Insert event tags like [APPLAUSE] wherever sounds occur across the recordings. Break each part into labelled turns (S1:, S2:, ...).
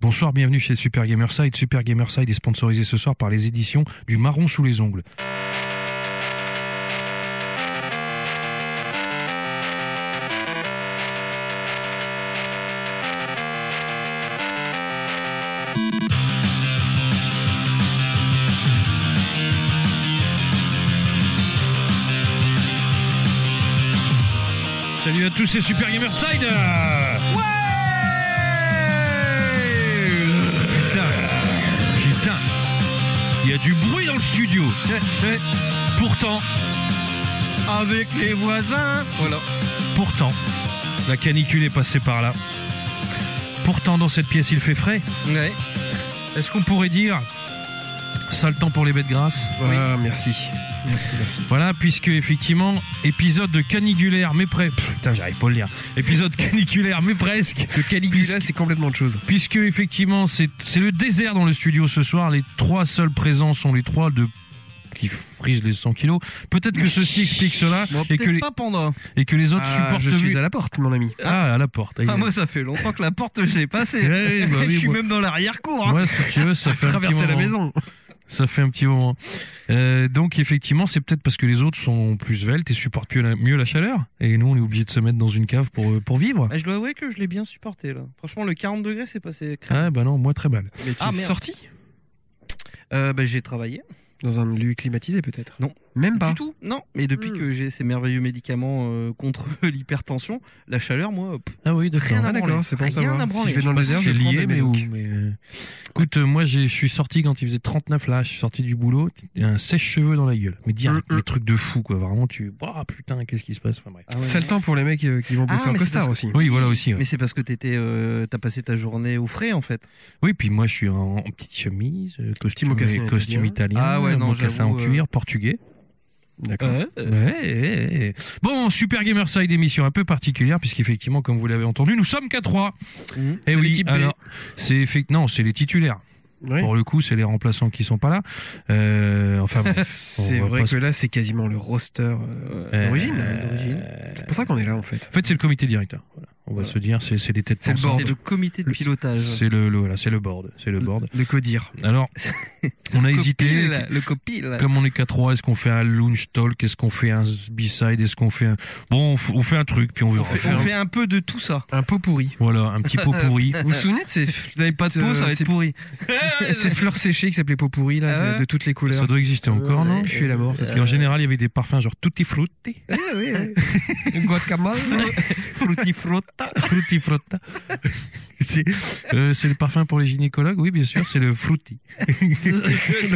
S1: Bonsoir, bienvenue chez Super Gamerside. Super Gamerside est sponsorisé ce soir par les éditions du Marron sous les ongles. Salut à tous, c'est Super Gamerside euh, Putain, putain, il y a du bruit dans le studio. Pourtant, avec les voisins, voilà. Pourtant, la canicule est passée par là. Pourtant, dans cette pièce, il fait frais. Est-ce qu'on pourrait dire sale temps pour les bêtes grasses
S2: Ah, merci. Merci, merci.
S1: Voilà, puisque effectivement, épisode de caniculaire, mais presque. Putain, j'arrive pas à le lire. Épisode [LAUGHS] caniculaire, mais presque.
S2: Ce Caligula, c'est complètement autre chose.
S1: Puisque effectivement, c'est c'est le désert dans le studio ce soir. Les trois seuls présents sont les trois de qui frisent les 100 kilos. Peut-être que
S2: [LAUGHS]
S1: ceci explique cela et que les,
S3: pas pendant.
S1: et que les autres
S2: Ah,
S1: supportent
S2: je
S1: vu-
S2: suis à la porte, mon ami.
S1: Ah, à la porte.
S3: Ah, moi, ça fait longtemps que la porte, je l'ai passée.
S1: Ouais,
S2: [LAUGHS]
S1: bah oui,
S3: [LAUGHS] je suis
S1: moi-
S3: même dans l'arrière-cour. hein.
S1: Moi, si tu veux, ça fait un petit
S2: Traverser la
S1: moment.
S2: maison.
S1: Ça fait un petit moment. Euh, donc effectivement, c'est peut-être parce que les autres sont plus veltes et supportent mieux la, mieux la chaleur. Et nous, on est obligé de se mettre dans une cave pour euh, pour vivre.
S3: Ah, je dois avouer que je l'ai bien supporté là. Franchement, le 40 degrés, c'est passé. crème.
S1: Ah bah non, moi très mal.
S2: Mais tu
S3: Ah,
S2: es
S3: merde.
S2: sorti
S3: Euh, bah, j'ai travaillé.
S2: Dans un lieu climatisé, peut-être
S3: Non.
S2: Même pas.
S3: Du tout. Non. Mais depuis
S2: Hmm.
S3: que j'ai ces merveilleux médicaments euh, contre [LAUGHS] l'hypertension, la chaleur, moi, pff,
S1: Ah oui, d'accord.
S3: rien à
S2: Ah, d'accord,
S3: branler.
S2: c'est pour
S3: Rien
S2: savoir.
S3: à
S2: Si
S3: branler.
S2: je vais dans le désert,
S1: c'est
S2: je prends
S1: lié,
S2: des
S1: mais où
S2: médocs.
S1: mais, euh, Écoute, euh, moi, j'ai- je suis sorti quand il faisait 39 là. Je suis sorti du boulot, t- un sèche-cheveux dans la gueule. Mais direct,
S2: Mm, mm.
S1: mais truc de fou, quoi. Vraiment, tu. Oh putain, qu'est-ce qui se passe Enfin, bref.
S3: Ah ouais.
S2: C'est le temps pour les mecs euh, qui vont bosser
S3: Ah,
S2: en
S3: mais c'est
S2: costard
S3: parce
S2: aussi.
S1: Oui, voilà aussi. ouais.
S3: Mais c'est parce que t'étais, euh, t'as passé ta journée au frais en fait.
S1: Oui, puis moi, je suis en, en petite chemise, euh, costume,
S2: mocassin
S1: costume italien,
S3: Ah ouais, non,
S1: mocassin en
S3: j'avoue, euh,
S1: cuir, portugais.
S2: D'accord.
S3: Euh,
S1: Ouais, ouais, ouais. Bon, Super Gamerside, émission un peu particulière, puisqu'effectivement, comme vous l'avez entendu, nous sommes qu'à 3.
S3: Mhm.
S1: Et
S2: Mmh. C'est
S1: oui,
S2: l'équipe B.
S1: alors, c'est effect- non, c'est les titulaires.
S2: Oui.
S1: Pour le coup, c'est les remplaçants qui sont pas là. Euh, enfin, bon,
S2: [LAUGHS] C'est
S1: on va
S2: vrai
S1: pas
S2: que là, c'est quasiment le roster euh,
S1: Euh,
S2: [LAUGHS] d'origine.
S1: euh,
S2: C'est pour ça qu'on est là, en fait.
S1: En fait, c'est le comité directeur. Voilà. On va
S2: Voilà.
S1: se dire, c'est c'est les têtes
S2: C'est le
S1: pensantes.
S3: C'est le comité de
S1: Le-
S3: pilotage.
S1: C'est le, le- voilà, c'est le board. C'est le board.
S2: Le codir.
S1: Alors, on a
S3: Le
S1: hésité.
S3: copil, Le copil.
S1: Comme on est qu'à 3, est-ce qu'on fait un launch talk Est-ce qu'on fait un B-side Est-ce qu'on fait un... Bon, on, f- on fait un truc, puis on verra.
S3: On fait, on fait un peu de tout ça.
S2: Un pot pourri.
S1: Voilà, un petit pot pourri.
S2: Vous vous souvenez de ces, [LAUGHS]
S3: Vous avez pas de peau,
S2: Euh,
S3: ça va être
S2: c'est-
S3: pourri.
S2: ces fleurs séchées qui s'appelaient pot pourri, là,
S3: Ah ouais.
S2: de toutes les couleurs
S1: Ça doit exister encore, non
S2: Puer la
S3: [LAUGHS]
S2: mort, ce
S1: Parce qu'en général, il y avait des parfums genre Tutti Frutti.
S2: Oui, oui, [LAUGHS] oui. Guacamole.
S3: Frutti-frotta.
S1: Frutti Frotta. C'est euh, c'est le parfum pour les gynécologues Oui, bien sûr, c'est le
S3: [LAUGHS]
S1: Frutti.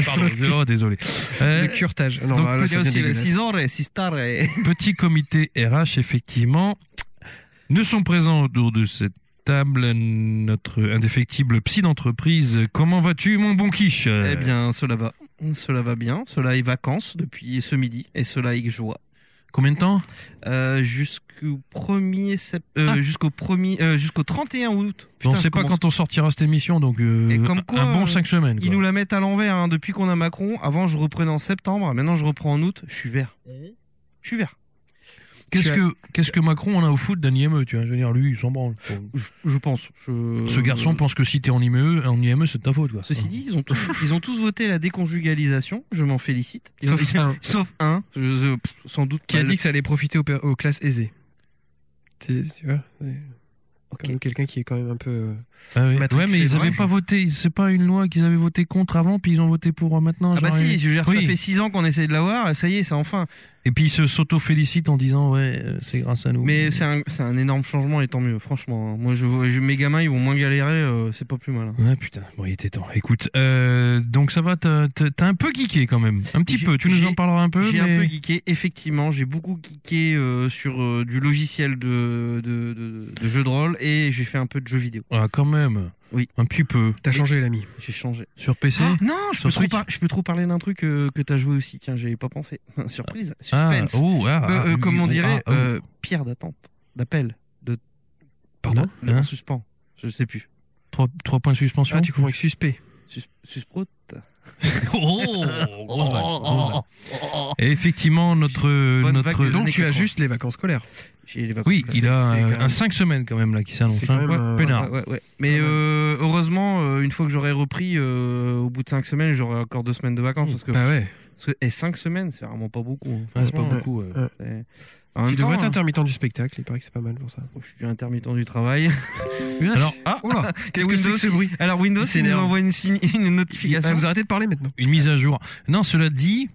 S1: Pardon, je- oh, désolé. Euh,
S2: Le curetage. Non,
S1: Donc,
S2: bah,
S3: Il y
S2: là, ça
S3: a
S2: devient
S3: aussi le
S2: dégueulasse.
S3: Cisor et Sistar et
S1: petit comité RH, effectivement, ne sont présents autour de cette table notre indéfectible psy d'entreprise. Comment vas-tu, mon bon quiche
S3: Eh bien, cela va. Cela va bien. Cela est vacances depuis ce midi et cela est joie.
S1: Combien de temps
S3: Euh, jusqu'au 1er sept- euh,
S1: Ah.
S3: jusqu'au 1er euh, jusqu'au 31 août.
S1: On
S3: Putain,
S1: sait
S3: je
S1: pas
S3: commence-
S1: quand on sortira cette émission, donc euh,
S3: Et comme quoi,
S1: un bon
S3: euh,
S1: cinq semaines.
S3: ils
S1: quoi.
S3: nous la mettent à l'envers hein. depuis qu'on a Macron. Avant je reprenais en septembre, maintenant je reprends en août, je suis vert. Je suis vert.
S1: Qu'est-ce
S2: Tu as-
S1: que qu'est-ce que Macron en a au foot d'un IME E, Tu vois, je veux dire, lui, il s'en branle.
S3: Je, je pense. Je-
S1: Ce garçon pense que si t'es en IME, en IME, c'est de ta faute. Quoi.
S3: Euh, Ceci dit, ils
S1: [LAUGHS]
S3: ont tous, ils ont tous voté la déconjugalisation, je m'en félicite. Ils
S2: [LAUGHS]
S3: ont- [LAUGHS]
S2: Sauf un
S3: Sauf un, je- je- pff, sans doute
S2: qui a
S3: pas
S2: dit que ça allait profiter aux, per- aux classes aisées. C'est- Tu vois c'est
S3: Ok.
S2: quand même quelqu'un qui est quand même un peu. euh,
S1: Ah oui.
S2: Matrix,
S1: ouais, mais
S2: c'est
S1: ils
S2: vrai,
S1: avaient
S2: je-
S1: pas voté. C'est pas une loi qu'ils avaient voté contre avant, puis ils ont voté pour euh, maintenant.
S3: Ah bah
S1: genre,
S3: si, je veux dire,
S1: Oui.
S3: ça fait six ans qu'on essaye de l'avoir, et ça y est, c'est enfin.
S1: Et puis ils se s'auto-félicitent en disant ouais, euh, c'est grâce à nous.
S3: Mais c'est un, c'est un énorme changement, et tant mieux, franchement. hein. Moi, je, vois- je- mes gamins, ils vont moins galérer, euh, c'est pas plus mal. hein.
S1: Ouais putain, bon il était temps. Écoute, euh, donc ça va, t'as t'as- t'as un peu geeké quand même, un petit
S3: J'ai-
S1: peu. Tu nous
S3: j'ai-
S1: en parleras un peu.
S3: J'ai
S1: mais...
S3: un peu geeké, effectivement, j'ai beaucoup geeké euh, sur euh, du logiciel de, de, de, de jeu de rôle, et j'ai fait un peu de jeux vidéo.
S1: Ah quand même.
S3: Oui.
S1: Un petit peu.
S2: T'as changé, l'ami.
S3: J'ai changé.
S1: Sur PC.
S3: Ah, non, je
S1: Sur
S3: peux, trop
S1: Switch
S3: par- je peux trop parler d'un truc euh, que t'as joué aussi, tiens, j'avais pas pensé. [LAUGHS] Surprise,
S1: Ah,
S3: suspense.
S1: oh, ah,
S3: Euh,
S1: ah,
S3: euh,
S1: oui,
S3: comme on
S1: oh,
S3: dirait,
S1: ah, oh.
S3: euh, pierre d'attente, d'appel, de...
S1: Pardon
S3: de-
S1: Hein
S3: en suspens, je sais plus.
S1: trois, trois points de suspension.
S2: Ah, tu comprends avec suspect.
S3: Sus- Susprout
S1: Oh,
S4: Grosse vanne, grosse vanne.
S1: Et effectivement, notre notre
S3: vague des
S2: Donc
S3: années
S2: tu as
S3: 80.
S2: juste les vacances scolaires.
S3: J'ai les vacances
S1: oui,
S3: là.
S1: il a
S2: c'est quand
S1: euh,
S2: même-
S1: un 5 semaines quand même là qui s'annonce.
S2: C'est quand
S1: hein.
S2: même, euh,
S1: Peinard.
S3: Ouais, ouais, ouais. Mais
S2: Quand même.
S3: euh, heureusement, euh, une fois que j'aurai repris, euh, au bout de 5 semaines, j'aurai encore 2 semaines de vacances. Parce que,
S2: Bah ouais.
S3: parce que- eh, 5 semaines, c'est vraiment pas beaucoup. hein.
S1: Ah, c'est pas
S3: Franchement,
S1: beaucoup. euh.
S3: euh, c'est- en même
S2: Tu devrais
S3: temps,
S2: être intermittent du spectacle, il paraît que c'est pas mal pour ça.
S3: hein, je suis intermittent du travail. [LAUGHS]
S1: Alors, ah,
S2: Oula, qu'est-ce
S3: Et
S2: que c'est
S3: Windows
S2: que ce bruit
S3: Alors
S2: Il
S3: Windows, il nous
S2: s'énerve.
S3: envoie une, signe- une notification.
S2: Ah, Vous arrêtez de parler maintenant.
S1: une mise à jour. Non, cela dit,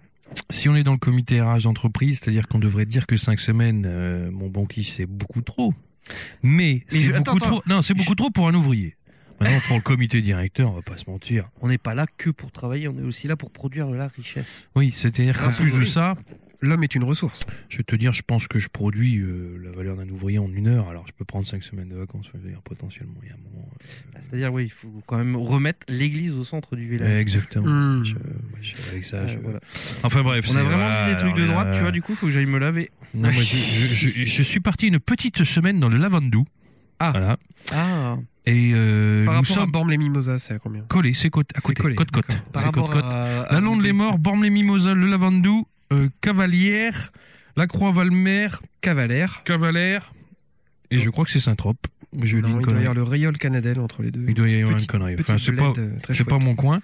S1: si on est dans le comité RH d'entreprise, c'est-à-dire qu'on devrait dire que 5 semaines, euh, mon banquier, c'est beaucoup trop. Mais, c'est
S3: je-
S1: beaucoup
S3: attends,
S1: trop. Non, c'est beaucoup trop pour un ouvrier. Maintenant, pour le comité directeur, on va pas se mentir.
S3: On n'est pas là que pour travailler, on est aussi là pour produire de la richesse.
S1: Oui, c'est-à-dire qu'en
S3: Ah,
S1: plus de
S3: oui.
S1: ça,
S2: L'homme est une ressource.
S1: je vais te dire, je pense que je produis euh, la valeur d'un ouvrier en une heure. Alors, je peux prendre 5 semaines de vacances, je veux dire, potentiellement. Il y a un moment. euh,
S3: Bah, C'est-à-dire, oui, il faut quand même remettre l'église au centre du village.
S1: ouais, exactement.
S2: Hmm.
S1: Je- ouais, je- avec ça,
S3: Euh,
S1: je-
S3: Mmh. voilà.
S1: Enfin bref,
S3: On a
S1: c'est-
S3: vraiment
S1: voilà,
S3: mis des trucs
S1: alors,
S3: de
S1: là,
S3: droite, tu vois, du coup, faut que j'aille me laver.
S1: Non, moi, je, je- je- je suis parti une petite semaine dans le Lavandou.
S3: Ah.
S1: Voilà.
S3: Ah,
S1: Et euh,
S2: Par
S1: nous
S2: rapport à
S1: sommes
S2: Bormes les Mimosas, c'est à combien
S1: collés, c'est côte à
S2: C'est
S1: côté,
S2: collé,
S1: côte côte.
S2: d'accord.
S3: par
S1: C'est côte
S3: rapport
S1: côte.
S3: à... à-
S1: La Lande les Morts, Bormes les Mimosas, le Lavandou, euh, Cavalière, la Croix Valmer,
S2: Cavalère.
S1: Cavalère.
S3: Oh.
S1: Et je crois que c'est Saint-Trope. Je dis une
S2: Non, il doit y
S1: connerie.
S2: avoir le Rayol Canadel entre les deux.
S1: Il doit y avoir une
S2: Petite-
S1: connerie.
S2: petite
S1: Enfin, c'est pas,
S2: belette, euh, très
S1: c'est pas
S2: chouette.
S1: mon coin.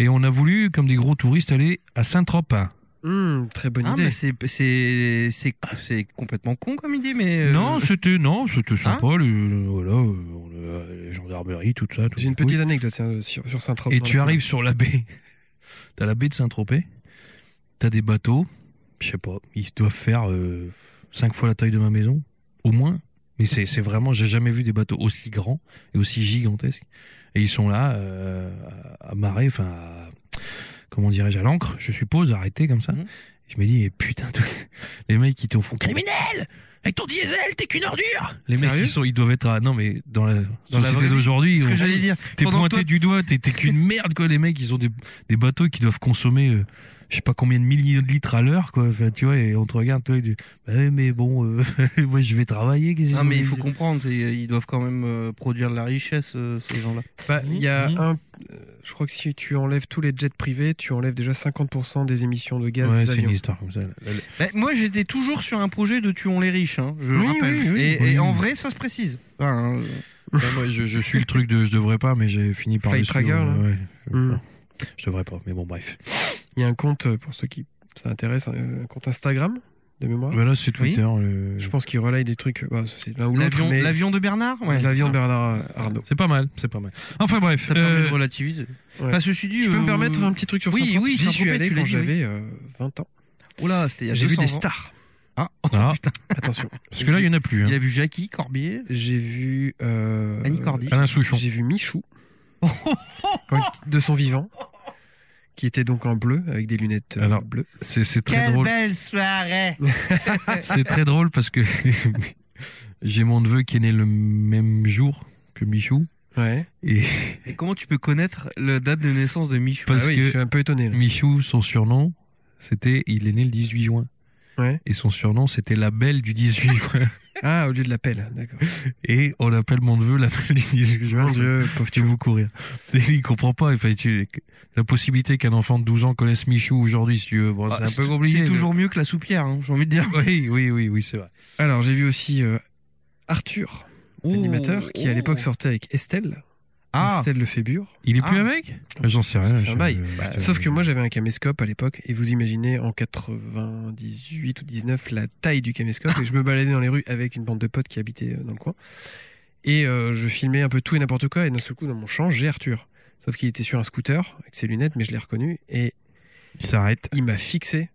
S1: Et on a voulu, comme des gros touristes, aller à Saint-Trope.
S2: Hmm, très bonne
S3: Ah,
S2: idée.
S3: mais c'est, c'est, c'est, c'est complètement con comme idée, mais. euh,
S1: Non, c'était non, c'était
S2: hein
S1: sympa. le- voilà, euh, on a- les gendarmeries, tout ça. tout
S2: J'ai une
S1: ça. Oui.
S2: petite anecdote tiens, sur, sur Saint-Trope.
S1: Et
S2: dans
S1: tu
S2: la-
S1: arrives sur la baie. T'as la baie de Saint-Tropez. T'as des bateaux. Je sais pas. Ils doivent faire euh, cinq fois la taille de ma maison, au moins. Mais c'est c'est vraiment, j'ai jamais vu des bateaux aussi grands et aussi gigantesques. Et ils sont là, euh, à marée, enfin, à- comment dirais-je, à l'ancre, je suppose, arrêtés comme ça.
S3: Mhm.
S1: Je me dis, mais putain, tout- les mecs qui t'ont font criminel avec ton diesel, t'es qu'une ordure. Les mecs
S3: Sérieux
S1: ils sont, ils doivent être à, non mais dans la
S3: Dans la vraie
S1: société
S3: vie,
S1: d'aujourd'hui,
S3: C'est ce
S1: ils
S3: que
S1: ont-
S3: j'allais dire.
S1: T'es
S3: Pendant
S1: pointé
S3: que toi-
S1: du doigt, t'es t'es qu'une merde, quoi. Les mecs, ils ont des, des bateaux qui doivent consommer, euh, je sais pas combien de millions de litres à l'heure, quoi. Enfin, tu vois, et on te regarde, toi, et tu, bah ouais, mais bon, euh, [LAUGHS] moi, je vais travailler, qu'est-ce que
S3: Non,
S1: vous
S3: mais il
S1: voulez
S3: faut
S1: dire
S3: comprendre, c'est, ils doivent quand même euh, produire de la richesse, euh, ces gens-là.
S2: Bah, Il y a
S1: Mhm.
S2: un. euh, Je crois que si tu enlèves tous les jets privés, tu enlèves déjà 50% des émissions de gaz
S1: Ouais,
S2: des
S1: c'est une
S2: avions.
S1: histoire comme ça.
S3: Ben, moi, j'étais toujours sur un projet de tuons les riches, hein, je
S1: Oui,
S3: rappelle.
S1: oui, oui,
S3: et,
S1: oui.
S3: et en vrai, ça se précise. Enfin, euh,
S1: moi, je, je suis le truc de je devrais pas, mais j'ai fini par
S2: Flight
S1: le suivre,
S2: tracker, là.
S1: ouais.
S2: Mhm.
S1: Je devrais pas, mais bon, bref.
S2: Il y a un compte, euh, pour ceux qui ça intéresse, un un compte Instagram de mémoire.
S1: Voilà, c'est
S3: Oui.
S1: Twitter. euh, le-
S2: Je pense qu'il relaye des trucs. bah, c'est l'un ou l'autre,
S3: l'avion,
S2: mais-
S3: l'avion de Bernard ouais,
S2: L'avion
S3: c'est
S2: de
S3: ça.
S2: Bernard euh, Arnault.
S1: C'est pas mal, c'est pas mal. Enfin, bref.
S3: Ça permet
S1: euh,
S3: de relativiser.
S2: ouais.
S3: Parce que je suis dit,
S2: Je peux
S3: euh,
S2: me permettre un petit truc sur
S3: oui,
S2: Saint-Tropez
S3: oui,
S2: J'y suis
S3: Saint-Tropez,
S2: allé
S3: tu
S2: quand
S3: l'as dit, oui.
S2: j'avais euh, 20 ans.
S3: Oh là, c'était il y a
S2: J'ai vu
S3: 200
S2: des
S3: ans.
S2: stars.
S1: ah,
S2: Attention.
S1: parce que là, il y en a plus.
S3: Il
S1: Hein.
S3: a vu Jackie Corbier.
S2: J'ai vu. euh,
S3: Annie Cordy.
S1: Alain Souchon.
S2: J'ai vu
S3: [LAUGHS]
S2: Michou. quand- de son vivant. Qui était donc en bleu, avec des lunettes euh,
S1: Alors,
S2: bleues.
S1: C'est c'est très drôle.
S3: belle soirée
S1: C'est très drôle parce que [LAUGHS] j'ai mon neveu qui est né le même jour que Michou.
S2: Ouais.
S1: Et
S3: Et comment tu peux connaître la date de naissance de Michou
S1: Parce
S2: Ah oui,
S1: que-
S2: je suis un peu étonné.
S1: [LAUGHS]
S2: là.
S1: Michou, son surnom, c'était, il est né le 18 juin.
S2: Ouais.
S1: Et son surnom, c'était la belle du 18 juin.
S2: Ah, au lieu de la pelle, d'accord.
S1: Et on l'appelle mon neveu la belle du 18 juin.
S2: Mon Dieu, pauvre
S1: Tu
S2: tu.
S1: vous courir. Et il comprend pas. Enfin, tu- la possibilité qu'un enfant de 12 ans connaisse Michou aujourd'hui, si tu veux. Bon,
S3: Ah,
S1: Bah, c'est un peu compliqué.
S3: C'est
S1: mais-
S3: toujours mieux que la soupière, hein, j'ai envie de dire.
S1: Oui, oui, oui, oui, c'est vrai.
S2: Alors, j'ai vu aussi euh, Arthur, l'animateur, qui à
S3: oh.
S2: l'époque sortait avec Estelle.
S3: Ah,
S2: Estelle Lefébure.
S1: Il est plus
S3: Ah.
S1: avec Ah, bah, J'en sais rien.
S2: Ça fait
S1: je- euh,
S2: un bail.
S1: putain,
S2: Euh, Sauf que moi j'avais un caméscope à l'époque et vous imaginez en 98 ou 19 la taille du caméscope et je me baladais dans les rues avec une bande de potes qui habitaient euh, dans le coin et euh, je filmais un peu tout et n'importe quoi et d'un seul coup dans mon champ j'ai Arthur. Sauf qu'il était sur un scooter avec ses lunettes mais je l'ai reconnu et
S1: il s'arrête.
S2: il m'a fixé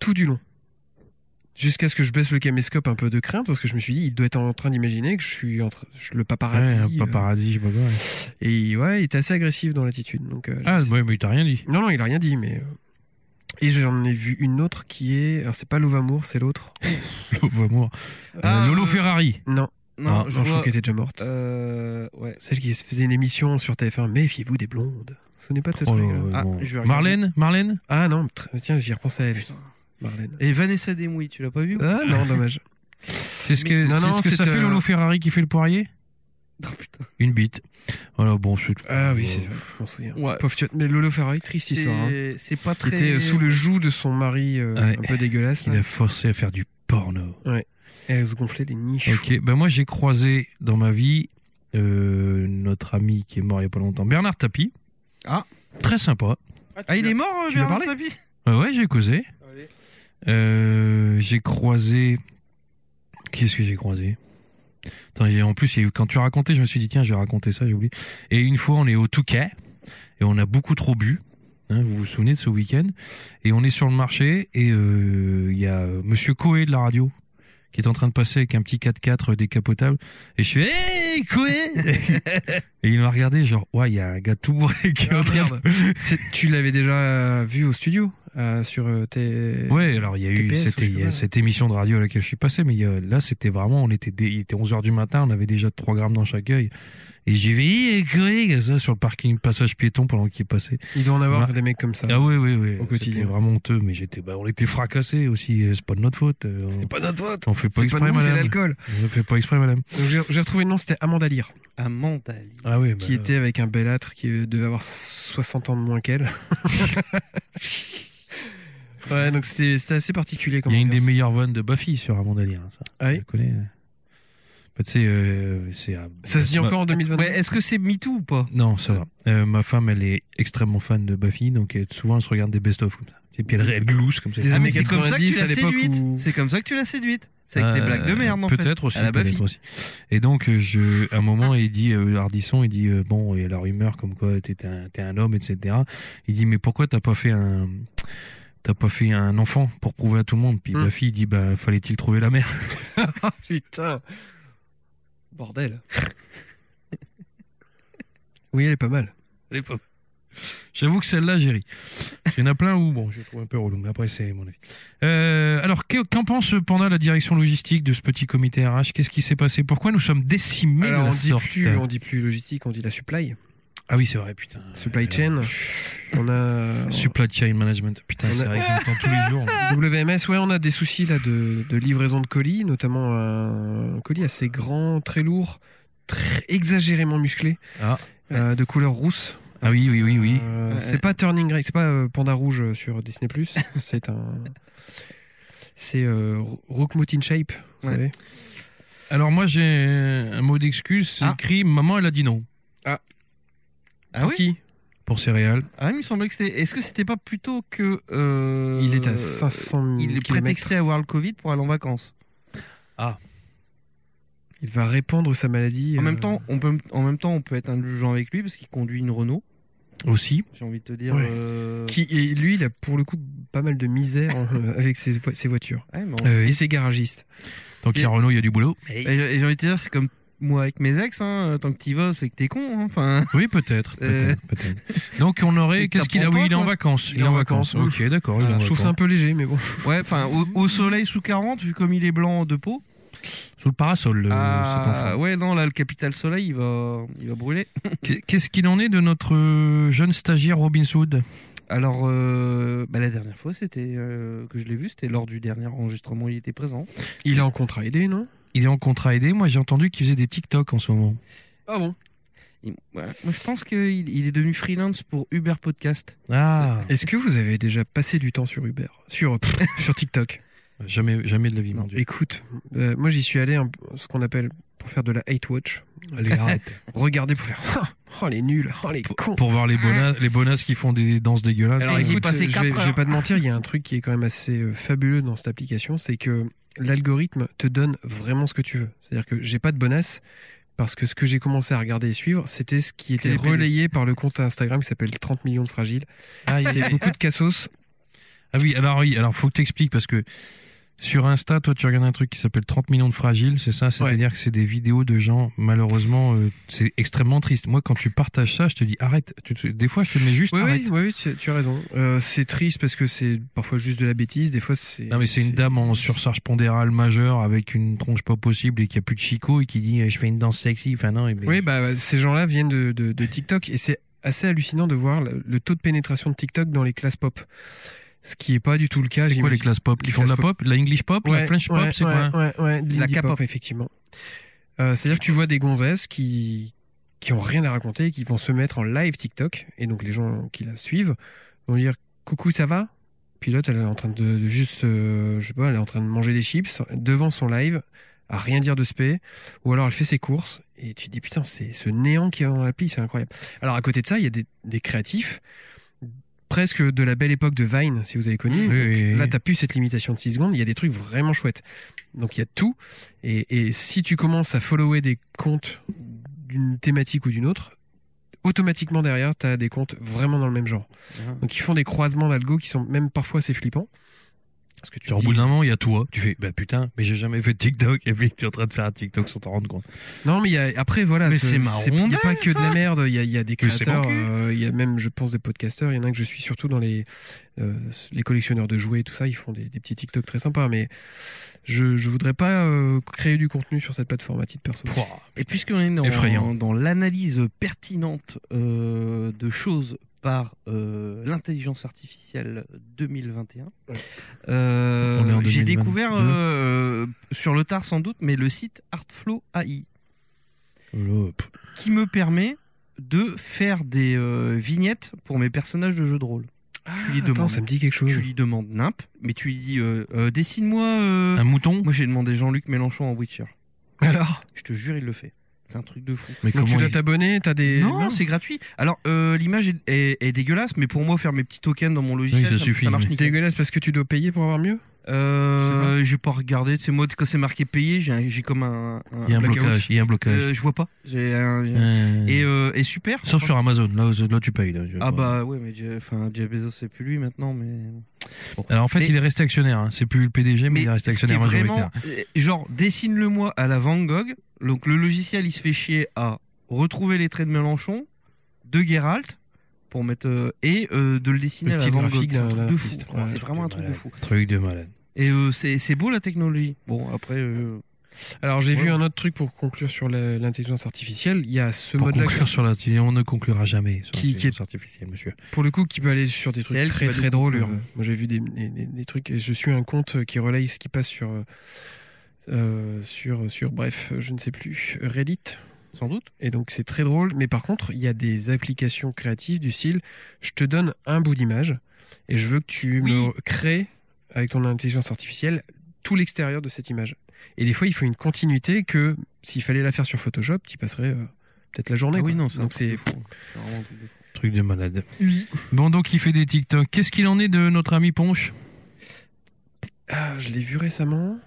S2: tout du long. Jusqu'à ce que je baisse le caméscope un peu de crainte parce que je me suis dit il doit être en train d'imaginer que je suis entre je- le
S1: Ouais,
S2: paparazzi.
S1: un paparazzi, euh. je sais pas quoi. ouais.
S2: euh, et ouais, il était assez agressif dans l'attitude donc euh,
S1: Ah, ouais, mais il t'a rien dit. [LAUGHS]
S2: non, non, il a rien dit, mais. euh, Et j'en ai vu une autre qui est. Alors, c'est pas Love Amour, c'est l'autre.
S1: Lolo Amour. Euh,
S3: Ah,
S1: Lolo
S3: euh,
S1: Ferrari.
S2: Non,
S3: non,
S1: Ah,
S2: je, non, je
S3: je vois.
S2: crois qu'elle était déjà morte.
S3: Euh, ouais.
S2: Celle qui faisait une émission sur TF1, Méfiez-vous des blondes. Ce n'est pas de ce
S1: Oh là
S2: truc euh,
S1: là,
S3: Ah,
S1: bon.
S3: je vais regarder.
S1: Marlène Marlène
S2: Ah non, tr- tiens, j'y repensais à elle,
S3: Putain.
S2: Marlène.
S3: Et Vanessa Demouy, tu l'as pas [LAUGHS] vu ou-
S2: Ah non,
S1: [LAUGHS]
S2: dommage.
S1: C'est ce que,
S2: Mais- non,
S1: c'est
S2: non,
S1: ce que
S2: c'est,
S1: ça fait
S2: euh,
S1: Lolo Ferrari qui fait le poirier
S3: Oh, putain.
S1: Une bite. Voilà, bon, je
S2: Ah oui, c'est je m'en souviens.
S3: Ouais.
S2: Pauvre Chuck. Mais Lolo Ferrari, triste histoire. hein.
S3: C'est- C'est pas
S2: Qui
S3: très.
S2: était euh, sous le joug de son mari euh,
S1: Ouais.
S2: un peu dégueulasse.
S1: Il
S2: là.
S1: a forcé à faire du porno.
S2: Elle se gonflait les niches.
S1: Ok, ben moi j'ai croisé dans ma vie euh, notre ami qui est mort il y a pas longtemps, Bernard Tapie.
S3: Ah.
S1: Très sympa.
S3: Ah, il est mort,
S1: tu lui as
S3: Bernard Tapie
S1: Ouais, Bah ouais, j'ai causé. Euh, j'ai croisé. Qu'est-ce que j'ai croisé Attends, j'ai- en plus, il y a eu- quand tu as raconté, je me suis dit, tiens, je vais raconter ça, j'ai oublié. Et une fois, on est au Touquet, et on a beaucoup trop bu. Hein, vous vous souvenez de ce week-end Et on est sur le marché, et euh, il y a euh, Monsieur Coé de la radio, qui est en train de passer avec un petit 4x4 décapotable. Et je fais, hey,
S2: [LAUGHS]
S1: Coé Et il m'a regardé, genre, ouais, il y a un gars tout bourré qui est en
S2: Ah,
S1: train de
S2: merde. [LAUGHS] C'est- Tu l'avais déjà vu au studio euh, sur euh, tes.
S1: Ouais, alors il y a eu
S2: TPS,
S1: c'était-
S2: ou je sais
S1: il y a
S2: pas.
S1: cette émission de radio à laquelle je suis passé, mais il y a- là c'était vraiment, on était, dé- il était 11h du matin, on avait déjà 3 grammes dans chaque œil. Et j'ai vu Hey, Greg ça sur le parking passage piéton pendant qu'il passait.
S2: Il doit en avoir
S1: Ouais.
S2: des mecs comme ça.
S1: Ah ouais ouais ouais.
S2: Au quotidien.
S1: C'était vraiment honteux, mais j'étais, bah, on était fracassés aussi. euh, C'est pas de notre faute. euh, on-
S2: pas notre faute.
S1: On fait pas
S2: C'est pas
S1: exprès,
S2: nous, c'est
S1: madame.
S2: l'alcool.
S1: On fait pas exprès, madame.
S2: Donc, J'ai j'ai retrouvé le nom, c'était Amanda Lear,
S3: Un mentaliste.
S1: Ah ouais.
S2: qui était avec un bel âtre qui euh, devait avoir 60 ans de moins qu'elle. ouais, donc c'était c'était assez particulier comme
S1: Il y a une des
S2: ambiance.
S1: meilleures vannes de Buffy sur Amandalier. hein, ça.
S2: Ah oui
S1: Je la connais. Bah, tu sais, euh, c'est. euh,
S2: Ça se dit
S1: ma-
S2: encore en 2020. [LAUGHS]
S3: Ouais, est-ce que c'est MeToo ou pas
S1: Non, ça va. Euh, ma femme, elle est extrêmement fan de Buffy, donc euh, souvent elle se regarde des best-of comme ça. Et puis elle, elle glousse comme ça.
S2: Des
S3: Ah, mais
S2: années
S3: c'est comme ça que tu
S2: 90, à
S3: l'as
S2: l'époque
S3: séduite.
S2: où-
S3: C'est comme ça que tu l'as séduite. C'est avec des
S1: Euh,
S3: blagues de merde, en fait.
S1: Peut-être aussi.
S3: À la
S1: peut-être
S3: Buffy.
S1: aussi. Et donc, euh, je, à un moment, il dit, euh, Hardisson, il dit, euh, bon, il y a la rumeur comme quoi t'es un, t'es un homme, etc. Il dit, mais pourquoi t'as pas fait un, t'as pas fait un enfant pour prouver à tout le monde? Puis
S2: Hmm.
S1: Buffy, il dit, bah, fallait-il trouver la mère?
S2: Ah putain. Bordel. oui, elle est pas mal.
S1: J'avoue que celle-là, j'ai ri. Il y en a plein où, bon, je trouve un peu relou, mais après, c'est mon avis. Euh, alors, que- qu'en pense Panda, la direction logistique de ce petit comité RH Qu'est-ce qui s'est passé Pourquoi nous sommes décimés
S2: Alors
S1: de la
S2: on dit
S1: sorte
S2: plus, on dit plus logistique, on dit la supply,
S1: Ah oui, c'est vrai, putain.
S2: supply
S1: Alors,
S2: chain. On
S1: [LAUGHS]
S2: a
S1: Supply chain management. Putain,
S2: On a-
S1: c'est vrai qu'on entend tous les jours.
S2: WMS, ouais, on a des soucis là de, de livraison de colis, notamment un colis assez grand, très lourd, très exagérément musclé,
S1: Ah.
S2: euh, de couleur rousse.
S1: Ah oui, oui, oui, oui.
S2: Euh,
S3: Ouais.
S2: c'est pas Turning Grey, c'est pas euh, Panda Rouge euh, sur Disney+.
S3: [LAUGHS]
S2: c'est un... C'est euh, Rock Mountain Shape, vous
S3: Ouais.
S2: savez.
S1: Alors moi, j'ai un mot d'excuse. C'est
S3: Ah.
S1: écrit maman, elle a dit non
S3: Ah
S1: Ah
S2: Pour
S3: oui
S2: qui
S1: pour céréales.
S3: Ah, il me semblait que c'était. Est-ce que c'était pas plutôt que. euh,
S2: Il est à 500
S3: Il est
S2: kilomètres.
S3: prétexté à avoir le Covid pour aller en vacances.
S2: Il va répandre sa maladie.
S3: En
S2: euh,
S3: même temps, on peut, en même temps, on peut être indulgent avec lui parce qu'il conduit une Renault.
S1: Aussi.
S3: J'ai envie de te dire.
S2: Ouais.
S3: euh,
S2: Qui, et lui, il a pour le coup pas mal de
S3: [LAUGHS]
S2: misère euh, avec ses, vo- ses voitures.
S3: ouais, mais on-
S1: Euh,
S2: Et ses garagistes.
S1: Tant qu'il y a
S3: Et-
S1: Renault, il y a du boulot.
S3: Et j'ai et j'ai envie de te dire, c'est comme moi avec mes ex. Hein, tant que t'y vas, c'est que t'es con. hein, Enfin. [LAUGHS]
S1: Oui, peut-être.
S3: Euh.
S1: peut-être, peut-être. Donc on aurait.
S3: Et
S1: Qu'est-ce qu'il a
S3: t'apprends
S1: Oui, il
S3: pas,
S1: est en
S3: quoi.
S1: vacances. Il est en vacances.
S2: ouf.
S1: Ok, d'accord. il est
S2: Voilà,
S1: en
S2: je trouve ça un
S1: vacances.
S2: peu léger, mais bon.
S3: Ouais, enfin, au, au soleil sous 40, vu comme il est blanc de peau.
S1: Sous le parasol, le- cet enfant.
S3: Ah, ouais, non, là, le capital soleil, il va, il va brûler.
S1: Qu'est- Qu'est-ce qu'il en est de notre euh, jeune stagiaire Robin Hood
S3: Alors, euh, bah, la dernière fois, c'était euh, que je l'ai vu, c'était lors du dernier enregistrement, il était présent.
S2: Il est en contrat aidé, non
S1: Il est en contrat aidé. Moi, j'ai entendu qu'il faisait des TikTok en ce moment.
S2: Ah bon
S3: Il- ouais, moi, je pense qu'il il est devenu freelance pour Uber Podcast.
S1: Ah,
S2: Est-ce que vous avez déjà passé du temps sur Uber Sur, [LAUGHS] pff, sur TikTok
S1: jamais, jamais de la vie, mon dieu.
S2: Écoute, euh, moi j'y suis allé un- ce qu'on appelle pour faire de la hate watch.
S1: Allez, arrête.
S2: Regardez pour faire [LAUGHS] Ah, oh les nuls, oh les cons.
S1: [LAUGHS] Pour voir les bonasses, les bonasses qui font des danses dégueulasses.
S3: Alors, il y est
S2: Écoute,
S3: passé
S2: je
S3: quatre
S2: vais,
S3: heures.
S2: je vais pas te mentir, il y a un truc qui est quand même assez euh, fabuleux dans cette application, c'est que l'algorithme te donne vraiment ce que tu veux. C'est-à-dire que j'ai pas de bonasse parce que ce que j'ai commencé à regarder et suivre, c'était ce qui était
S3: les PD.
S2: relayé par le compte Instagram qui s'appelle 30 millions de fragiles.
S1: Ah, il y a-
S2: C'est beaucoup de cassos.
S1: Ah oui, alors oui, alors faut que t'expliques parce que sur Insta, toi, tu regardes un truc qui s'appelle 30 millions de fragiles, c'est ça C'est-à-dire que c'est des vidéos de gens, malheureusement, euh, c'est extrêmement triste. Moi, quand tu partages ça, je te dis arrête. Tu te- Des fois, je te mets juste
S2: Oui,
S1: arrête.
S2: oui, oui, oui, tu, tu as raison. Euh, c'est triste parce que c'est parfois juste de la bêtise. Des fois, c'est.
S1: Non mais c'est une dame en surcharge pondérale majeure avec une tronche pas possible et qui a plus de chicot et qui dit euh, je fais une danse sexy. Enfin non, mais-
S2: Oui, bah, bah, ces gens-là viennent de, de- de TikTok et c'est assez hallucinant de voir le, le taux de pénétration de TikTok dans les classes pop. Ce qui est pas du tout le cas.
S1: c'est quoi les
S2: j'imagine.
S1: classes pop qui
S2: Les
S1: font de la
S2: classes
S1: pop, la English pop, la
S2: Ouais,
S1: French pop,
S2: ouais,
S1: c'est
S2: ouais,
S1: quoi
S2: ouais, ouais, de
S3: La
S2: l'indie
S3: K-pop.
S2: pop, effectivement. Euh, C'est-à-dire que tu vois des gonzesses qui qui ont rien à raconter et qui vont se mettre en live TikTok. Et donc les gens qui la suivent vont dire coucou ça va. Pilote, elle est en train de, de juste, euh, je sais pas, elle est en train de manger des chips devant son live, à rien dire de spé, ou alors elle fait ses courses et tu te dis putain c'est ce néant qu'il y a dans l'appli, c'est incroyable. Alors à côté de ça, il y a des, des créatifs presque de la belle époque de Vine, si vous avez connu.
S1: Mmh. Oui,
S2: Donc,
S1: oui, oui.
S2: Là, t'as plus cette limitation de 6 secondes. Il y a des trucs vraiment chouettes. Donc, il y a tout. Et, et si tu commences à follower des comptes d'une thématique ou d'une autre, automatiquement derrière, t'as des comptes vraiment dans le même genre.
S3: Ah.
S2: Donc, ils font des croisements d'algo qui sont même parfois assez flippants. Parce que tu
S1: Genre, au
S2: dis-
S1: bout d'un moment, il y a toi. Tu fais, bah putain, mais j'ai jamais fait de TikTok. Et puis, t'es en train de faire un TikTok sans t'en rendre compte.
S2: Non, mais il y a, après, voilà.
S1: Mais
S2: ce-
S1: c'est
S2: Il n'y
S1: marrondin,
S2: a pas que de la merde. Il y a, il y a des
S1: Mais c'est
S2: créateurs.
S1: mon cul.
S2: euh, Il y a même, je pense, des podcasteurs. Il y en a un que je suis surtout dans les, euh, les collectionneurs de jouets et tout ça. Ils font des, des petits TikTok très sympas. Mais je, je voudrais pas euh, créer du contenu sur cette plateforme à titre perso.
S1: Pouah.
S3: Et puisqu'on est dans,
S1: Effrayant.
S3: dans l'analyse pertinente euh, de choses par euh, l'intelligence artificielle 2021,
S2: Ouais.
S3: euh,
S1: On est en
S3: j'ai
S1: 2022.
S3: découvert euh, sur le tard sans doute, mais le site Artflow AI
S1: Là, pff.
S3: qui me permet de faire des euh, vignettes pour mes personnages de jeux de rôle.
S2: tu
S3: lui demandes.
S2: Ah, ça me dit quelque chose.
S3: Tu lui demandes nimp, mais tu lui dis euh, euh, dessine-moi. euh,
S1: Un mouton?
S3: Moi j'ai demandé Jean-Luc Mélenchon en Witcher.
S2: Alors,
S3: Je te jure, il le fait. C'est un truc de fou.
S1: Mais
S2: donc tu
S1: comment
S2: dois
S1: il-
S2: t'abonner, t'as des.
S3: non, c'est gratuit. Alors, euh, l'image est, est- est dégueulasse, mais pour moi, faire mes petits tokens dans mon logiciel,
S1: Oui, ça
S3: ça,
S1: suffit,
S3: ça marche
S1: mais-
S3: nickel.
S2: dégueulasse parce que tu dois payer pour avoir mieux.
S3: Euh, j'ai pas regardé. Tu sais, moi, quand c'est marqué payé, j'ai un- j'ai comme un.
S1: Il y a un
S3: blackout.
S1: blocage, il y a un blocage.
S3: Euh, je vois pas. J'ai un- j'ai-
S1: Euh,
S3: Et, euh, et super.
S1: Sauf sur Amazon, là, là tu payes. là, je-
S3: Ah bah ouais, mais Jeff, enfin, Jeff Bezos, c'est plus lui maintenant, mais.
S1: Alors en fait,
S3: Mais-
S1: il est resté actionnaire. hein. C'est plus le PDG, mais, il est resté
S3: ce qui est
S1: actionnaire majoritaire.
S3: vraiment, euh, genre, dessine-le moi à la Van Gogh. Donc, le logiciel, il se fait chier à retrouver les traits de Mélenchon, de Geralt, pour mettre, euh, et euh, de le dessiner
S2: Le
S3: à la
S2: style
S3: Van Gogh.
S2: graphique
S3: C'est un
S2: d'un-
S3: truc
S2: d'un
S3: de fou.
S2: artiste.
S3: quoi.
S2: Ouais,
S3: c'est vraiment un
S1: de
S3: truc de
S1: malade.
S3: fou.
S1: Truc de malade.
S3: Et euh, c'est c'est beau la technologie. Bon, après, euh,
S2: Alors, j'ai
S3: Ouais.
S2: vu un autre truc pour conclure sur la- l'intelligence artificielle. Il y a ce
S1: Pour
S2: mode-là
S1: conclure sur la, on ne conclura jamais sur
S2: Qui- qui est-
S1: l'intelligence artificielle, monsieur.
S2: pour le coup qui peut aller sur des
S3: C'est
S2: trucs
S3: elle qui
S2: très
S3: va
S2: très
S3: nous
S2: drôles.
S3: conclure.
S2: Euh, Moi j'ai vu des, des- des- des trucs et je suis un compte qui relaye ce qui passe sur euh, euh, sur sur bref je ne sais plus Reddit
S3: sans doute.
S2: et donc c'est très drôle. Mais par contre il y a des applications créatives du style je te donne un bout d'image et je veux que tu
S3: Oui.
S2: me crées avec ton intelligence artificielle tout l'extérieur de cette image. Et des fois il faut une continuité que s'il fallait la faire sur Photoshop tu passerais euh, peut-être la journée.
S3: Ah oui,
S2: quoi.
S3: non, c'est un
S2: donc
S3: truc
S2: c'est
S3: de fou. C'est vraiment un truc de fou.
S1: Truc de malade. Bon, donc il fait des TikTok. Qu'est-ce qu'il en est de notre ami Ponche
S2: Ah, je l'ai vu récemment.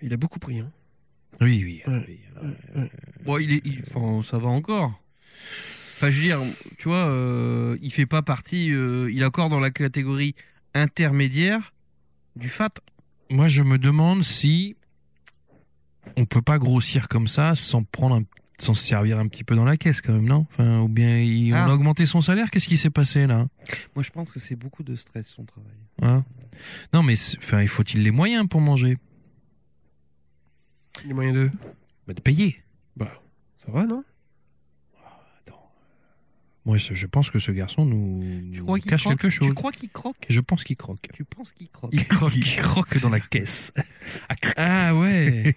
S2: Il a beaucoup pris. Hein.
S1: Oui, oui.
S2: Ouais.
S1: oui,
S3: Bon, il est, il- enfin, ça va encore. Enfin, je veux dire, tu vois, euh, il fait pas partie, euh, il est encore dans la catégorie intermédiaire du fat.
S1: Moi, je me demande si on peut pas grossir comme ça sans prendre un- sans se servir un petit peu dans la caisse quand même, non Enfin, ou bien il- on
S3: Ah.
S1: a augmenté son salaire. Qu'est-ce qui s'est passé là
S3: Moi, je pense que c'est beaucoup de stress son travail.
S1: Hein Non, mais c'est- enfin, il faut-il les moyens pour manger
S2: Les moyens de.
S1: bah, De payer.
S2: Bah, ça va, non
S1: Moi, je je pense que ce garçon nous,
S3: Tu
S1: nous
S3: crois qu'il
S1: cache
S3: croque
S1: quelque chose.
S3: Tu crois qu'il croque
S1: Je pense qu'il croque.
S3: Tu penses qu'il croque
S1: croque. Il croque dans la caisse.
S2: Ah ouais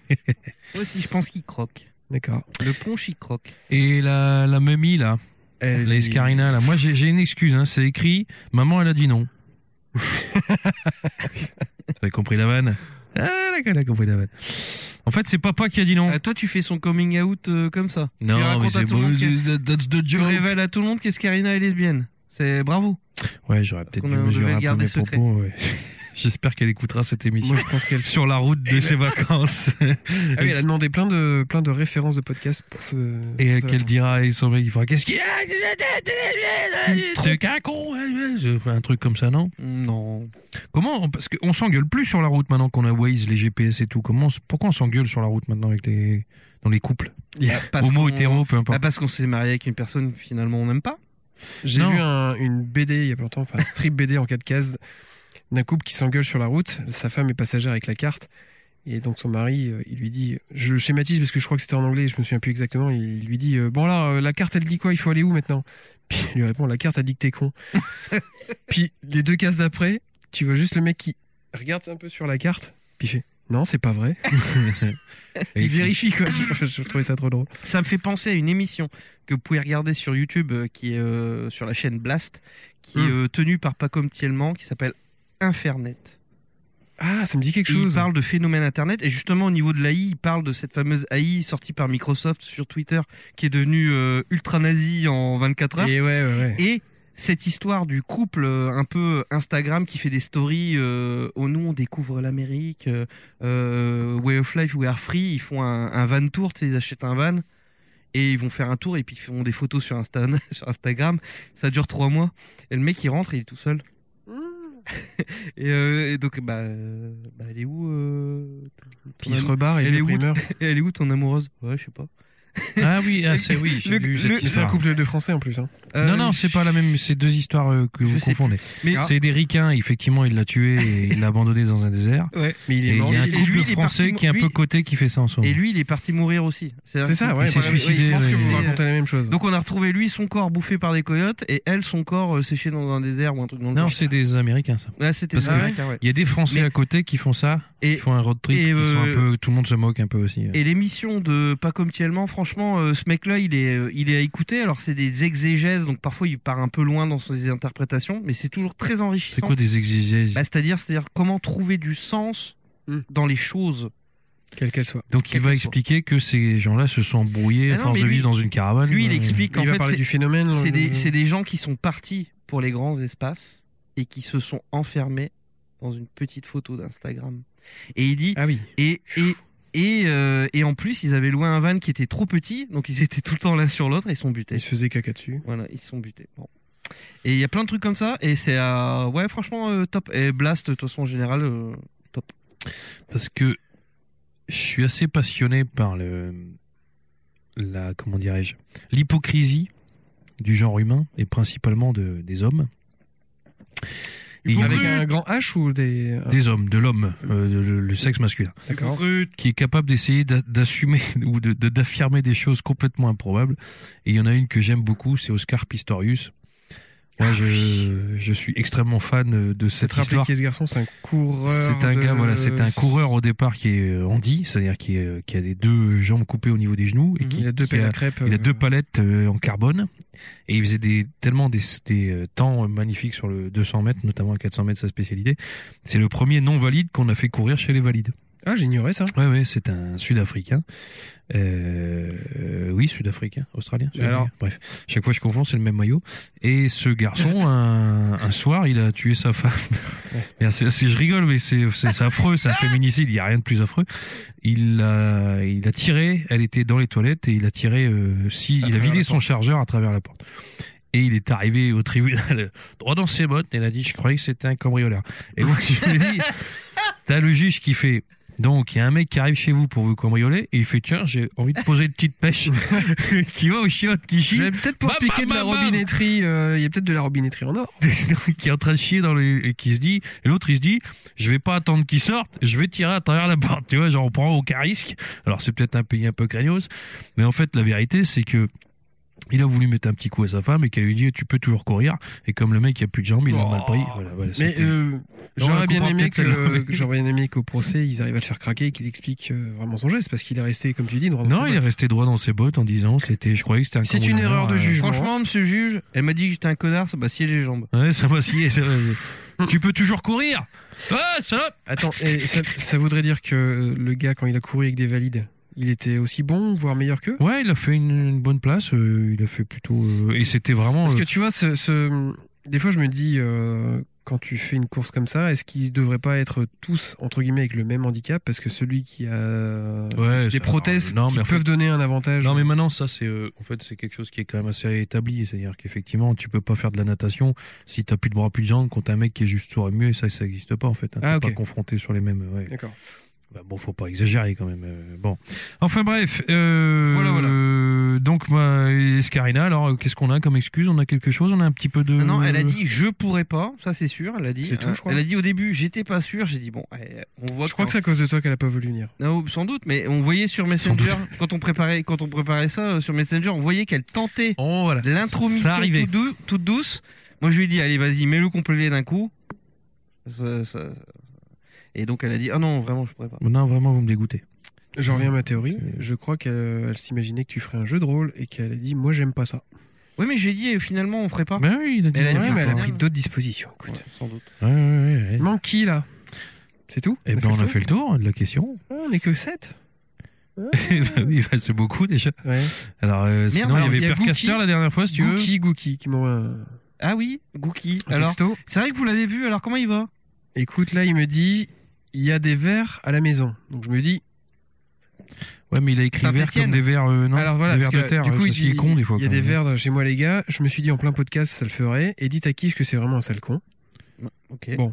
S3: Moi aussi, je pense qu'il croque.
S2: D'accord.
S3: Le ponche, il croque.
S1: Et la, la mamie, là,
S2: Elle-
S1: la Escarina, là, moi j'ai j'ai une excuse, hein, c'est écrit, maman elle a dit
S3: [LAUGHS]
S1: non. Vous avez compris la vanne Ah, d'accord, elle a compris la vanne. En fait, c'est papa qui a dit non.
S3: Ah, toi, tu fais son coming out euh, comme ça. tu
S1: Non,
S3: racontes
S1: mais
S3: à
S1: c'est
S3: tout le
S1: bon,
S3: monde que-
S1: c'est- that's the
S3: Tu
S1: joke.
S3: révèles à tout le monde qu'Escarina est lesbienne. C'est bravo.
S1: Ouais, j'aurais peut-être
S3: qu'on
S1: dû
S3: a- on devait
S1: mesurer
S3: le
S1: un peu
S3: garder
S1: mes
S3: secret.
S1: propos. ouais. [LAUGHS] J'espère qu'elle écoutera cette émission
S2: Moi, je pense qu'elle.
S1: sur la route de ses
S3: [LAUGHS]
S1: vacances.
S2: Ah oui, elle a demandé plein de, plein de références de podcasts pour ce.
S1: Et euh,
S2: pour ça.
S1: qu'elle dira à son mec, il fera qu'est-ce qu'il y a T'es qu'un con hein, Un truc comme ça, non
S3: Non.
S1: Comment on- Parce qu'on s'engueule plus sur la route maintenant qu'on a Waze, les GPS et tout. Comment on s- Pourquoi on s'engueule sur la route maintenant avec les dans les couples
S3: Bah, Parce
S1: Homo,
S3: qu'on-
S1: hétéro, peu importe.
S3: Ah, parce qu'on s'est marié avec une personne finalement on n'aime pas.
S2: J'ai
S1: Non.
S2: vu un- une BD il y a pas longtemps, enfin, un strip BD en 4 cases d'un couple qui s'engueule sur la route. Sa femme est passagère avec la carte. Et donc son mari, euh, il lui dit, je schématise parce que je crois que c'était en anglais, je me souviens plus exactement, il lui dit, euh, bon là, euh, la carte elle dit quoi, il faut aller où maintenant Puis il lui répond, la carte elle dit que t'es con. Puis les deux cases d'après, tu vois juste le mec qui regarde un peu sur la carte, puis il fait, Non, c'est pas vrai.
S1: Et
S3: bah,
S2: Il
S1: qui-
S2: vérifie quoi. [LAUGHS] je, je trouvais ça trop drôle.
S3: Ça me fait penser à une émission que vous pouvez regarder sur YouTube, euh, qui est euh, sur la chaîne Blast, qui est euh, tenue par Pacom Thielman, qui s'appelle Infernet.
S2: Ah, ça me dit quelque
S3: Et il
S2: chose.
S3: parle de phénomène Internet. Et justement, au niveau de l'AI, il parle de cette fameuse AI sortie par Microsoft sur Twitter, qui est devenue euh, ultra-nazie en 24 heures.
S2: Et ouais, ouais, ouais.
S3: Et cette histoire du couple euh, un peu Instagram qui fait des stories euh, au nom on découvre l'Amérique, euh, euh, Way of Life, We Are Free, ils font un, un van tour, tu sais, ils achètent un van et ils vont faire un tour et puis ils font des photos sur, Insta [LAUGHS] sur Instagram. Ça dure trois mois. Et le mec il rentre, il est tout seul. [LAUGHS] et, euh, et donc bah, euh, bah, elle est où euh, ton-
S2: Puis il se
S3: am-
S2: rebarre et
S3: Elle
S2: il
S3: est
S2: est
S3: où
S2: primeur.
S3: elle est où ton amoureuse Ouais, je sais pas.
S1: Ah oui, ah, c'est
S3: [LAUGHS]
S1: oui, j'ai
S3: Le-
S1: lu
S3: le-
S1: cette
S2: Mais c'est un
S1: histoire.
S2: couple de Français en plus. Hein.
S1: Non,
S3: Euh,
S1: non, c'est pas la même, c'est deux histoires euh, que
S3: Je
S1: vous
S3: sais plus.
S1: confondez.
S3: Mais
S2: Ah.
S1: C'est des ricains, effectivement, il l'a tué
S3: [LAUGHS]
S1: et il l'a abandonné dans un désert.
S2: Mais il
S1: Et
S2: est
S1: il
S2: mort.
S1: y a un
S3: Et lui,
S1: couple
S3: il est parti
S1: français
S3: mou-
S1: qui est un
S3: lui-
S1: peu coté qui fait ça en ce moment.
S3: Et lui, il est parti mourir aussi. C'est-à-dire
S2: C'est ça,
S3: qu'il-
S2: ouais.
S3: il s'est
S2: voilà, oui,
S1: suicidé,
S2: Je pense que vous
S1: ouais.
S2: racontez la même chose.
S3: Donc on a retrouvé lui, son corps bouffé par des coyotes, et elle, son corps euh, séché dans un désert ou un truc dans le
S1: Non,
S3: genre.
S1: c'est des Américains, ça.
S3: Ouais, c'était
S1: parce
S3: ça,
S1: que-
S3: ouais, car ouais.
S1: Il y a des Français
S3: Mais-
S1: à côté qui font ça,
S3: Et-
S1: qui font un road trip,
S3: et,
S1: qui sont un
S3: euh,
S1: peu, tout le monde se moque un peu aussi.
S3: Et l'émission de Pas comme Tiellement, franchement, euh, ce mec-là, il est, euh, il est à écouter. Alors c'est des exégèses, donc parfois il part un peu loin dans ses interprétations, mais c'est toujours très
S1: C'est
S3: enrichissant.
S1: quoi des exigences
S3: Bah, C'est-à-dire, c'est-à-dire comment trouver du sens
S2: Hmm.
S3: dans les choses.
S2: Quelle qu'elle soit.
S1: Donc il
S3: quel
S1: va
S3: que soit.
S1: expliquer que ces gens-là se sont brouillés
S3: Mais
S1: à
S3: Ah non,
S1: force
S3: mais
S1: de
S3: lui-
S1: vivre dans une caravane.
S3: Lui, il
S1: Euh,
S3: explique
S2: Il
S3: qu'en
S2: va
S3: fait,
S2: parler
S3: c'est-
S2: du phénomène.
S3: c'est
S2: euh,
S3: des, c'est des gens qui sont partis pour les grands espaces et qui se sont enfermés dans une petite photo d'Instagram. Et il dit,
S2: Ah oui.
S3: Et, et, et, euh, et en plus, ils avaient loué un van qui était trop petit, donc ils étaient tout le temps l'un sur l'autre et ils sont butés.
S2: Il se faisait caca dessus.
S3: Voilà, ils se sont butés. Bon. Et il y a plein de trucs comme ça, et c'est euh, ouais, franchement euh, top. Et Blast, de toute façon, en général, euh,
S1: Parce que je suis assez passionné par le, la, comment dirais-je, l'hypocrisie du genre humain et principalement de, des hommes. Et
S2: Avec
S1: avec
S2: un grand H ou des. ah,
S1: des hommes, de l'homme, euh, de- le- le sexe masculin.
S2: D'accord.
S1: qui est capable d'essayer d'a- d'assumer [LAUGHS] ou de- de- d'affirmer des choses complètement improbables. Et il y en a une que j'aime beaucoup, c'est Oscar Pistorius. Moi, je, je suis extrêmement fan euh, de
S2: C'est
S1: cette
S2: rappelé
S1: histoire.
S2: qui est ce garçon, c'est un coureur.
S1: C'est un
S2: de-
S1: gars, voilà, c'est un coureur au départ qui est euh, handi, c'est-à-dire qui, est, euh, qui a les deux jambes coupées au niveau des genoux et
S3: Mhm.
S1: qui,
S2: Il a deux
S1: qui
S2: pelles à crêpes.
S1: il a
S2: euh,
S1: deux palettes euh, en carbone et il faisait des, tellement des, des euh, temps magnifiques sur le 200 mètres, notamment à 400 mètres, sa spécialité. C'est le premier non valide qu'on a fait courir chez les valides.
S2: Ah, j'ignorais ça.
S1: Ouais, ouais, c'est un Sud-Africain. Euh, euh, oui, Sud-Africain, Australien. Sud-Africain.
S2: alors
S1: bref, chaque fois je confonds, c'est le même maillot. Et ce
S2: [LAUGHS]
S1: garçon, un, un soir, il a tué sa femme. Merde, c'est- c'est- je rigole, mais c'est c'est- c'est affreux,
S2: [LAUGHS]
S1: c'est un féminicide. Il y a rien de plus affreux. Il a, il a tiré. Elle était dans les toilettes et il a tiré. euh, si,
S2: À
S1: il a
S2: travers la
S1: vidé son chargeur à travers la porte. Et il est arrivé au tribunal [LAUGHS] droit dans ses bottes et il a dit je croyais que c'était un cambrioleur. Et moi je lui ai dit t'as le juge qui fait donc il y a un mec qui arrive chez vous pour vous cambrioler et il fait tiens j'ai envie de poser une petite pêche [LAUGHS] qui va au chiottes qui chie
S2: J'avais peut-être pour
S1: Bam,
S2: piquer de
S1: bam,
S2: la
S1: bam, bam.
S2: robinetterie. euh, Il y a peut-être de la robinetterie en or.
S1: [LAUGHS] qui est en train de chier dans les et qui se dit et l'autre il se dit je vais pas attendre qu'il sorte je vais tirer à travers la porte [LAUGHS] tu vois genre on prend aucun risque alors c'est peut-être un pays un peu craignos mais en fait la vérité c'est que il a voulu mettre un petit coup à sa femme et qu'elle lui dit tu peux toujours courir et comme le mec il a plus de jambes il a
S2: Oh.
S1: mal pris voilà, voilà,
S2: Mais
S1: c'était-
S2: euh, j'aurais
S1: on
S2: bien
S1: comprend
S2: aimé
S1: peut-être celle-là,
S2: que j'aurais bien aimé qu'au procès ils arrivent à le faire craquer et qu'il explique euh, vraiment son geste parce qu'il est resté comme tu dis droit dans
S1: non
S2: ses
S1: il est
S2: bottes.
S1: resté droit dans ses bottes en disant c'était je croyais que c'était un
S2: C'est une
S1: cambrioleur,
S2: erreur de
S1: euh,
S2: juge. Jugement.
S3: franchement, monsieur le juge, elle m'a dit que j'étais un connard, ça m'a scié les jambes.
S1: euh. ouais ça m'a scié ça [LAUGHS] m'a- tu peux toujours courir ah salope
S2: Attends, et ça, ça voudrait dire que euh, le gars quand il a couru avec des valides, il était aussi bon voire meilleur qu'eux
S1: ouais il a fait une, une bonne place euh, il a fait plutôt euh, et c'était vraiment
S2: Parce
S1: euh,
S2: que tu vois ce, ce- des fois je me dis euh, quand tu fais une course comme ça, est-ce qu'ils devraient pas être tous entre guillemets avec le même handicap parce que celui qui a
S1: Ouais,
S2: des
S1: ça-
S2: prothèses
S1: non,
S2: qui
S1: mais en
S2: peuvent donner un avantage.
S1: Non mais maintenant ça c'est euh, en fait c'est quelque chose qui est quand même assez établi c'est-à-dire qu'effectivement tu peux pas faire de la natation si t'as plus de bras plus de jambes contre un mec qui est juste sourd et muet ça ça existe pas en fait hein.
S2: Ah,
S1: T'es pas
S2: ok.
S1: confronté sur les mêmes ouais.
S2: D'accord.
S1: Bah, bon faut pas exagérer quand même euh, bon enfin bref euh,
S3: Voilà, voilà.
S1: euh, donc ma Escarina alors euh, qu'est-ce qu'on a comme excuse on a quelque chose on a un petit peu de
S3: Ah Non, non, elle a dit je pourrais pas, ça c'est sûr, elle a dit.
S2: Euh. C'est tout,
S3: hein.
S2: je crois.
S3: Elle a dit au début, j'étais pas sûr, j'ai dit bon, eh, on voit
S2: Je crois
S3: qu'en-
S2: que c'est à cause de toi qu'elle a pas voulu venir.
S3: Non, sans doute, mais on voyait sur Messenger quand on préparait quand on préparait ça euh, sur Messenger, on voyait qu'elle tentait
S1: oh voilà ça
S3: l'intromission
S1: arrivait
S3: toute, dou- toute douce. Moi, je lui ai dit, allez, vas-y, mets le complet d'un coup. Ça- ça- Et donc elle a dit ah non vraiment je pourrais pas.
S1: Non, vraiment, vous me dégoûtez.
S2: J'en reviens à ma théorie.
S1: C'est-
S2: Je crois qu'elle euh, elle s'imaginait que tu ferais un jeu de rôle et qu'elle a dit Moi, j'aime pas ça.
S3: Oui mais j'ai dit et finalement on ferait pas.
S1: Mais oui, il a dit.
S3: Elle a
S1: ouais,
S3: dit,
S1: mais
S2: mais elle a
S3: enfin,
S2: pris d'autres dispositions. Écoute.
S3: sans doute.
S1: Ouais, ouais, ouais,
S2: Il
S1: ouais.
S2: manque qui là C'est tout
S1: Eh ben, on a fait le tour de la question.
S2: tour On est que 7
S1: [LAUGHS] Eh ben oui, bah, c'est beaucoup déjà.
S2: Ouais.
S1: Alors, euh, sinon,
S3: alors,
S1: il y
S3: il y
S1: avait
S3: a
S1: Percaster
S3: Gookie.
S1: la dernière fois, si tu veux.
S2: Gookie, Gookie qui m'envoie un, un
S3: Ah oui Gookie. Alors
S2: texto.
S3: c'est vrai que vous l'avez vu alors comment il va
S2: Écoute, là, il me dit il y a des verres à la maison. Donc je me dis
S1: Ouais, mais il a écrit vert
S3: Saint-Étienne.
S1: comme des vers, euh, non,
S2: alors voilà,
S1: des
S2: parce
S1: vers de
S2: que,
S1: terre.
S2: du coup,
S1: parce
S2: il
S1: qu'il
S2: dit
S1: est con des fois.
S2: il y a
S1: quand
S2: des
S1: même.
S2: verres chez moi les gars. Je me suis dit en plein podcast ça le ferait. Et dites à Kish que c'est vraiment un sale con.
S3: Ok.
S2: Bon.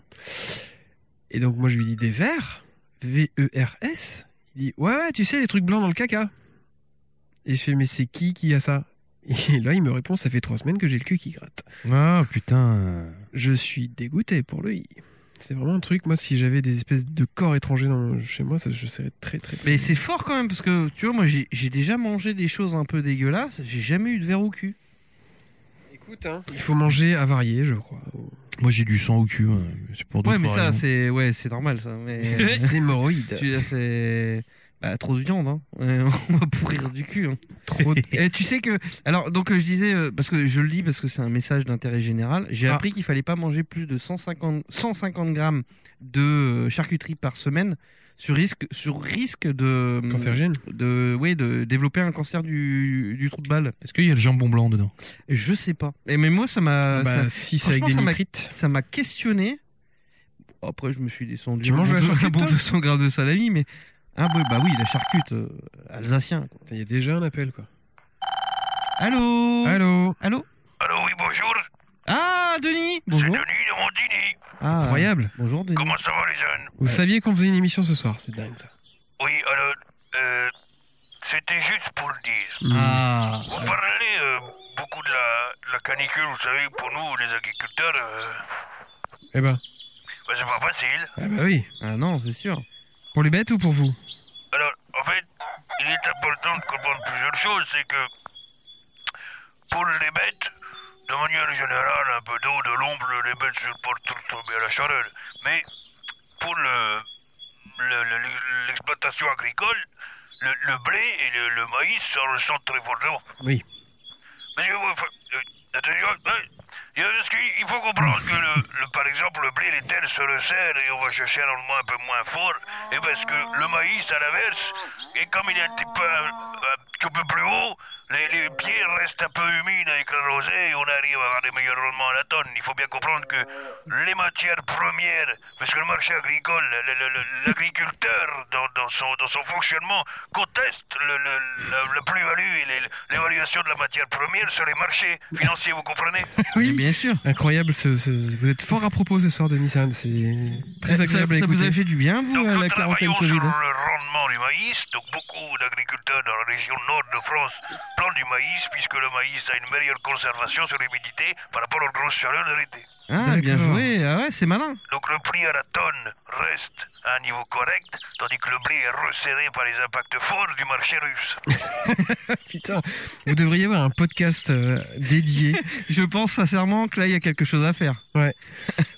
S2: Et donc moi je lui dis des verres, V E R S. Il dit ouais, ouais tu sais les trucs blancs dans le caca. Et je fais mais c'est qui qui a ça Et là il me répond ça fait trois semaines que j'ai le cul qui gratte.
S1: Ah, putain.
S2: Je suis dégoûté pour lui. C'est vraiment un truc. Moi, si j'avais des espèces de corps étrangers dans, chez moi, ça, je serais très très.
S3: Mais c'est fort quand même parce que tu vois moi j'ai j'ai déjà mangé des choses un peu dégueulasses j'ai jamais eu de verre au cul.
S2: Écoute, hein. il faut manger à varier, je crois.
S3: Euh,
S1: Moi, j'ai du sang au cul. hein. C'est pour d'autres
S3: Ouais mais ça
S1: raisons.
S3: c'est ouais c'est normal ça. Mais...
S2: [LAUGHS]
S3: [LAUGHS]
S2: Les hémorroïdes.
S3: Tu- c'est bah, trop de viande, hein. Ouais, [LAUGHS] on va pourrir du cul. hein.
S2: Trop. de-
S3: Et tu sais que, alors donc euh, je disais euh, parce que je le dis parce que c'est un message d'intérêt général. J'ai
S2: Ah.
S3: appris qu'il fallait pas manger plus de 150 150 grammes de euh, charcuterie par semaine sur risque sur risque de euh,
S2: Cancérigène.
S3: de ouais de développer un cancer du, du trou de balle.
S1: Est-ce qu'il y a le jambon blanc dedans
S3: Je sais pas. Et mais moi ça m'a
S2: bah,
S3: Ah, ça-
S2: si c'est avec
S3: franchement,
S2: des
S3: ça m'a-
S2: nitrites.
S3: ça m'a questionné. Après je me suis descendu.
S2: Tu manges
S3: un
S2: la
S3: bon- un
S2: charcute,
S3: bon
S2: toi
S3: 200 grammes de salami mais ah bah, bah oui la charcute euh, alsacien. quoi.
S2: Il y a déjà un appel, quoi.
S3: Allô
S2: Allô.
S3: Allô
S5: Allô, oui, bonjour.
S3: Ah, Denis
S5: C'est
S3: Bonjour.
S5: Denis de Rondini.
S3: Ah,
S2: Incroyable.
S3: Bonjour, Denis.
S5: Comment ça va, les jeunes
S2: Vous saviez qu'on faisait une émission ce soir, c'est dingue ça.
S5: Oui, alors, euh, c'était juste pour le dire.
S3: Ah,
S5: Vous parlez euh, beaucoup de la, la canicule, vous savez, pour nous, les agriculteurs, euh,
S2: Eh ben.
S5: bah, c'est pas facile.
S2: Ah bah oui.
S3: ah non, c'est sûr.
S2: Pour les bêtes ou pour
S3: [LAUGHS]
S2: vous
S5: Alors, en fait, il est important de comprendre plusieurs choses, c'est que pour les bêtes, de manière générale, un peu d'eau, de l'ombre, les bêtes supportent tout trop bien la chaleur. Mais pour le- le- le- le- l'exploitation agricole, le, le blé et le, le maïs ça ressent très fortement.
S2: Oui.
S5: Parce que, vous- euh, attention, euh, il y a- parce qu'il- il faut comprendre que, le- le- par exemple, le blé, les terres se resserrent et on va chercher un rendement un peu moins fort. Et parce que le maïs, à l'inverse, et comme il est un petit peu, un- un petit peu plus haut, les, les pieds restent un peu humides avec la rosée et on arrive à avoir des meilleurs rendements à la tonne. Il faut bien comprendre que les matières premières, parce que le marché agricole, le- le- le- l'agriculteur, dans, dans son, dans son fonctionnement, conteste le, le- la, la plus-value et les- l'évaluation de la matière première sur les marchés financiers, vous comprenez
S3: Mais
S2: Oui.
S3: bien sûr.
S2: Incroyable. ce- ce- vous êtes fort à propos ce soir, Denis Sand. C'est très
S3: Ça-
S2: agréable à
S3: ça, ça vous
S2: écouter.
S3: a fait du bien, vous,
S5: Donc
S3: euh,
S5: nous
S3: la quarantaine
S5: travaillons
S3: Covid hein.
S5: sur le rendement du maïs. Donc beaucoup d'agriculteurs dans la région nord de France plantent du maïs puisque le maïs a une meilleure conservation sur l'humidité par rapport aux grosses chaleurs de l'été.
S3: Ah, bien
S2: D'accord.
S3: joué. Ah ouais, c'est malin.
S5: Donc le prix à la tonne reste à un niveau correct, tandis que le blé est resserré par les impacts forts du marché russe.
S2: Putain, vous devriez avoir un podcast euh, dédié
S3: Je pense sincèrement que là, il y a quelque chose à faire.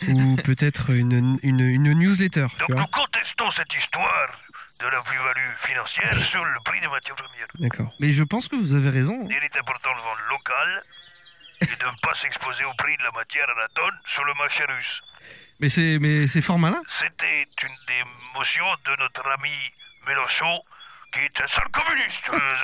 S2: ou peut-être une, une, une newsletter.
S5: Donc
S2: tu vois.
S5: nous contestons cette histoire de la plus-value financière sur le prix des matières premières.
S2: D'accord.
S3: Mais je pense que vous avez raison. hein.
S5: Il est important de vendre local et de ne pas s'exposer au prix de la matière à la tonne sur le marché russe.
S3: Mais c'est, mais c'est fort malin.
S5: C'était une des motions de notre ami Mélenchon, qui est un sale
S2: [LAUGHS]
S5: communiste. Euh,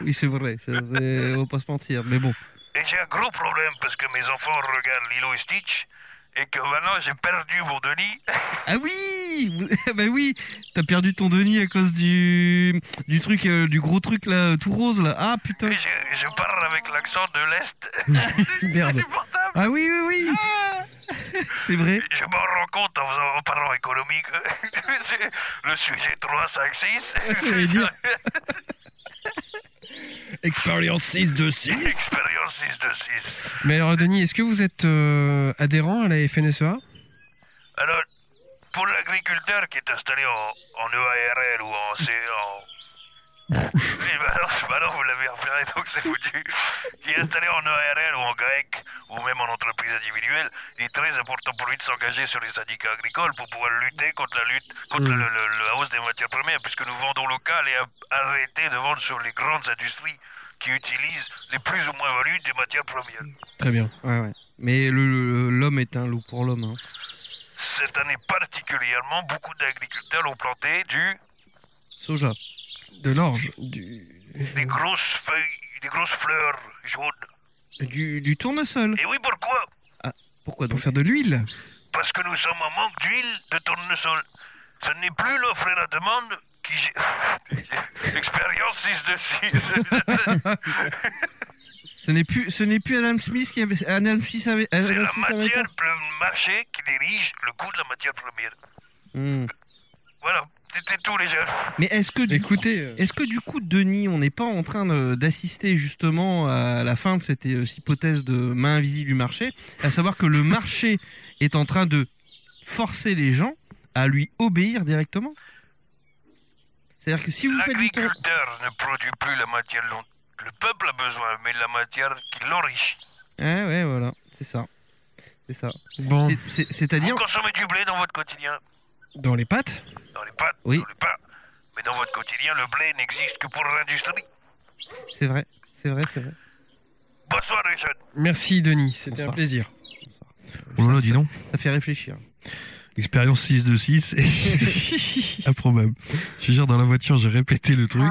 S3: Oui, c'est vrai. C'est, c'est- on va pas se mentir. Mais bon.
S5: et j'ai un gros problème parce que mes enfants regardent Lilo et Stitch et que maintenant j'ai perdu mon Denis.
S3: Ah oui vous- [LAUGHS] Bah oui T'as perdu ton Denis à cause du, du truc, euh, du gros truc là, tout rose là. Ah putain.
S5: Et je, je parle avec l'accent de l'Est.
S2: [LAUGHS] Merde.
S5: Insupportable.
S2: Ah oui, oui, oui.
S3: C'est vrai.
S5: Je m'en rends compte en, faisant- en parlant économique. [LAUGHS] C'est le sujet 3, 5, 6.
S2: j'allais dire.
S5: [LAUGHS]
S2: Expérience 6 de 6.
S5: Expérience 6 de 6.
S2: Mais alors, Denis, est-ce que vous êtes euh, adhérent à la FNSEA
S5: Alors, pour l'agriculteur qui est installé en, en E EARL ou en C... En... Oui, bah alors, c'est- bah E alors, vous l'avez repéré, donc c'est foutu. Qui est installé en EARL ou en GAEC, ou même en entreprise entreprises individuelles, il est très important pour lui de s'engager sur les syndicats agricoles pour pouvoir lutter contre la lutte contre
S2: Mm.
S5: le- le- le- la hausse des matières premières, puisque nous vendons local et a- arrêter de vendre sur les grandes industries qui utilisent les plus ou moins values des matières premières.
S2: Très bien.
S3: Ouais, ouais. Mais le- le- l'homme est un loup pour l'homme. hein.
S5: Cette année particulièrement, beaucoup d'agriculteurs ont planté du
S3: Soja.
S2: De l'orge. Du...
S5: des grosses feuilles, des grosses fleurs jaunes.
S3: Du, du tournesol.
S5: Et oui, pourquoi
S3: Pourquoi donc
S2: Pour faire de l'huile.
S5: Parce que nous sommes en manque d'huile de tournesol. Ce n'est plus l'offre et la demande qui... gé- [LAUGHS] Expérience 6
S3: [LAUGHS]
S5: de 6.
S3: Ce n'est plus, ce n'est plus Adam Smith qui avait, Adam Smith avait, Adam
S5: C'est la
S3: Smith avait
S5: matière, le marché qui dirige le coût de la matière première.
S3: tort. Hmm.
S5: Voilà, c'était tout les jeunes.
S3: Mais est-ce que du
S2: Écoutez. euh,
S3: Est-ce que du coup, Denis, on n'est pas en train de- d'assister justement à la fin de cette euh, hypothèse de main invisible du marché, à savoir
S6: [LAUGHS]
S3: que le marché est en train de forcer les gens à lui obéir directement C'est-à-dire que si vous faites du tour-
S5: L'agriculteur ne produit plus la matière dont le peuple a besoin, mais la matière qui l'enrichit.
S3: Ouais, Ah ouais, voilà, c'est ça. C'est ça.
S2: Bon,
S3: C'est- c'est- C'est-à-dire...
S5: Vous consommez du blé dans votre quotidien,
S2: dans les pâtes.
S5: dans les pâtes,
S3: Oui.
S5: dans les pains. Mais dans votre quotidien, le blé n'existe que pour l'industrie.
S3: C'est vrai, c'est vrai, c'est vrai.
S5: Bonsoir les jeunes.
S2: Merci Denis, c'était un
S3: Bonsoir.
S2: plaisir.
S1: Oh là là, dis donc.
S3: Ça fait réfléchir.
S1: Expérience 6 de 6. [LAUGHS]
S2: [LAUGHS]
S1: Improbable. Je te jure, dans la voiture, j'ai répété le truc.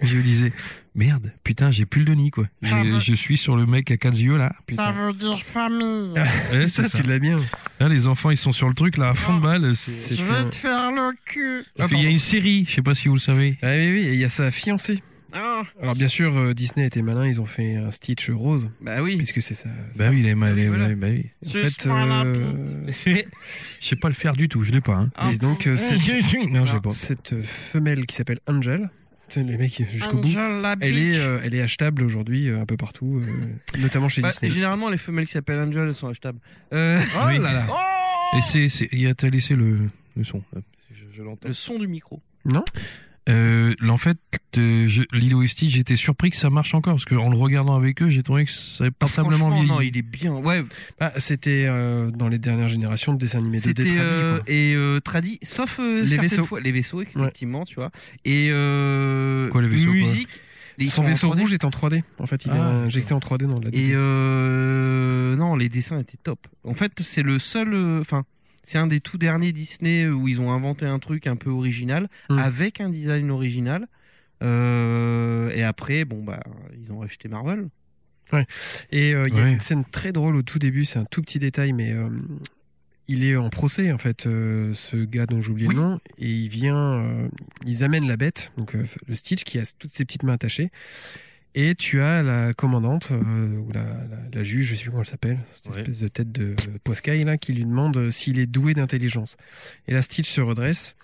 S1: Et je me disais, merde, putain, j'ai plus le Denis, quoi. J'ai- Je suis sur le mec à quatre yeux, là. Putain.
S6: veut dire famille.
S1: [LAUGHS] Ouais, c'est
S2: Ça,
S1: ça.
S2: tu l'as bien.
S1: Là, Hein, les enfants, ils sont sur le truc, là, à fond de balle. C'est...
S2: C'est
S3: Ah,
S6: Je
S2: un-
S6: vais te faire le cul.
S1: Parce qu'il y a une série, je sais pas si vous le savez.
S2: Ah oui, oui, et il y a sa fiancée.
S6: Ah.
S2: Alors bien sûr, euh, Disney était malin, ils ont fait un Stitch rose,
S3: Bah oui.
S2: puisque c'est ça.
S1: Bah oui, il est mal, il est
S2: Voilà.
S1: mal, bah oui.
S2: En fait,
S6: Suce-moi la
S2: euh,
S1: Je sais pas le faire du tout, je l'ai pas, hein.
S6: Ah,
S2: et donc euh, cette,
S1: Non, je l'ai pas.
S2: cette euh, femelle qui s'appelle Angel, putain, les mecs jusqu'au bout,
S6: Angel la
S2: elle
S6: bitch.
S2: est, euh, elle est achetable aujourd'hui euh, un peu partout, euh, notamment chez
S3: Bah,
S2: Disney.
S3: généralement, les femelles qui s'appellent Angel, elles sont achetables. Euh,
S1: Oui. Oh Et c'est, c'est, il y a, t'as laissé le, le son. Je, je l'entends.
S3: Le son du micro.
S1: Euh, en fait, euh, je, Lilo et Stitch, j'étais surpris que ça marche encore, parce que en le regardant avec eux, j'ai trouvé que ça avait passablement
S3: Franchement,
S1: vieilli.
S3: Non, il est bien. Ouais,
S2: Ah, c'était euh, dans les dernières générations de dessins animés 2D
S3: C'était
S2: tradis,
S3: euh,
S2: quoi.
S3: et euh, tradit, sauf euh,
S2: Les
S3: certaines
S2: vaisseaux.
S3: fois- les vaisseaux effectivement, tu vois. Et euh,
S1: Quoi, les vaisseaux, quoi
S3: musique, les- ils
S2: Son
S3: sont en
S2: vaisseau
S3: 3D.
S2: rouge est en 3D. En fait, il est
S1: Ah,
S2: injecté en 3D dans la.
S3: Et euh, non, les dessins étaient top. En fait, c'est le seul, euh, enfin, c'est un des tout derniers Disney où ils ont inventé un truc un peu original
S2: Hmm.
S3: avec un design original. Euh, et après, bon bah, ils ont acheté Marvel.
S2: Et euh, il y a
S1: Ouais.
S2: une scène très drôle au tout début, c'est un tout petit détail, mais euh, il est en procès, en fait, euh, ce gars dont j'ai oublié
S3: Oui.
S2: le nom, et il vient, euh, ils amènent la bête, donc euh, le Stitch, qui a toutes ses petites mains attachées, et tu as la commandante, euh, ou la, la- la juge, je sais plus comment elle s'appelle, cette
S1: Ouais.
S2: espèce de tête de euh, poiscaille, là, qui lui demande euh, s'il est doué d'intelligence. Et la Stitch se redresse,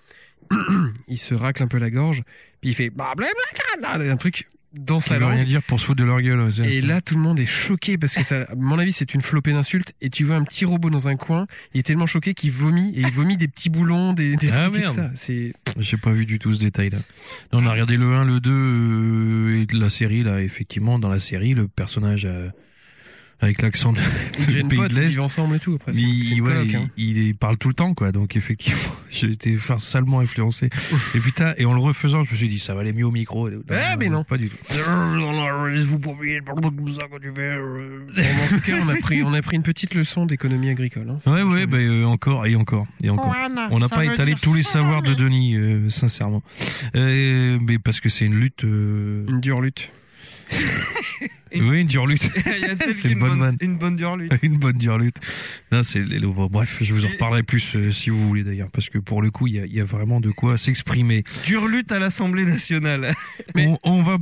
S2: [CLEARS THROAT] il se racle un peu la gorge, puis il fait bah, blablabla, un truc dans
S1: Ça
S2: sa
S1: veut
S2: langue.
S1: rien dire pour se foutre de leur gueule. ouais, c'est-
S2: Et là, tout le monde est choqué parce que ça, à mon avis, c'est une flopée d'insultes. Et tu vois un petit robot dans un coin, il est tellement choqué qu'il vomit et il vomit des petits boulons, des, des
S1: Ah,
S2: trucs et tout
S1: merde.
S2: ça.
S1: [LAUGHS]
S2: C'est
S1: J'ai pas vu du tout ce détail là. Là, on a regardé le 1, le 2 euh, et de la série là. Effectivement, dans la série, le personnage euh, avec l'accent de,
S2: ils
S1: de
S2: deviennent
S1: pays
S2: potes,
S1: de
S2: ils
S1: l'Est,
S2: vivent ensemble et tout. Après, c'est c'est
S1: il,
S2: une
S1: ouais,
S2: coloc,
S1: il-
S2: hein.
S1: il, est- parle tout le temps quoi. Donc effectivement, [LAUGHS] j'ai été enfin, salement influencé. Et putain, et en le refaisant, je me suis dit ça va aller mieux au micro.
S2: Ah, mais non.
S1: pas du tout.
S6: Vous pourriez comme ça quand tu euh. fais.
S2: Bon, en tout cas, on a pris, on a pris une petite leçon d'économie agricole. hein.
S1: Ouais, ouais, bah, euh, encore et encore et encore. On n'a pas étalé tous les savoirs de [LAUGHS] Denis, euh, sincèrement. Euh, mais parce que c'est une lutte. euh,
S2: Une dure lutte.
S1: Oui, une dure lutte.
S3: [LAUGHS] Il y a peut-être
S1: C'est une bonne vanne.
S3: une bonne
S1: [LAUGHS]
S3: dure lui.
S1: une bonne dure lutte. Non, c'est bon, bref, je vous en reparlerai plus euh, si vous voulez d'ailleurs, parce que pour le coup, il y a, il y a vraiment de quoi s'exprimer.
S3: Dure lutte à l'Assemblée nationale.
S2: Mais-
S1: on, on va,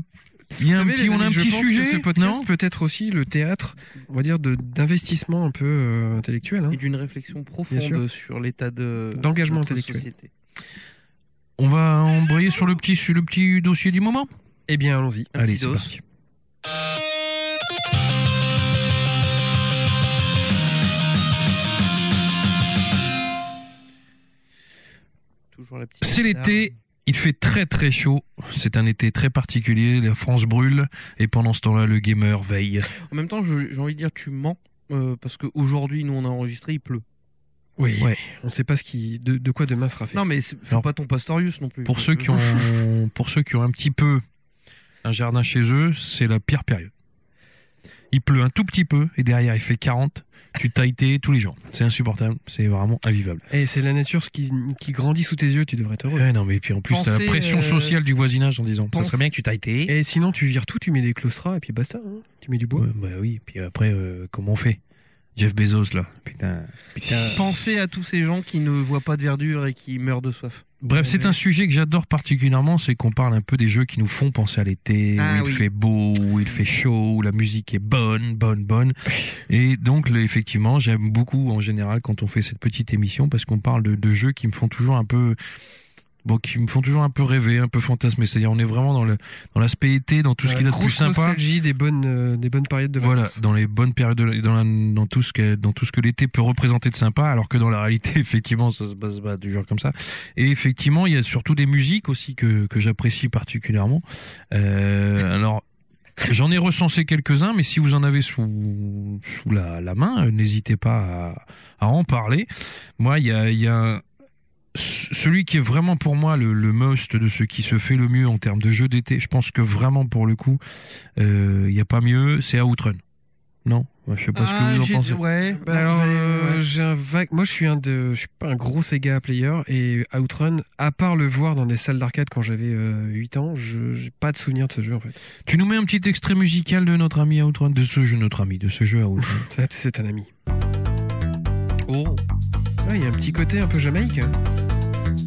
S1: il y a
S2: Vous
S1: un
S2: savez,
S1: petit,
S2: les
S1: on a
S2: amis,
S1: un
S2: je
S1: petit
S2: pense que
S1: sujet,
S2: Ce podcast
S1: non
S2: peut être aussi le théâtre, on va dire, de- d'investissement un peu euh, intellectuel. hein.
S3: Et d'une réflexion profonde
S2: sûr.
S3: sur l'état de
S2: D'engagement
S3: notre
S2: intellectuel.
S3: société.
S1: On va embrayer sur le petit, sur le petit dossier du moment.
S2: Eh bien, allons-y.
S3: Un
S1: Allez,
S3: petit
S1: c'est
S3: dos.
S1: parti.
S3: Toujours la petite.
S1: C'est
S3: guitare.
S1: l'été. Il fait très très chaud. C'est un été très particulier. La France brûle et pendant ce temps-là, le gamer veille.
S3: En même temps, je- j'ai envie de dire, tu mens euh, parce qu'aujourd'hui, nous, on a enregistré, il pleut.
S2: Oui.
S1: Ouais.
S2: On sait pas ce qui, de, de quoi demain sera fait.
S3: Non, mais c'est- faut
S1: Alors,
S3: pas ton Pastorius non plus.
S1: Pour ceux qui ont, pour ceux qui ont un petit peu un jardin chez eux, c'est la pire période. Il pleut un tout petit peu et derrière il fait 40. Tu tailles tes tous les jours. C'est insupportable. C'est vraiment invivable.
S2: Et Eh, c'est la nature ce qui, qui grandit sous tes yeux, tu devrais être heureux.
S1: Ouais, non, mais puis en plus, t'as
S3: Pensez,
S1: la pression
S3: euh,
S1: sociale du voisinage en disant, ça
S3: pense-
S1: serait bien que tu tailles tes.
S2: Et Eh, sinon, tu vires tout, tu mets des claustras et puis basta. hein. Tu mets du bois.
S1: Ouais, bah oui. Puis après, euh, comment on fait? Jeff Bezos, là. Putain.
S3: Pensez à tous ces gens qui ne voient pas de verdure et qui meurent de soif.
S1: Bref, c'est un sujet que j'adore particulièrement, c'est qu'on parle un peu des jeux qui nous font penser à l'été,
S3: Ah
S1: où il
S3: oui.
S1: fait beau, où il fait chaud, où la musique est bonne, bonne, bonne. Et donc, le- effectivement, j'aime beaucoup en général quand on fait cette petite émission parce qu'on parle de, de jeux qui me font toujours un peu, bon, qui me font toujours un peu rêver, un peu fantasmer. C'est-à-dire, on est vraiment dans le dans l'aspect été, dans tout ce
S2: La
S1: qu'il y a de plus
S2: grosse
S1: sympa.
S2: nostalgie des bonnes, euh, des bonnes périodes de
S1: Voilà,
S2: vacances.
S1: dans les bonnes périodes, de la- dans, la- dans tout ce que dans tout ce que l'été peut représenter de sympa, alors que dans la réalité, [LAUGHS] effectivement, ça se passe pas toujours comme ça. Et effectivement, il y a surtout des musiques aussi que que j'apprécie particulièrement. Euh, alors. J'en ai recensé quelques-uns, mais si vous en avez sous, sous la, la main, euh, n'hésitez pas à, à en parler. Moi, il y a, il y a c- celui qui est vraiment pour moi le, le must de ce qui se fait le mieux en termes de jeu d'été. Je pense que vraiment pour le coup, euh, il y a pas mieux, c'est Outrun. Non, Ouais, je sais pas
S3: Ah,
S1: ce que vous en pensez.
S3: Ouais,
S2: Bah alors, euh, j'ai un vague. Moi, je suis un de. Je suis pas un gros Sega player et Outrun, à part le voir dans des salles d'arcade quand j'avais euh, 8 ans, je j'ai pas de souvenir de ce jeu en fait.
S1: Tu nous mets un petit extrait musical de notre ami Outrun, de ce jeu, notre ami, de ce jeu Outrun.
S2: Ça, C'est un ami.
S3: Oh.
S2: Ah, il y a un petit côté un peu Jamaïque.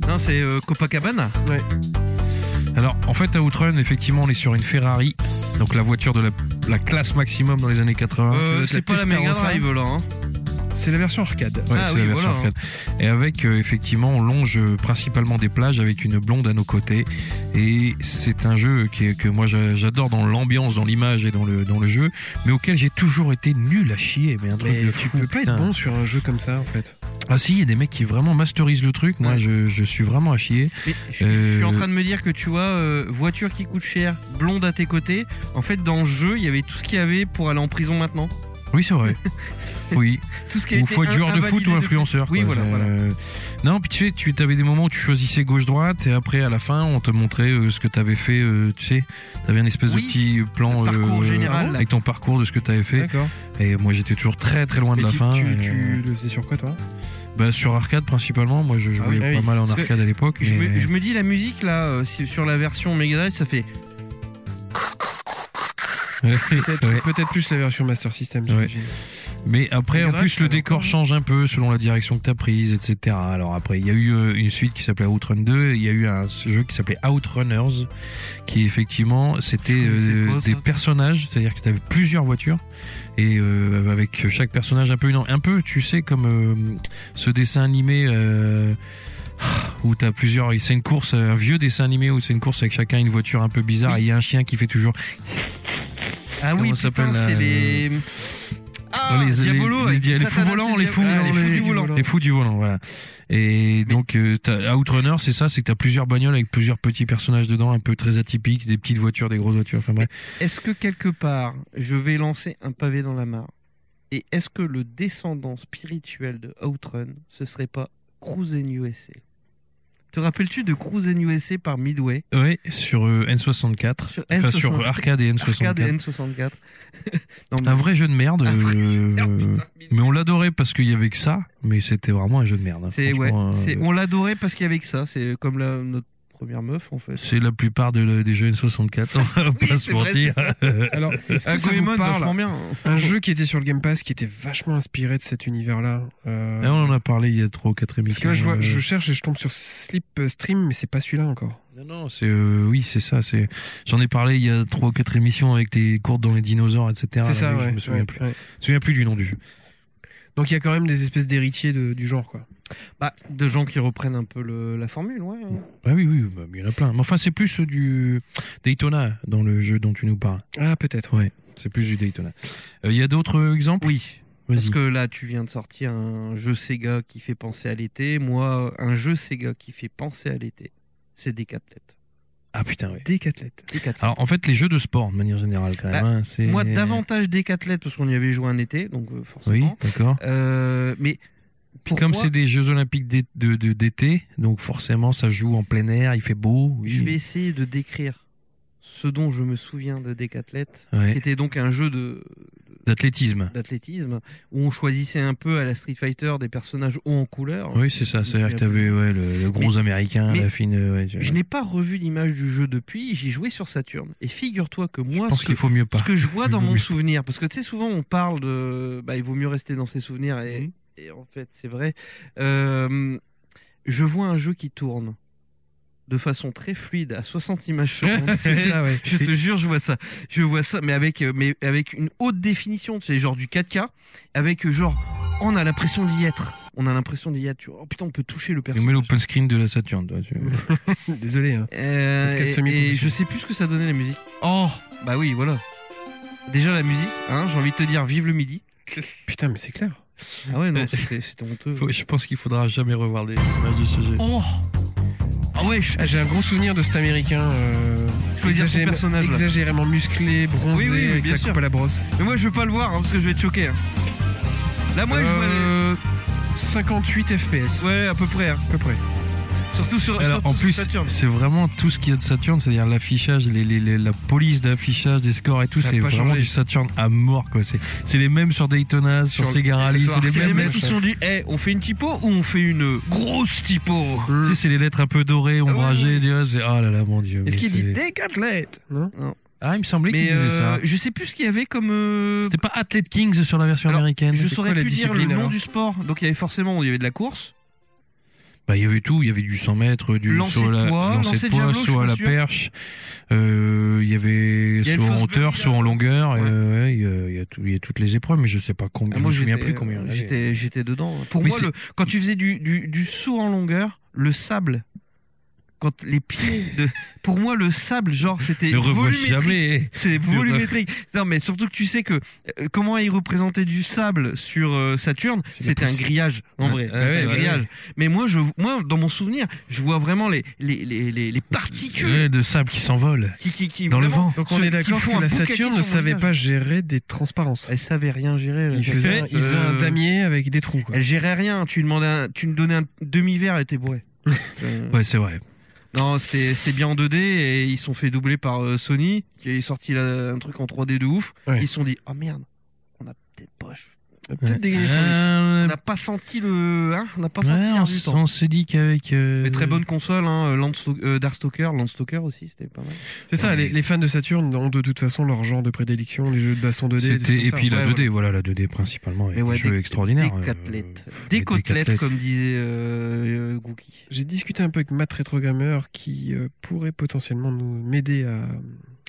S3: Non, c'est euh, Copacabana.
S1: Alors, en fait, à Outrun, effectivement, on est sur une Ferrari, donc la voiture de la, la classe maximum dans les années 80.
S3: Euh,
S1: Ah, la
S3: c'est pas la Mega
S1: Testarossa.
S3: Drive là. hein.
S2: C'est la version arcade.
S1: Ouais,
S3: Ah
S1: c'est
S3: oui,
S1: la version
S2: hein.
S3: voilà,
S1: arcade. Et avec, euh, effectivement, on longe euh, principalement des plages avec une blonde à nos côtés. Et c'est un jeu qui est- que moi j'a- j'adore dans l'ambiance, dans l'image et dans le, dans le jeu, mais auquel j'ai toujours été nul à chier. Mais un truc
S2: Mais
S1: de
S2: tu
S1: fou.
S2: peux pas
S1: putain.
S2: être bon sur un jeu comme ça en fait.
S1: Ah si, il y a des mecs qui vraiment masterisent le truc. Moi,
S3: Ouais.
S1: je, je suis vraiment à chier.
S3: Mais je, je suis en train de me dire que tu vois, euh, voiture qui coûte cher, blonde à tes côtés. En fait, dans le jeu, il y avait tout ce qu'il y avait pour aller en prison maintenant.
S1: Oui, c'est
S2: [LAUGHS]
S1: vrai. oui.
S3: Tout ce qui a
S1: Ou
S3: été
S1: faut être
S3: in-
S1: joueur de foot
S3: invalidé
S1: ou
S3: depuis-
S1: influenceur.
S3: Oui,
S1: quoi.
S3: voilà,
S1: C'est,
S3: voilà.
S1: euh, Non, puis tu sais, tu avais des moments où tu choisissais gauche-droite et après, à la fin, on te montrait euh, ce que t'avais fait. euh, tu sais, t'avais un espèce
S3: Oui,
S1: de petit plan euh,
S3: le parcours général, là.
S1: avec ton parcours de ce que t'avais fait.
S2: D'accord.
S1: Et moi, j'étais toujours très très loin
S2: Mais
S1: de la
S2: tu,
S1: fin. euh,
S2: tu-
S1: et,
S2: tu le faisais sur quoi toi
S1: euh, bah, sur arcade principalement. Moi, je jouais
S2: oui,
S1: pas
S2: ah oui.
S1: mal en
S3: Parce que
S1: arcade à l'époque.
S3: Je
S1: mais-
S3: me, je me dis, la musique là, euh, c'est- sur la version Mega Drive, ça fait.
S1: [LAUGHS]
S2: Peut-être
S1: Ouais.
S2: peut-être plus la version Master System.
S1: Ouais.
S2: j'imagine.
S1: Mais après,
S2: Mega
S1: en
S2: Drive,
S1: plus,
S2: ça
S1: le
S2: avait
S1: décor
S2: encore-
S1: change un peu selon la direction que t'as prise, etc. Alors après, il y a eu euh, une suite qui s'appelait Outrun 2, et il y a eu un jeu qui s'appelait Outrunners, qui effectivement, c'était
S3: Je connaissais
S1: euh,
S3: pas, ça.
S1: des personnages, c'est-à-dire que t'avais plusieurs voitures, et euh, avec chaque personnage un peu une, un peu, tu sais, comme euh, ce dessin animé. euh, où t'as plusieurs, c'est une course, un vieux dessin animé où c'est une course avec chacun une voiture un peu bizarre et il y a un chien qui fait toujours
S3: Ah
S1: Comment
S3: oui,
S1: ça s'appelle,
S3: putain, c'est
S1: euh,
S3: les. Ah,
S1: les- les-
S3: Diabolo
S1: les-
S3: avec
S1: les
S3: Satanas
S1: fous volants,
S3: et
S1: les
S3: Dia-
S1: fous
S3: ah,
S1: volants,
S3: les fous
S1: les-
S3: du volant.
S1: Les fous du volant, voilà. Et donc, euh, t'as- Outrunner, c'est ça, c'est que t'as plusieurs bagnoles avec plusieurs petits personnages dedans, un peu très atypiques, des petites voitures, des grosses voitures, enfin bref.
S3: Est-ce que quelque part, je vais lancer un pavé dans la mare Et est-ce que le descendant spirituel de Outrun, ce serait pas Cruisin' USA Te rappelles-tu de Cruisin' USA par Midway
S1: Ouais, sur euh, N64.
S3: Sur
S1: Enfin,
S3: N64.
S1: sur arcade et N64.
S3: Arcade et N64. [LAUGHS]
S2: Ah,
S3: non, mais-
S1: Un vrai jeu de merde.
S3: Un vrai
S1: euh,
S3: Merde, putain,
S1: mais on l'adorait parce qu'il y avait que ça, mais c'était vraiment un jeu de merde. hein.
S3: C'est ouais,
S1: Franchement, euh,
S3: c'est- on l'adorait parce qu'il y avait que ça. C'est comme la, notre première meuf en fait.
S1: c'est la plupart de la- des jeux N64, [LAUGHS] on va pas se
S3: c'est vrai,
S1: mentir.
S2: Alors, est-ce
S3: Ah,
S2: que ça
S3: Goemon,
S2: vous parle
S3: vachement bien.
S2: Un jeu qui était sur le Game Pass, qui était vachement inspiré de cet univers-là.
S1: [LAUGHS]
S2: euh,
S1: Et Ah, on en a parlé il y a trois ou quatre
S2: parce
S1: émissions.
S2: que là, je, vois,
S1: euh,
S2: je cherche et je tombe sur Slip Stream, mais c'est pas celui-là encore.
S1: Non, non, c'est euh, oui, c'est ça. C'est j'en ai parlé il y a trois ou quatre émissions avec les courtes dans les dinosaures, etc.
S2: c'est
S1: Là,
S2: ça,
S1: oui,
S2: ouais,
S1: Ah, Je me souviens
S2: ouais,
S1: plus.
S2: ouais.
S1: Je me souviens plus du nom du jeu.
S2: Donc il y a quand même des espèces d'héritiers de- du genre, quoi.
S3: Bah, de gens qui reprennent un peu le- la formule, ouais. hein.
S1: Ah oui, oui, bah, il y en a plein. Mais enfin, c'est plus euh, du Daytona dans le jeu dont tu nous parles.
S2: Ah, peut-être.
S1: Ouais, c'est plus du Daytona. Euh, Il y a d'autres euh, exemples
S3: Oui.
S1: Vas-y.
S3: Parce que là, tu viens de sortir un jeu Sega qui fait penser à l'été. Moi, un jeu Sega qui fait penser à l'été, c'est Decathlete.
S1: Ah putain, ouais.
S2: Décathlète.
S3: Décathlète.
S1: Alors en fait, les jeux de sport, de manière générale, quand même.
S3: Bah,
S1: hein, c'est...
S3: Moi, davantage Décathlète parce qu'on y avait joué un été, donc euh,
S1: Oui,
S3: forcément.
S1: d'accord.
S3: Euh, mais
S1: Puis
S3: pourquoi
S1: comme c'est des Jeux Olympiques d'é- de- de- d'été, donc forcément, ça joue en plein air, il fait beau. oui.
S3: je vais essayer de décrire ce dont je me souviens de Décathlète, qui
S1: Ouais.
S3: était donc un jeu de
S1: D'athlétisme.
S3: d'athlétisme où on choisissait un peu à la Street Fighter des personnages hauts en couleur.
S1: Oui, c'est ça. C'est-à-dire que t'avais ouais, le, le gros américain,
S3: euh, mais-
S1: la fine. euh, ouais, je
S3: Je n'ai pas revu l'image du jeu depuis, j'y jouais sur Saturne. Et figure-toi que moi,
S1: pense
S3: ce que,
S1: qu'il faut mieux pas.
S3: ce que je vois
S1: Il
S3: dans
S1: vaut
S3: mon
S1: mieux.
S3: souvenir, parce que tu sais, souvent on parle de. Bah, il vaut mieux rester dans ses souvenirs, et,
S1: Mhm.
S3: et en fait, c'est vrai. Euh, je vois un jeu qui tourne de façon très fluide à 60
S1: [LAUGHS]
S3: images secondes.
S2: [LAUGHS] C'est ça, ouais.
S3: Je te jure, je vois ça. Je vois ça, mais avec, euh, mais avec une haute définition, tu sais, genre du 4K, avec euh, genre, on a l'impression d'y être. On a l'impression d'y être. tu vois. Oh putain, on peut toucher le
S1: On met
S3: personnage.
S1: l'open screen de la Saturne. toi, tu-
S2: Désolé. Hein.
S3: Euh,
S2: Podcast
S3: et,
S2: semi-professionnel.
S3: et je sais plus ce que ça donnait la musique. Oh, bah oui, voilà. Déjà la musique, hein, j'ai envie de te dire, vive le midi.
S2: Putain, mais c'est clair.
S3: Ah ouais, [LAUGHS] non, c'était c'était honteux.
S1: Faut- je pense qu'il faudra jamais revoir des images de ce jeu.
S3: Oh Ah ouais, je-
S2: Ah, J'ai un gros souvenir de cet américain. Euh,
S3: Je veux dire son
S2: exagéré-
S3: personnage, là.
S2: Exagérément musclé, bronzé,
S3: Oui, oui, oui,
S2: avec
S3: bien
S2: sa
S3: sûr.
S2: coupe à la brosse.
S3: mais moi je veux pas le voir hein, parce que je vais être choqué. hein. Là moi je
S2: Euh, 58 FPS,
S3: vois. Ouais, à peu près. hein.
S2: à peu près.
S3: Surtout sur.
S1: Alors,
S3: surtout
S1: en
S3: sur
S1: plus,
S3: Saturn.
S1: c'est vraiment tout ce qu'il y a de Saturn, c'est-à-dire l'affichage, les, les- les- la police d'affichage des scores et tout,
S3: Ça a
S1: c'est
S3: pas
S1: vraiment
S3: changé.
S1: du Saturn à mort, quoi. C'est, c'est les mêmes sur Daytona, sur, Sega Rally, c'est les,
S3: C'est les
S1: mêmes.
S3: mecs qui se sont dit, eh, on fait une typo ou on fait une grosse typo
S2: Hum.
S1: Tu sais, c'est les lettres un peu dorées,
S3: Ah Ouais,
S1: ombragées,
S3: ouais.
S1: tu vois, c'est, oh là là, mon dieu.
S2: Est-ce
S1: mais
S2: qu'il dit
S1: c'est-
S2: décathlète Non
S1: Ah, il me semblait qu'il
S3: Mais
S1: disait
S3: euh,
S1: ça.
S3: je sais plus ce qu'il y avait comme. euh,
S1: C'était pas Athlete Kings sur la version
S3: Alors,
S1: américaine.
S3: Je
S2: C'est
S3: saurais
S2: quoi la
S3: plus dire le
S2: discipline,
S3: nom
S2: alors
S3: du sport. Donc il y avait forcément, il y avait de la course.
S1: Bah, il y avait tout, il y avait du 100 mètres, du
S3: Lancer
S1: saut à
S3: de
S1: la,
S3: poids,
S1: lancer
S3: lancer de
S1: poids,
S3: javelot, je
S1: saut à
S3: suis
S1: la
S3: sûr.
S1: perche, euh, il y avait
S3: y a
S1: saut
S3: une
S1: en
S3: fausse
S1: hauteur,
S3: bobine,
S1: saut en
S3: là.
S1: longueur, et,
S3: Ouais.
S1: euh, ouais, il y a- il y, a tout- il y a toutes les épreuves, mais je sais pas combien,
S3: Ah,
S1: je me souviens
S3: j'étais-
S1: plus combien. il y en avait.
S3: J'étais, j'étais dedans. Pour
S1: Mais
S3: moi,
S1: c'est-
S3: le- quand tu faisais du, du, du saut en longueur, le sable, quand les pieds de, [LAUGHS] pour moi, le sable, genre, c'était
S1: Ne revois
S3: volumétrique.
S1: jamais. eh,
S3: C'est volumétrique. Non, mais surtout que tu sais que euh, comment il représentait du sable sur euh, Saturne,
S1: la
S3: c'était un
S1: poussière.
S3: grillage en vrai.
S1: Ah ouais,
S3: C'était un
S1: ouais,
S3: grillage. Mais moi, je, moi, dans mon souvenir, je vois vraiment les les les les, les particules
S1: Ouais, de sable qui s'envole.
S3: qui qui qui
S1: Dans le
S3: vraiment-
S1: vent.
S2: Donc on
S3: Ceux
S2: est
S3: qui
S2: d'accord
S3: font
S2: que
S3: un
S2: la
S3: boucaquet
S2: Saturne
S3: sur
S2: ne
S3: mon
S2: savait
S3: visage. Eh,
S2: pas gérer des transparences.
S3: Elle savait rien gérer. la
S2: Il
S3: Saturne.
S2: faisait, il faisait un
S3: Euh,
S2: damier avec des trous. Quoi.
S3: Elle gérait rien. Tu lui demandais, un- tu me donnais un demi-verre, elle
S1: [LAUGHS]
S3: était bourrée. Euh,
S1: Ouais, c'est vrai.
S3: Non, c'était c'est bien en 2D et ils sont fait doubler par euh, Sony qui est sorti là, un truc en 3D de ouf.
S2: Ouais.
S3: Ils se sont dit oh merde, on a peut-être pas,
S2: Peut-être dégainé sur lui.
S1: Euh,
S3: on a pas senti le, hein, on a pas
S1: ouais,
S3: senti
S1: on
S3: l'air du
S1: s-
S3: temps.
S1: on s'est dit qu'avec. euh,
S3: Mais très bonne console, hein, euh, Landstalk- euh, Darkstalker, Landstalker aussi, c'était pas mal.
S2: C'est ça,
S3: eh,
S1: Ouais.
S2: les, les fans de Saturn ont de toute façon leur genre de prédilection, les jeux de baston 2D. des trucs
S1: C'était
S2: comme
S1: et
S2: ça.
S1: puis la
S2: Ouais,
S1: 2D, voilà. la 2D principalement, avec
S3: Mais ouais,
S1: des jeux
S3: des-
S1: extraordinaires.
S3: Des
S1: euh,
S3: côtelettes,
S1: des
S3: des côtelettes
S1: côtelettes.
S3: comme disait euh, euh, Gookie.
S2: J'ai discuté un peu avec Matt Retrogamer qui euh, pourrait potentiellement nous m'aider à euh,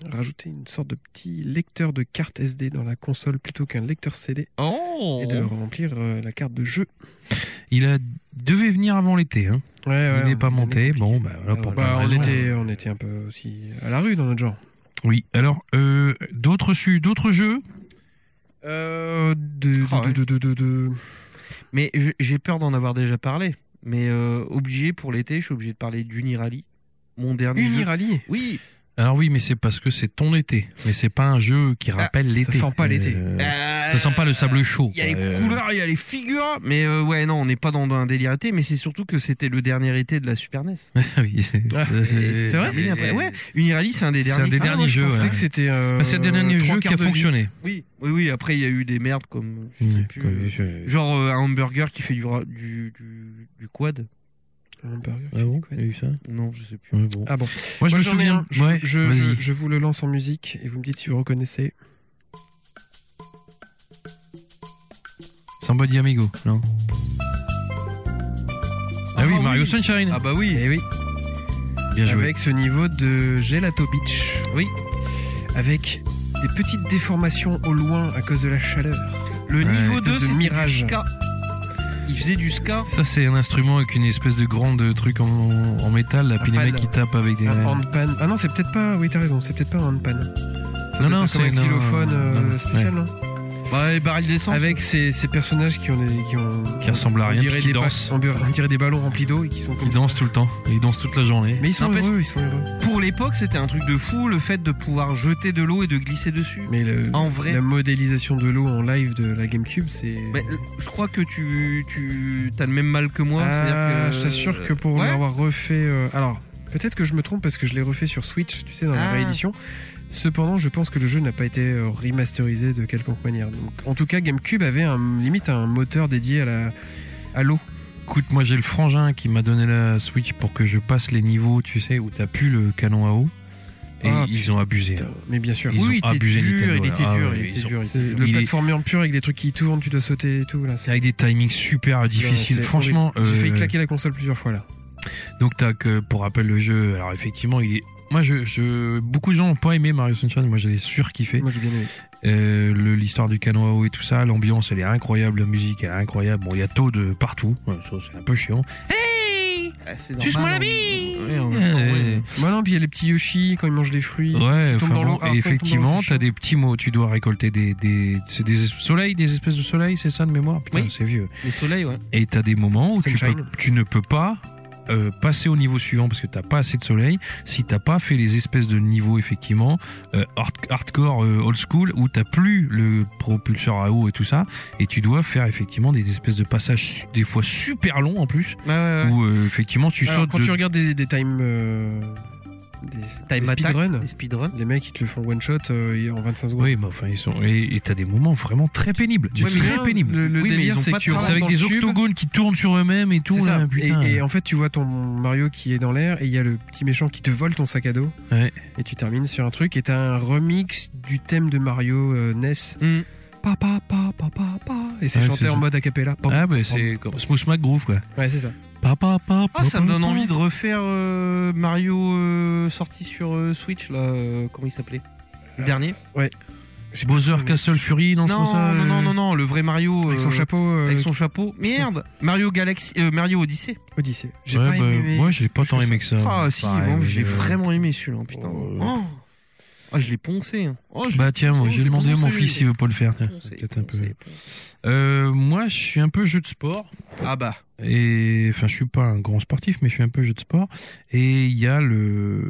S2: rajouter une sorte de petit lecteur de carte SD dans la console plutôt qu'un lecteur CD
S3: Oh.
S2: et de remplir euh, la carte de jeu.
S1: euh. Il a devait venir avant l'été. Hein.
S2: Ouais,
S1: il n'est pas monté. Bon, bah voilà.
S3: Ah,
S1: Pour
S2: Bah,
S1: plein de
S2: on,
S1: raisons.
S2: était, on était un peu aussi à la rue dans notre genre.
S1: Oui. Alors euh, d'autres su- d'autres jeux.
S2: Euh, de,
S3: Ah ouais.
S2: de, de, de, de, de-
S3: Mais je- j'ai peur d'en avoir déjà parlé. Mais euh, obligé pour l'été, je suis obligé de parler d'Unirally, mon dernier jeu.
S2: Unirally
S3: Oui,
S1: Alors oui, mais c'est parce que c'est ton été. Mais c'est pas un jeu qui rappelle l'été.
S2: Ah, sent pas l'été. Ah,
S1: Euh,
S3: Euh,
S1: Ça sent pas le sable chaud.
S3: Il y a les
S1: quoi. Euh,
S3: couleurs, il y a les figures, mais euh, ouais, non, on n'est pas dans un délire été, mais c'est surtout que c'était le dernier été de la Super E NES.
S1: Ah [LAUGHS] oui.
S3: c'est
S2: vrai
S3: terminé après. Ouais, Unirally, c'est un des
S1: C'est un
S3: derniers.
S1: des
S3: Ah,
S1: derniers
S3: ouais, je
S1: jeux,
S3: pense-
S2: Je
S1: ouais.
S2: pensais que c'était. euh,
S1: Bah, euh, c'est le dernier
S2: trois
S1: jeu qui
S2: quarts
S1: a
S2: de vie.
S1: fonctionné.
S3: Oui, oui, oui, après, il y a eu des merdes comme. je sais plus, euh, Genre euh, un hamburger qui fait du, ra- du, du, du quad
S2: Un burger.
S1: Ah bon Il y a eu ça
S3: Non, je sais plus.
S1: Ouais, bon.
S2: Ah bon.
S1: Moi, je
S2: Moi,
S1: me
S2: j'en ai un.
S1: souviens.
S2: hein. Je,
S1: ouais,
S2: je,
S1: vas-y.
S2: je- je vous le lance en musique et vous me dites si vous reconnaissez.
S1: Somebody Amigo, non Ah oui,
S3: Ah
S1: Mario
S3: oui.
S1: Sunshine.
S3: Ah bah oui,
S2: Eh oui.
S1: Bien joué.
S2: Ah, Avec ce niveau de Gelato Beach.
S3: Oui.
S2: Avec des petites déformations au loin à cause de la chaleur.
S3: le
S1: Ouais.
S3: niveau
S2: De
S3: 2, c'était
S2: mirage.
S3: du ska. Il faisait du ska.
S1: Ça, c'est un instrument avec une espèce de grande truc en, en métal, là, puis les
S2: pan.
S1: mecs qui tapent avec des.
S2: Un handpan. Ah non, c'est peut-être pas. Oui, t'as raison, c'est peut-être pas un handpan. Ça
S1: Non,
S2: doit
S1: non,
S2: être comme
S1: c'est-
S2: un xylophone
S1: non, non,
S2: euh,
S1: non.
S2: spécial, non
S3: Bah, les barils d'essence.
S2: avec ces, ces personnages qui ont des, Bah, qui ont
S1: Qui ressemblent à
S2: on
S1: rien,
S2: dirait
S1: puis qui
S2: des ba-
S1: dansent.
S2: on dirait- on dirait des ballons remplis d'eau et qui sont comme
S1: Ils dansent tout le temps. Ils dansent toute la journée.
S2: mais ils sont
S3: N'empêche-
S2: heureux, ils sont heureux.
S3: Pour l'époque, c'était un truc de fou le fait de pouvoir jeter de l'eau et de glisser dessus.
S2: Mais le-
S3: En vrai.
S2: la modélisation de l'eau en live de la GameCube, c'est
S3: Bah, l- je crois que tu, tu as le même mal que moi.
S2: Ah,
S3: Hein, c'est-à-dire
S2: je t'assure que pour
S3: Ouais.
S2: l'avoir refait. euh, alors, peut-être que je me trompe parce que je l'ai refait sur Switch, tu sais, dans la
S3: Ah.
S2: réédition. Cependant, je pense que le jeu n'a pas été euh, remasterisé de quelconque manière. Donc, en tout cas, GameCube avait un, limite un moteur dédié à la à l'eau.
S1: Écoute, moi j'ai le frangin qui m'a donné la Switch pour que je passe les niveaux, tu sais, où t'as plus le canon à eau. Et
S2: Ah,
S1: ils ont abusé. hein.
S2: Putain, Mais bien sûr.
S1: Ils
S3: Oui, il
S1: ont
S3: était
S1: abusé
S3: dur,
S1: Nintendo,
S3: il
S1: là.
S3: était
S1: Ah
S3: dur,
S1: ouais,
S3: il
S1: ils
S3: était
S1: ont-
S3: dur, il
S2: C'est
S3: était dur.
S2: le
S1: Il est-
S2: platformer pur avec des trucs qui tournent, tu dois sauter et tout. Là, c'est-
S1: Avec des timings super difficiles.
S2: c'est
S1: Franchement,
S2: horrible. j'ai failli
S1: euh,
S2: claquer la console plusieurs fois là.
S1: donc t'as que pour rappel le jeu. Alors effectivement, il est. Moi, je, je- beaucoup de gens n'ont pas aimé Mario Sunshine. Moi, j'avais surkiffé.
S2: Moi, j'ai bien aimé.
S1: Euh, le- L'histoire du canon à eau et tout ça, l'ambiance, elle est incroyable, la musique, elle est incroyable. Bon, il y a taux de partout. Ouais, ça, C'est un peu chiant. Hey,
S3: Ah,
S1: suce-moi la bille.
S3: hein. Ouais, en même temps, ouais.
S1: Euh,
S2: Moi, non, puis il y a les petits Yoshi quand ils mangent des fruits.
S1: Ouais,
S2: ils tombent
S1: enfin
S2: dans l'eau.
S1: bon,
S2: Ah, quand ils tombent dans l'eau,
S1: effectivement,
S2: c'est
S1: t'as
S2: chaud.
S1: des petits mots, tu dois récolter des, des, c'est des es- soleils, des espèces de soleils, c'est ça de mémoire? Putain,
S3: Oui.
S1: c'est vieux.
S3: Le soleil, ouais.
S1: Et t'as des moments où tu,
S2: Sunshine.
S1: peux- tu ne peux pas euh, passer au niveau suivant parce que t'as pas assez de soleil si t'as pas fait les espèces de niveaux effectivement euh, hard- hardcore euh, old school où t'as plus le propulseur à eau et tout ça et tu dois faire effectivement des espèces de passages su- des fois super longs en plus
S3: Ouais, ouais, ouais.
S1: où euh, effectivement tu
S2: Alors,
S1: sautes
S2: quand
S1: de-
S2: tu regardes des, des time, euh, des,
S3: Time
S2: des
S3: attack,
S2: speedruns,
S3: les speedruns.
S2: les mecs ils te le font one shot euh, en 25 secondes.
S1: oui mais enfin ils sont et et t'as des moments vraiment très pénibles
S2: Ouais, mais
S1: très
S2: bien,
S1: pénibles
S2: Le, le
S3: Oui, mais
S2: délire
S3: ils ont
S2: c'est
S3: pas
S2: que
S3: de
S2: tu
S3: travail.
S2: rentres
S1: C'est avec
S2: dans
S1: des
S2: le tube,
S1: octogones qui tournent sur eux-mêmes et
S2: c'est
S1: tout.
S2: ça.
S1: Là, putain.
S2: Et, et en fait, tu vois ton Mario qui est dans l'air et il y a le petit méchant qui te vole ton sac à dos.
S1: Ouais.
S2: Et tu termines sur un truc et t'as un remix du thème de Mario euh, NES.
S3: Mm.
S2: Pa, pa, pa, pa, pa, pa. Et c'est
S1: Ouais,
S2: chanté
S1: c'est
S2: en
S1: ça.
S2: mode a cappella. Pom,
S1: Ah bah
S2: pom.
S1: c'est comme Smooth Mac Groove quoi.
S2: Ouais, c'est ça.
S1: Pa, pa, pa,
S3: Ah,
S1: pa,
S3: ça
S1: pa,
S3: me donne
S1: pa.
S3: envie de refaire euh, Mario euh, sorti sur euh, Switch, là. euh, comment il s'appelait
S2: Euh,
S3: Le dernier
S1: Bowser Castle Fury, non,
S3: non,
S1: c'est ça,
S3: non,
S1: euh,
S3: non, non, non, le vrai Mario.
S2: Avec son
S3: euh,
S2: chapeau euh,
S3: Avec son chapeau. Merde Mario Galaxy, euh, Mario Odyssey.
S2: Odyssey. J'ai
S1: Ouais,
S2: pas
S1: bah,
S2: aimé.
S1: Moi, j'ai pas tant
S2: que
S1: aimé que ça. Bah, euh,
S3: Ah, si,
S1: Pareil,
S3: bon,
S1: mais
S3: je l'ai
S1: j'ai-
S3: vraiment aimé celui-là, putain.
S1: Oh.
S3: Oh. Ah, je l'ai poncé. hein. Oh, je l'ai
S1: Bah tiens,
S3: poncé,
S1: moi,
S3: je
S1: j'ai
S3: l'ai
S1: demandé à mon
S3: poncé,
S1: fils
S3: je
S1: s'il
S3: l'ai
S1: veut pas le faire. tiens. [LAUGHS]
S3: poncé,
S1: Peut-être un peu.
S3: poncé.
S1: Euh, moi, je suis un peu jeu de sport.
S3: Ah bah.
S1: Et enfin, je suis pas un grand sportif, mais je suis un peu jeu de sport. Et il y a le,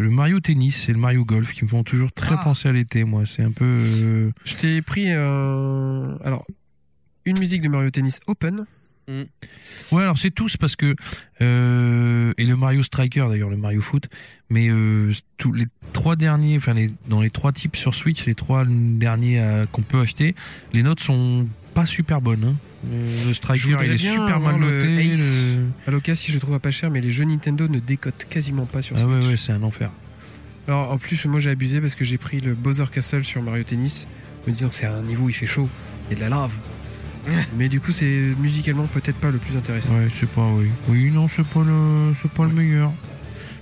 S1: le Mario tennis et le Mario golf qui me font toujours très
S2: Ah.
S1: penser à l'été. Moi, c'est un peu. euh,
S2: Je t'ai pris euh, alors une musique de Mario Tennis Open.
S1: Ouais, alors c'est tous parce que euh, et le Mario Striker d'ailleurs, le Mario Foot, mais euh, tous les trois derniers, enfin les, dans les trois types sur Switch, les trois derniers à- qu'on peut acheter, les notes sont pas super bonnes. hein. Le, le
S2: Je
S1: Striker,
S2: voudrais
S1: il est
S2: bien
S1: super
S2: avoir
S1: mal
S2: le
S1: noté.
S2: Ace.
S1: le-
S2: À l'occasion, si je le trouve à pas cher, mais les jeux Nintendo ne décotent quasiment pas sur
S1: Ah
S2: Switch.
S1: ouais, ouais, c'est un enfer.
S2: Alors en plus, moi j'ai abusé parce que j'ai pris le Bowser Castle sur Mario Tennis, me disant que c'est un niveau où il
S1: [LAUGHS]
S2: fait chaud, il y a de la lave. mais du coup, c'est musicalement peut-être pas le plus intéressant.
S1: Ouais, c'est pas, oui. Oui, non, c'est pas le, c'est pas le meilleur.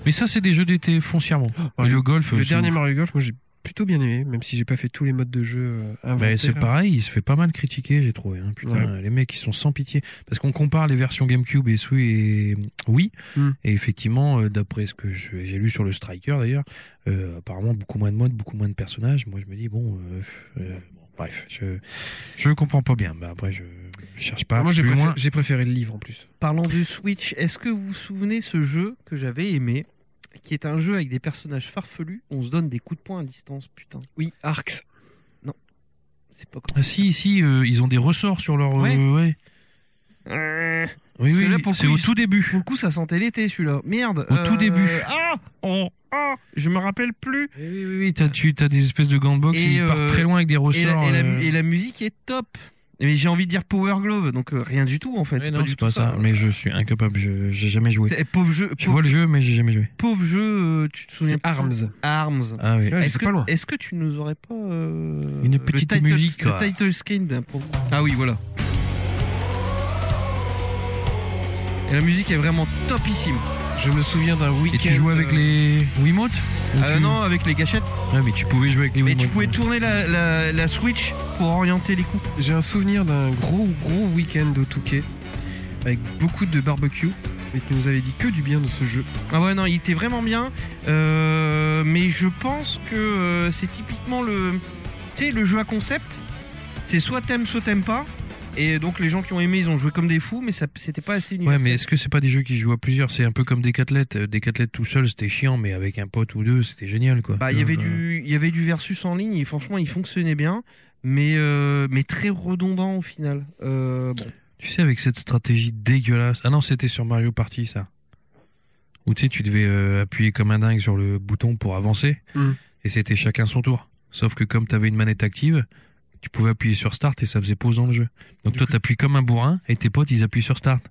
S1: Mais ça, c'est des jeux d'été foncièrement.
S2: ouais,
S1: et le golf,
S2: Oh,
S1: euh,
S2: le
S1: c'est-
S2: dernier Mario Golf, moi j'ai plutôt bien aimé, même si j'ai pas fait tous les modes de jeu euh, inventés.
S1: Ben, c'est
S2: là.
S1: pareil, il se fait pas mal critiquer, j'ai trouvé. hein. Putain, les mecs, ils sont sans pitié. Parce qu'on compare les versions GameCube et Switch et oui.
S2: Hmm.
S1: Et effectivement, euh, d'après ce que je- j'ai lu sur le Striker d'ailleurs, euh, apparemment beaucoup moins de modes, beaucoup moins de personnages. Moi, je me dis bon, euh, euh, bon, bref, je je comprends pas bien. Ben, après, je je cherche pas.
S2: Moi j'ai
S1: plus
S2: préféré,
S1: loin.
S2: j'ai préféré le livre en plus.
S3: Parlant de Switch, est-ce que vous vous souvenez ce jeu que j'avais aimé qui est un jeu avec des personnages farfelus, on se donne des coups de poing à distance, putain.
S2: Oui, Arx.
S3: C'est pas quoi.
S1: Ah, si, si, euh, ils ont des ressorts sur leur. euh,
S3: Ouais.
S1: ouais. Oui,
S3: Parce que
S1: oui,
S3: là, pour le
S1: c'est
S3: coup,
S1: au
S3: ils-
S1: tout début.
S3: Pour le coup, ça sentait l'été celui-là. Merde.
S1: Au tout début.
S3: Ah, oh, ah, je me rappelle plus.
S1: Oui, oui, oui, t'as, tu as des espèces de gants de boxe,
S3: Et,
S1: ils partent
S3: euh,
S1: très loin avec des
S3: Et la,
S1: ressorts.
S3: et la-
S1: euh.
S3: et la musique est top. Mais j'ai envie de dire Power Glove, donc euh, rien du tout en fait.
S1: Ouais,
S3: c'est
S1: non,
S3: pas du
S1: c'est
S3: tout
S1: pas ça, mais je suis incapable, je j'ai jamais joué.
S3: C'est- eh, Pauvre jeu,
S1: Je vois
S3: pauvre,
S1: le jeu, mais j'ai jamais joué.
S3: pauvre jeu, euh, tu te souviens
S2: C'est
S3: plus
S2: Arms.
S3: Arms.
S1: Ah oui.
S2: Ouais,
S3: Est-ce
S2: j'étais
S3: que,
S2: pas loin.
S3: est-ce que tu nous aurais pas euh,
S1: Une
S3: le
S1: petite
S3: title-
S1: musique,
S3: le
S1: quoi.
S3: title screen d'un pro- Ah oui, voilà. Et la musique est vraiment topissime.
S2: Je me souviens d'un week-end.
S1: Et tu jouais avec les Wiimote Ou
S3: Euh,
S1: tu-
S3: non, avec les gâchettes.
S1: Ouais, mais tu pouvais jouer avec les
S3: Mais
S1: Wiimote.
S3: tu pouvais tourner la, la- la Switch pour orienter les coups.
S2: J'ai un souvenir d'un gros gros week-end au Touquet avec beaucoup de barbecue. Mais tu nous avais dit que du bien de ce jeu.
S3: Ah ouais, non, il était vraiment bien. Euh, mais je pense que euh, c'est typiquement le, tu sais, le jeu à concept C'est soit t'aimes, soit t'aimes pas. Et donc les gens qui ont aimé, ils ont joué comme des fous, mais ça c'était pas assez
S1: Ouais,
S3: universel.
S1: mais est-ce que c'est pas des jeux qui se jouent à plusieurs C'est un peu comme des catlettes. Des catlettes tout seul, c'était chiant, mais avec un pote ou deux, c'était génial, quoi. Euh,
S3: Bah, il y avait du, il y avait du versus en ligne. Et franchement, il fonctionnait bien, mais euh, mais très redondant au final. Euh, bon.
S1: Tu sais, avec cette stratégie dégueulasse. Ah non, c'était sur Mario Party, ça. Où tu sais, tu devais euh, appuyer comme un dingue sur le bouton pour avancer.
S2: Mm.
S1: Et c'était chacun son tour. Sauf que comme t'avais une manette active, tu pouvais appuyer sur Start et ça faisait pause dans le jeu. Donc toi, t'appuies comme un bourrin et tes potes, ils appuient sur Start.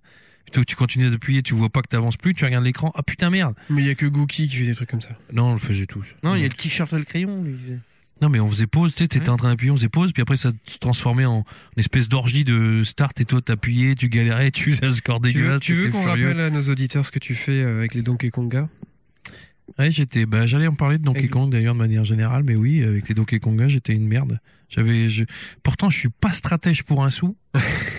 S1: Plutôt que tu continues d'appuyer, tu vois pas que t'avances plus, tu regardes l'écran. Ah putain, merde
S2: Mais il y a que Gookie qui fait des trucs comme ça.
S1: Non, on le faisait tous. Mm.
S3: Non, il y a le t-shirt et le crayon. Lui.
S1: Non, mais on faisait pause, tu sais, t'étais
S3: Ouais.
S1: en train d'appuyer, on faisait pause, puis après ça se transformait en une espèce d'orgie de start et toi t'appuyais, tu galérais, tu faisais un score
S2: Tu veux,
S1: dégueulasse.
S2: tu veux
S1: t'étais
S2: qu'on
S1: furieux.
S2: rappelle à nos auditeurs ce que tu fais euh, avec les Donkey Konga
S1: Ouais, j'étais, bah, j'allais en parler de Donkey
S2: Avec-
S1: Kong d'ailleurs de manière générale, mais oui, avec les Donkey Konga, j'étais une merde. J'avais, je, pourtant, je suis pas stratège pour un
S2: [LAUGHS]
S1: sou.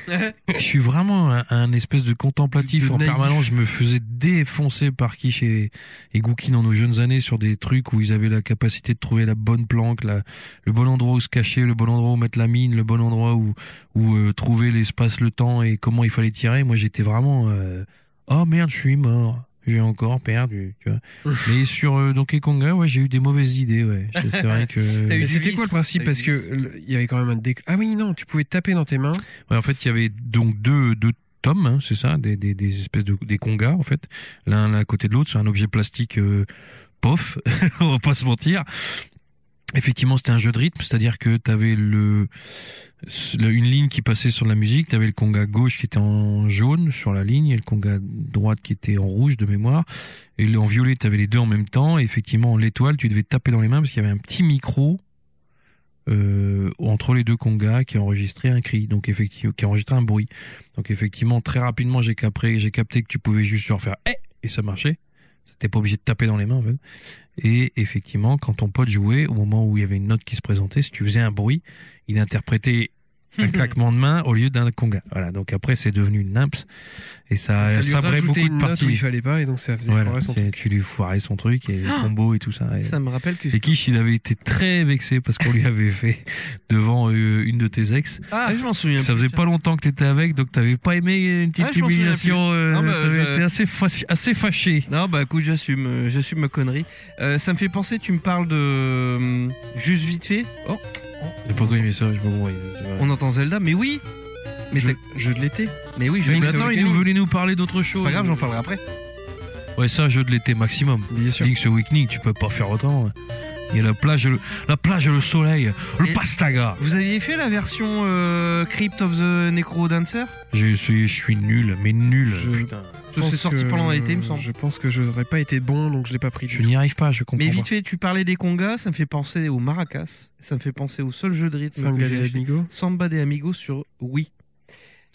S1: je suis vraiment un, un espèce de contemplatif
S2: De
S1: en
S2: naïf.
S1: permanence. Je me faisais défoncer par Kish et, et Gookie dans nos jeunes années sur des trucs où ils avaient la capacité de trouver la bonne planque, la, le bon endroit où se cacher, le bon endroit où mettre la mine, le bon endroit où, où euh, trouver l'espace, le temps et comment il fallait tirer. Moi, j'étais vraiment, euh, oh merde, je suis mort. J'ai encore perdu, tu vois.
S3: [LAUGHS]
S1: Mais sur euh, Donkey Konga, ouais, j'ai eu des mauvaises idées, ouais. Je- C'est vrai que.
S3: T'as
S2: Mais
S3: eu des
S2: c'était
S3: vis.
S2: quoi le principe
S3: Avec
S2: Parce
S3: des
S2: que
S3: vis.
S2: le- il y avait quand même un déc... Ah oui, non, tu pouvais taper dans tes mains.
S1: Ouais, en fait, il y avait donc deux, deux tomes, hein, c'est ça, des, des, des espèces de des congas, en fait. L'un l'un à côté de l'autre, c'est un objet plastique euh, pof, [LAUGHS] on va pas se mentir. Effectivement, c'était un jeu de rythme, c'est-à-dire que t'avais le, le- une ligne qui passait sur la musique, t'avais le conga gauche qui était en jaune sur la ligne et le conga droite qui était en rouge de mémoire. Et le- en violet, t'avais les deux en même temps. Et effectivement, l'étoile, tu devais taper dans les mains parce qu'il y avait un petit micro euh, entre les deux congas qui enregistrait un cri, donc effectivement, qui enregistrait un bruit. Donc effectivement, très rapidement, j'ai capté, j'ai capté que tu pouvais juste genre faire eh et ça marchait. T'étais pas obligé de taper dans les mains, en fait. Et effectivement, quand ton pote jouait, au moment où il y avait une note qui se présentait, si tu faisais un bruit, il interprétait
S2: [LAUGHS]
S1: un claquement de main au lieu d'un conga. Voilà. Donc après, c'est devenu une nimps. Et
S3: Ah,
S1: ça,
S2: ça lui
S1: sabrait
S2: rajoutait
S1: beaucoup
S2: une
S1: de
S2: note où il
S1: parties.
S2: fallait pas et donc ça faisait
S1: Voilà.
S2: foirer son
S1: c'est-
S2: truc.
S1: Tu lui foirais son truc et les combos et tout ça. Et-
S3: Ça me rappelle que.
S1: et Kish, il avait été très vexé parce qu'on lui avait fait devant euh, une de tes ex.
S3: Ah, je m'en souviens.
S1: Ça faisait pas longtemps que t'étais avec, donc t'avais pas aimé une petite
S3: Ah, je m'en souviens
S1: humiliation. euh,
S3: Non, bah,
S1: t'avais
S3: je-
S1: été assez, fâché- assez fâché.
S3: Non, bah écoute, j'assume, euh, j'assume ma connerie. Euh, ça me fait penser, tu me parles de. euh, Juste vite fait. Oh,
S1: J'ai pas aimé ça, je
S3: on entend Zelda, mais oui Mais,
S2: Je,
S3: t'as-
S2: je de l'été.
S3: mais oui, je
S1: Mais
S3: l'ai
S1: attends,
S3: fait.
S1: il nous venait nous parler d'autre chose.
S3: Pas grave, j'en parlerai après.
S1: Ouais, ça, jeu de l'été maximum.
S2: Bien sûr.
S1: Link's Awakening, tu peux pas faire autant. Il y a la plage, le, la plage, le soleil, le
S3: Et-
S1: pastaga.
S3: Vous aviez fait la version euh, Crypt of the Necro Dancer
S1: J'ai essayé, je suis nul, mais nul.
S2: Je-
S1: Putain.
S2: Je
S3: C'est
S2: pense
S3: sorti
S2: que-
S3: pendant l'été, il me semble.
S2: Je pense que je n'aurais pas été bon, donc je l'ai pas pris. du
S1: Je n'y arrive pas, je comprends
S3: Mais
S1: pas.
S3: vite fait, tu parlais des congas, ça me fait penser au maracas, ça me fait penser au seul jeu de
S2: tout.
S3: rythme
S2: Sangha
S3: que j'ai
S2: des
S3: acheté.
S2: Amigos.
S3: Samba des Amigos sur Wii.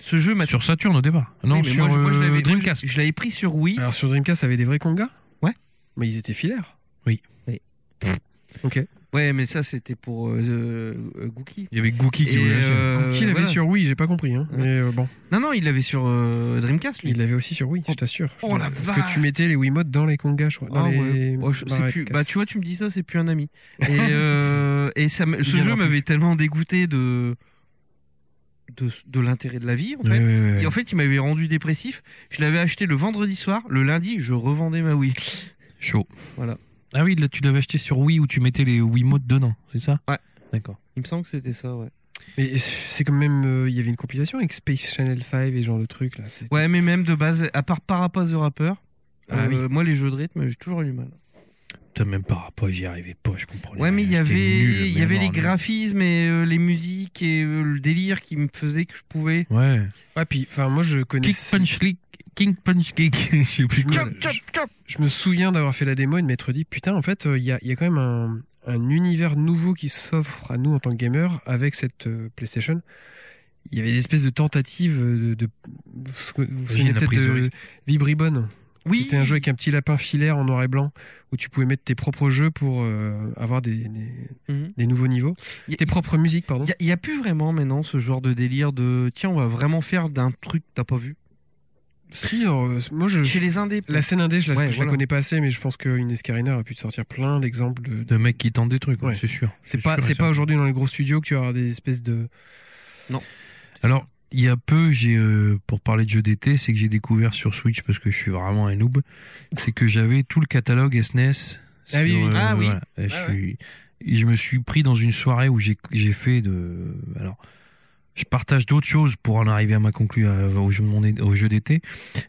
S3: Ce jeu m'a
S1: Sur Saturn au départ. Non,
S3: Oui, mais
S1: sur
S3: moi, je- moi, je
S1: euh,
S3: l'avais- moi, je-
S1: Dreamcast.
S3: Je l'avais pris sur Wii.
S2: Alors sur Dreamcast, ça avait des vrais congas
S3: Ouais.
S2: Mais ils étaient filaires.
S1: Oui.
S3: Oui.
S2: Ok.
S3: Ouais, mais ça c'était pour euh, euh, Gookie.
S1: Il y avait Gookie qui
S3: Et,
S1: voulait lâcher.
S3: euh,
S2: Qui l'avait
S3: voilà.
S2: sur Wii, j'ai pas compris. Hein.
S3: Ouais.
S2: Mais euh, bon,
S3: Non, non, il l'avait sur euh, Dreamcast, lui.
S2: il l'avait aussi sur Wii, je t'assure.
S3: Oh, la
S2: Parce que tu mettais les Wiimotes dans les congas, je crois. Dans
S3: Ah,
S2: les
S3: ouais. Oh, je sais
S2: barrettes
S3: plus.
S2: casse.
S3: Bah, tu vois, tu me dis ça, c'est plus un ami. Et, euh, et ça, me-
S2: Il
S3: ce
S2: viendra
S3: jeu m'avait tellement dégoûté de de, de l'intérêt de la vie, en fait.
S1: Ouais, ouais, ouais.
S3: Et en fait, il m'avait rendu dépressif. Je l'avais acheté le vendredi soir. Le lundi, je revendais ma Wii.
S1: Chaud.
S3: Voilà.
S1: Ah oui, là, tu l'avais acheté sur Wii où tu mettais les Wiimotes dedans, c'est ça
S3: Ouais.
S1: D'accord.
S3: Il me semble que c'était ça, ouais.
S2: Mais c'est quand même. euh, Il y avait une compilation avec Space Channel 5 et genre de trucs là. c'était-
S3: Ouais, mais même de base, à part Parappa the Rapper,
S2: Ah
S3: euh, moi, les jeux de rythme, j'ai toujours eu du mal.
S1: Putain, même par rapport, j'y arrivais pas, je comprenais.
S3: Ouais, mais il y
S1: rien, j'étais
S3: avait,
S1: nul,
S3: il
S1: mais
S3: y avait
S1: alors,
S3: les
S1: nul.
S3: graphismes et euh, les musiques et euh, le délire qui me faisait que je pouvais.
S1: Ouais.
S2: Ouais, Ah, puis enfin, moi je connais.
S1: Kick Punch League. King Punch Kick. [LAUGHS] je sais plus quoi.
S2: Chop, chop, Je me souviens d'avoir fait la démo et de m'être dit putain, en fait, euh, il y, a, il y a quand même un, un univers nouveau qui s'offre à nous en tant que gamers avec cette euh, PlayStation. Il y avait des espèces de tentatives euh, de. de vous vous vous souvenez
S1: la
S2: peut-être
S1: prise de
S2: de
S1: risque.
S2: Vibribone
S3: Oui.
S2: C'était un jeu avec un petit lapin filaire en noir et blanc où tu pouvais mettre tes propres jeux pour euh, avoir des, des,
S3: Mhm.
S2: des nouveaux niveaux.
S3: Y a-
S2: Tes propres musiques, pardon.
S3: Il n'y a, plus vraiment maintenant ce genre de délire de tiens, on va vraiment faire d'un truc que t'as pas vu.
S2: Si, euh, moi je.
S3: Chez les indés.
S2: La scène indé, je la,
S3: Ouais,
S2: je la
S3: voilà.
S2: connais pas assez, mais je pense qu'une Escarina aurait pu te sortir plein d'exemples de,
S1: De mecs qui tentent des trucs, ouais,
S2: Ouais.
S1: c'est sûr. [LAUGHS]
S2: C'est pas, c'est pas aujourd'hui dans les gros studios que tu vas avoir des espèces de,
S3: Non.
S1: Alors, il y a peu, j'ai euh, pour parler de jeux d'été, c'est que j'ai découvert sur Switch parce que je suis vraiment un noob, c'est que j'avais tout le catalogue SNES.
S2: Ah
S1: sur,
S2: oui, oui.
S1: euh,
S3: Ah oui.
S1: voilà. Et je,
S3: Ah
S1: suis- et je me suis pris dans une soirée où j'ai j'ai fait de. Alors, je partage d'autres choses pour en arriver à ma conclusion au jeu, de mon é- au jeu d'été,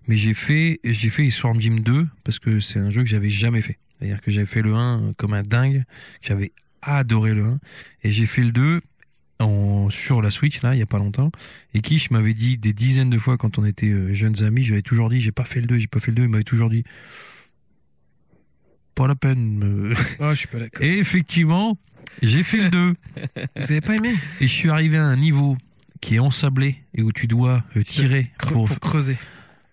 S1: mais j'ai fait j'ai fait Swarm Gym 2 parce que c'est un jeu que j'avais jamais fait. C'est-à-dire que j'avais fait le 1 comme un dingue, j'avais adoré le 1 et j'ai fait le 2 en, sur la Switch là il y a pas longtemps et qui je m'avait dit des dizaines de fois quand on était euh, jeunes amis, j'avais toujours dit j'ai pas fait le 2, j'ai pas fait le 2, il m'avait toujours dit pas la peine. euh.
S2: Ah, je suis pas d'accord.
S1: Et effectivement, j'ai fait le 2
S2: Vous avez
S1: [LAUGHS]
S2: pas aimé
S1: et je suis arrivé à un niveau qui est ensablé et où tu dois euh, tirer
S2: Cre-
S1: pour,
S2: pour creuser.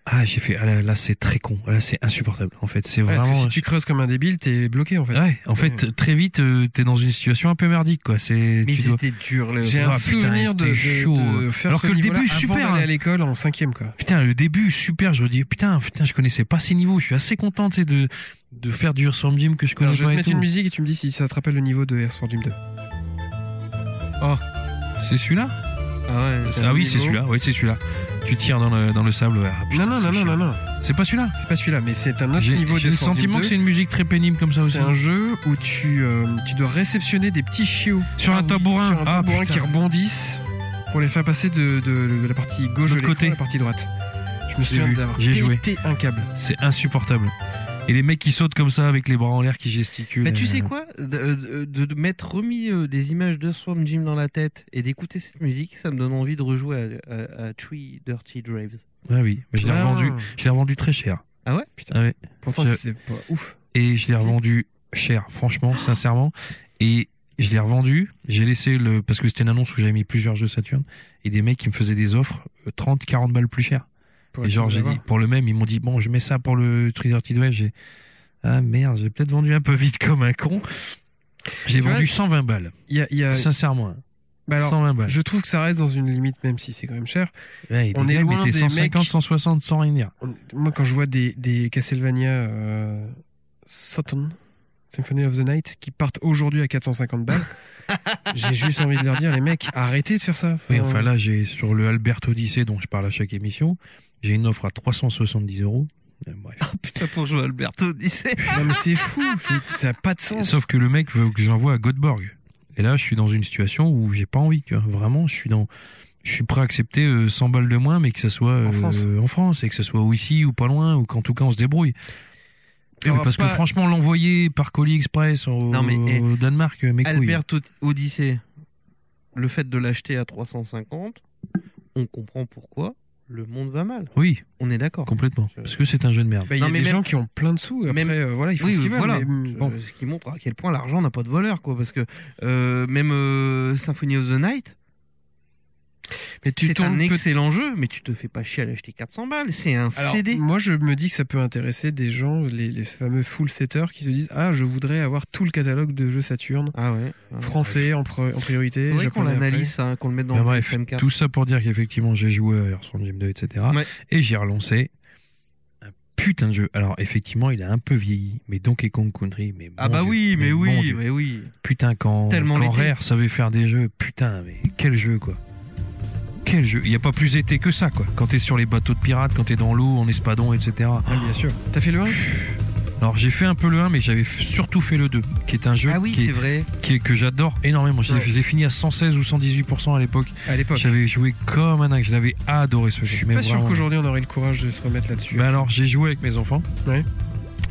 S1: ah j'ai fait ah là, là, c'est très con là c'est insupportable en fait c'est
S2: Ouais,
S1: vraiment
S2: parce que si tu creuses comme un débile, t'es bloqué en fait.
S1: ouais en fait très vite euh, t'es dans une situation un peu merdique quoi c'est
S3: Mais
S1: tu dois-
S3: c'était dur, le.
S2: J'ai
S1: Ah,
S2: un
S1: putain,
S2: souvenir de,
S1: c'était
S2: de-
S1: chaud. hein.
S2: de faire
S1: Alors
S2: ce
S1: que le
S2: niveau-là
S1: début,
S2: avant
S1: super,
S2: d'aller
S1: hein.
S2: à l'école en cinquième quoi.
S1: Putain, le début, super. Je me dis, putain, putain, je connaissais pas ces niveaux. Je suis assez content, tu sais, de, de faire du Swarm Gym que je connais
S2: Alors, je vais
S1: pas
S2: te
S1: et
S2: mettre une
S1: tout. Ah
S2: musique et tu me dis si ça te rappelle le niveau de Airsport Gym 2.
S1: C'est celui-là?
S2: Ah ouais.
S1: Ah oui, c'est celui-là. Oui, c'est celui-là. Tu tires dans le, dans le sable. ouais. Ah, putain,
S2: Non, non,
S1: c'est
S2: non, non,
S1: chiant.
S2: non, non.
S1: C'est pas celui-là.
S2: C'est pas celui-là, mais c'est un autre
S1: J'ai
S2: niveau
S1: j'ai
S2: de
S1: le sentiment que c'est une musique très pénible comme ça aussi.
S2: C'est un jeu où tu, euh, tu dois réceptionner des petits chiots.
S1: Sur un
S2: oui,
S1: tambourin.
S2: Sur un
S1: Ah,
S2: tambourin
S1: putain.
S2: qui rebondissent pour les faire passer de, de- de la partie gauche de
S1: L'autre
S2: l'écran
S1: côté.
S2: à la partie droite. Je me
S1: J'ai
S2: souviens
S1: vu,
S2: d'avoir
S1: j'ai joué.
S2: pété un câble.
S1: C'est insupportable. Et les mecs qui sautent comme ça avec les bras en l'air qui gesticulent.
S3: Bah, tu sais
S1: euh,
S3: quoi de, de- de- de m'être remis euh, des images de Swarm Jim dans la tête et d'écouter cette musique, ça me donne envie de rejouer à, à- à Three Dirty Drives.
S1: Ah oui. Mais je l'ai
S2: Ah.
S1: revendu. Je l'ai revendu très cher.
S3: Ah ouais
S1: Ah ouais.
S2: Pourtant,
S1: Je-
S2: c'est pas ouf.
S1: et je l'ai revendu cher, franchement, sincèrement. Et je l'ai revendu, j'ai laissé le parce que c'était une annonce où j'avais mis plusieurs jeux Saturn et des mecs qui me faisaient des offres euh, 30 40 balles plus cher.
S2: Pour
S1: et
S2: être
S1: genre
S2: sûr
S1: j'ai
S2: d'avoir.
S1: dit pour le même, ils m'ont dit bon, je mets ça pour le Trader Tidwell, j'ai ah merde, j'ai peut-être vendu un peu vite [LAUGHS] comme un con. J'ai
S2: Tu vois,
S1: vendu 120 balles,
S2: Il y a- il y a-
S1: sincèrement. hein.
S2: bah alors,
S1: 120 balles.
S2: je trouve que ça reste dans une limite, même si c'est quand même cher.
S1: Ouais, et
S2: on
S1: des
S2: est
S1: gars, ils
S2: loin
S1: mettaient
S2: des
S1: 150,
S2: mecs-
S1: 160 sans rien dire.
S2: On- Moi, quand je vois des, des Castlevania euh, Sutton, Symphony of the Night, qui partent aujourd'hui à 450 [LAUGHS] balles, j'ai juste envie de leur dire, les mecs, arrêtez de faire ça.
S1: Oui, enfin là, j'ai sur le Albert Odyssey dont je parle à chaque émission, j'ai une offre à 370 euros. Euh, Bref.
S3: [LAUGHS] Putain, pour jouer à Alberto Odyssey.
S2: Non, mais c'est fou, c'est- ça n'a pas de sens.
S1: Sauf que le mec veut que j'envoie à Göteborg. Et là, je suis dans une situation où j'ai pas envie, tu vois. Vraiment, je suis dans, je suis prêt à accepter euh, 100 balles de moins, mais que ça soit euh,
S2: France.
S1: en France, et que ça soit ou ici ou pas loin, ou qu'en tout cas on se débrouille.
S2: Il y aura
S1: Parce que
S2: pas-
S1: franchement, l'envoyer par colis express au,
S3: Non, mais, eh,
S1: au Danemark, euh, mes couilles.
S3: Alberto Odyssey, le fait de l'acheter à 350, on comprend pourquoi le monde va mal.
S1: Oui,
S3: On est d'accord.
S1: complètement. Parce que c'est un jeu de merde.
S2: Bah, il y
S3: Non,
S2: a
S3: mais
S2: des
S3: même-
S2: gens qui ont plein de sous. Après,
S3: même-
S2: euh, voilà, ils font
S3: Oui,
S2: ce
S3: oui,
S2: qu'ils veulent.
S3: voilà.
S2: mais, mm, bon.
S3: Euh, Ce qui montre à quel point l'argent n'a pas de valeur, quoi. Parce que euh, même euh, Symphony of the Night,
S2: mais tu
S3: c'est un
S2: tournes peut-
S3: excellent jeu, mais tu te fais pas chier à l'acheter 400 balles. C'est un
S2: Alors, mm.
S3: CD.
S2: moi, je me dis que ça peut intéresser des gens, les, les fameux full setters, qui se disent Ah, je voudrais avoir tout le catalogue de jeux Saturn,
S3: Ah ouais. ouais.
S2: français en, pre- en priorité.
S3: Il faudrait qu'on
S2: japonais après.
S3: l'analyse, ça, qu'on le mette dans
S1: Mais
S3: le
S1: bref,
S3: FMK.
S1: Ah tout ça pour dire qu'effectivement, j'ai joué à Earthworm Jim 2, etc.
S3: Ouais.
S1: Et j'ai relancé un putain de jeu. Alors, effectivement, il a un peu vieilli, mais Donkey Kong Country, mais
S3: Ah
S1: mon
S3: bah
S1: Dieu,
S3: oui, mais, oui,
S1: mon Dieu.
S3: mais oui.
S1: Putain, quand,
S3: Tellement
S1: quand
S3: l'été.
S1: Rare savait faire des jeux, putain, mais quel jeu, quoi. Quel jeu. Il n'y a pas plus été que ça, quoi. Quand t'es sur les bateaux de pirates, quand t'es dans l'eau, en espadon, etc.
S2: Ah, bien sûr. T'as fait le 1
S1: Alors, j'ai fait un peu le 1, mais j'avais f- surtout fait le 2, qui est un jeu
S3: Ah oui,
S1: qui est-
S3: c'est vrai.
S1: qui est- que j'adore énormément. Je l'ai-
S2: Ouais.
S1: je l'ai fini à 116 ou 118% à l'époque.
S2: À l'époque.
S1: J'avais joué comme un dingue. Je l'avais adoré, ce jeu.
S2: Je suis
S1: mais
S2: pas sûr
S1: vraiment.
S2: qu'aujourd'hui on aurait le courage de se remettre là-dessus.
S1: Bah alors j'ai joué avec mes enfants.
S2: Ouais.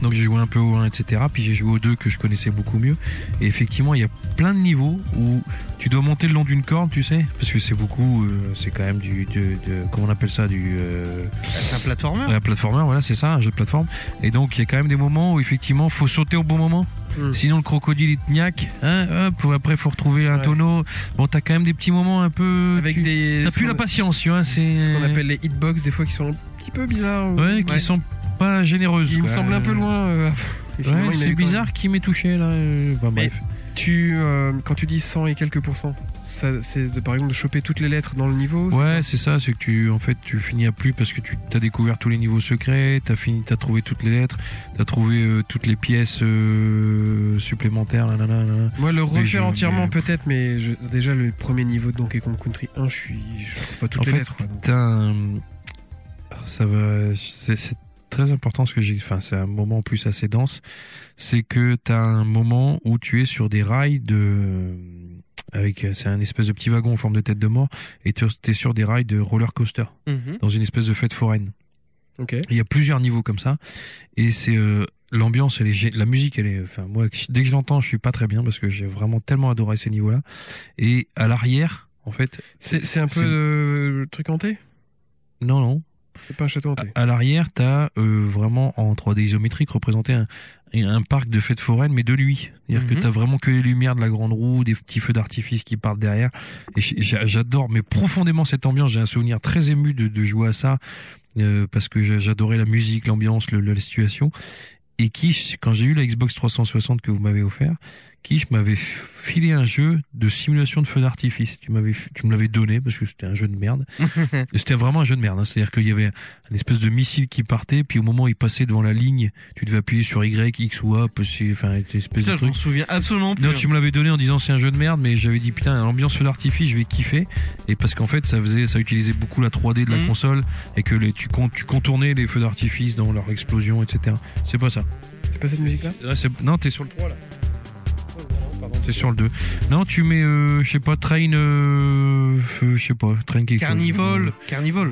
S1: Donc j'ai joué un peu au 1, etc. Puis j'ai joué au 2 que je connaissais beaucoup mieux. Et effectivement, il y a plein de niveaux où tu dois monter le long d'une corde, tu sais, parce que c'est beaucoup, euh, c'est quand même du, de, de- comment on appelle ça, du euh,
S3: C'est un platformer.
S1: un platformer, voilà, c'est ça, un jeu de plateforme. Et donc il y a quand même des moments où effectivement faut sauter au bon moment.
S2: Hmm.
S1: Sinon le crocodile il te niaque, hein, hop, après faut retrouver un
S2: Ouais.
S1: tonneau. Bon, t'as quand même des petits moments un peu.
S2: Avec
S1: tu-
S2: des.
S1: T'as
S2: ce
S1: plus
S2: qu'on-
S1: la patience, tu vois, c'est.
S2: Ce qu'on appelle les hitbox, des fois qui sont un petit peu bizarres. ou-
S1: Ouais, qui sont pas généreuses.
S2: Il me
S1: quoi.
S2: semble un peu loin. euh, et
S1: Ouais,
S2: finalement, il m'a eu
S1: c'est
S2: quand même.
S1: bizarre qui m'ait touché là. euh, bah, bref.
S2: Tu, euh, quand tu dis 100 et quelques pourcents, ça- c'est de, par exemple de choper toutes les lettres dans le niveau. c'est-
S1: Ouais, c'est ça, c'est que tu, en fait, tu finis à plus parce que tu t'as découvert tous les niveaux secrets, t'as fini, t'as trouvé toutes les lettres, t'as trouvé euh, toutes les pièces euh, supplémentaires, là, là, là, là.
S2: Moi, le
S1: Mais
S2: refaire
S1: je-
S2: entièrement
S1: mais-
S2: peut-être, mais je- déjà le premier niveau de Donkey Kong Country 1, je suis, je trouve pas toutes
S1: En
S2: les
S1: fait,
S2: lettres. quoi, donc.
S1: t'as un- ça va, c'est c'est très important ce que j'ai, enfin, c'est un moment en plus assez dense, c'est que t'as un moment où tu es sur des rails de, euh, avec, euh, c'est un espèce de petit wagon en forme de tête de mort, et tu- t'es sur des rails de roller coaster,
S3: Mhm.
S1: dans une espèce de fête foraine.
S2: Ok.
S1: Et Il y a plusieurs niveaux comme ça, et c'est euh, l'ambiance, elle est, gé- la musique, elle est, enfin moi, dès que je l'entends, je suis pas très bien parce que j'ai vraiment tellement adoré ces niveaux-là. Et à l'arrière, en fait,
S2: C'est c'est un peu
S1: c'est-
S2: euh, le truc hanté.
S1: non non,
S2: C'est pas un château hanté.
S1: à, à l'arrière, t'as euh, vraiment en 3D isométrique représenté un, un parc de fête foraine, mais de nuit. C'est-à-dire
S3: Mhm.
S1: que t'as vraiment que les lumières de la grande roue, des petits feux d'artifice qui partent derrière. Et j'- j'a- j'adore, mais profondément cette ambiance. J'ai un souvenir très ému de, de jouer à ça euh, parce que j'a- j'adorais la musique, l'ambiance, le- le- la situation. Et Kish, quand j'ai eu la Xbox 360 que vous m'avez offert, Kish m'avait f- filé un jeu de simulation de feu d'artifice. Tu m'avais, f- tu me l'avais donné parce que c'était un jeu de
S3: [LAUGHS]
S1: merde. Et c'était vraiment un jeu de merde. hein. C'est-à-dire qu'il y avait un espèce de missile qui partait, puis au moment où il passait devant la ligne, tu devais appuyer sur Y, X ou A, parce que- enfin, une espèce
S3: Putain,
S1: de
S3: je m'en
S1: truc.
S3: souviens absolument plus. hein.
S1: Non, tu me l'avais donné en disant c'est un jeu de merde, mais j'avais dit putain, l'ambiance feu d'artifice, je vais kiffer. Et parce qu'en fait, ça faisait, ça utilisait beaucoup la 3D de la
S3: Mhm.
S1: console et que les, tu, con- tu contournais les feux d'artifice dans leur explosion, etc. C'est pas ça.
S2: C'est pas cette musique-là
S1: Là, Ah, c'est- non, t'es sur le 3 là. Pardon, t'es sur le 2. Non, tu mets, euh, je sais pas, train, euh, euh, je sais pas, train quelque chose.
S3: Carnivore. Carnivore.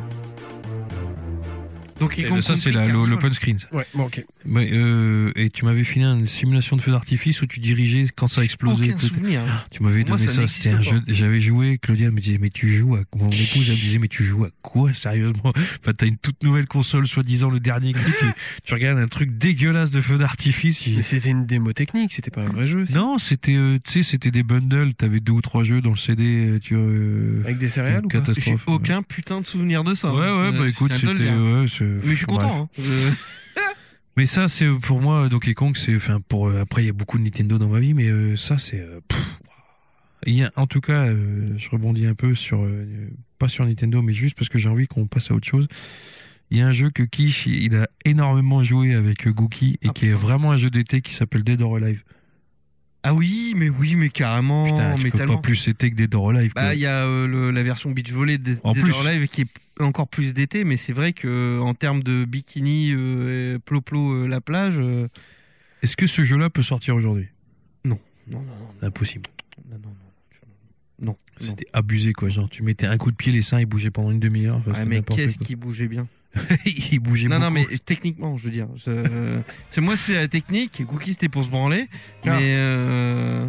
S3: Donc
S1: Et Euh, Ça, c'est la- l'open screen. ça.
S2: Ouais. Bon, ok.
S1: Mais, euh, et tu m'avais filé une simulation de feu d'artifice où tu dirigeais quand ça explosait.
S3: Aucun
S1: etc.
S3: souvenir.
S1: Tu m'avais
S3: Moi,
S1: donné
S3: ça
S1: ça.
S3: n'existe
S1: C'était un
S3: pas.
S1: jeu. J'avais joué. Claudia me disait mais tu joues à mon épouse elle me disait mais tu joues à quoi sérieusement Enfin t'as une toute nouvelle console soi-disant le dernier cri. tu, tu regardes un truc dégueulasse de feu d'artifice. J'ai-
S2: Mais c'était une démo technique, c'était pas un vrai jeu. c'est-
S1: Non c'était euh, tu sais c'était des bundles. T'avais deux ou trois jeux dans le CD. euh, Tu vois, euh,
S2: Avec des céréales ou pas
S3: J'ai
S1: catastrophe.
S3: aucun putain de souvenir de ça. hein.
S1: Ouais ouais
S3: C'est-
S1: bah écoute
S3: c'est un
S1: c'était
S3: dol, hein.
S1: ouais, c'est-
S3: Mais je suis
S1: bref.
S3: content. hein. Euh,
S1: Mais ça, c'est euh, pour moi Donkey Kong, c'est enfin pour euh, après il y a beaucoup de Nintendo dans ma vie, mais euh, ça c'est euh, pff, waouh. il y a en tout cas, euh, je rebondis un peu sur euh, pas sur Nintendo, mais juste parce que j'ai envie qu'on passe à autre chose. Il y a un jeu que Kish il a énormément joué avec euh, Gookie et
S3: Ah,
S1: qui est vraiment un jeu d'été qui s'appelle Dead or Alive.
S3: Ah oui, mais oui, mais carrément.
S1: Putain,
S3: Oh, mais
S1: tu peux
S3: tellement.
S1: pas plus été que Dead or Alive. quoi.
S3: Bah, il y a euh, le- la version beach volley des
S1: En plus.
S3: live qui est encore plus d'été, mais c'est vrai que euh, en termes de bikini, euh, et ploplo, euh, la plage, euh,
S1: Est-ce que ce jeu-là peut sortir aujourd'hui
S3: non, non, non,
S1: Impossible.
S3: non, non, non, non, non.
S1: C'était abusé quoi, genre tu mettais un coup de pied les seins, ils bougeaient pendant une demi-heure. enfin,
S3: Ouais,
S1: c'était
S3: Ah, mais
S1: n'importe
S3: qu'est-ce
S1: quoi.
S3: qui bougeait bien
S1: [LAUGHS] ils bougeaient
S3: Non, non,
S1: beaucoup.
S3: mais techniquement, je veux dire. je- euh, c'est moi, c'était la technique. Cookie, c'était pour se branler, mais.
S2: Ah.
S3: euh,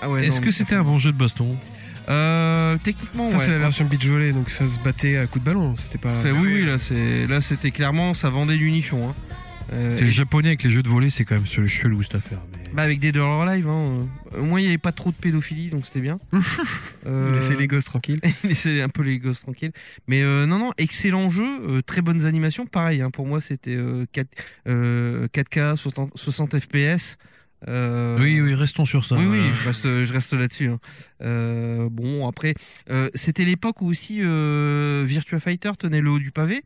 S3: Ah ouais,
S1: Est-ce
S3: non,
S1: que
S3: mais-
S1: c'était un bon jeu de baston
S3: euh, techniquement
S2: Ça,
S3: ouais.
S2: c'est la version beach volley, donc ça se battait à coups de ballon. C'était pas.
S3: C'est- oui, oui, là, c'est là, c'était clairement, ça vendait du nichon. Hein. Euh,
S1: Les
S3: et-
S1: japonais avec les jeux de volet, c'est quand même ce- chelou cette affaire. mais-
S3: Bah avec des Dead or Alive, hein. euh, au moins il n'y avait pas trop de pédophilie, donc
S2: [LAUGHS]
S3: c'était bien. Euh,
S2: Laissez les gosses tranquilles.
S3: [LAUGHS] laissez un peu les gosses tranquilles. Mais euh, non, non, excellent jeu, euh, très bonnes animations, pareil, hein, pour moi c'était euh, 4, euh, 4K, 60, 60 FPS. euh,
S1: Oui, oui, restons sur ça. Euh,
S3: oui, oui,
S1: voilà.
S3: je reste, je reste là-dessus. hein. Euh, bon, après, euh, c'était l'époque où aussi euh, Virtua Fighter tenait le haut du pavé.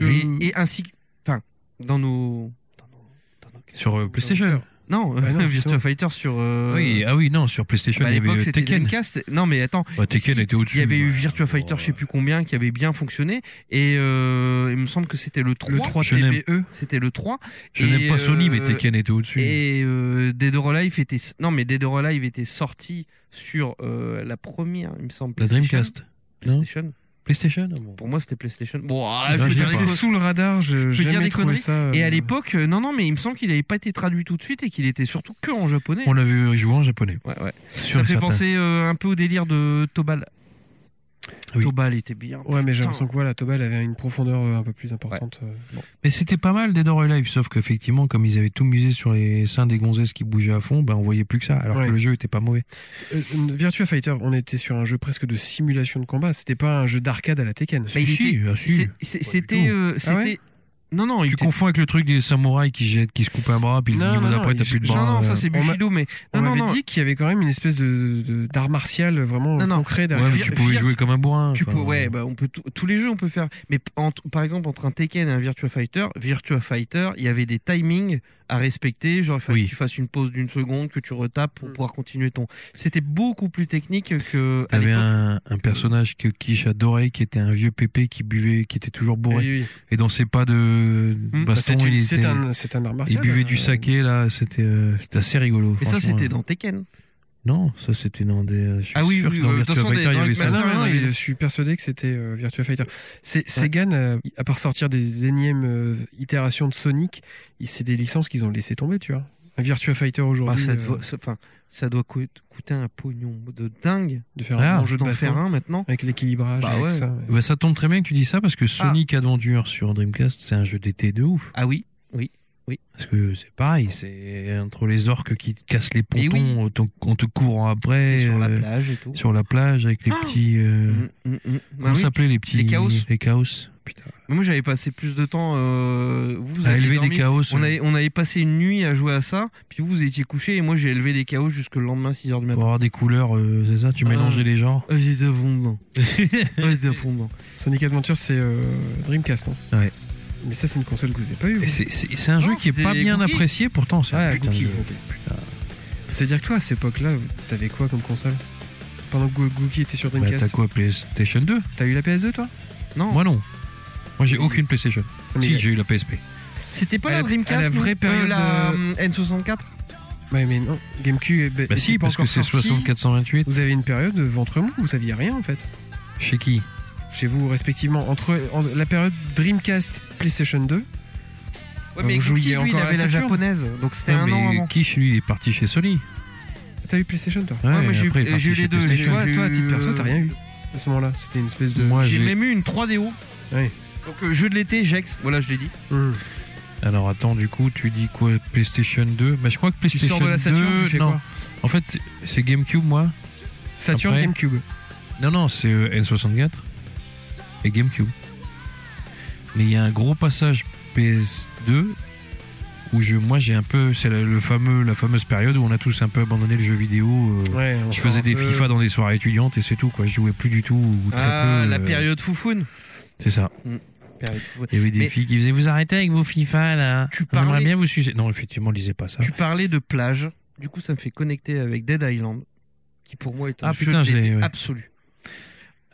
S3: Et,
S2: Euh.
S3: et ainsi, enfin, dans nos, dans nos- dans nos-
S1: Sur euh, PlayStation.
S3: Non,
S2: Bah non,
S3: [LAUGHS] Virtua
S2: justement.
S3: Fighter sur. euh,
S1: Oui, ah oui, non, sur PlayStation,
S3: bah, à
S1: il y avait
S3: l'époque,
S1: euh,
S3: c'était
S1: Tekken.
S3: Dreamcast. Non, mais attends,
S1: Bah, Tekken
S3: Si,
S1: était au-dessus.
S3: il y avait eu
S1: ouais.
S3: Virtua Fighter, je sais plus combien, qui avait bien fonctionné. Et euh, il me semble que c'était le 3.
S2: Le 3
S1: je n'aime-
S2: TPE.
S3: E. C'était le 3.
S1: Je n'aime
S3: Et,
S1: pas Sony, mais
S3: euh,
S1: Tekken était au-dessus.
S3: Et euh, Dead or Alive était. Non, mais Dead or Alive était sorti sur euh, la première, il me semble.
S1: La
S3: PlayStation.
S1: Dreamcast. Non
S3: PlayStation.
S1: PlayStation ah bon.
S3: Pour moi, c'était PlayStation. Bon, ah,
S1: Ah,
S3: je vais
S1: j'ai
S3: dire
S1: pas.
S3: des
S2: C'est
S3: conneries.
S2: sous le radar. Je
S3: Je peux
S2: j'ai
S3: dire
S2: jamais
S3: des
S2: trouvé
S3: conneries.
S2: ça. euh,
S3: Et à l'époque, euh, non, non, mais il me semble qu'il n'avait pas été traduit tout de suite et qu'il était surtout que en japonais.
S1: On l'avait joué en japonais.
S3: Ouais, ouais.
S1: Sur
S3: Ça me fait
S1: certains.
S3: penser euh, un peu au délire de Tobal.
S1: Oui.
S3: Tobal était bien.
S2: Ouais, mais j'ai
S3: Putain.
S2: l'impression que voilà, Tobal avait une profondeur euh, un peu plus importante. euh, bon.
S1: Mais c'était pas mal Dead or Alive, sauf qu'effectivement, comme ils avaient tout misé sur les seins des gonzesses qui bougeaient à fond, ben on voyait plus que ça, alors
S2: Ouais.
S1: que le jeu était pas mauvais.
S2: Euh, Virtua Fighter, on était sur un jeu presque de simulation de combat. C'était pas un jeu d'arcade à la Tekken.
S3: Mais Bah, il
S1: si,
S3: était-
S1: ah, si.
S3: C'est- c'est- C'était,
S1: tout.
S3: euh, c'était.
S2: Ah ouais
S3: Non, non, il
S1: Tu
S3: était-
S1: confonds avec le truc des samouraïs qui jettent, qui se coupent un bras, puis le
S2: Non,
S1: niveau
S2: non,
S1: d'après,
S2: non,
S1: t'as
S2: je-
S1: plus de
S2: je-
S1: bras.
S3: Non, non,
S1: euh.
S3: ça c'est
S2: on m'a-
S3: Bushido, mais.
S2: On
S3: Non, non,
S2: m'avait
S3: non.
S2: dit qu'il y avait quand même une espèce de de- d'art martial vraiment
S3: Non, non.
S2: concret
S1: Ouais,
S2: derrière.
S1: mais tu
S3: Fir-
S1: pouvais
S3: Fir-
S1: jouer comme un bourrin.
S3: Tu
S1: enfin. euh,
S3: peux, ouais, bah on peut tout- tous les jeux on peut faire. Mais p- entre- par exemple entre un Tekken et un Virtua Fighter, Virtua Fighter, il y avait des timings à respecter, genre il fallait
S1: Oui.
S3: que tu fasses une pause d'une seconde, que tu retapes pour
S2: Mm.
S3: pouvoir continuer ton. C'était beaucoup plus technique que. à
S1: T'avais
S3: l'époque.
S1: un, un personnage que, qui j'adorais, qui était un vieux pépé qui buvait, qui était toujours
S2: Oui,
S1: bourré.
S2: oui.
S1: Et dans ses pas de
S3: Hmm,
S2: Bah,
S1: baston,
S2: c'est une-
S1: il,
S2: c'est
S1: était-
S2: un, c'est un art
S1: il
S2: martial.
S1: buvait du
S2: euh,
S1: saké, là, c'était euh, c'était assez rigolo.
S3: Mais ça
S1: franchement.
S3: c'était dans Tekken.
S1: Non, ça c'était dans des. euh, Je suis
S3: Ah oui,
S1: sûr
S3: oui,
S1: que dans
S3: euh, de
S1: Virtua
S3: toute façon,
S1: Fighter,
S3: des
S1: il y avait
S3: Drunk
S1: ça.
S2: Ah
S3: Master,
S2: non, non,
S3: il y en avait-
S2: il- je suis persuadé que c'était euh, Virtua Fighter. C'est, Sega, n'a- à part sortir des énièmes euh, itérations de Sonic, il- c'est des licences qu'ils ont laissées tomber, tu vois. Un Virtua Fighter
S3: Bah,
S2: aujourd'hui,
S3: ça,
S2: euh,
S3: doit, ça- enfin, ça doit coû- coûter un pognon de dingue.
S2: de faire
S1: Ah,
S2: un bon
S3: Je
S2: jeu de
S3: d'en
S2: baston
S3: faire un maintenant.
S2: avec l'équilibrage.
S3: Bah
S2: avec
S3: ouais.
S2: tout ça, ouais.
S1: Bah, ça tombe très bien que tu dis ça parce que Sonic Adventure sur Dreamcast, c'est un jeu d'été de ouf.
S3: Ah oui.
S1: Parce que c'est pareil, c'est entre les orques qui te cassent les
S3: Mais oui.
S1: pontons, on te- on te court après.
S3: sur la
S1: euh,
S3: plage et tout.
S1: sur la plage avec les
S3: Ah.
S1: petits. euh,
S3: Mm, mm, mm. Bah
S1: Comment
S3: oui.
S1: s'appelaient les petits
S3: Les chaos.
S1: Les chaos. Putain.
S3: Mais Moi j'avais passé plus de temps. euh, vous
S1: à
S3: avez
S1: élever
S3: dormi
S1: des chaos.
S3: On
S1: euh,
S3: avait, on avait passé une nuit à jouer à ça, puis vous, vous étiez couché et moi j'ai élevé les chaos jusque le lendemain 6h du
S1: Pour
S3: matin.
S1: avoir des couleurs, euh, c'est ça Tu
S3: Ah.
S1: mélangeais les genres
S3: Ah, J'étais à fond [LAUGHS] dedans. Ah, J'étais à fond dedans.
S2: Sonic Adventure, c'est euh, Dreamcast. hein.
S1: Ouais.
S2: Mais ça, c'est une console que vous n'avez pas eu.
S1: Et C'est c'est- c'est un jeu
S3: Non,
S1: qui est
S3: c'est
S1: pas
S3: des
S1: bien
S3: cookies.
S1: apprécié, pourtant c'est un putain hein, de jeu.
S2: C'est-à-dire que toi, à cette époque-là, t'avais quoi comme console Pendant que Goo- Gookie était sur
S1: Bah, T'as
S2: Dreamcast,
S1: quoi PlayStation 2
S2: t'as eu la PS2, toi
S3: Non.
S1: Moi non. Moi j'ai aucune PlayStation.
S2: Mais-
S1: Si j'ai eu la PSP.
S3: C'était pas
S2: À
S3: la
S2: la-
S3: Dreamcast
S2: à la
S3: non
S2: vraie période
S3: Euh, la
S2: de-
S3: hum, N64
S2: Ouais, mais non. GameCube. eh ben,
S1: Bah
S2: était
S1: si,
S2: pas
S1: parce que
S2: encore
S1: c'est
S2: sorti.
S1: 6428.
S2: Vous avez une période de ventre mou, vous saviez rien en fait.
S1: Chez qui
S2: Chez vous respectivement, entre en- la période Dreamcast PlayStation 2,
S3: Ouais,
S2: Vous
S3: mais
S2: jouiez
S3: Cookie, lui, il
S2: encore à la
S3: avait la
S2: Saturn
S3: japonaise, donc c'était
S1: Non,
S3: un an
S1: mais
S3: avant.
S1: qui chez lui il est parti chez Sony
S2: t'as eu PlayStation toi
S1: Ouais,
S3: Ouais, moi,
S1: et
S3: j'ai eu-
S1: après, il est
S3: j'ai
S1: parti
S3: eu
S1: chez
S3: les deux,
S1: PlayStation.
S3: j'ai
S2: Toi,
S3: eu-
S2: toi, à titre
S3: euh,
S2: perso, t'as rien eu à ce moment-là. C'était une espèce de.
S1: Moi
S3: J'ai
S1: j'ai.
S3: même eu une 3DO.
S2: Ouais.
S3: Donc euh, jeu de l'été, Jex, voilà, je l'ai dit.
S2: Hum.
S1: Alors attends, du coup tu dis quoi PlayStation 2 Bah je crois que
S2: Tu
S1: PlayStation
S2: sors de la Saturn,
S1: 2,
S2: tu fais
S1: non.
S2: quoi
S1: En fait c'est GameCube moi.
S2: Saturn,
S1: Après-
S2: GameCube.
S1: Non, non, c'est euh, N64 et GameCube. Mais il y a un gros passage PS2 où je, moi j'ai un peu, c'est la, le fameux, la fameuse période où on a tous un peu abandonné le jeu vidéo. euh,
S2: Ouais,
S1: je faisais des FIFA dans des soirées étudiantes et c'est tout quoi. Je jouais plus du tout ou très
S3: Ah,
S1: peu.
S3: la
S1: euh,
S3: période foufoune.
S1: C'est ça. Il y avait des
S3: Mais-
S1: filles qui faisaient vous arrêtez avec vos FIFA là.
S3: Tu
S1: On aimerait
S3: parlais-
S1: bien vous sucer. Non, effectivement, lisez pas ça.
S3: Tu parlais de plage, du coup ça me fait connecter avec Dead Island, qui pour moi est un
S1: Ah,
S3: jeu
S1: putain,
S3: de
S1: je l'ai,
S3: l'été
S1: ouais.
S3: absolu.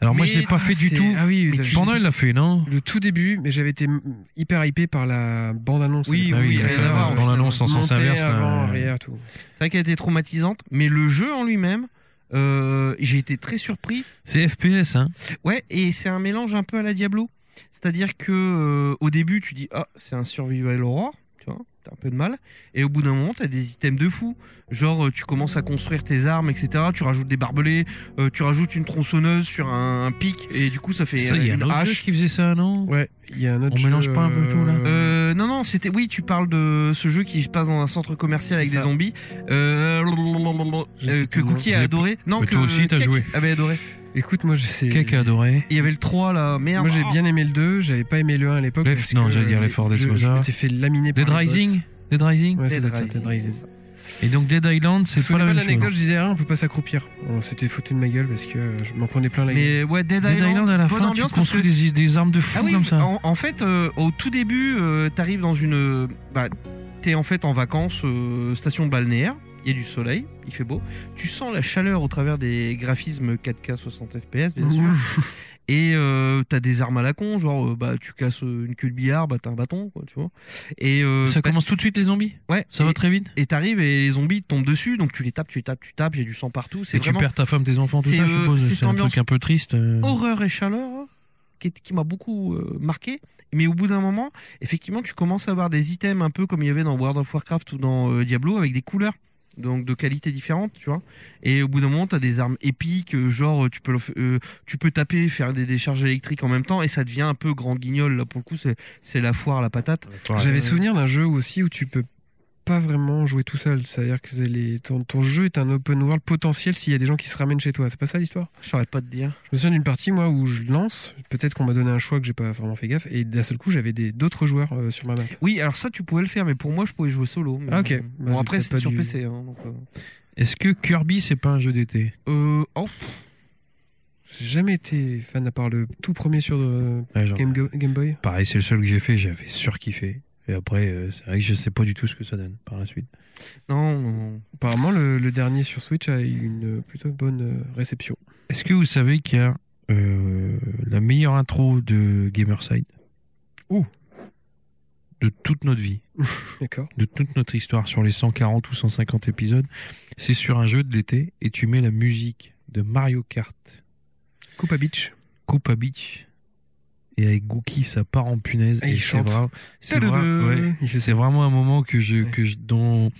S1: Alors moi
S3: mais-
S1: je l'ai pas
S2: Ah,
S1: fait du
S2: c'est-
S1: tout.
S2: Ah oui, vous avez-
S1: Pendant il l'a fait non
S2: Le tout début, mais j'avais été mm, hyper hypé par la bande-annonce.
S3: Oui,
S1: Ah
S3: oui,
S1: la
S3: rien à
S1: fameuse
S3: voir,
S1: dans l'annonce en sens
S2: Montée,
S1: inverse. là.
S2: avant, arrière, tout.
S3: C'est vrai qu'elle était traumatisante, mais le jeu en lui-même, euh, j'ai été très surpris.
S1: C'est FPS hein.
S3: Ouais, et c'est un mélange un peu à la Diablo. C'est-à-dire que euh, au début, tu dis ah c'est un survival horror, tu vois, t'as un peu de mal. Et au bout d'un moment, t'as des items de fou. Genre euh, tu commences à construire tes armes, etc. Tu rajoutes des barbelés, euh, tu rajoutes une tronçonneuse sur un, un pic, et du coup ça fait
S1: Ça, il y a un
S3: une
S1: autre jeu
S3: hache.
S1: qui faisait ça non
S2: Ouais, il y a un autre.
S1: On
S2: jeu,
S1: mélange pas un peu tout, là
S2: euh,
S3: Euh, non non c'était oui tu parles de ce jeu qui se passe dans un centre commercial
S2: C'est
S3: avec
S2: ça.
S3: des zombies euh,
S2: Je
S3: euh,
S2: sais
S3: que
S2: plus le nom.
S3: Cookie a
S1: Mais-
S3: adoré non
S1: mais
S3: que
S1: toi aussi, t'as
S3: Cake
S1: joué.
S3: avait adoré
S2: Écoute, moi, je sais.
S1: Cake a adoré.
S3: Il y avait le 3 là, merde.
S2: Moi j'ai bien aimé le 2, j'avais pas aimé le 1 à l'époque.
S1: Left-
S2: parce
S1: non,
S2: que
S1: j'allais dire
S2: les-
S1: Left 4 Dead,
S2: je-
S1: c'est
S2: Je
S1: ça.
S2: m'étais fait laminer par
S1: Dead
S2: les boss.
S1: Rising Dead Rising
S2: Ouais, c'est
S3: Dead
S2: Dead Rising. Dead
S3: Rising,
S2: Rising.
S1: Et donc Dead Island,
S2: Je me
S1: c'est pas
S2: souviens
S1: la
S2: pas
S1: même
S2: de
S1: chose. hein.
S2: l'anecdote, je disais, ah, on peut pas s'accroupir. On s'était foutu de ma gueule parce que euh, je m'en prenais plein la gueule.
S3: Mais ouais, Dead,
S1: Dead
S3: Island,
S1: Island, à la
S3: bonne
S1: fin, tu
S3: ambiance parce
S1: construis
S3: que-
S1: des, des armes de fou
S3: Ah oui,
S1: comme ça.
S3: En, en fait, euh, au tout début, euh, t'arrives dans une. euh, Bah, t'es en fait en vacances, euh, station balnéaire. Il y a du soleil, il fait beau. Tu sens la chaleur au travers des graphismes 4K 60 FPS, bien sûr. Et euh, t'as des armes à la con, genre euh, bah tu casses euh, une queue de billard, bah t'as un bâton, quoi, tu vois. Et euh,
S1: Ça
S3: bah,
S1: commence tout de suite les zombies
S3: ouais,
S1: Ça
S3: et,
S1: va très vite
S3: Et t'arrives et les zombies tombent dessus, donc tu les tapes, tu les tapes, tu tapes. Il y a du sang partout. C'est
S1: Et tu
S3: vraiment
S1: perds ta femme, tes enfants, tout
S3: c'est,
S1: ça, je
S3: euh,
S1: suppose.
S3: c'est
S1: C'est un
S3: ambiance-
S1: truc un peu triste.
S2: Mmh.
S1: euh.
S3: horreur et chaleur hein, qui, est- qui m'a beaucoup euh, marqué. Mais au bout d'un moment, effectivement, tu commences à avoir des items un peu comme il y avait dans World of Warcraft ou dans euh, Diablo avec des couleurs. Donc de qualité différente, tu vois. Et au bout d'un moment, t'as des armes épiques, euh, genre euh, tu peux le f- euh, tu peux taper, faire des décharges électriques en même temps, et ça devient un peu grand guignol. Là pour le coup, c'est c'est la foire à la patate.
S2: J'avais souvenir d'un jeu aussi où tu peux pas vraiment jouer tout seul. C'est-à-dire que c'est les- ton, ton jeu est un open world potentiel s'il y a des gens qui se ramènent chez toi. C'est pas ça l'histoire
S3: Je saurais pas te dire.
S2: Je me souviens d'une partie, moi, où je lance. Peut-être qu'on m'a donné un choix que j'ai pas vraiment fait gaffe. Et d'un seul coup, j'avais des- d'autres joueurs euh, sur ma map.
S3: Oui, alors ça, tu pouvais le faire, mais pour moi, je pouvais jouer solo. mais-
S2: Ah, ok. Bah,
S3: Bon,
S2: j'ai
S3: après,
S2: peut-être
S3: c'était
S2: pas
S3: sur
S2: dû-
S3: PC. hein, donc, euh,
S1: Est-ce que Kirby, c'est pas un jeu d'été
S3: euh, oh,
S2: J'ai jamais été fan à part le tout premier sur euh,
S1: Ouais,
S3: Ah
S1: genre,
S2: Game, Go- Game Boy.
S1: Pareil, c'est le seul que j'ai fait, j'avais surkiffé. Et après, euh, c'est vrai que je sais pas du tout ce que ça donne par la suite.
S3: non, non.
S2: Apparemment, le, le dernier sur Switch a eu une euh, plutôt bonne euh, réception.
S1: Est-ce que vous savez qu'il y a euh, la meilleure intro de Gamerside
S2: Oh.
S1: De toute notre vie,
S2: D'accord.
S1: de toute notre histoire, sur les 140 ou 150 épisodes, c'est sur un jeu de l'été et tu mets la musique de Mario Kart,
S2: Coupe à Beach.
S1: Coupa Beach. Et avec Gookie, ça part en punaise.
S2: Et Ah, il
S1: c'est
S2: chante.
S1: vraiment- C'est
S2: Tadadou.
S1: vraiment- ouais,
S2: Il fait
S1: c'est vraiment un moment que je,
S2: Ouais.
S1: que je, dont,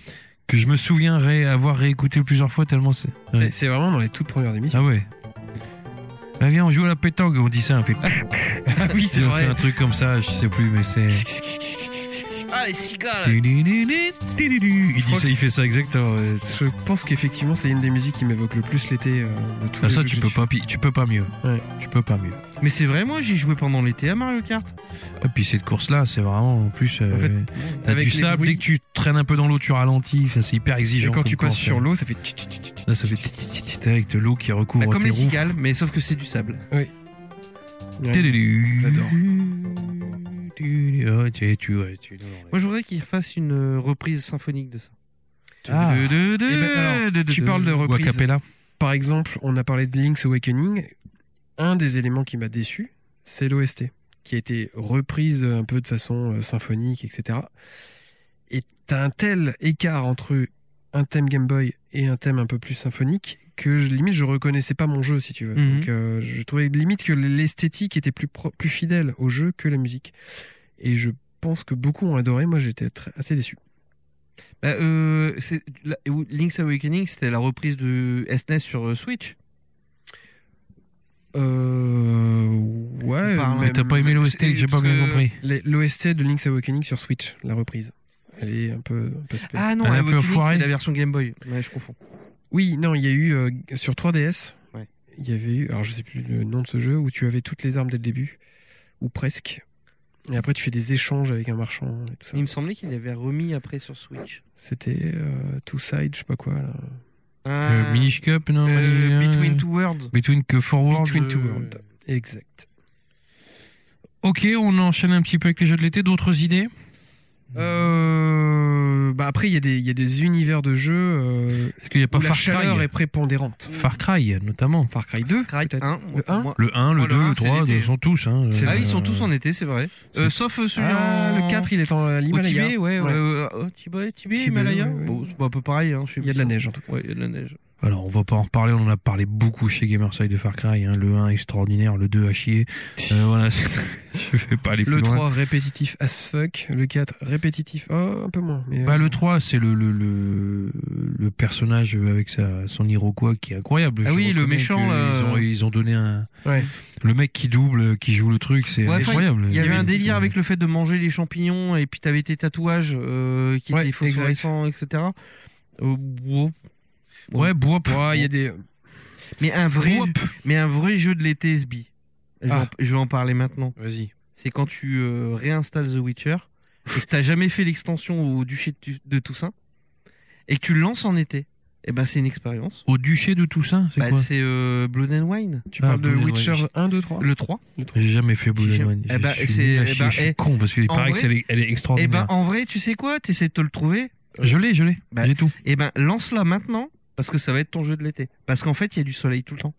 S1: que je me souviens ré- avoir réécouté plusieurs fois tellement c'est.
S2: C'est
S1: ouais.
S2: c'est vraiment dans les toutes premières émissions.
S1: Ah ouais. Ah viens, on joue à la pétanque, on dit ça, on fait.
S2: Ah
S3: oui,
S1: on fait un truc comme ça, je sais plus, mais c'est.
S3: Ah, les cigales
S1: Il dit ça, il fait ça exactement. ouais.
S2: euh, Je pense qu'effectivement, c'est une des musiques qui m'évoque le plus l'été euh, de tous
S1: Ah,
S2: les
S1: ça,
S2: jeux
S1: tu
S2: que
S1: peux
S2: j'ai
S1: pas, pi- tu peux pas mieux.
S2: Ouais.
S1: Tu peux pas mieux.
S3: Mais c'est vrai, moi, j'y jouais pendant l'été à Mario Kart.
S1: Et puis cette course-là, c'est vraiment en plus. euh,
S2: fait,
S1: t'as
S2: avec
S1: du
S2: les
S1: sable,
S2: bruits.
S1: dès que tu traînes un peu dans l'eau, tu ralentis. Ça, c'est hyper
S2: fait. Et
S1: exigeant.
S2: quand
S1: comme
S2: tu passes
S1: course,
S2: sur
S1: hein.
S2: l'eau, ça fait tch, tch, tch, tch.
S1: Là, ça fait tit, tit, tit, tit, avec de l'eau qui recouvre
S3: Bah, comme
S1: tes
S3: les
S1: roues.
S3: cigales, mais sauf que c'est du sable.
S1: J'adore.
S2: J'adore.
S1: tu, tu, ouais, tu- non, non,
S3: Moi, je voudrais qu'ils fassent une euh, reprise symphonique de ça.
S1: Ah.
S3: De- de- de-
S2: Eh ben, alors,
S3: de- de-
S2: tu
S3: de-
S2: parles de
S1: Ou a
S2: reprise.
S1: cappella.
S2: Par exemple, on a parlé de Link's Awakening. Un des éléments qui m'a déçu, c'est l'OST, qui a été reprise un peu de façon euh, symphonique, etc. Et t'as un tel écart entre un thème Game Boy et un thème un peu plus symphonique que je, limite je reconnaissais pas mon jeu, si tu veux.
S3: Mhm.
S2: Donc euh, je trouvais limite que l'esthétique était plus, pro- plus fidèle au jeu que la musique. Et je pense que beaucoup ont adoré. Moi, j'étais très- assez déçu.
S3: Bah, euh, c'est- la- ou- Link's Awakening, c'était la reprise de SNES sur euh, Switch.
S2: Euh, ouais.
S3: Parle-
S1: Mais t'as pas aimé l'OST,
S3: c'est-
S1: j'ai pas
S3: parce
S1: bien
S3: que-
S1: compris.
S2: Les- L'OST de Link's Awakening sur Switch, la reprise. Elle est un peu, un peu spé-
S3: Ah non,
S1: Elle est un peu
S3: Awakening,
S1: foirée.
S3: c'est la version Game Boy. Ouais, je confonds.
S2: Oui, non, il y a eu euh, sur 3DS.
S3: Ouais.
S2: Il y avait eu, alors je sais plus le nom de ce jeu, où tu avais toutes les armes dès le début, ou presque. Et après, tu fais des échanges avec un marchand et tout ça.
S3: Il me semblait qu'il l'avait remis après sur Switch.
S2: C'était euh, Two Side, je sais pas quoi. Là.
S3: Ah,
S1: Euh, Minish Cup, non
S3: euh,
S1: Mini-
S3: Between Two Worlds.
S1: Between que Forward.
S2: Between
S1: euh,
S2: Two Worlds. Exact.
S1: Ok, on enchaîne un petit peu avec les jeux de l'été. D'autres idées
S3: Mhm.
S2: Euh, bah après, il y, a des- il y a des univers de jeux euh,
S1: Est-ce qu'il n'y a pas
S2: où la
S1: Far
S2: chaleur
S1: Cry
S2: est prépondérante.
S1: Far Cry, notamment.
S2: Far Cry 2
S3: Cry
S2: peut-être.
S3: un,
S2: Le
S3: pour
S2: un
S3: moi.
S1: Le 1, le
S3: Oh, le
S1: 2, le
S3: un, c'est
S1: 3,
S3: l'été.
S1: ils sont tous. Hein,
S2: C'est
S1: Euh,
S3: Ah, ils sont tous en été, c'est vrai. Euh, sauf euh, celui
S2: Ah,
S3: en...
S2: le 4, il est en
S3: Au
S2: Himalaya.
S3: Tibet, ouais, ouais.
S2: Ouais.
S3: euh, oh, Tibet, Tibet,
S2: Tibet,
S3: Himalaya.
S2: ouais, ouais.
S3: Bon, c'est pas un peu pareil. Hein, je sais
S2: Il y a
S3: plus.
S2: de la neige en tout cas.
S3: Ouais, il y a de la neige.
S1: Alors, on va pas en reparler. On en a parlé beaucoup chez Gamerside de Far Cry. hein. Le 1 extraordinaire, le 2 à
S3: [LAUGHS]
S1: chier. Euh, voilà, c'est- [LAUGHS] je vais pas aller plus
S2: Le
S1: loin.
S2: 3 répétitif as fuck, le 4 répétitif, oh, un peu moins. Mais
S1: Bah,
S2: euh,
S1: le 3, c'est le, le, le, le personnage avec sa, son Iroquois qui est incroyable.
S3: Ah
S1: Je
S3: oui, le
S1: reconnais
S3: méchant,
S1: que
S3: là.
S1: Ils ont, ils ont donné un.
S2: Ouais.
S1: Le mec qui double, qui joue le truc, c'est
S3: Ouais, enfin,
S1: incroyable.
S3: Il y avait un
S1: C'est-
S3: délire avec le fait de manger les champignons et puis t'avais tes tatouages euh, qui
S2: Ouais,
S3: étaient phosphorescents, etc. Euh, wow.
S1: Ouais, bois.
S2: ouais, il y a des.
S3: Mais un vrai,
S1: Wop.
S3: mais un vrai jeu de l'été, SB. Je, vais
S2: Ah.
S3: en- je vais en parler maintenant.
S1: Vas-y.
S3: C'est quand tu euh, réinstalles The [LAUGHS] Witcher et que t'as jamais fait l'extension au duché de Tu- de Toussaint et que tu le lances en été. Et ben c'est une expérience.
S1: Au duché de Toussaint, c'est
S3: Bah,
S1: quoi
S3: C'est euh, Blood and Wine,
S2: Tu
S1: Ah,
S2: parles de
S1: Blood and
S2: Witcher
S1: Wine.
S2: 1, 2, 3
S3: le 3.
S1: J'ai jamais fait
S3: J'ai
S1: Boulogne.
S3: jamais-
S1: Wine.
S3: Eh ben,
S1: je
S3: c'est-
S1: suis, nul à
S3: eh
S1: chier,
S3: ben,
S1: Ah, je suis
S3: eh,
S1: con parce qu'il
S3: en
S1: paraît que
S3: vrai-
S1: c'est- elle est,
S3: Et
S1: extraordinaire.
S3: ben en vrai, tu sais quoi T'essaies de te le trouver.
S1: je l'ai, je l'ai.
S3: bah,
S1: J'ai tout.
S3: Eh ben, lance-la maintenant, parce que ça va être ton jeu de l'été. Parce qu'en fait, il y a du soleil tout le temps.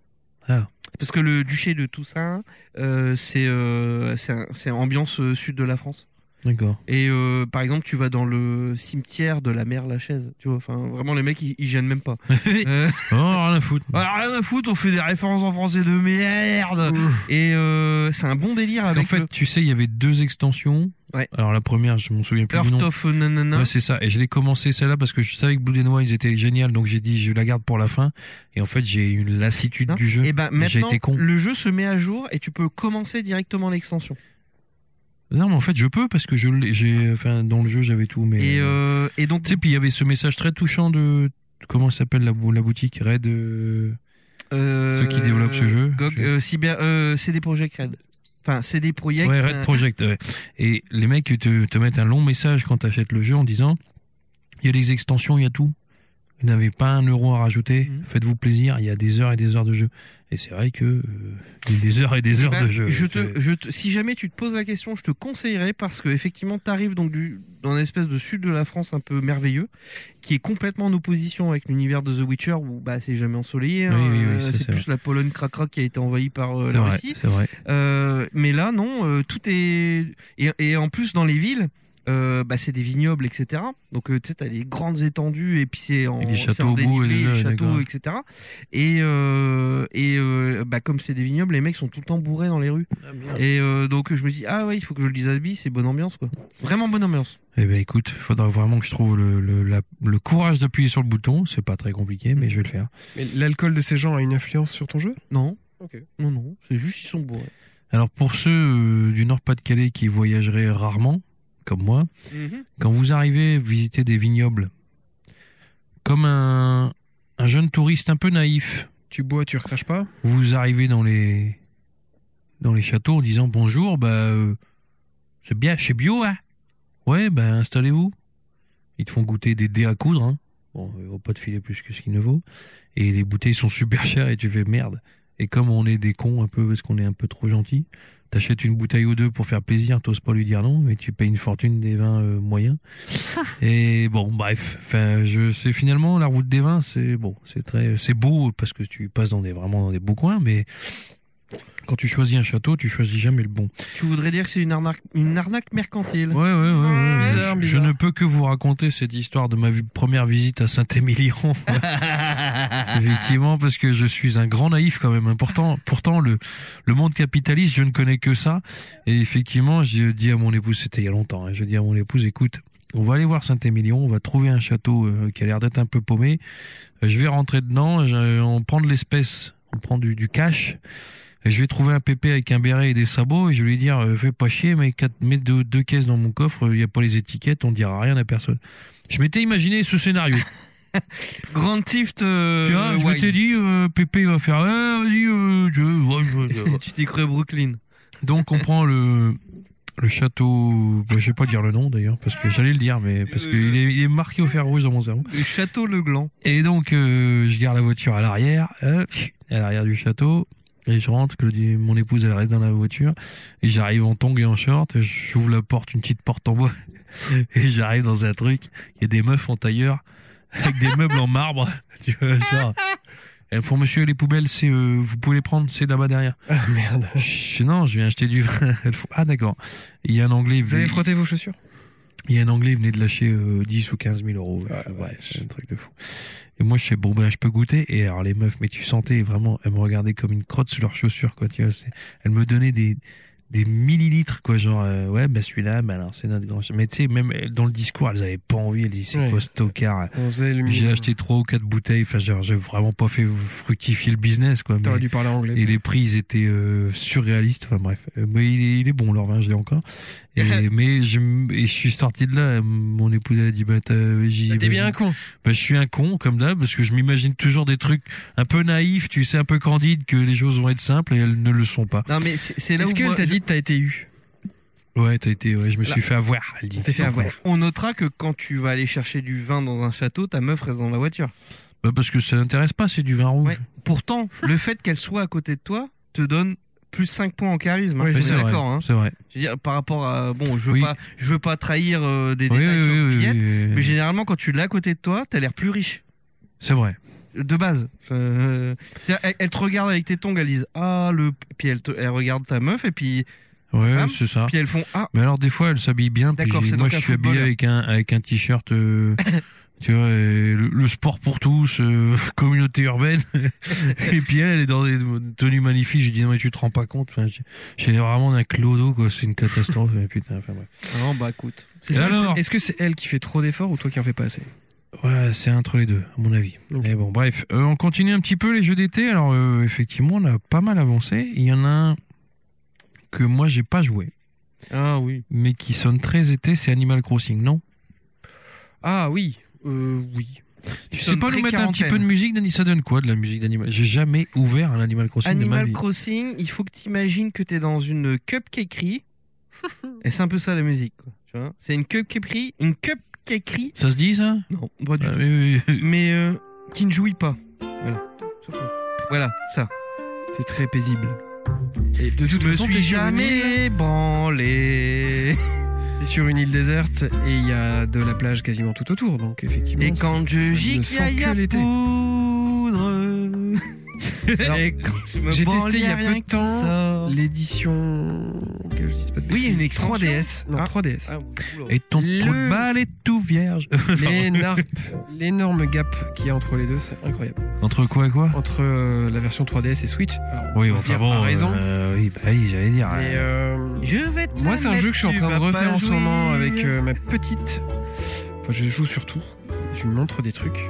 S1: Ah.
S3: Parce que le duché de Toussaint, euh, c'est euh, c'est un- c'est ambiance euh, sud de la France.
S1: D'accord.
S3: Et euh, par exemple, tu vas dans le cimetière de la mère Lachaise. Tu vois, enfin, vraiment, les mecs, ils, ils gênent
S1: [LAUGHS]
S3: même pas. Euh,
S1: Oh, rien à foutre.
S3: alors, rien à foutre, on fait des références en français de merde. Et euh, c'est un bon délire
S1: Parce qu'en
S3: avec
S1: fait, tu sais, il y avait deux extensions.
S3: Ouais.
S1: Alors la première, je m'en souviens
S3: le
S1: plus du
S3: Earth
S1: nom.
S3: of Nanana.
S1: Ouais, c'est ça. Et je l'ai commencé celle-là parce que je savais que Blood and Wine, ils étaient géniales, donc j'ai dit je la garde pour la fin. Et en fait, j'ai eu une lassitude
S3: Non.
S1: du jeu.
S3: Et ben
S1: Mmh. J'ai
S3: maintenant,
S1: été con.
S3: le jeu se met à jour et tu peux commencer directement l'extension.
S1: Non, mais en fait, je peux parce que je l'ai- j'ai, enfin, dans le jeu, j'avais tout, mais.
S3: Et, euh, et donc,
S1: Tu sais, puis il y avait ce message très touchant de. Comment ça s'appelle la, bou- la boutique Red. euh,
S3: euh,
S1: ceux qui développent ce jeu,
S3: GOG,
S1: je-
S3: euh, cyber, euh, CD Projekt Red. Enfin, CD Projekt.
S1: Ouais, Red
S3: euh,
S1: Project. ouais. Et les mecs te, te mettent un long message quand t'achètes le jeu en disant il y a des extensions, il y a tout. Vous n'avez pas un euro à rajouter.
S3: Mhm.
S1: Faites-vous plaisir. Il y a des heures et des heures de jeu. Et c'est vrai que euh, il y a des heures et des heures
S3: Ben,
S1: de jeu. euh,
S3: Je te, je te- si jamais tu te poses la question, je te conseillerais parce que effectivement, t'arrives donc du, dans une espèce de sud de la France un peu merveilleux, qui est complètement en opposition avec l'univers de The Witcher où bah c'est jamais ensoleillé. hein,
S1: Oui, oui, oui,
S3: euh,
S1: ça,
S3: c'est
S1: c'est
S3: plus la Pologne crac-crac qui a été envahie par euh,
S1: C'est
S3: la
S1: vrai,
S3: Russie.
S1: c'est vrai.
S3: Euh, mais là, non, euh, tout est et, et en plus dans les villes. euh, bah, c'est des vignobles etc donc euh, tu sais t'as les grandes étendues et puis c'est en,
S1: Et les
S3: c'est
S1: châteaux
S3: en
S1: au bout, et
S3: dénivelé,
S1: les-
S3: les châteaux
S1: d'accord.
S3: etc et euh, et euh, bah comme c'est des vignobles les mecs sont tout le temps bourrés dans les rues et euh, donc je me dis ah ouais il faut que je le dise à Sbi c'est bonne ambiance quoi vraiment bonne ambiance
S1: Eh ben écoute, faudra vraiment que je trouve le, le, la- le courage d'appuyer sur le bouton. C'est pas très compliqué, mais je vais le faire.
S2: Mais l'alcool de ces gens a une influence sur ton jeu
S3: non
S2: Ok.
S3: non non c'est juste ils sont bourrés
S1: Alors pour ceux euh, du Nord-Pas-de-Calais qui voyageraient rarement, comme moi, quand vous arrivez visiter des vignobles, comme un, un jeune touriste un peu naïf,
S2: Tu bois, tu recraches pas
S1: vous arrivez dans les dans les châteaux en disant bonjour, bah euh, c'est bien chez bio hein. Ouais, bah installez-vous. Ils te font goûter des dés à coudre hein. Bon, ils vont pas te filer plus que ce qu'il ne vaut et les bouteilles sont super chères et tu fais merde. Et comme on est des cons un peu parce qu'on est un peu trop gentil, t'achètes une bouteille ou deux pour faire plaisir, t'oses pas lui dire non, mais tu payes une fortune des vins euh, moyens. et bon, bref, enfin, je sais finalement la route des vins, c'est bon, c'est très, c'est beau parce que tu passes dans des vraiment dans des beaux coins, mais quand tu choisis un château, tu choisis jamais le bon.
S3: tu voudrais dire que c'est une arnaque une arnaque mercantile
S1: Ouais, ouais, ouais. ouais.
S3: Bizarre,
S1: je, je
S3: bizarre.
S1: ne peux que vous raconter cette histoire de ma vi- première visite à
S3: [LAUGHS]
S1: Saint-Émilion. Effectivement, parce que je suis un grand naïf quand même. hein. Pourtant, pourtant le, le monde capitaliste, je ne connais que ça. Et effectivement, j'ai dit à mon épouse, c'était il y a longtemps, hein, je dis à mon épouse, écoute, on va aller voir Saint-Émilion, on va trouver un château euh, qui a l'air d'être un peu paumé. Euh, Je vais rentrer dedans, je- on prend de l'espèce, on prend du, du cash. Et je vais trouver un pépé avec un béret et des sabots et je vais lui dire euh, fais pas chier mets, quatre, mets deux, deux caisses dans mon coffre il y a pas les étiquettes on dira rien à personne je m'étais imaginé ce scénario
S3: Grand Tift
S1: tu vois, je m'étais dit euh, pépé va faire eh, vas-y euh, je- ouais, je- je-
S3: [LAUGHS] tu t'es cru à Brooklyn
S1: donc on prend le le château bah, je vais pas dire le nom d'ailleurs parce que j'allais le dire mais parce qu'il est, il est marqué au fer rouge dans mon cerveau
S3: le château Le Gland
S1: Et donc, euh, je garde la voiture à l'arrière, euh, à l'arrière du château, et je rentre. Claudie, mon épouse, elle reste dans la voiture, et j'arrive en tongs et en short. et J'ouvre la porte, une petite porte en bois, [LAUGHS] et j'arrive dans un truc. Il y a des meufs en tailleur avec des meubles en marbre, [LAUGHS] tu vois genre. Elles me font, monsieur, les poubelles, c'est, euh, vous pouvez les prendre, c'est là-bas derrière.
S2: Ah merde.
S1: Je- non, je viens acheter du vin. [LAUGHS] Elles font, ah d'accord. Il y a un anglais. il
S2: Vous avez
S1: venait-
S2: frotté vos chaussures
S1: il y a un Anglais, il venait de lâcher euh, 10 ou 15 000 euros.
S2: Ouais,
S1: Bref, un truc de fou. Et moi, je fais, bon, ben, je peux goûter. Et alors, les meufs, mais tu sentais vraiment, elles me regardaient comme une crotte sous leurs chaussures, quoi. Tu vois, c'est- elles me donnaient des, des millilitres, quoi. Genre, euh, ouais, ben, celui-là, ben, alors, c'est notre grand. Mais tu sais, même elles, dans le discours, elles avaient pas envie. Elles disaient, c'est
S2: Ouais.
S1: quoi ce tocard
S2: On faisait le
S1: J'ai
S2: minimum.
S1: acheté trois ou quatre bouteilles. Enfin, genre, j'ai vraiment pas fait fructifier le business, quoi. mais-
S2: T'aurais dû parler anglais.
S1: et les prix, ils étaient euh, surréalistes. Enfin bref, Euh, mais il est, il est bon leur vin, je l'ai encore.
S3: [LAUGHS]
S1: Et, mais je, m- et je suis sorti de là. euh, Mon épouse elle a dit bah t'as- j'y-
S2: Bah, T'es
S1: bah,
S2: bien
S1: j'y-
S2: un con.
S1: Bah, je suis un con comme d'hab parce que je m'imagine toujours des trucs un peu naïfs, tu sais, un peu candides que les choses vont être simples et elles ne le sont pas.
S3: non mais c'est c'est là
S2: Est-ce
S3: où moi-
S2: qu'elle t'a dit que t'as été eu
S1: Ouais, t'as été, ouais, je me
S3: Là.
S1: suis fait avoir. Elle dit.
S2: On s'est fait avoir.
S3: On notera que quand tu vas aller chercher du vin dans un château, ta meuf reste dans la voiture.
S1: Bah, parce que ça l'intéresse pas, c'est du vin rouge.
S3: Ouais. Pourtant, le fait qu'elle soit à côté de toi te donne plus 5 points en charisme. hein.
S2: Oui,
S3: On
S1: Mais
S3: est
S1: c'est vrai.
S3: d'accord. Hein.
S1: C'est vrai.
S3: Je veux dire, par rapport à. Bon, je veux,
S1: Oui.
S3: pas, je veux pas trahir euh, des
S1: Oui,
S3: détails
S1: oui,
S3: sur
S1: oui,
S3: ce
S1: oui,
S3: billet,
S1: oui, oui.
S3: mais généralement, quand tu l'as à côté de toi, t'as l'air plus riche.
S1: C'est vrai.
S3: De base. Euh, c'est-à-dire, elle, elle te regarde avec tes tongs, elle disent Ah, le. Puis elle, te- elle regarde ta meuf, et puis,
S1: Ouais,
S3: Femme,
S1: c'est ça.
S3: puis elles font Ah,
S1: Mais alors des fois elle s'habille bien. puis
S3: D'accord, c'est
S1: moi
S3: donc
S1: je
S3: un
S1: suis habillé
S3: footballeur.
S1: avec un avec un t-shirt.
S3: [LAUGHS]
S1: euh, tu vois, euh, le, le sport pour tous, euh, [LAUGHS] communauté urbaine.
S3: [LAUGHS]
S1: et puis elle, elle est dans des tenues magnifiques. J'ai dit non mais tu te rends pas compte. Enfin, j'ai- j'ai l'air vraiment d'un clodo quoi. C'est une catastrophe. Et putain, enfin, bref.
S3: non, bah écoute.
S1: Et alors
S2: Est-ce que c'est elle qui fait trop d'efforts ou toi qui en fais pas assez
S1: Ouais, c'est entre les deux, à mon avis.
S2: Ok.
S1: Mais bon, bref, Euh, on continue un petit peu les jeux d'été. Alors, euh, effectivement, on a pas mal avancé. Il y en a un que moi, j'ai pas joué.
S3: Ah oui.
S1: mais qui sonne très été, c'est Animal Crossing, non
S2: Ah oui, euh, oui.
S1: Tu sais
S3: sonne
S1: pas
S3: très
S1: nous mettre un petit
S3: quarantaine.
S1: peu de musique d'Ani- Ça donne quoi de la musique d'Animal J'ai jamais ouvert un Animal Crossing de ma
S3: Animal
S1: vie.
S3: Crossing, il faut que t'imagines que t'es dans une cupcakerie. Et c'est un peu ça la musique, quoi. Tu vois C'est une cupcakerie, une cupcakerie.
S1: ça se dit ça
S3: Non, pas du
S1: Ah,
S3: tout.
S1: oui, oui, oui.
S3: [LAUGHS] Mais euh, qui ne jouit pas. Voilà. Voilà, ça.
S2: C'est très paisible. Et de toute
S3: Je me
S2: façon, t'es
S3: suis
S2: sur une île-
S3: jamais branlé.
S2: t'es sur une île déserte et il y a de la plage quasiment tout autour, donc effectivement.
S3: Et quand
S2: ça
S3: je
S2: ne
S3: gicle,
S2: sent
S3: y a y a
S2: que l'été. [LAUGHS]
S3: poudre.
S2: Alors,
S3: Et quand je me
S2: j'ai
S3: branle,
S2: testé il y a peu
S3: rien
S2: de
S3: qui
S2: temps.
S3: sort.
S2: L'édition. que je dise pas de
S3: Oui, il y a
S2: bêtises.
S3: une extension.
S2: 3DS. Non,
S3: Ah.
S2: 3DS.
S3: Ah, oula.
S1: Et ton
S2: Le-
S1: trou de balle est tout vierge.
S2: L'énorme- L'énorme gap qu'il y a entre les deux, c'est incroyable.
S1: [LAUGHS] Entre quoi et quoi
S2: Entre euh, la version 3DS et Switch. Alors,
S1: Oui,
S2: on peut se
S1: enfin
S2: dire,
S1: bon.
S2: a raison.
S1: euh, oui, bah oui, j'allais dire.
S2: mais,
S1: euh,
S2: euh,
S3: Je vais te
S2: Moi,
S3: la
S2: c'est un
S3: mettre,
S2: jeu que je suis en
S3: tu
S2: train de
S3: vas
S2: refaire
S3: pas
S2: en ce
S3: jouir.
S2: moment avec euh, ma petite. Enfin, je joue surtout. Je lui montre des trucs.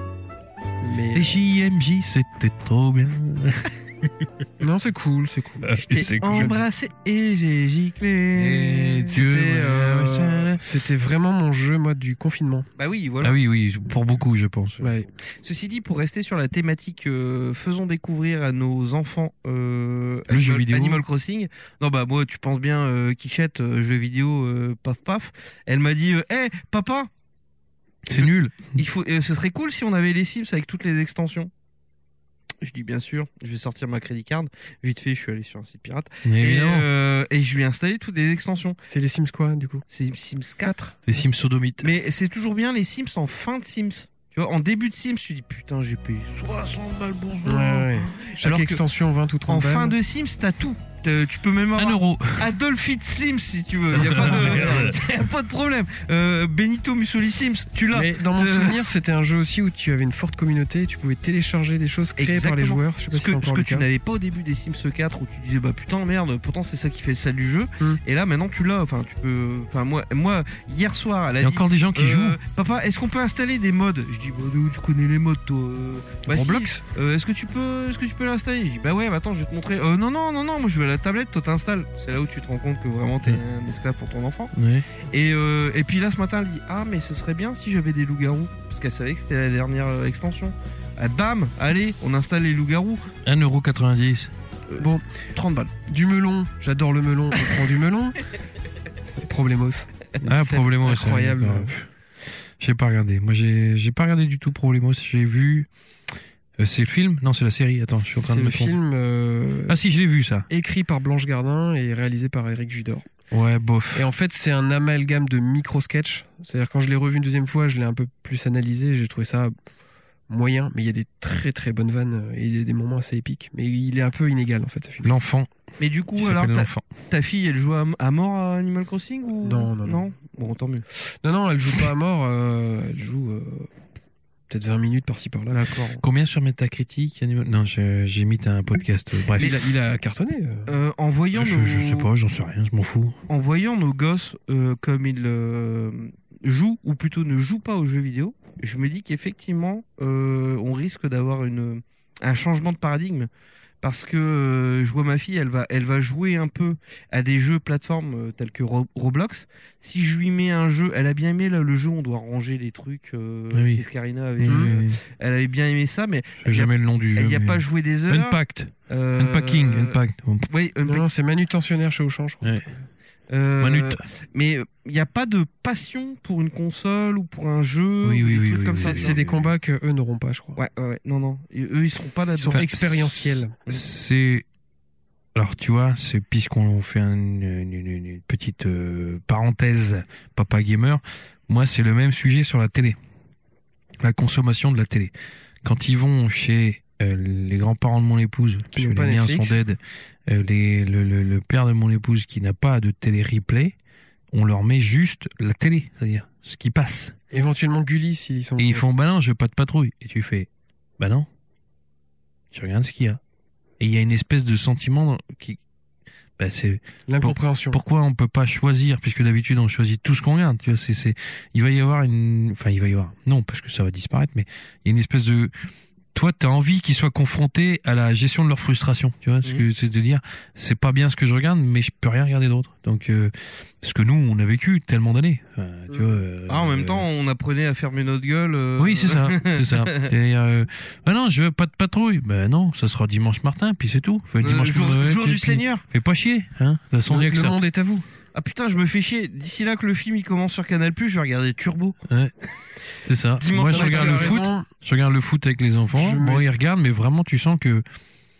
S2: Mais
S1: Les JMJ, c'était trop bien.
S2: non, c'est cool, c'est cool.
S1: C'est
S3: T'es
S1: cool.
S3: embrassé et j'ai giclé.
S1: Et
S2: C'était
S1: Dieu,
S2: euh,
S1: ouais.
S2: c'était vraiment mon jeu, moi, du confinement.
S3: Bah oui, voilà.
S1: Ah oui, oui, pour beaucoup, je pense.
S2: Ouais.
S3: Ceci dit, pour rester sur la thématique, euh, faisons découvrir à nos enfants euh,
S1: Le
S3: Animal,
S1: jeu vidéo.
S3: Animal Crossing. Non, bah moi, tu penses bien, euh, Quichette, euh, jeu vidéo, euh, paf paf. Elle m'a dit, euh, hey, papa,
S1: C'est nul.
S3: il faut, euh, ce serait cool si on avait les Sims avec toutes les extensions. Je dis bien sûr, je vais sortir ma crédit card. Vite fait, je suis allé sur un site pirate.
S1: Mais
S3: Et,
S1: évidemment.
S3: euh, et je lui ai installé toutes les extensions.
S2: C'est les Sims quoi, du coup
S3: C'est Sims 4.
S1: Les Sims sodomites.
S3: Mais c'est toujours bien les Sims en fin de Sims. Tu vois, en début de Sims, tu dis putain, j'ai payé 60 balles pour
S2: Ouais,
S3: ça.
S2: ouais. Chaque
S3: Alors que
S2: extension 20 ou 30
S3: En
S2: balles. Ah
S3: fin de Sims, t'as tout. Euh, tu peux même
S1: Un
S3: avoir
S1: euro.
S3: Adolf Hitler Sims si tu veux.
S2: [LAUGHS]
S3: Y a pas de, [LAUGHS] y a pas de problème. Euh, Benito Mussolini Sims, tu l'as.
S2: Mais dans mon
S3: Euh,
S2: souvenir, c'était un jeu aussi où tu avais une forte communauté, tu pouvais télécharger des choses créées par les
S3: Exactement.
S2: joueurs. Je sais pas
S3: Ce
S2: si c'est
S3: que, ce
S2: encore
S3: que
S2: le
S3: tu
S2: cas.
S3: n'avais pas au début des Sims 4 où tu disais bah putain merde pourtant c'est ça qui fait le sale du jeu
S2: Hmm.
S3: et là maintenant tu l'as enfin tu peux enfin moi moi hier soir elle a
S1: Il y a
S3: dit
S1: encore des gens qui
S3: euh,
S1: jouent.
S3: papa est-ce qu'on peut installer des modes je dis bah d'où tu connais les modes toi euh Bah, si.
S1: Roblox
S3: Euh, est-ce que tu peux est-ce que tu peux l'installer Je dis bah ouais bah attends je vais te montrer. Euh, non non non non moi je vais à la tablette toi t'installes. C'est là où tu te rends compte que vraiment t'es un esclave pour ton enfant.
S1: Ouais.
S3: Et, euh, et puis là ce matin elle dit ah mais ce serait bien si j'avais des loups-garous parce qu'elle savait que c'était la dernière euh, extension. Ah, bam allez on installe les loups-garous
S1: 1,90€.
S3: 30 balles.
S2: Du melon, j'adore le melon, je prends du
S3: [LAUGHS]
S2: melon. C'est Problemos.
S1: Ah,
S2: C'est
S1: Problemos. ouais,
S2: Incroyable.
S1: d'accord. J'ai pas regardé. Moi, j'ai j'ai pas regardé du tout Problemos. J'ai vu. euh, c'est le film Non, c'est la série. Attends, je suis en train
S2: C'est
S1: de me
S2: le
S1: tromper.
S2: film euh,
S1: Ah si, je l'ai vu ça.
S2: écrit par Blanche Gardin et réalisé par Eric Judor.
S1: Ouais, bof.
S2: Et en fait, c'est un amalgame de micro-sketch. C'est-à-dire, quand je l'ai revu une deuxième fois, je l'ai un peu plus analysé. J'ai trouvé ça moyen, mais il y a des très très bonnes vannes euh, et des- des moments assez épiques. Mais il est un peu inégal en fait, ce film.
S1: L'enfant.
S3: Mais du coup
S1: qui
S3: alors
S1: s'appelle
S3: ta,
S1: l'enfant.
S3: ta fille elle joue à, à mort à Animal Crossing ou
S2: Non, non, non.
S3: Bon tant mieux.
S2: Non, non, elle joue pas à mort. euh, elle joue euh, peut-être 20 minutes par-ci par-là.
S3: D'accord.
S1: Combien sur Metacritic Animal Non, je- j'ai mis un podcast. euh, Bref.
S2: Il a, il a cartonné. euh.
S3: Euh, en voyant
S1: Je,
S3: nos-
S1: je sais pas, j'en sais rien, je m'en fous.
S3: en voyant nos gosses euh, comme ils euh, jouent, ou plutôt ne jouent pas aux jeux vidéo, je me dis qu'effectivement, euh, on risque d'avoir une un changement de paradigme. Parce que euh, je vois ma fille, elle va, elle va jouer un peu à des jeux plateformes euh, tels que Ro- Roblox. Si je lui mets un jeu, elle a bien aimé là, le jeu, on doit ranger les trucs. Euh,
S1: Ah oui.
S3: qu'Escarina avait,
S1: Je
S3: euh, elle avait bien aimé ça, mais
S1: sais jamais le nom du jeu.
S3: elle n'y a
S1: mais-
S3: pas joué des heures.
S1: Unpacked.
S3: euh,
S1: Unpacking. Unpacked.
S3: Oui,
S1: Euh,
S2: Non,
S3: Unpack.
S2: non, c'est manutentionnaire chez Auchan, je crois.
S3: Euh,
S1: Manute.
S3: mais il n'y a pas de passion pour une console ou pour un jeu
S1: Oui,
S3: ou
S1: oui,
S3: des
S1: oui,
S3: trucs
S1: oui,
S3: comme
S1: oui,
S2: C'est
S3: ça.
S1: oui,
S3: tu
S2: c'est
S3: vois.
S2: des combats que eux n'auront pas, je crois.
S3: Ouais, ouais, ouais. non, non. Et Eux, ils seront pas
S2: Ils sont
S3: là-dedans.
S1: Enfin,
S2: expérientiels.
S1: C'est. Alors, tu vois, c'est puisqu'on fait un- une, une- une- une petite euh, parenthèse, papa gamer, moi, c'est le même sujet sur la télé. La consommation de la télé. Quand ils vont chez euh, les grands-parents de mon épouse, parce
S2: Qui n'ont
S1: que
S2: pas
S1: les miens
S2: Netflix.
S1: sont dead, euh, les, le, le- le père de mon épouse qui n'a pas de télé replay, on leur met juste la télé, c'est-à-dire ce qui passe.
S2: Éventuellement Gulli s'ils sont.
S1: Et ils font, bah non, je veux pas de patrouille. Et tu fais, bah non. Tu regardes ce qu'il y a. Et il y a une espèce de sentiment dans- qui, bah c'est,
S3: Mm.
S2: L'incompréhension.
S1: pourquoi on peut pas choisir, puisque d'habitude on choisit tout ce qu'on regarde, tu vois, c'est, c'est, il va y avoir une, enfin, il va y avoir, non, parce que ça va disparaître, mais il y a une espèce de, toi, t'as envie qu'ils soient confrontés à la gestion de leur frustration, tu vois,
S3: Mm.
S1: ce que c'est de dire, c'est pas bien ce que je regarde, mais je peux rien regarder d'autre. Donc, euh, ce que nous, on a vécu tellement d'années, euh, tu vois. euh,
S3: Ah, en
S1: euh,
S3: même temps, on apprenait à fermer notre gueule. euh,
S1: Oui, c'est ça, c'est ça. T'es, euh, bah non, je veux pas de patrouille. Bah non, ça sera dimanche Martin, puis c'est tout. Fais
S3: euh,
S1: dimanche
S3: jour,
S1: Noël,
S3: jour
S1: puis-
S3: du
S1: puis-
S3: Seigneur.
S1: Fais pas chier, hein. De toute façon, il y a que
S2: le
S1: ça.
S2: monde est à vous.
S3: Ah putain, je me fais chier. D'ici là que le film il commence sur Canal+, je vais regarder Turbo.
S1: C'est ça.
S3: Dimanche
S1: Moi, je
S3: Noël,
S1: regarde
S3: tu
S1: le
S3: as
S1: foot.
S2: raison.
S1: Je regarde le foot avec les enfants.
S2: Je
S1: Bon,
S2: me-
S1: ils regardent, mais vraiment, tu sens que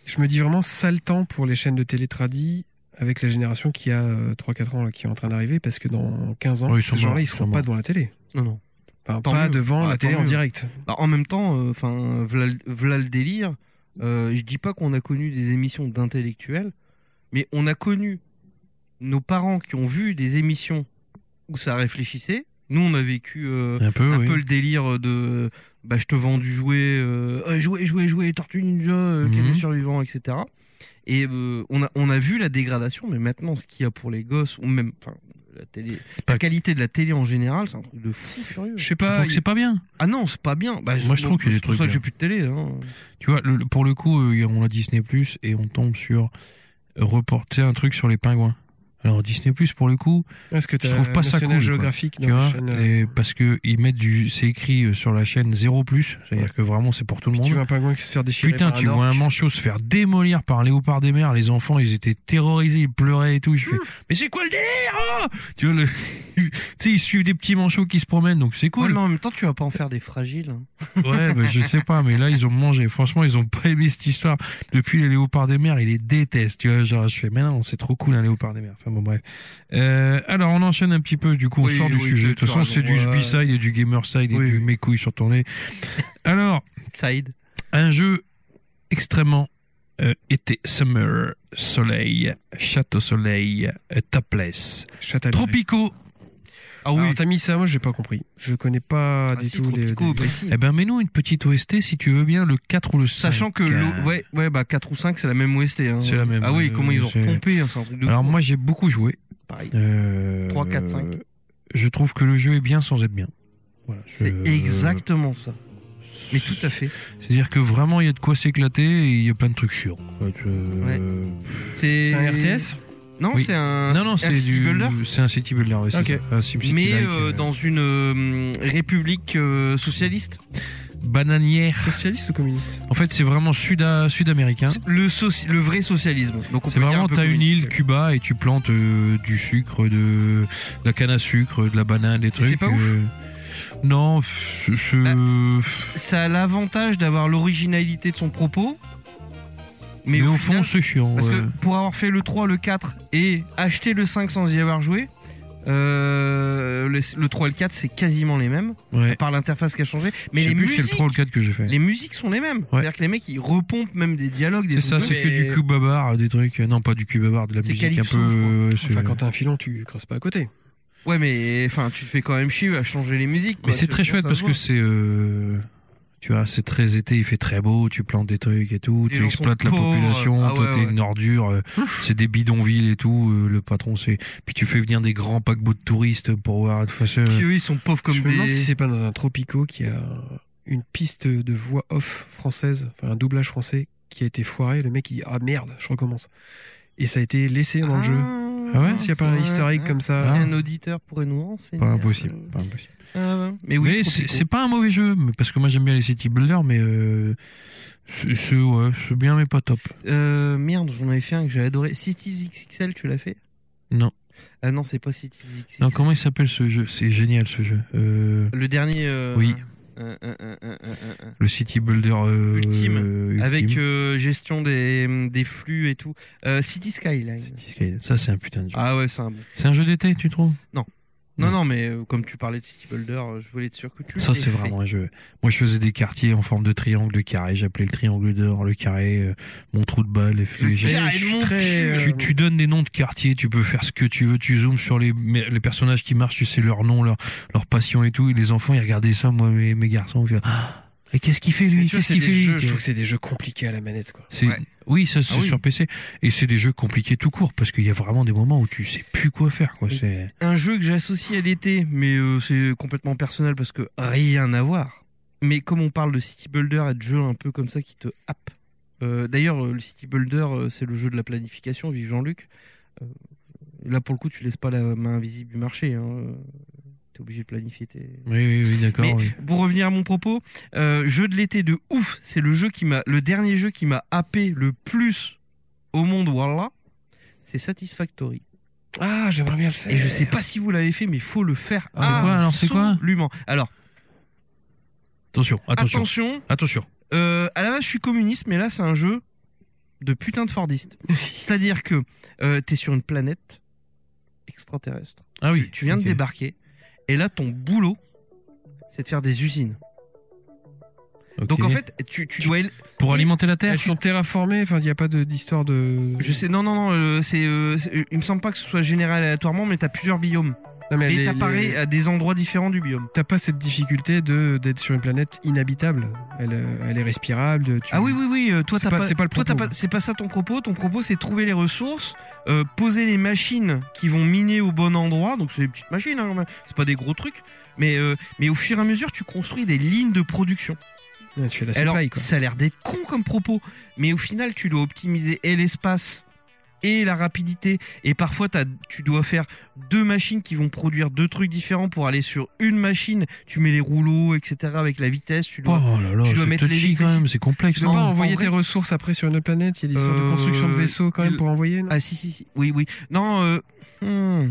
S2: Je me dis vraiment sale temps pour les chaînes de télé tradis avec la génération qui a euh, 3-4 ans là, qui est en train d'arriver parce que dans 15 ans,
S1: Ouais, ils sont
S2: ces gens-là,
S1: morts,
S2: ils
S1: ils sont
S2: seront pas
S1: morts.
S2: devant la télé.
S3: Non, non.
S2: Enfin,
S3: Tant
S2: pas
S3: mieux.
S2: devant
S3: Bah,
S2: la
S3: tant
S2: télé en
S3: mieux.
S2: direct.
S3: Bah, en même temps, enfin, v'là le- v'là le délire. Euh, je dis pas qu'on a connu des émissions d'intellectuels, mais on a connu nos parents qui ont vu des émissions où ça réfléchissait. Nous, on a vécu euh,
S1: un peu,
S3: un
S1: oui.
S3: peu le délire de bah, je te vends du jouet, euh, euh, jouet, jouet, jouet, Tortue Ninja, euh,
S1: Mhm.
S3: Canon Survivant, etc. Et euh, on, a, on a vu la dégradation, mais maintenant, ce qu'il y a pour les gosses, ou même enfin, la télé,
S1: C'est
S3: la
S1: pas-
S3: qualité de la télé en général, c'est un truc de fou furieux.
S2: Je sais
S1: Je
S2: pas.
S1: trouve que c'est pas bien.
S3: Ah non, c'est pas bien. Bah,
S1: Moi, je trouve qu'il y a des
S3: c'est pour
S1: trucs
S3: ça que
S1: bien.
S3: j'ai plus de télé. hein.
S1: Tu vois, le- le- pour le coup, euh, on a Disney Plus et on tombe sur euh, reporter un truc sur les pingouins. Alors Disney Plus pour le coup,
S2: Est-ce que
S1: Je
S2: t'as
S1: trouve pas ça cool,
S2: National
S1: quoi.
S2: géographique
S1: tu
S2: dans la
S1: vois,
S2: chaîne, euh,
S1: et parce que ils mettent du, c'est écrit euh, sur la chaîne 0 plus, c'est-à-dire que vraiment c'est pour tout le
S2: puis tu
S1: monde.
S2: vois un pingouin qui se fait déchirer
S1: Putain,
S2: par
S1: tu
S2: un
S1: vois un
S2: orque.
S1: manchot se faire démolir par un léopard des mers. Les enfants, ils étaient terrorisés, ils pleuraient et tout. Je fais,
S3: Hmm.
S1: mais c'est quoi le délire oh Tu vois, le... [LAUGHS] tu sais, ils suivent des petits manchots qui se promènent, donc c'est
S3: Ouais,
S1: cool.
S3: mais en même temps, tu vas pas en faire des fragiles. hein.
S1: Ouais, bah, je sais pas, mais là, ils ont mangé. Franchement, ils ont pas aimé cette histoire. Depuis les léopards des mers, ils les détestent. Tu vois, genre, je fais, mais non, c'est trop cool, un léopard des mers. Enfin, bon, bref. Euh, alors, on enchaîne un petit peu. Du coup, on
S3: Oui,
S1: sort du
S3: oui,
S1: sujet.
S3: tu-
S1: De toute
S3: tu as
S1: façon,
S3: raison.
S1: c'est du
S3: Ouais.
S1: sbicide et du gamerside et
S2: Oui,
S1: du
S2: oui.
S1: mes couilles sur ton nez. Alors,
S3: Side.
S1: un jeu extrêmement euh, été summer, soleil, château soleil, euh, topless,
S2: Chat à l'air.
S1: tropicaux.
S3: Ah
S2: Alors, t'as mis ça, moi j'ai pas compris. Je connais pas
S3: Ah
S2: du
S3: si,
S2: tout les.
S3: Tropico,
S2: des-
S3: bah si.
S1: Eh ben, mets-nous une petite OST si tu veux bien, le 4 ou le 5.
S3: Sachant que l'eau- ouais, ouais, bah 4 ou 5, c'est la même OST. hein.
S1: C'est la même,
S3: Ah oui,
S1: euh,
S3: comment ils ont
S1: c'est-
S3: pompé, hein, c'est un truc de
S1: Alors,
S3: fou.
S1: moi, j'ai beaucoup joué.
S3: pareil.
S1: Euh,
S3: 3, 4, 5.
S1: Je trouve que le jeu est bien sans être bien. Voilà, je-
S3: C'est exactement ça. Mais tout à fait.
S1: C'est-à-dire que vraiment, il y a de quoi s'éclater et il y a plein de trucs chiants. En fait, euh,
S3: Ouais.
S2: C'est un RTS
S3: Non,
S1: Oui.
S3: c'est un,
S1: Non, non,
S3: un
S1: c'est
S3: city
S1: du.
S3: builder,
S1: C'est un city builder, ouais, c'est
S2: Ok.
S1: ça. Un SimCity
S3: mais
S1: like,
S3: euh,
S1: euh,
S3: dans une euh, république euh, socialiste.
S1: Bananière.
S2: Socialiste ou communiste
S1: En fait, c'est vraiment sud-américain. sud américain
S3: Le, soci- le vrai socialisme. Donc on
S1: Hein C'est
S3: peut dire
S1: vraiment,
S3: un peu
S1: t'as une
S3: communiste.
S1: île, Cuba, et tu plantes euh, du sucre, de, de la canne à sucre, de la banane, des trucs.
S3: c'est pas ouf
S1: euh, Non, pff, c'est-
S3: Bah,
S1: pff,
S3: Ça a l'avantage d'avoir l'originalité de son propos.
S1: mais,
S3: Mais,
S1: au fond,
S3: final,
S1: c'est chiant.
S3: Parce
S1: ouais.
S3: que pour avoir fait le 3, le 4 et acheter le 5 sans y avoir joué, euh, le, le 3 et le 4 c'est quasiment les mêmes,
S1: Ouais.
S3: par l'interface qui a changé. Mais
S1: Je sais
S3: les
S1: plus si
S3: musiques,
S1: c'est le 3 ou le 4 que j'ai fait.
S3: les musiques sont les mêmes. C'est-à-dire que les mecs ils repompent même des dialogues, des
S1: C'est ça,
S3: trucs
S1: c'est que
S2: mais-
S1: du cuba bar, des trucs. euh, Non, pas du cuba bar, de la
S3: C'est
S1: musique
S3: Calypso,
S1: un
S3: je
S1: peu.
S3: crois.
S1: euh, c'est-
S2: Enfin, quand t'as un filon, tu crosses pas à côté.
S3: comme- Ouais, mais enfin tu te fais quand même chier à changer les musiques.
S1: Mais
S3: quoi.
S1: c'est
S3: Tu
S1: très
S3: vois,
S1: chouette
S3: ça
S1: parce
S3: se
S1: que
S3: voit.
S1: c'est. euh, Tu vois, c'est très été, il fait très beau, tu plantes des trucs et tout,
S3: Les
S1: tu
S3: gens
S1: exploites
S3: sont
S1: la
S3: pauvres.
S1: population,
S3: Ah
S1: toi
S3: ouais,
S1: t'es
S3: ouais.
S1: une ordure, euh, c'est des bidonvilles et tout, euh, le patron c'est... Puis tu fais venir des grands paquebots de touristes pour voir... Enfin, c'est-
S3: Puis eux, ils sont pauvres comme
S2: je me demande si
S3: des.
S2: c'est pas dans un Tropico qui a une piste de voix off française, enfin un doublage français qui a été foiré. Le mec il dit ah merde, je recommence. Et ça a été laissé dans le jeu.
S1: Ah ouais
S2: S'il y a pas un historique comme ça.
S3: Si
S2: Ah.
S3: un auditeur pourrait nous renseigner.
S1: Pas impossible, pas impossible.
S3: Ah ouais. Mais oui,
S1: mais
S3: trop
S1: c'est
S3: pico.
S1: c'est pas un mauvais jeu, mais- parce que moi j'aime bien les city builders, mais euh, c'est c'est- ouais, c'est bien mais pas top.
S3: Euh, merde, j'en avais fait un que j'ai adoré. Cities XXL, tu l'as fait
S1: Non.
S3: Ah non, c'est pas Cities XXL.
S1: Non, comment il s'appelle ce jeu C'est génial ce jeu. Euh,
S3: Le dernier. euh,
S1: Oui.
S3: euh, euh, euh, euh, euh, euh,
S1: le city builder euh,
S3: Ultime.
S1: euh, ultime.
S3: Avec euh, gestion des, des flux et tout. Euh, City Skyline.
S1: City Skyline. Ça c'est un putain de jeu.
S3: Ah ouais, c'est un bon.
S1: C'est un jeu d'été, tu trouves
S3: Non,
S1: Ouais.
S3: non, mais euh, comme tu parlais de City Builder, euh, je voulais être sûr que tu
S1: Ça
S3: l'aies
S1: c'est
S3: fait.
S1: vraiment un jeu. Moi je faisais des quartiers en forme de triangle, de carré. J'appelais le triangle d'or, le carré, euh, mon trou de balle. Et
S3: Le
S1: j'ai-
S3: carré
S2: je
S3: de
S2: suis
S3: mon
S2: très,
S3: cul.
S2: euh,
S1: Tu, tu donnes des noms de quartiers, tu peux faire ce que tu veux, tu zoomes sur les, mais les personnages qui marchent, tu sais leur nom, leur, leur passion et tout, et les enfants ils regardaient ça, moi mes, mes garçons, ils faisaient, Ah, et qu'est-ce qu'il fait lui,
S2: Mais tu vois,
S1: qu'est-ce
S2: c'est
S1: qu'il
S2: des
S1: fait lui
S2: jeux- Je trouve que c'est des jeux compliqués à la manette quoi.
S1: C'est
S3: Ouais.
S1: oui, ça c'est
S3: Ah oui.
S1: sur PC et c'est des jeux compliqués tout court parce qu'il y a vraiment des moments où tu sais plus quoi faire quoi.
S3: Oui.
S1: C'est
S3: Un jeu que j'associe à l'été, mais euh, c'est complètement personnel parce que rien à voir. Mais comme on parle de city builder et de jeux un peu comme ça qui te happe. euh, D'ailleurs, euh, le city builder, euh, c'est le jeu de la planification, vive Jean-Luc. Euh, là, pour le coup, tu laisses pas la main invisible du marché. Hein. euh, T'es obligé de planifier tes,
S1: Oui, oui, oui, d'accord.
S3: Mais-
S1: oui.
S3: pour revenir à mon propos, euh, jeu de l'été de ouf, c'est le jeu qui m'a, le dernier jeu qui m'a happé le plus au monde, voilà, c'est Satisfactory.
S2: Ah, j'aimerais bien le faire.
S3: Et je sais pas si vous l'avez fait, mais faut le faire.
S1: Ah, c'est quoi, alors, c'est quoi
S3: Absolument. Alors,
S1: Attention, attention,
S3: attention,
S1: attention.
S3: euh, à la base, je suis communiste, mais là, c'est un jeu de putain de [LAUGHS] Fordiste. C'est-à-dire que euh, t'es sur une planète extraterrestre.
S1: Ah oui.
S3: Tu viens
S1: ok.
S3: de débarquer, et là, ton boulot, c'est de faire des usines.
S1: Ok.
S3: Donc en fait, tu, tu dois
S1: pour alimenter la terre.
S2: Elles sont terraformées, enfin, il n'y a pas de- d'histoire de.
S3: Je sais, non, non, non, euh, c'est, euh, c'est- euh, il me semble pas que ce soit généré aléatoirement, mais t'as plusieurs biomes.
S2: Non, mais
S3: Et
S2: les-
S3: t'apparais
S2: les-
S3: à des endroits différents du biome.
S2: T'as pas cette difficulté de d'être sur une planète inhabitable. Elle, euh, elle est respirable. de- tu-
S3: Ah oui, oui, oui, euh, toi
S2: C'est
S3: t'as
S2: pas-
S3: pas,
S2: c'est pas le
S3: toi, t'as
S2: propos.
S3: pas- c'est pas ça ton propos. Ton propos, c'est trouver les ressources, euh, poser les machines qui vont miner au bon endroit. Donc c'est des petites machines, hein, quand même. c'est pas des gros trucs. Mais, euh, mais au fur et à mesure, tu construis des lignes de production.
S2: Ouais, tu fais la supply,
S3: Alors,
S2: quoi.
S3: ça a l'air d'être con comme propos, mais au final, tu dois optimiser et l'espace et la rapidité. Et parfois, t'as- tu dois faire deux machines qui vont produire deux trucs différents pour aller sur une machine. Tu mets les rouleaux, etc. avec la vitesse. Tu dois...
S1: Oh là là,
S3: tu dois
S1: c'est
S3: mettre
S1: touchy quand
S3: l'électricité-
S1: même, c'est complexe.
S2: Tu dois
S1: non
S2: pas envoyer
S3: en vrai-
S2: tes ressources après sur une autre planète. Il y a des histoires de
S3: Euh,
S2: construction de vaisseaux quand même
S3: il-
S2: pour envoyer. non
S3: Ah si, si, si. Oui, oui. Non, euh... hmm,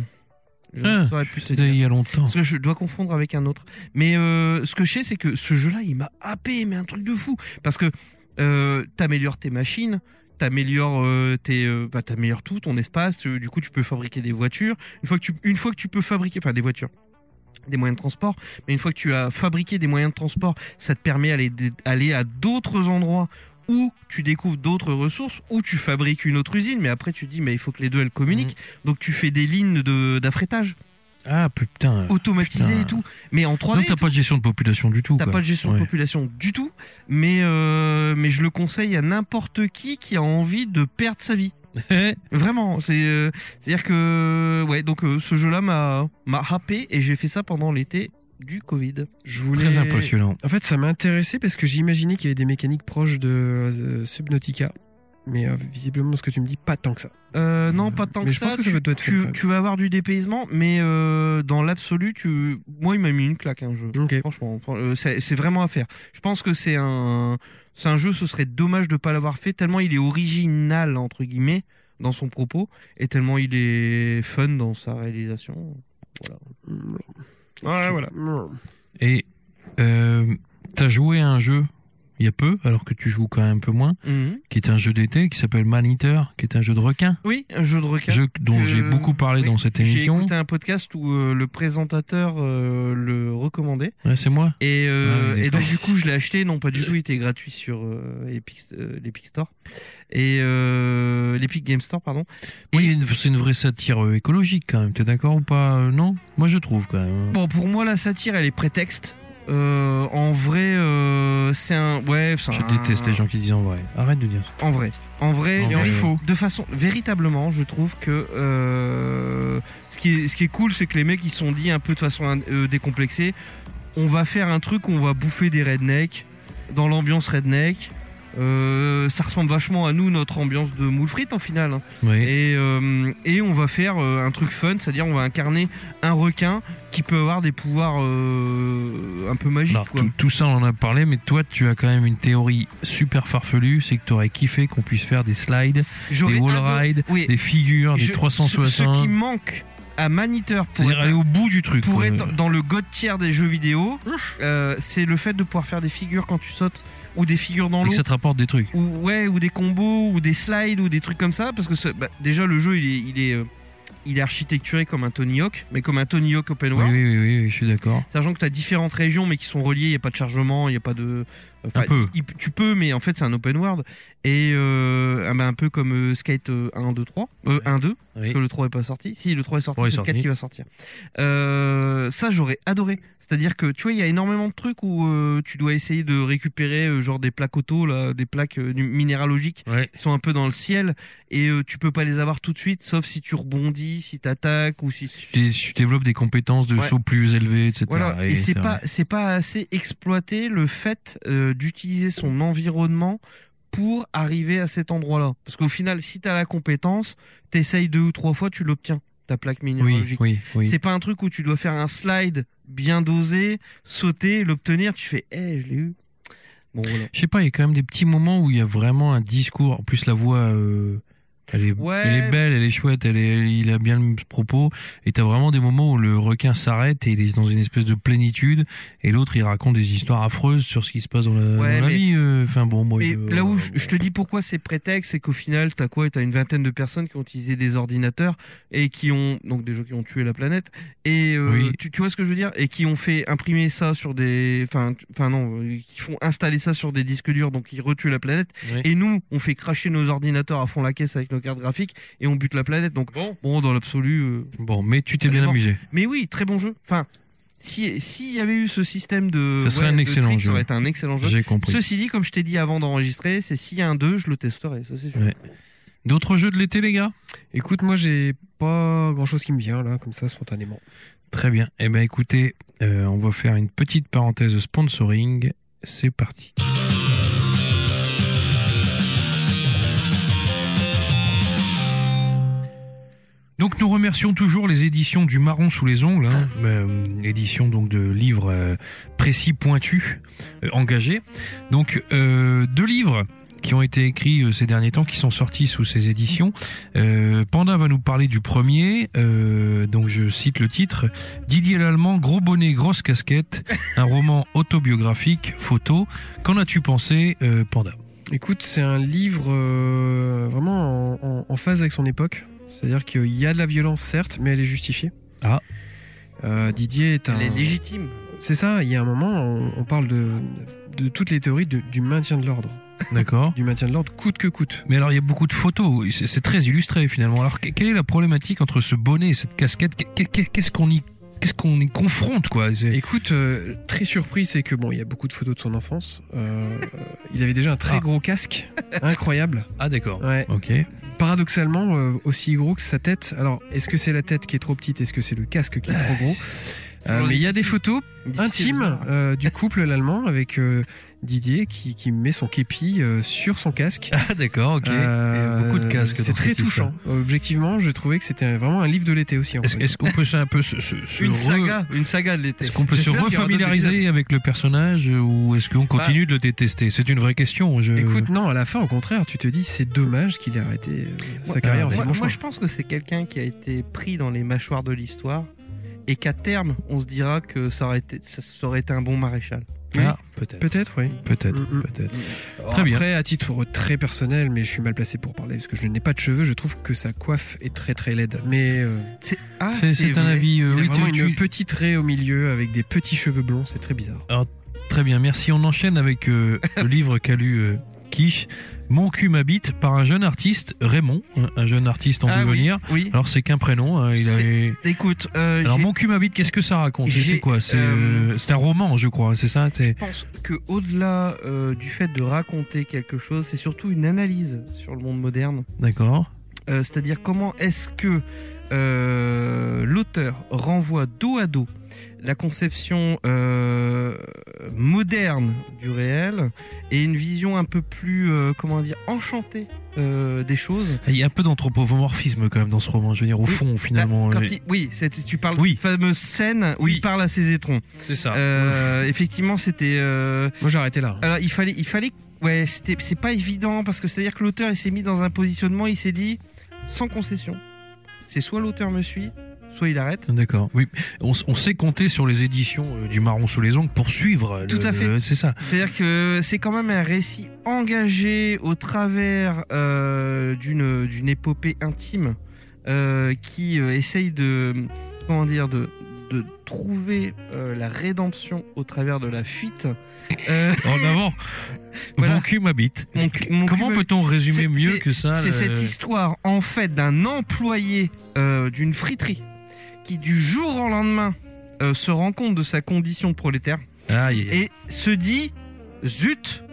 S3: je ne
S1: Ah,
S3: saurais plus te
S1: C'était il
S3: dire.
S1: y a longtemps.
S3: Parce que je dois confondre avec un autre. Mais euh, ce que je sais, c'est que ce jeu-là, il m'a happé, mais un truc de fou. Parce que euh, t'améliores tes machines, t'améliores euh, tes, euh, bah, t'améliores tout, ton espace. euh, du coup, tu peux fabriquer des voitures. Une fois que tu, une fois que tu peux fabriquer, enfin des voitures, des moyens de transport. Mais une fois que tu as fabriqué des moyens de transport, ça te permet d'aller dé- aller à d'autres endroits où tu découvres d'autres ressources, où tu fabriques une autre usine. Mais après, tu te dis, mais il faut que les deux elles communiquent. Donc, tu fais des lignes de d'affrétage
S1: Ah putain.
S3: automatisé
S1: Putain.
S3: et tout, mais en 3D.
S1: Donc t'as
S3: et tout.
S1: pas de gestion de population du tout.
S3: T'as
S1: quoi. [LAUGHS]
S3: pas de gestion de
S1: Ouais.
S3: population du tout, mais euh, mais je le conseille à n'importe qui qui a envie de perdre sa vie. Vraiment, c'est c'est à dire que ouais donc euh, ce jeu-là m'a m'a happé et j'ai fait ça pendant l'été du Covid.
S2: Je voulais.
S1: Très impressionnant.
S2: En fait, ça m'a intéressé parce que j'imaginais qu'il y avait des mécaniques proches de euh, Subnautica. Mais euh, visiblement, ce que tu me dis, pas tant que ça.
S3: Euh, non pas tant
S2: Mais
S3: que
S2: je
S3: ça.
S2: pense que ça
S3: tu,
S2: doit être fun, quand
S3: tu,
S2: même.
S3: tu vas avoir du dépaysement, mais euh, dans l'absolu tu moi il m'a mis une claque un jeu.
S2: Ok.
S3: Franchement, fran- euh, c'est c'est vraiment à faire. Je pense que c'est un, c'est un jeu. Ce serait dommage de pas l'avoir fait tellement il est original entre guillemets dans son propos et tellement il est fun dans sa réalisation.
S2: Ouais, voilà.
S1: Et euh, t'as joué à un jeu il y a peu, alors que tu joues quand même un peu moins, qui est un jeu d'été qui s'appelle Man Eater, qui est un jeu de requin,
S3: Oui, un jeu de requin.
S1: jeu dont
S3: Euh,
S1: j'ai beaucoup parlé
S3: oui,
S1: dans cette
S3: J'ai
S1: émission.
S3: écouté un podcast où euh, le présentateur euh, le recommandait
S1: Ouais, c'est moi.
S3: et, euh,
S1: Ah oui,
S3: et donc
S1: d'accord.
S3: du coup je l'ai acheté. Non,
S1: Euh.
S3: pas du tout. Il était gratuit sur euh, Epic, euh, l'Epic Store et euh, l'Epic Game Store pardon.
S1: Oui, il y a une- c'est une vraie satire euh, écologique quand même. T'es d'accord ou pas euh, Non Moi je trouve quand même.
S3: Bon, pour moi, la satire, elle est prétexte. Euh, en vrai, euh, c'est un. Ouais, c'est
S1: Je
S3: un-
S1: déteste les gens qui disent en vrai. Arrête de dire ça.
S3: En vrai. En vrai,
S1: En
S3: et
S1: vrai, euh.
S3: faux. De façon. Véritablement, je trouve que. euh, ce, qui est, ce qui est cool, c'est que les mecs, ils se sont dit un peu de façon euh, décomplexée on va faire un truc où on va bouffer des rednecks, dans l'ambiance redneck. Euh, ça ressemble vachement à nous, notre ambiance de moule frites en final. hein.
S1: Oui.
S3: Et, euh, et on va faire euh, un truc fun, c'est-à-dire on va incarner un requin qui peut avoir des pouvoirs euh, un peu magiques.
S1: Alors,
S3: quoi.
S1: Bah, tout, tout ça, on en a parlé, mais toi, tu as quand même une théorie super farfelue, c'est que t'aurais kiffé qu'on puisse faire des slides,
S3: J'aurais
S1: des wall
S3: adoré-
S1: rides,
S3: oui,
S1: des figures,
S3: je-
S1: des
S3: Ce, ce qui
S1: 360.
S3: manque à Maniteur pour
S1: C'est-à-dire
S3: être,
S1: aller au bout du truc. euh,
S3: pour
S1: quoi.
S3: être dans le god tier des jeux vidéo, euh, c'est le fait de pouvoir faire des figures quand tu sautes ou des figures dans
S1: Et
S3: l'eau.
S1: que ça te rapporte des trucs.
S3: ou ouais ou des combos ou des slides ou des trucs comme ça parce que ce- bah, déjà le jeu il est il est euh, il est architecturé comme un Tony Hawk mais comme un Tony Hawk open
S1: Oui,
S3: world
S1: oui, oui, oui, oui, je suis d'accord.
S3: Sachant que tu as différentes régions mais qui sont reliées, il n'y a pas de chargement, il n'y a pas de... enfin,
S1: Un peu.
S3: il- tu peux, mais en fait c'est un open world. Et euh, ah ben, un peu comme euh, Skate euh, 1, 2, 3. Euh, 1, 2, parce
S1: Oui.
S3: que le 3 est pas sorti. Si, le 3 est sorti,
S1: Ouais,
S3: c'est le
S1: sorti.
S3: 4 qui va sortir. Euh, ça, j'aurais adoré. C'est-à-dire que, tu vois, il y a énormément de trucs où euh, tu dois essayer de récupérer euh, genre des plaques auto, là, des plaques euh, nu- minéralogiques
S1: Ouais.
S3: qui sont un peu dans le ciel et euh, tu peux pas les avoir tout de suite sauf si tu rebondis fuient, si t'attaques ou si
S1: Tu, tu développes des compétences de
S3: Ouais.
S1: saut plus élevées, etc.
S3: voilà. Et, c'est
S1: vrai.
S3: pas c'est pas assez exploité le fait euh, d'utiliser son environnement pour arriver à cet endroit-là. Parce qu'au final, si t'as la compétence, t'essayes deux ou trois fois, tu l'obtiens ta plaque
S1: Oui,
S3: minéralogique.
S1: oui, oui.
S3: C'est pas un truc où tu dois faire un slide bien dosé, sauter, l'obtenir. Tu fais, eh, je l'ai eu. Bon, voilà.
S1: Je sais pas, il y a quand même des petits moments où il y a vraiment un discours. En plus, la voix, euh, elle, est,
S3: Ouais.
S1: elle est belle, elle est chouette, elle est, il a bien le propos. Et t'as vraiment des moments où le requin s'arrête et il est dans une espèce de plénitude. Et l'autre, il raconte des histoires affreuses sur ce qui se passe dans la,
S3: Ouais,
S1: dans la
S3: mais-
S1: vie. euh, Enfin bon, moi,
S3: Mais
S1: je- euh,
S3: là où je, je te dis pourquoi c'est prétexte, c'est qu'au final, t'as quoi T'as une vingtaine de personnes qui ont utilisé des ordinateurs et qui ont donc des gens qui ont tué la planète. Et euh,
S1: Oui.
S3: tu, tu vois ce que je veux dire Et qui ont fait imprimer ça sur des, enfin, tu- enfin non, euh, qui font installer ça sur des disques durs, donc ils retuent la planète.
S1: Ouais.
S3: Et nous, on fait cracher nos ordinateurs à fond la caisse avec nos cartes graphiques et on bute la planète. Donc bon, dans l'absolu. euh,
S1: Bon, mais tu t'es
S3: Allez,
S1: bien
S3: bon.
S1: amusé.
S3: mais oui, très bon jeu. Enfin, si s'il y avait eu ce système de,
S1: Ce serait un
S3: de
S1: excellent
S3: tricks,
S1: jeu.
S3: Ça aurait été un excellent jeu.
S1: J'ai compris.
S3: Ceci dit, comme je t'ai dit avant d'enregistrer, c'est s'il y a un 2, je le testerai, ça c'est sûr.
S1: Ouais. D'autres jeux de l'été, les gars
S2: Écoute, moi j'ai pas grand chose qui me vient là, comme ça, spontanément.
S1: Très bien. Eh ben, écoutez, euh, on va faire une petite parenthèse sponsoring. C'est parti. Donc nous remercions toujours les éditions du Marron sous les ongles, hein, euh, édition donc de livres euh, précis, pointus, euh, engagés. Donc euh, deux livres qui ont été écrits euh, ces derniers temps, qui sont sortis sous ces éditions. Euh, Panda va nous parler du premier, euh, donc je cite le titre, Didier l'Allemand, gros bonnet, grosse casquette, un roman autobiographique, photo. Qu'en as-tu pensé, euh, Panda
S2: Écoute, c'est un livre euh, vraiment en, en- en phase avec son époque. C'est-à-dire qu'il y a de la violence, certes, mais elle est justifiée.
S1: Ah.
S2: Euh, Didier est un.
S3: Elle est légitime.
S2: C'est ça, il y a un moment, on, on parle de, de toutes les théories de- du maintien de l'ordre.
S1: D'accord
S2: Du maintien de l'ordre coûte que coûte.
S1: Mais alors il y a beaucoup de photos, c'est- c'est très illustré finalement. Alors que- quelle est la problématique entre ce bonnet et cette casquette Qu'est- qu'est- Qu'est-ce qu'on y, qu'est-ce qu'on y confronte quoi C'est-
S2: Écoute, euh, très surpris, c'est que bon, il y a beaucoup de photos de son enfance. Euh, [LAUGHS] il avait déjà un très
S1: Ah.
S2: gros casque, incroyable.
S1: Ah d'accord.
S2: Ouais.
S1: Ok. [LAUGHS]
S2: Paradoxalement, euh, aussi gros que sa tête. Alors, est-ce que c'est la tête qui est trop petite Est-ce que c'est le casque qui est trop gros Euh,
S3: toujours
S2: Mais il y a des
S3: difficile.
S2: photos intimes euh, du couple l'allemand avec euh, Didier qui, qui met son képi euh, sur son casque.
S1: Ah d'accord. Ok.
S2: Euh,
S1: Et beaucoup de casques.
S2: C'est
S1: dans
S2: très
S1: cette histoire.
S2: touchant. Objectivement, je trouvais que c'était vraiment un livre de l'été aussi. en
S1: Est-ce
S2: fait.
S1: est-ce qu'on peut ça un peu se, se- se
S3: Une
S1: re-
S3: saga, une saga de l'été.
S1: Est-ce qu'on peut se
S2: J'espère qu'il y aura d'autres Bah.
S1: refamiliariser avec le personnage euh, ou est-ce qu'on continue de le détester C'est une vraie question. Je...
S2: Écoute, non, à la fin, au contraire, tu te dis c'est dommage qu'il ait arrêté euh, sa
S1: Ouais,
S2: carrière.
S1: ouais,
S2: c'est
S3: Moi,
S2: bon choix.
S3: moi, je pense que c'est quelqu'un qui a été pris dans les mâchoires de l'histoire et qu'à terme, on se dira que ça aurait été, ça, ça aurait été un bon maréchal.
S1: Ah, peut-être,
S2: Peut-être, oui. Mm,
S1: peut-être,
S2: Mm-mm.
S1: peut-être.
S2: Très bien. Après, à titre très personnel, mais je suis mal placé pour parler parce que je n'ai pas de cheveux, je trouve que sa coiffe est très très laide. Mais euh,
S3: C'est ah,
S1: C'est- c'est un
S3: vrai.
S1: avis. euh,
S2: il a
S1: oui,
S2: vraiment
S1: tu-
S2: une
S1: tu-
S2: petite raie au milieu avec des petits cheveux blonds, c'est très bizarre.
S1: Très bien, merci. On enchaîne avec euh,
S3: [LAUGHS]
S1: le livre qu'a lu euh, Quiche, Mon cul m'habite, par un jeune artiste, Raymond, un- un jeune artiste en
S3: Ah oui.
S1: devenir.
S3: Oui.
S1: Alors c'est qu'un prénom. hein, il
S3: C'est-
S1: avait-
S3: Écoute, euh,
S1: Alors
S3: j'ai-
S1: Mon cul m'habite, qu'est-ce que ça raconte
S3: j'ai-
S1: C'est quoi C'est euh, c'est un roman, je crois. C'est ça.
S3: je
S1: C'est
S3: pense que au-delà euh, du fait de raconter quelque chose, c'est surtout une analyse sur le monde moderne.
S1: d'accord.
S3: Euh, c'est-à-dire comment est-ce que euh, l'auteur renvoie dos à dos la conception euh, moderne du réel et une vision un peu plus euh, comment dire enchantée euh, des choses.
S1: Il y a un peu d'anthropomorphisme quand même dans ce roman. Je veux dire, au
S3: Oui. Bah,
S1: fond, finalement.
S3: Quand
S1: euh,
S3: il- oui, c'était- tu parles
S1: Oui.
S3: de cette fameuse scène où
S1: Oui. Ah.
S3: il parle à ses étrons.
S1: C'est ça.
S3: Euh, effectivement, c'était euh,
S2: Moi, j'ai arrêté là. hein.
S3: Alors il fallait, il fallait, ouais, c'était, c'est pas évident parce que c'est à dire que l'auteur il s'est mis dans un positionnement, il s'est dit sans concession, c'est soit l'auteur me suit, soit il arrête.
S1: D'accord. Oui, on, s- on sait compter sur les éditions euh, du Marron sous les ongles pour suivre. le-
S3: Tout à fait.
S1: le- C'est ça.
S3: C'est-à-dire que c'est quand même un récit engagé au travers euh, d'une d'une épopée intime euh, qui euh, essaye de comment dire de de trouver euh, la rédemption au travers de la fuite. Euh, [LAUGHS]
S1: En avant.
S3: Voilà.
S1: Mon cul m'habite.
S3: Mon cu- mon
S1: Comment
S3: cul
S1: peut-on résumer
S3: C'est-
S1: mieux
S3: c'est-
S1: que ça
S3: C'est
S1: Ah, le-
S3: cette histoire en fait d'un employé euh, d'une friterie qui du jour au lendemain euh, se rend compte de sa condition de prolétaire
S1: Aïe, aïe, aïe. Mmh.
S3: et se dit zut,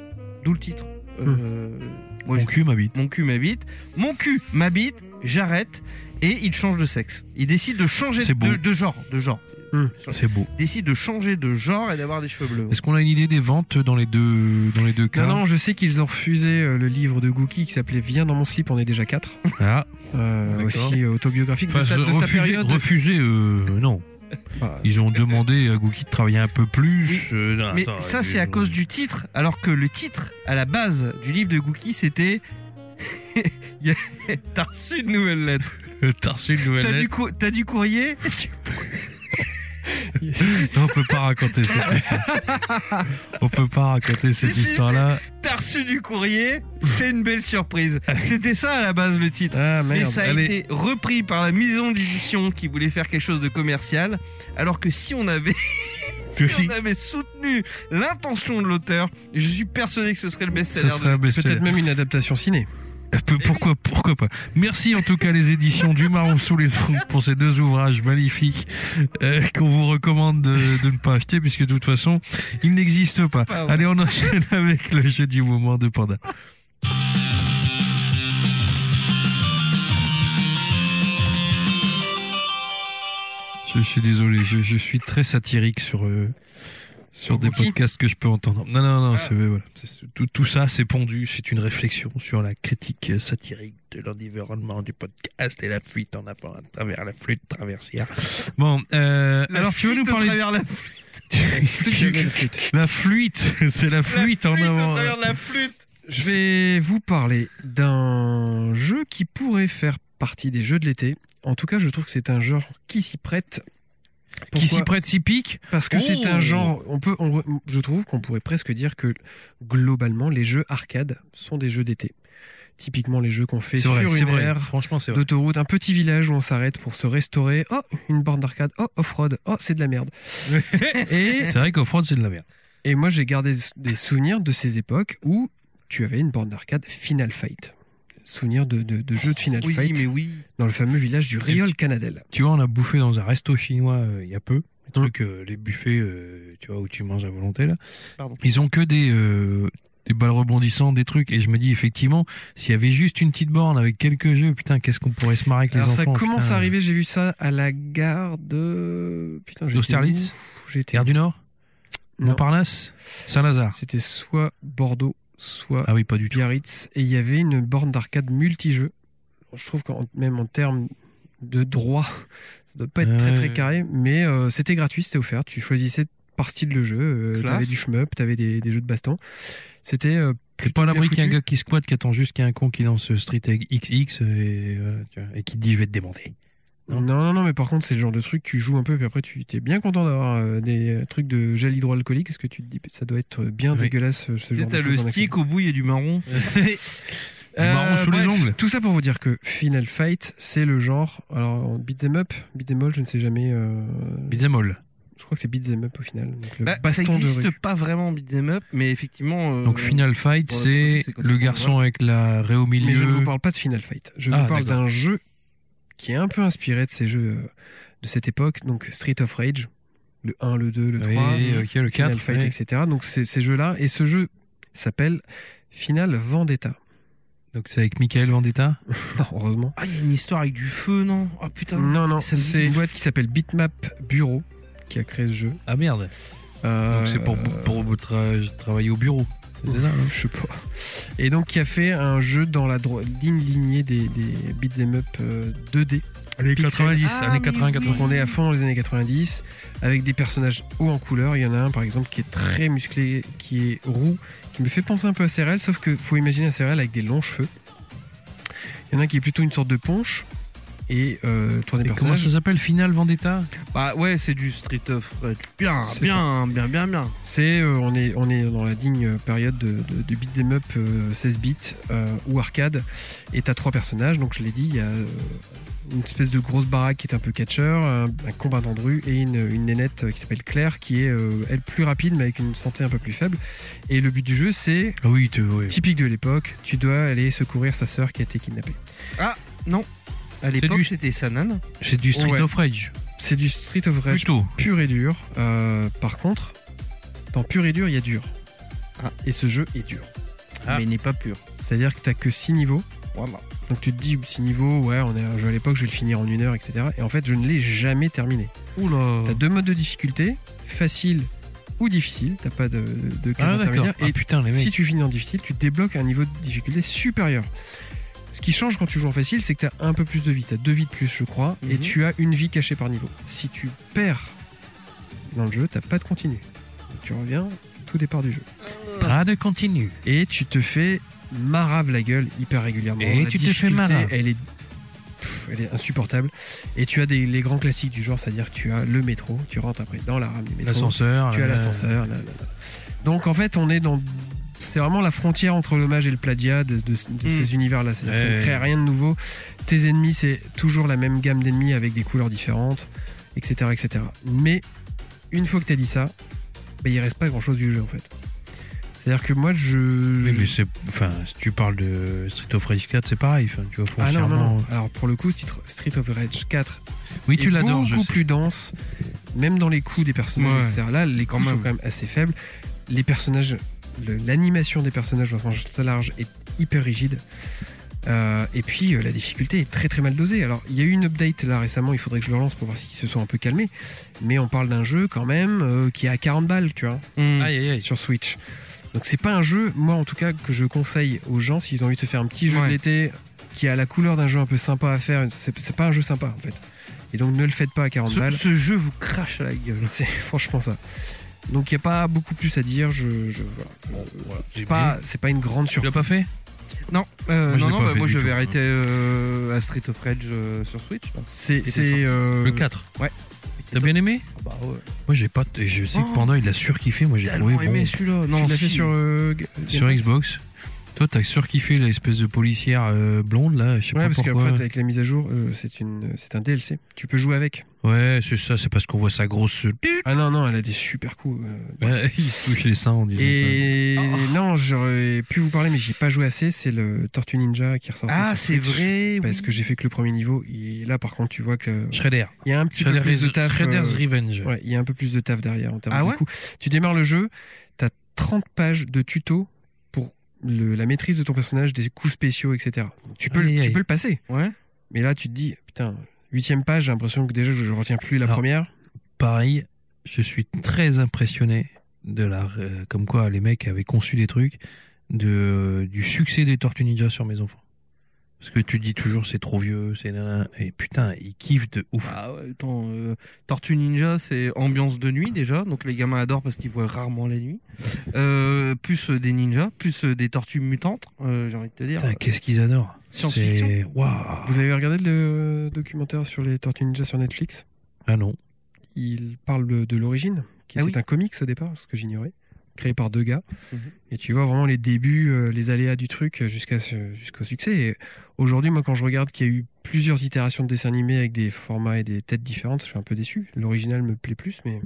S3: d'où le titre. euh, Moi,
S1: Mon
S3: je-
S1: cul m'habite.
S3: mon cul m'habite, mon cul m'habite, j'arrête et il change de sexe. Il décide de changer
S1: C'est beau.
S3: de, de genre, de genre.
S1: C'est beau.
S3: Il décide de changer de genre et d'avoir des cheveux bleus.
S1: Est-ce qu'on a une idée des ventes dans les deux, dans les deux cas
S2: Non, non, je sais qu'ils ont refusé euh, le livre de Gookie qui s'appelait Viens dans mon slip, on est déjà quatre.
S1: Ah,
S2: Euh,
S1: D'accord.
S2: aussi euh, autobiographique
S1: enfin,
S2: de, sa, de sa
S1: refuser,
S2: période. Ah,
S1: refuser, euh, non.
S2: Enfin,
S1: Ils ont demandé à Gookie de travailler un peu plus. euh, non,
S3: Mais
S1: attends,
S3: ça,
S1: ils
S3: c'est à
S1: ont-
S3: cause du titre, alors que le titre, à la base du livre de Gookie, c'était. [LAUGHS] Il y a- T'as reçu une nouvelle lettre.
S1: [LAUGHS] T'as reçu une nouvelle
S3: T'as du,
S1: lettre
S3: cou- t'as du courrier tu-
S1: Non, On peut pas raconter cette
S3: [LAUGHS]
S1: On peut pas raconter cette
S3: Si, si,
S1: histoire-là.
S3: T'as reçu du courrier C'est une
S1: [LAUGHS]
S3: belle surprise. C'était ça à la base le titre.
S2: Ah
S3: Mais
S2: merde.
S3: ça a
S1: allez.
S3: été repris par la maison d'édition qui voulait faire quelque chose de commercial. Alors que si on
S1: [LAUGHS]
S3: avait, si on avait soutenu l'intention de l'auteur, je suis persuadé que ce serait le
S1: Ça
S3: best-seller.
S1: serait un best-seller.
S2: Peut-être même une adaptation ciné.
S1: Peu- Euh, Pourquoi, pourquoi pas Merci en tout cas les éditions du Marron sous les ongles pour ces deux ouvrages magnifiques euh, qu'on vous recommande de, de ne pas acheter puisque de toute façon ils n'existent pas.
S3: Pas vrai.
S1: Allez on enchaîne [LAUGHS] avec le jeu du moment de Panda. Je, je suis désolé, je, je suis très satirique sur euh, sur des
S2: Cookie
S1: podcasts que je peux entendre. Non non
S3: Ah.
S1: non, c'est voilà, c'est- tout tout ça c'est pondu, c'est une réflexion sur la critique euh, satirique de l'environnement du podcast et la fuite en avant à travers la flûte traversière. Bon, euh,
S3: La
S1: alors tu veux nous
S3: fuite au
S1: parler
S3: travers la
S1: [LAUGHS] la flûte, [LAUGHS] c'est la flûte en
S3: flûte, au
S1: avant. euh,
S3: travers de la flûte.
S2: Je vais vous parler d'un jeu qui pourrait faire partie des jeux de l'été. En tout cas, je trouve que c'est un genre qui s'y prête.
S1: Qui s'y
S2: Pourquoi
S1: prête s'y pique
S2: Parce que c'est
S1: Oh
S2: un genre. On peut, on re- je trouve qu'on pourrait presque dire que globalement, les jeux arcade sont des jeux d'été. Typiquement, les jeux qu'on fait sur une aire
S1: Franchement, c'est vrai.
S2: d'autoroute, un petit village où on s'arrête pour se restaurer. Oh, une borne d'arcade. Oh, off-road. Oh, c'est de la [LAUGHS] merde. et,
S1: C'est vrai qu'au front, c'est de la merde.
S2: et moi, j'ai gardé des souvenirs de ces époques où tu avais une borne d'arcade Final Fight. Souvenir de, de, de jeux de Final
S3: Oui,
S2: Fight
S3: mais oui.
S2: dans le fameux village du Riol Canadel.
S1: Tu vois, on a bouffé dans un resto chinois euh, il y a peu.
S2: Hum.
S1: Les trucs, euh, les buffets, euh, tu vois, où tu manges à volonté, là.
S3: Pardon.
S1: Ils ont que des, euh, des balles rebondissantes, des trucs. Et je me dis, effectivement, s'il y avait juste une petite borne avec quelques jeux, putain, qu'est-ce qu'on pourrait se marrer avec
S2: Alors
S1: les
S2: ça
S1: enfants.
S2: commence
S1: putain.
S2: à arriver, j'ai vu ça à la gare de... Putain, j'étais
S1: D'Austerlitz
S2: où J'étais...
S1: Terre du Nord
S2: Non.
S1: Montparnasse Saint-Lazare
S2: C'était soit Bordeaux, soit
S1: Ah oui, pas du tout.
S2: Biarritz et il y avait une borne d'arcade multijeux. Je trouve que même en termes de droit, ça doit pas être très
S1: Ouais.
S2: très carré, mais euh, c'était gratuit, c'était offert. Tu choisissais par style de jeu. euh,
S3: Classe.
S2: t'avais du shmup, t'avais des, des jeux de baston. C'était euh,
S1: T'es pas à l'abri
S2: bien
S1: qu'il y a un
S2: foutu.
S1: gars qui squatte, qui attend juste qu'il y a un con qui lance Street XX et, euh, tu vois, et qui te dit je vais te démonter. Non.
S3: Hum.
S2: non non non, mais par contre c'est le genre de truc tu joues un peu puis après tu t'es bien content d'avoir euh, des trucs de gel hydroalcoolique parce que tu te dis ça doit être bien
S1: Oui.
S2: dégueulasse euh, ce genre de
S3: T'as le
S2: choses en
S3: stick au bout, il y a du
S1: [LAUGHS]
S3: marron. Euh,
S1: Du marron sous les ongles.
S2: Tout ça pour vous dire que Final Fight, c'est le genre. Alors, en beat'em up, beat'em all, je ne sais jamais. euh,
S1: Bizamol.
S2: je crois que c'est beat'em up au final. Donc, le
S3: Bah, ça
S2: baston de
S3: n'existe
S2: rue.
S3: pas vraiment en beat'em up, mais effectivement. euh,
S1: Donc Final Fight,
S3: Pour le
S1: c'est
S3: truc, c'est comme
S1: le
S3: ça qu'on
S1: garçon avec la raie au milieu.
S2: Mais je ne vous parle pas de Final Fight. Je
S1: Ah,
S2: vous parle
S1: d'accord.
S2: d'un jeu qui est un peu inspiré de ces jeux euh, de cette époque. Donc, Street of Rage, le 1, le 2, le 3,
S1: Oui, ok, euh, le
S2: Final
S1: 4.
S2: Fight,
S1: ouais.
S2: etc. Donc, c'est- ces jeux-là. Et ce jeu s'appelle Final Vendetta.
S1: Donc c'est avec Michael Vendetta.
S2: Non, heureusement.
S3: Ah, il y a une histoire avec du feu, non Ah putain.
S1: Mm.
S2: Non, non,
S3: ça me dit-
S2: c'est une boîte qui s'appelle Bitmap Bureau qui a créé ce jeu.
S1: Ah merde.
S2: Euh,
S1: Donc c'est pour, pour, tra- travailler au bureau. C'est ça, hein
S2: euh, Je sais pas. Et donc qui a fait un jeu dans la dro- digne lignée des, des beat'em up euh, 2D.
S1: Années 90,
S3: Ah,
S1: années
S3: mais
S1: 80,
S2: Donc
S1: 80.
S2: on est à fond dans les années 90 avec des personnages hauts en couleur. Il y en a un par exemple qui est très musclé, qui est roux, qui me fait penser un peu à CRL, sauf que faut imaginer un CRL avec des longs cheveux. Il y en a un qui est plutôt une sorte de ponche. Et euh, le troisième
S1: Et comment
S2: personnage,
S1: ça s'appelle Final Vendetta
S3: Bah ouais, c'est du street of rage. Bien,
S2: C'est
S3: bien, bien, bien, bien.
S2: c'est euh, on est on est dans la digne période de, de, de beat'em up euh, 16 bits euh, ou arcade et t'as trois personnages donc je l'ai dit il y a euh, une espèce de grosse baraque qui est un peu catcheur un, un combattant de rue et une, une nénette euh, qui s'appelle Claire qui est euh, elle plus rapide mais avec une santé un peu plus faible et le but du jeu c'est
S1: Ah oui, tu oui.
S2: typique de l'époque tu dois aller secourir sa sœur qui a été kidnappée
S3: À l'époque,
S1: du-
S3: c'était sa nana.
S1: C'est du Street
S2: Ouais.
S1: of Rage.
S2: c'est du Street of Rage
S1: Plutôt.
S2: pur et dur Euh, par contre dans pur et dur il y a dur et ce jeu est dur
S1: Ah.
S3: mais il n'est pas pur.
S2: C'est-à-dire que t'as que 6 niveaux. Donc tu te dis 6 niveaux, ouais, on est à un jeu à l'époque, je vais le finir en une heure, etc. Et en fait, je ne l'ai jamais terminé.
S3: Oula.
S2: T'as deux modes de difficulté, facile ou difficile. T'as pas de, de case
S1: Ah, d'accord.
S2: intermédiaire.
S1: Ah,
S2: Et
S1: putain, les mecs.
S2: si tu finis en difficile, tu débloques un niveau de difficulté supérieur. Ce qui change quand tu joues en facile, c'est que t'as un peu plus de vie. T'as deux vies de plus, je crois, et
S3: Mhm.
S2: tu as une vie cachée par niveau. Si tu perds dans le jeu, t'as pas de continu. Tu reviens tout départ du jeu.
S1: Pas de continue.
S2: Et tu te fais marave la gueule hyper régulièrement.
S1: Et
S2: La
S1: tu te fais
S2: difficulté,
S1: marave.
S2: Elle est, pff, elle est insupportable. Et tu as des, les grands classiques du genre, c'est-à-dire que tu as le métro, tu rentres après dans la rame du métro.
S1: L'ascenseur.
S2: Tu as
S1: euh,
S2: l'ascenseur. Ah, là, là, là. Donc en fait, on est dans. C'est vraiment la frontière entre l'hommage et le plagiat de, de- de ces univers-là. C'est-à-dire que ça
S1: Ouais.
S2: ne crée rien de nouveau. Tes ennemis, c'est toujours la même gamme d'ennemis avec des couleurs différentes, etc. etc. Mais une fois que tu as dit ça, bah, il reste pas grand-chose du jeu en fait. C'est-à-dire que moi, je.
S1: Oui, mais c'est. Enfin, si tu parles de Street of Rage 4, c'est pareil. Enfin, tu vois,
S2: ah non, non,
S1: foncièrement-
S2: non. Alors pour le coup, Street Street of Rage 4
S1: Oui,
S2: est
S1: tu l'adores, je
S2: beaucoup
S1: sais.
S2: plus dense, même dans les coups des personnages,
S3: Ouais.
S2: etc. Là, les coups
S3: même.
S2: sont quand même assez faibles. Les personnages, le- l'animation des personnages dans un sens très large est hyper rigide. Euh, et puis euh, la difficulté est très très mal dosée. Alors il y a eu une update là récemment, il faudrait que je le relance pour voir s'ils se sont un peu calmés. Mais on parle d'un jeu quand même euh, qui est à 40 balles, tu vois
S1: Aïe, aïe, aïe.
S2: sur Switch. Donc c'est pas un jeu, moi en tout cas, que je conseille aux gens s'ils ont envie de se faire un petit jeu
S3: Ouais.
S2: de l'été qui a la couleur d'un jeu un peu sympa à faire. C'est c'est pas un jeu sympa en fait. Et donc ne le faites pas à 40
S3: Ce,
S2: balles.
S3: ce jeu vous crache à la gueule.
S2: C'est [LAUGHS] franchement ça. Donc il n'y a pas beaucoup plus à dire. Je, je- voilà.
S1: C'est
S2: C'est pas, c'est pas une grande
S1: Tu l'as
S2: surprise.
S1: pas fait
S3: Non, euh,
S1: Moi, je
S3: non,
S1: l'ai
S3: non,
S1: pas
S3: bah,
S1: fait
S3: moi
S1: du
S3: je
S1: tout.
S3: vais arrêter euh, à Street of Rage euh, sur Switch.
S2: C'est
S3: était
S2: c'est,
S3: sorti.
S2: euh,
S1: Le 4.
S3: Ouais.
S1: T'as bien aimé
S3: bah ouais.
S1: Moi, j'ai pas. et Je sais
S3: Oh.
S1: que Panda, il l'a surkiffé. Moi, j'ai
S3: Tellement
S1: trouvé bon.
S3: aimé celui-là.
S2: Tu
S3: Non,
S2: l'as fait
S3: si.
S2: sur, euh, Ga-
S1: Sur
S2: Game Pass
S1: Xbox. Toi, t'as surkiffé l'espèce de policière euh, blonde, là. Je sais
S2: Ouais,
S1: pas
S2: parce qu'en
S1: pourquoi.
S2: fait, avec la mise à jour, euh, c'est une- c'est un DLC. Tu peux jouer avec.
S1: Ouais, c'est ça. C'est parce qu'on voit sa grosse.
S2: Ah non, non, elle a des super coups. euh,
S1: Ouais, [LAUGHS] il se touche les seins en disant
S2: Et
S3: Oh. [LAUGHS]
S2: non, j'aurais pu vous parler, mais j'ai pas joué assez. C'est le Tortue Ninja qui ressort.
S3: Ah, c'est vrai.
S2: Parce
S3: oui.
S2: que j'ai fait que le premier niveau. Et là, par contre, tu vois que
S1: ça. Shredder.
S2: il y a un petit peu plus de
S1: Shredder's,
S2: taf.
S1: Shredder's
S2: euh,
S1: Revenge.
S2: ouais, il y a un peu plus de taf derrière en termes
S3: Ah
S2: de
S3: ouais
S2: coût. Tu démarres le jeu, t'as 30 pages de tuto pour le- la maîtrise de ton personnage, des coups spéciaux, etc. Tu peux, le-
S1: Aïe,
S2: tu
S1: aïe.
S2: peux le passer.
S3: Ouais.
S2: Mais là, tu te dis, putain, huitième page, j'ai l'impression que déjà je retiens plus la
S1: Alors,
S2: première.
S1: Pareil, je suis très impressionné de la. euh, comme quoi les mecs avaient conçu des trucs de, du succès des Tortues Ninja sur mes enfants. Parce que tu te dis toujours c'est trop vieux, c'est nanana. Et putain, ils kiffent de ouf.
S3: Ah ouais, attends, euh, Tortue Ninja, c'est ambiance de nuit déjà, donc les gamins adorent parce qu'ils voient rarement la nuit. Euh, plus euh, des ninjas, plus euh, des tortues mutantes, euh, j'ai envie de te dire.
S1: Putain, qu'est-ce qu'ils adorent.
S3: Science-fiction.
S1: C'est-
S3: ah.
S1: Waouh.
S2: Vous avez regardé le euh, documentaire sur les Tortues Ninja sur Netflix
S1: Ah non.
S2: il parle de, de l'origine, qui
S3: Ah
S2: était
S3: oui.
S2: un comics au départ, ce que j'ignorais, créé par deux gars.
S3: Mhm.
S2: Et tu vois vraiment les débuts, euh, les aléas du truc euh, jusqu'à ce- jusqu'au succès. Et aujourd'hui, moi, quand je regarde qu'il y a eu plusieurs itérations de dessins animés avec des formats et des têtes différentes, je suis un peu déçu. L'original me plaît plus, mais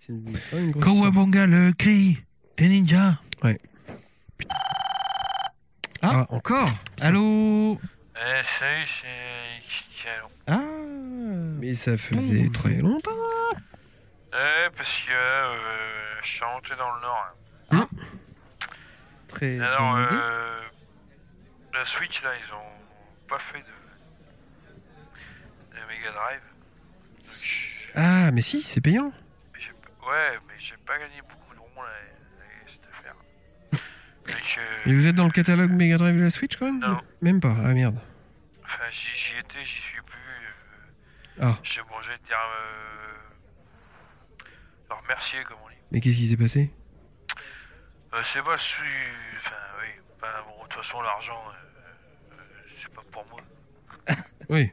S2: c'est une, quand même une grosse histoire.
S1: Kawabonga le cri des ninjas.
S2: Ah, encore
S3: Allô
S5: Eh, salut, c'est Calon.
S3: Ah
S2: Mais ça faisait
S3: Bon.
S2: très longtemps.
S5: Eh, parce que euh, je suis rentré dans le Nord. hein.
S3: Très
S5: Alors,
S3: bonne idée.
S5: euh, la Switch, là, ils ont pas fait de, de Mega Drive. Donc, je-
S2: Ah, mais si, c'est payant.
S5: j'ai pas- ouais, mais j'ai pas gagné beaucoup de ronds, là, avec cette
S2: [LAUGHS]
S5: affaire. Donc, euh,
S2: Et vous êtes dans le catalogue Mega Drive de la Switch quand même
S5: Non.
S2: Même pas. Ah merde.
S5: Enfin, j'y j'y étais, j'y suis plus. euh,
S2: Ah,
S5: J'ai mangé de dire. Euh... leur remercier, comme on dit.
S2: mais qu'est-ce qui s'est passé
S5: Euh, c'est pas le sou- Enfin, oui. Ben, bon, de toute façon, l'argent, euh, euh, c'est pas pour moi.
S2: Oui.
S5: Moi,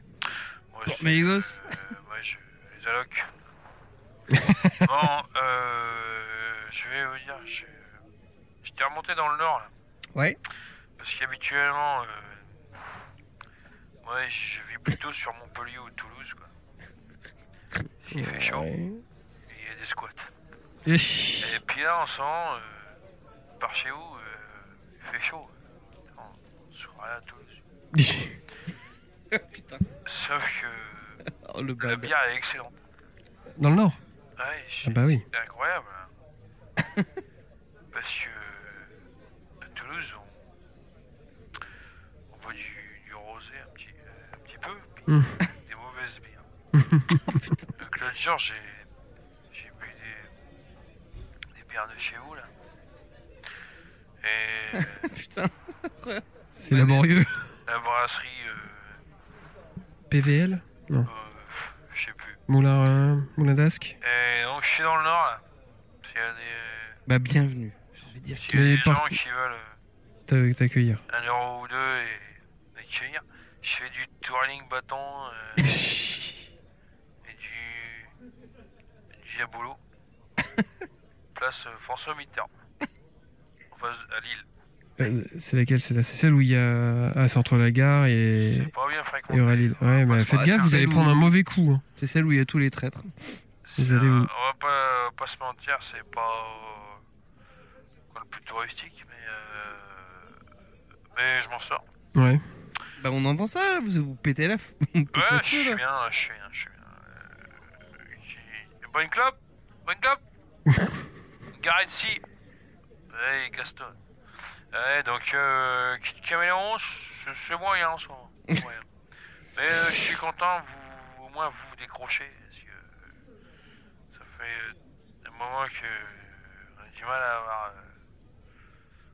S3: Bon,
S5: c'est-
S3: mais les gosses
S5: euh, moi, je les alloc. [LAUGHS] bon, euh, je vais vous dire, je- j'étais remonté dans le nord là.
S3: Ouais.
S5: Parce qu'habituellement, euh, ouais, je vis plutôt sur Montpellier ou Toulouse quoi. Il fait chaud, et il y a des squats. Et puis là, on sent, euh, par chez vous, euh, il fait chaud. Attends, ce soir-là, à Toulouse.
S3: [LAUGHS] Putain,
S5: Sauf que
S3: oh, le
S5: la
S3: bad.
S5: bière est excellente.
S2: [LAUGHS] Dans le Nord
S5: Ouais, j'ai-
S2: Ah bah oui.
S5: [LAUGHS] C'est incroyable. hein. Parce que euh, à Toulouse, Toulouse, on, on boit du, du rosé un petit, euh, un petit peu, puis
S2: Mm.
S5: des mauvaises bières. [LAUGHS] Donc l'autre jour, j'ai j'ai bu des, des bières de chez vous, là. [LAUGHS] Et
S3: Putain.
S2: C'est laborieux.
S5: la brasserie, euh,
S2: PVL
S5: euh, je sais plus.
S2: Moulin, euh, Moulin d'Asque
S5: Et donc je suis dans le nord, là. S'il y a des, euh,
S3: Bah, bienvenue. J'ai envie de dire
S5: s'il y a
S2: Mais
S5: des
S2: par-
S5: gens qui veulent... euh,
S2: t'ac- T'accueillir.
S5: un euro ou deux et, et cueillir. Je fais du twirling bâton
S2: [LAUGHS]
S5: euh, et du, du diabolo. Place euh, François Mitterrand. En face à Lille.
S2: Euh, c'est laquelle C'est la- c'est celle où il y a. Ah, c'est entre la gare et.
S5: C'est pas bien
S2: Et
S5: fréquenté.
S2: Aurélie. Ouais, bah faites
S3: Ah,
S2: gaffe,
S3: c'est
S2: vous allez
S3: celle
S2: prendre
S3: où-
S2: un mauvais coup. hein.
S3: C'est celle où il y a tous les traîtres.
S5: C'est
S2: vous allez où
S5: un- On va pas, pas se mentir, c'est pas euh, le plus touristique, mais euh, mais je m'en sors.
S2: Ouais.
S3: Bah, on entend ça, là, vous, vous pétez la. f- [LAUGHS] vous pétez
S5: Ouais,
S3: le
S5: Bah, je
S3: feu,
S5: suis
S3: là.
S5: bien, je suis bien, je suis bien. Euh, j'ai- bonne clope Bonne clope Garde ici Hey, Gaston. Ouais, donc, euh, Kit Caméléon, c'est c'est moyen en ce moment. C'est moyen. Mais euh, je suis content, vous, au moins vous vous décrochez. Parce que, euh, ça fait euh, un moment que euh, on a du mal à avoir euh,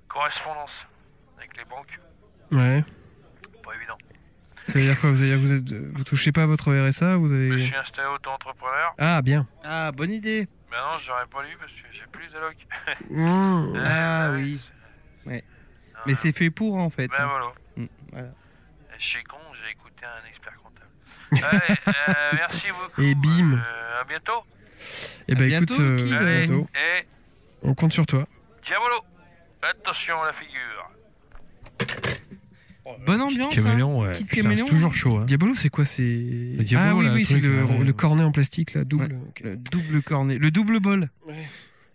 S5: correspondance avec les banques.
S2: Ouais.
S5: Pas évident.
S2: Ça veut dire quoi Vous, allez- vous, êtes, vous touchez pas à votre RSA vous
S5: Je
S2: avez...
S5: suis installé auto-entrepreneur.
S2: Ah, bien.
S3: Ah, bonne idée.
S5: Mais Bah non, j'aurais pas lu parce que j'ai plus de loc. [LAUGHS]
S2: Mmh.
S3: Ah,
S5: Euh,
S3: oui.
S5: c'est-
S3: Ouais.
S5: Non,
S3: Mais
S5: non.
S3: c'est fait pour, en fait.
S5: Ben voilà.
S3: Mm, voilà.
S5: Je suis con, j'ai écouté un expert comptable. [LAUGHS] Allez, euh, merci beaucoup.
S2: Et bim.
S5: Euh, à bientôt.
S2: Eh ben
S3: à
S2: écoute,
S3: bientôt,
S2: euh,
S3: Kid.
S2: à
S5: Allez,
S2: bientôt.
S5: et
S2: on compte sur toi.
S5: diabolo. Attention à la figure.
S3: Bonne ambiance. hein.
S1: Caméléon, ouais.
S3: Kid
S1: Putain,
S3: Caméléon.
S1: C'est toujours chaud, hein.
S2: Diabolo, c'est quoi C'est
S1: Diabolo,
S2: ah oui,
S1: là,
S2: oui,
S1: le
S2: c'est
S1: truc,
S2: le,
S1: ouais.
S2: le cornet en plastique là, double. Ok.
S3: hein. Le double cornet. Le double bol.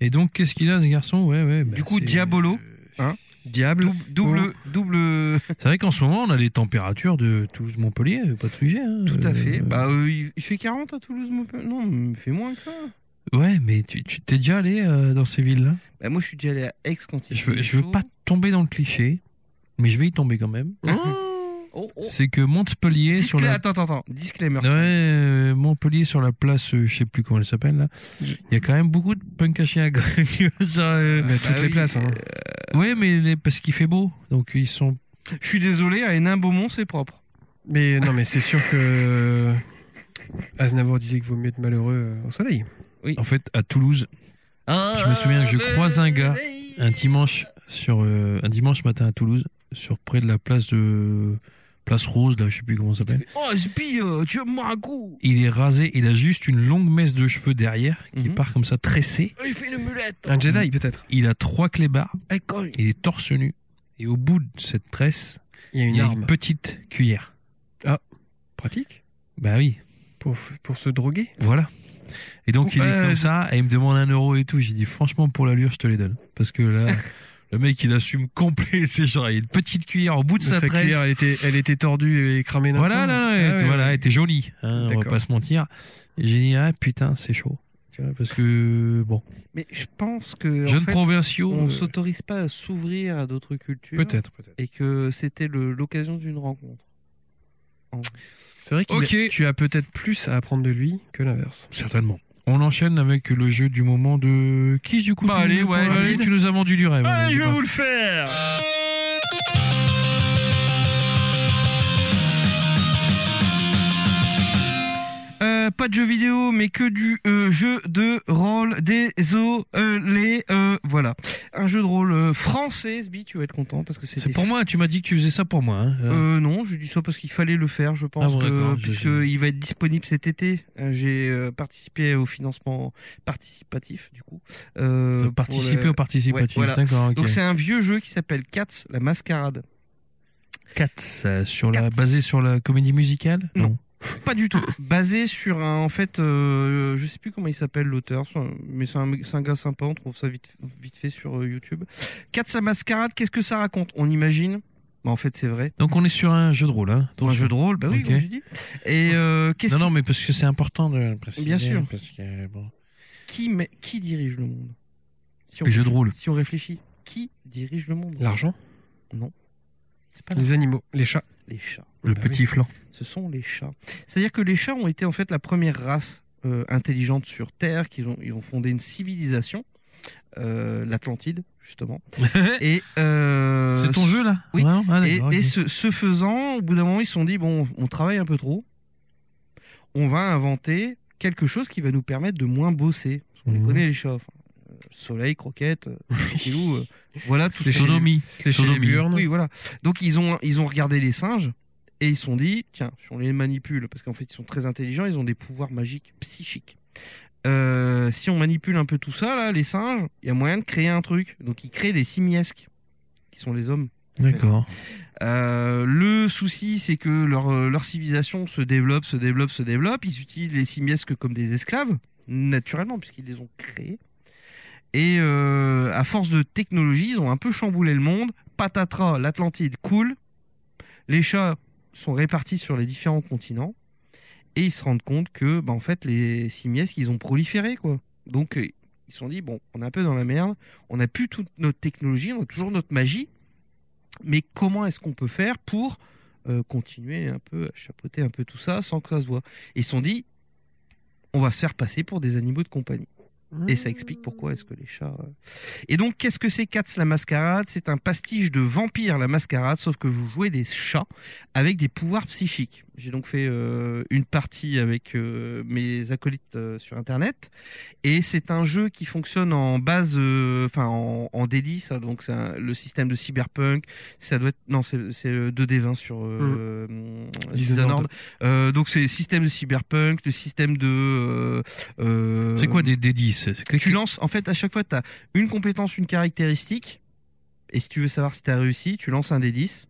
S1: Et donc, qu'est-ce qu'il a, ce garçon Ouais, ouais. bah,
S3: Du coup,
S1: c'est-
S3: Diabolo.
S2: Diable.
S3: Double. Double. double...
S1: C'est vrai qu'en ce moment, on a les températures de Toulouse-Montpellier, pas de sujet. hein.
S3: Tout à
S1: Euh,
S3: fait. Bah, euh, il- il fait 40 à Toulouse, mon peu. Non, il fait moins que ça.
S1: Ouais, mais tu tu- t'es déjà allé euh, dans ces villes-là
S3: Bah, moi, je suis déjà allé à Aix quand il
S1: Je veux,
S3: faisait
S1: je veux
S3: chaud.
S1: pas tomber dans le cliché, mais je vais y tomber quand même.
S3: Oh, oh.
S1: C'est que Montpellier sur
S3: Discla-
S1: la
S3: Attends, attends, attends. Disclaimer.
S1: Ouais, euh, Montpellier sur la place, euh, je sais plus comment elle s'appelle là. Il y a quand même beaucoup de punk à chien à [LAUGHS] Grenoble, ça, euh,
S2: Bah, toutes
S3: bah
S2: les
S3: oui,
S2: places. hein.
S1: Ouais, mais les- parce qu'il fait beau, donc ils sont.
S3: Je suis désolé, à Hénin-Beaumont, c'est propre.
S2: Mais non, mais c'est sûr que euh, Aznavour disait qu'il vaut mieux être malheureux euh, au soleil.
S1: En fait, à Toulouse,
S3: Ah,
S1: Je me souviens que je croise un gars, un dimanche sur euh, un dimanche matin à Toulouse, sur près de la place de place Rose, là, je sais plus comment ça s'appelle.
S3: Oh, Spi, euh, tu veux moi un coup
S1: Il est rasé, il a juste une longue messe de cheveux derrière qui
S3: Mhm.
S1: part comme ça tressée.
S3: Il fait le mulette
S2: Un Jedi peut-être.
S1: Il a trois clébards,
S3: Eh, cogne.
S1: il est torse nu et au bout de cette tresse,
S2: Il y a une
S1: il y a
S2: arme Ah,
S1: une petite cuillère.
S2: pratique
S1: Bah oui,
S2: pour f- pour se droguer.
S1: voilà. Et donc
S2: Ouh,
S1: il est
S2: euh,
S1: comme
S2: je-
S1: ça et il me demande un euro et tout. J'ai dit franchement pour l'allure je te les donne parce que là
S2: [LAUGHS]
S1: le mec il assume complet. [LAUGHS] C'est genre il y a une petite cuillère au bout de sa,
S2: Sa
S1: tresse.
S2: cuillère, elle était elle était tordue et cramée. d'un
S1: Voilà, là,
S2: coup.
S1: là, elle
S2: Ah
S1: était-
S2: ouais,
S1: voilà,
S2: ouais.
S1: elle était jolie, hein, on va
S2: D'accord.
S1: pas se mentir. Et J'ai dit, ah putain, c'est chaud. Tu vois, Parce que, bon,
S3: Mais je pense que. en
S1: jeunes
S3: fait,
S1: provinciaux.
S3: on
S1: euh,
S3: s'autorise pas à s'ouvrir à d'autres cultures.
S1: Peut-être, peut-être.
S3: Et que c'était le- l'occasion d'une rencontre.
S2: C'est vrai que
S1: Ok.
S2: tu as peut-être plus à apprendre de lui que l'inverse.
S1: Certainement. On enchaîne avec le jeu du moment de. Qui du coup
S3: Bah,
S1: tu-
S3: allez, ouais,
S1: allez,
S3: valide.
S1: tu nous as vendu du rêve. hein,
S6: Allez, je
S1: n'hésite
S6: vais
S1: pas.
S6: vous le faire
S3: Euh, pas de jeux vidéo, mais que du euh, jeu de rôle. Désolé. Euh, voilà. Un jeu de rôle euh, français, Sbi, tu vas être content parce que
S1: C'est
S3: c'était
S1: pour moi, tu m'as dit que tu faisais ça pour moi. hein.
S3: Euh, non, je dis ça parce qu'il fallait le faire, je pense,
S1: Ah bon,
S3: que,
S1: d'accord, je-
S3: puisque il va être disponible cet été. Euh, J'ai euh, participé au financement participatif, du coup. Euh,
S1: T'as
S3: pour
S1: participé
S3: le-
S1: au participatif.
S3: Ouais, voilà.
S1: D'accord, ok.
S3: Donc c'est un vieux jeu qui s'appelle Cats, la mascarade.
S1: 4, ça, sur la, basé sur la comédie musicale
S3: Non. Pas
S1: [COUGHS]
S3: du tout. Basé sur un, en fait, euh, je sais plus comment il s'appelle l'auteur, c'est un- mais c'est un, c'est un gars sympa, on trouve ça vite, vite fait sur euh, YouTube. Cats, la mascarade, qu'est-ce que ça raconte On imagine, mais en fait c'est vrai.
S1: Donc on est sur un jeu de rôle. Hein.
S3: Un jeu de rôle, bah oui,
S1: Ok.
S3: comme je dis. Et euh, qu'est-ce
S1: Non, non, mais parce que c'est important de le préciser.
S3: Bien sûr.
S1: Parce que, bon.
S3: qui, met- qui dirige le monde Si on-
S1: Jeu de rôle.
S3: Si on réfléchit, qui dirige le monde
S2: L'argent
S3: Non. C'est pas la-
S2: Les animaux, les chats.
S3: les chats.
S1: Le
S2: Bah oui.
S1: petit flan.
S3: Ce sont les chats. C'est-à-dire que les chats ont été en fait la première race euh, intelligente sur Terre, qu'ils ont, ils ont fondé une civilisation, euh, l'Atlantide, justement. Et euh,
S1: C'est ton jeu là
S3: oui.
S1: Vraiment Ah,
S3: Et,
S1: d'accord,
S3: et
S1: ok.
S3: ce, ce faisant, au bout d'un moment, ils se sont dit bon, on travaille un peu trop. On va inventer quelque chose qui va nous permettre de moins bosser. Parce qu'on les
S1: Mhm.
S3: connaît les chats. enfin, euh, soleil,
S1: [LAUGHS]
S3: croquette, euh, tranquillou, euh, voilà tout.
S1: Les sodomies.
S2: Les chats, les
S1: Sodomie.
S2: burnes.
S3: Oui, voilà. Donc ils ont ils ont regardé les singes et ils se sont dit tiens, si on les manipule parce qu'en fait ils sont très intelligents, ils ont des pouvoirs magiques psychiques. Euh, si on manipule un peu tout ça là, les singes, il y a moyen de créer un truc. Donc ils créent les simiesques qui sont les hommes.
S1: D'accord.
S3: Euh, le souci, c'est que leur, euh, leur civilisation se développe, se développe, se développe. Ils utilisent les simiesques comme des esclaves, naturellement, puisqu'ils les ont créés. Et euh, à force de technologie, ils ont un peu chamboulé le monde. Patatras, l'Atlantide coule. Les chats sont répartis sur les différents continents. Et ils se rendent compte que, bah, en fait, les simiesques, ils ont proliféré, quoi. Donc, euh, ils se sont dit, bon, on est un peu dans la merde. On n'a plus toute notre technologie, on a toujours notre magie mais comment est-ce qu'on peut faire pour euh, continuer un peu à chapeauter un peu tout ça sans que ça se voit Et Ils se sont dit, on va se faire passer pour des animaux de compagnie.
S2: Mmh.
S1: Mhm.
S3: Et ça explique pourquoi est-ce que les chats. euh. Et donc, qu'est-ce que c'est Katz la mascarade C'est un pastiche de vampire la mascarade, sauf que vous jouez des chats avec des pouvoirs psychiques. J'ai donc fait euh, une partie avec euh, mes acolytes euh, sur internet, et c'est un jeu qui fonctionne en base, euh, enfin en, en D10, hein, donc c'est un- le système de cyberpunk ça doit être non c'est c'est le 2D20 sur euh,
S1: Mhm.
S3: euh,
S2: Dishonored.
S3: Dishonored. Euh, donc c'est système de cyberpunk le système de euh, euh,
S1: C'est quoi des D10 C'est que-
S3: tu lances en fait à chaque fois tu as une compétence une caractéristique et si tu veux savoir si tu as réussi tu lances un D10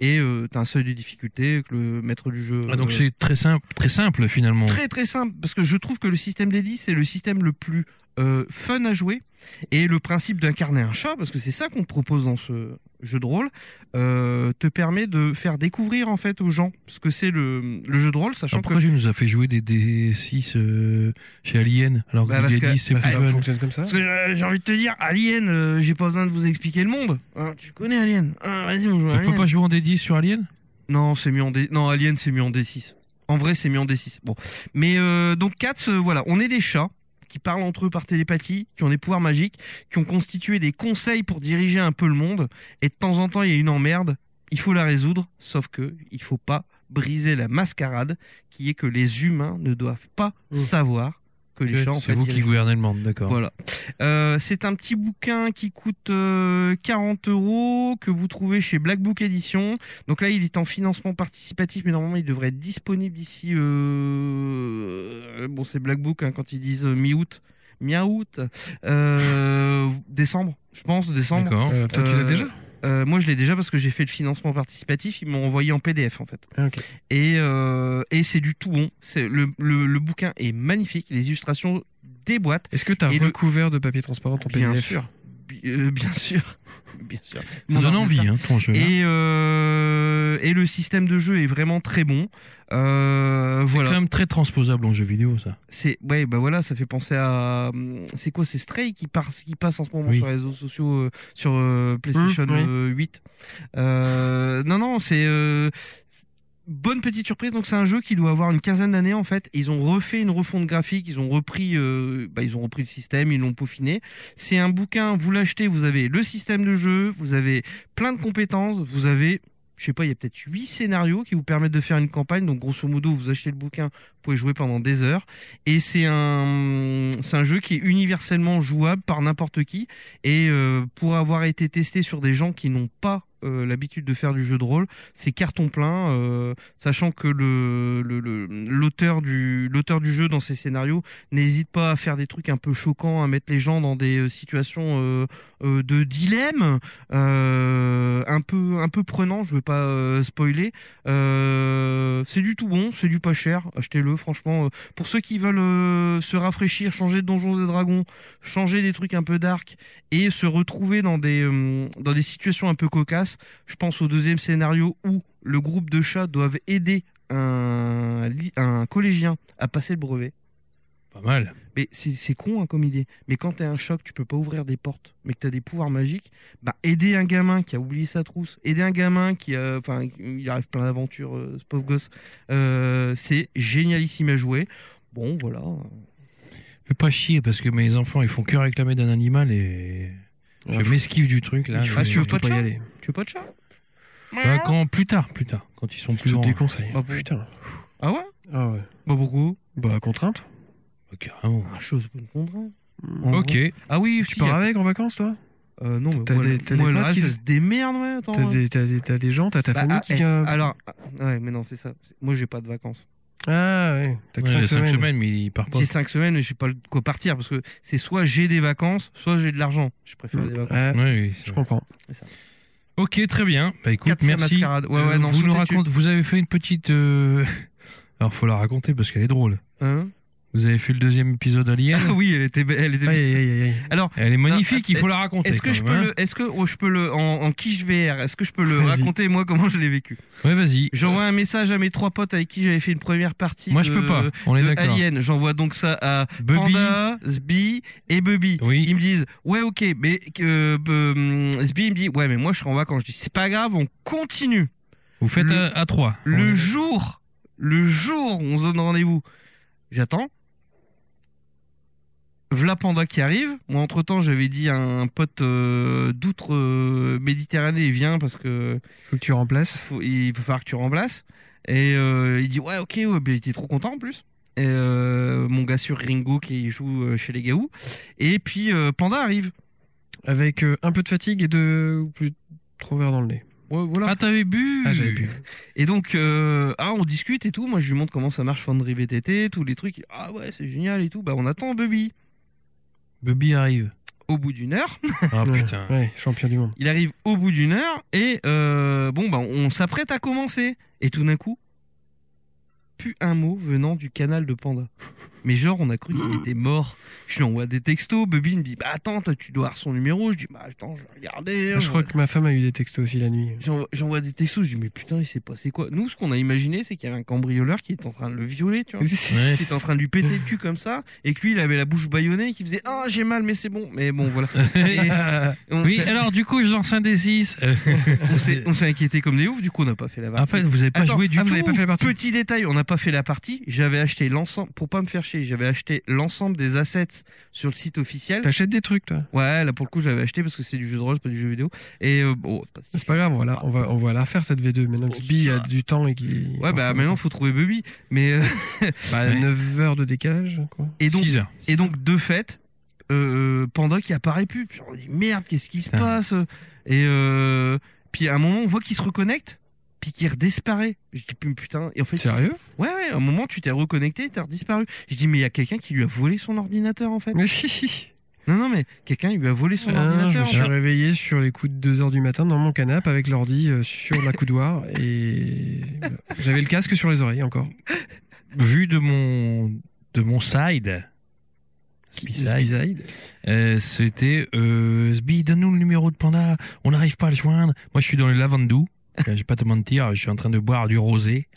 S3: et tu as un seuil de difficulté que le maître du jeu
S1: Ah, donc
S3: euh,
S1: c'est très simple, très simple finalement.
S3: très très simple parce que je trouve que le système des 10 c'est le système le plus euh, fun à jouer et le principe d'incarner un chat parce que c'est ça qu'on te propose dans ce jeu de rôle euh, te permet de faire découvrir en fait aux gens ce que c'est le, le jeu de rôle
S1: Ah,
S3: sachant que
S1: pourquoi tu nous as fait jouer des D6 euh, chez Alien alors que
S3: Bah, parce
S1: des
S3: que-
S1: D10 c'est
S2: Bah,
S1: plus
S2: ça
S1: fun
S2: fonctionne comme ça.
S3: parce que euh, j'ai- j'ai envie de te dire Alien euh, j'ai pas besoin de vous expliquer le monde Hein, tu connais Alien Hein, vas-y on joue à
S1: On peut
S3: Alien.
S1: pas jouer en D10 sur Alien
S3: Non, c'est mis en D. Non, Alien, c'est mis en D6. En vrai, c'est mis en D6. Bon, mais euh, donc Cats, euh, voilà, on est des chats qui parlent entre eux par télépathie, qui ont des pouvoirs magiques, qui ont constitué des conseils pour diriger un peu le monde. Et de temps en temps, il y a une emmerde. Il faut la résoudre, sauf que il faut pas briser la mascarade, qui est que les humains ne doivent pas
S2: Mmh.
S3: savoir que les chats en
S1: Euh, C'est
S3: fait
S1: vous qui
S3: dirigent.
S1: gouvernez le monde, d'accord.
S3: Voilà. Euh, c'est un petit bouquin qui coûte euh, 40 euros que vous trouvez chez Black Book Edition. Donc là, il est en financement participatif, mais normalement, il devrait être disponible d'ici. euh, Bon, c'est Black Book hein, quand ils disent euh, mi-août, mi-août, euh, [LAUGHS] décembre, je pense, décembre.
S1: D'accord.
S2: Euh, toi, tu l'as
S3: Euh,
S2: déjà
S3: Euh, moi, je l'ai déjà parce que j'ai fait le financement participatif. Ils m'ont envoyé en PDF en fait.
S2: Ah, ok.
S3: Et, euh, et c'est du tout bon. C'est le, le, le bouquin est magnifique. Les illustrations des boîtes.
S2: Est-ce que t'as
S3: Et le-
S2: recouvert de papier transparent ton
S3: Bien
S2: PDF
S3: sûr. Bi- euh, bien sûr. [LAUGHS] bien sûr.
S1: Ça
S3: Mon
S1: donne
S3: ordinateur.
S1: envie, hein, ton jeu.
S3: Et, euh, et le système de jeu est vraiment très bon. Euh,
S1: C'est quand
S3: voilà.
S1: même très transposable en jeu vidéo, ça.
S3: C'est ouais bah voilà, ça fait penser à hum, c'est quoi c'est Stray qui passe qui passe en ce moment
S1: Oui.
S3: sur les réseaux sociaux euh, sur euh, PlayStation
S2: oui.
S3: euh, 8. Euh, non non, c'est euh, bonne petite surprise. Donc c'est un jeu qui doit avoir une quinzaine d'années en fait. Ils ont refait une refonte graphique, ils ont repris, euh, bah, ils ont repris le système, ils l'ont peaufiné. C'est un bouquin, vous l'achetez, vous avez le système de jeu, vous avez plein de compétences, vous avez je sais pas, il y a peut-être huit scénarios qui vous permettent de faire une campagne. Donc grosso modo, vous achetez le bouquin, vous pouvez jouer pendant des heures. Et c'est un, c'est un jeu qui est universellement jouable par n'importe qui. Et euh, pour avoir été testé sur des gens qui n'ont pas euh, l'habitude de faire du jeu de rôle, c'est carton plein, euh, sachant que le le- le- l'auteur du l'auteur du jeu dans ses scénarios n'hésite pas à faire des trucs un peu choquants, à mettre les gens dans des euh, situations euh, euh, de dilemme, euh, un peu un peu prenant. Je veux pas euh, spoiler. Euh, c'est du tout bon, c'est du pas cher. Achetez-le, franchement. euh, pour ceux qui veulent euh, se rafraîchir, changer de Donjons et Dragons, changer des trucs un peu dark et se retrouver dans des euh, dans des situations un peu cocasses. Je pense au deuxième scénario où le groupe de chats doivent aider un, li- un collégien à passer le brevet.
S1: Pas mal.
S3: Mais c'est c'est con hein, comme idée. Mais quand t'es un choc, tu peux pas ouvrir des portes, mais que t'as des pouvoirs magiques, bah aider un gamin qui a oublié sa trousse, aider un gamin qui a, enfin, il arrive plein d'aventures, euh, ce pauvre gosse, euh, c'est génialissime à jouer. Bon, voilà.
S1: Fais pas chier parce que mes enfants ils font que réclamer d'un animal et je m'esquive du truc là.
S3: Il faut
S1: mais-
S3: surtout
S1: Faut pas y
S3: pas.
S1: aller.
S3: Ah, Tu veux pas de chat
S1: Bah, quand plus tard, plus tard, quand ils sont
S2: Je
S1: plus
S2: te
S1: grands.
S2: déconseille.
S3: Ah bon
S2: putain.
S3: Ah ouais
S2: Ah ouais.
S3: Bah pourquoi
S2: Bah, contrainte.
S1: Bah, carrément.
S3: Ah, chose bonne contrainte.
S2: Mmh.
S1: Ok.
S3: Ah oui,
S2: Tu
S3: si,
S2: pars avec en vacances, toi
S3: euh, non, mais
S2: T'as
S3: moi,
S2: des-
S3: le-
S2: t'as des
S3: moi, le
S2: potes
S3: reste,
S2: qui-
S3: ça se démerde, ouais. Attends,
S2: T'as
S3: ouais.
S2: des, euh. t'as des, t'as des gens, t'as ta
S3: Bah,
S2: famille
S3: ah,
S2: qui
S3: eh,
S2: vient.
S3: Alors, ah, ouais, mais non, c'est ça. C'est- Moi, j'ai pas de vacances.
S2: Ah ouais, t'as que
S1: Ouais, il y a cinq
S2: 5 semaines.
S1: semaines, mais il part pas.
S3: J'ai cinq semaines, mais je sais pas de quoi partir parce que c'est soit j'ai des vacances, soit j'ai de l'argent. Je préfère des vacances.
S2: Ouais,
S1: Ouais, oui, c'est
S2: je
S1: vrai.
S2: comprends.
S1: ok, très bien. Bah écoute,
S3: 400
S1: merci.
S3: mascarades. Ouais, ouais,
S1: Euh,
S3: non,
S1: vous nous
S3: sautez dessus.
S1: racontez, vous avez fait une petite. euh, [LAUGHS] Alors faut la raconter parce qu'elle est drôle.
S3: Hein
S1: Vous avez fait le deuxième épisode Alien.
S3: [LAUGHS] Ah oui, elle était, be- elle était.
S2: Aïe, aïe, aïe, aïe.
S1: Elle est magnifique,
S3: Non,
S1: il faut la raconter.
S3: Est-ce que
S1: quand
S3: je
S1: même,
S3: peux
S1: hein.
S3: le, est-ce que oh, je peux le, en, en quiche VR, est-ce que je peux le
S2: Vas-y.
S3: raconter moi comment je l'ai vécu
S1: Ouais, vas-y.
S3: J'envoie un message à mes trois potes avec qui j'avais fait une première partie.
S1: Moi
S3: de-
S1: je peux pas. On est
S3: de
S1: d'accord.
S3: Alien. J'envoie donc ça à
S1: Bubby.
S3: Panda, Sbi et Bubby.
S1: Oui.
S3: Ils me disent ouais ok mais euh, euh, hum, Sbi il me dit ouais mais moi je serai en vacances. Je dis c'est pas grave on continue.
S1: Vous faites
S3: Le-
S1: à, à trois.
S3: Le
S1: On-
S3: jour, le jour où on se donne rendez-vous, j'attends. V'là Panda qui arrive. Moi, entre temps, j'avais dit à un pote euh, d'outre-Méditerranée, viens parce que
S2: Faut que tu remplaces.
S3: faut- il va falloir que tu remplaces. Et euh, il dit ouais, ok, ouais, ben, il était trop content en plus. Et, euh, mon gars sur Ringo qui joue euh, chez les Gaou. Et puis euh, Panda arrive.
S2: Avec euh, un peu de fatigue et de. ou plus trop verre dans le nez.
S3: Ouais, voilà.
S1: Ah t'avais bu.
S2: Ah, j'avais bu.
S3: Et donc, euh, ah, on discute et tout. Moi, je lui montre comment ça marche Foundry VTT, tous les trucs. Ah ouais, c'est génial et tout. Bah, on attend Bubby.
S1: Bubby arrive.
S3: Au bout d'une heure,
S1: Ah
S2: Ouais,
S1: putain.
S2: Ouais, champion du monde.
S3: il arrive au bout d'une heure et euh, bon, bah, on s'apprête à commencer. Et tout d'un coup, plus un mot venant du canal de Panda. Mais genre, on a cru qu'il était mort. Je lui envoie des textos. Bubby me dit, bah attends, toi, tu dois avoir son numéro. Je dis, bah attends, je vais regarder. hein.
S2: Ah, je crois que ma femme a eu des textos aussi la nuit.
S3: J'envoie j'envoie des textos, je dis mais putain il s'est passé quoi Nous ce qu'on a imaginé c'est qu'il y avait un cambrioleur qui était en train de le violer, tu vois.
S1: Ouais.
S3: qui était en train de lui péter le cul comme ça et que lui il avait la bouche bâillonnée et qui faisait ah j'ai mal mais c'est bon mais
S2: [LAUGHS]
S3: bon voilà Et on
S1: Oui,
S3: s'est-
S1: alors du coup, je lance un des six. Euh,
S3: on s'est- on s'est inquiété comme des oufs du coup on n'a pas fait la
S1: en
S3: partie
S1: fait, vous avez pas
S3: Attends,
S1: joué du
S2: ah,
S1: tout.
S2: vous avez pas fait la partie.
S3: petit détail on n'a pas fait la partie j'avais acheté l'ensemble pour pas me faire chier j'avais acheté l'ensemble des assets sur le site officiel
S2: [LAUGHS] T'achètes des trucs, toi.
S3: ouais là pour le coup j'avais acheté parce que c'est du jeu de rôle c'est pas du jeu vidéo et euh, bon c'est pas si
S2: C'est pas grave, on va la, on va, on va la refaire cette V2. Maintenant que
S3: Bon,
S2: Sbi a
S3: ça-
S2: du temps et qu'il.
S3: Ouais, bah maintenant faut trouver Bubby. Mais [LAUGHS] euh,
S2: Bah,
S1: Ouais.
S2: 9 heures de décalage, quoi.
S3: et donc
S1: Six heures.
S3: Et donc, de fait, euh, Panda qui apparaît plus. Puis on dit merde, qu'est-ce qui se
S1: Putain.
S3: passe Et euh, puis à un moment, on voit qu'il se reconnecte, puis qu'il redisparaît. Je dis mais putain. Et en fait,
S2: Sérieux
S3: ouais, ouais. À un moment, tu t'es reconnecté, t'as redisparu. Je dis mais il y a quelqu'un qui lui a volé son ordinateur en fait.
S2: Mais si
S3: Non, non, mais quelqu'un lui a volé son
S2: Ah, je
S3: ordinateur.
S2: me
S3: en
S2: suis
S3: fait.
S2: réveillé sur les coups de 2h du matin dans mon canapé avec l'ordi euh, sur la coudoir et voilà. j'avais le casque sur les oreilles encore.
S1: Vu de mon de mon side. Side.
S2: Spiside.
S1: Euh, c'était euh, Sbi, donne-nous le numéro de Panda. On n'arrive pas à le joindre. Moi, je suis dans le Lavandou. [LAUGHS] Euh, Je vais pas te mentir, je suis en train de boire du rosé.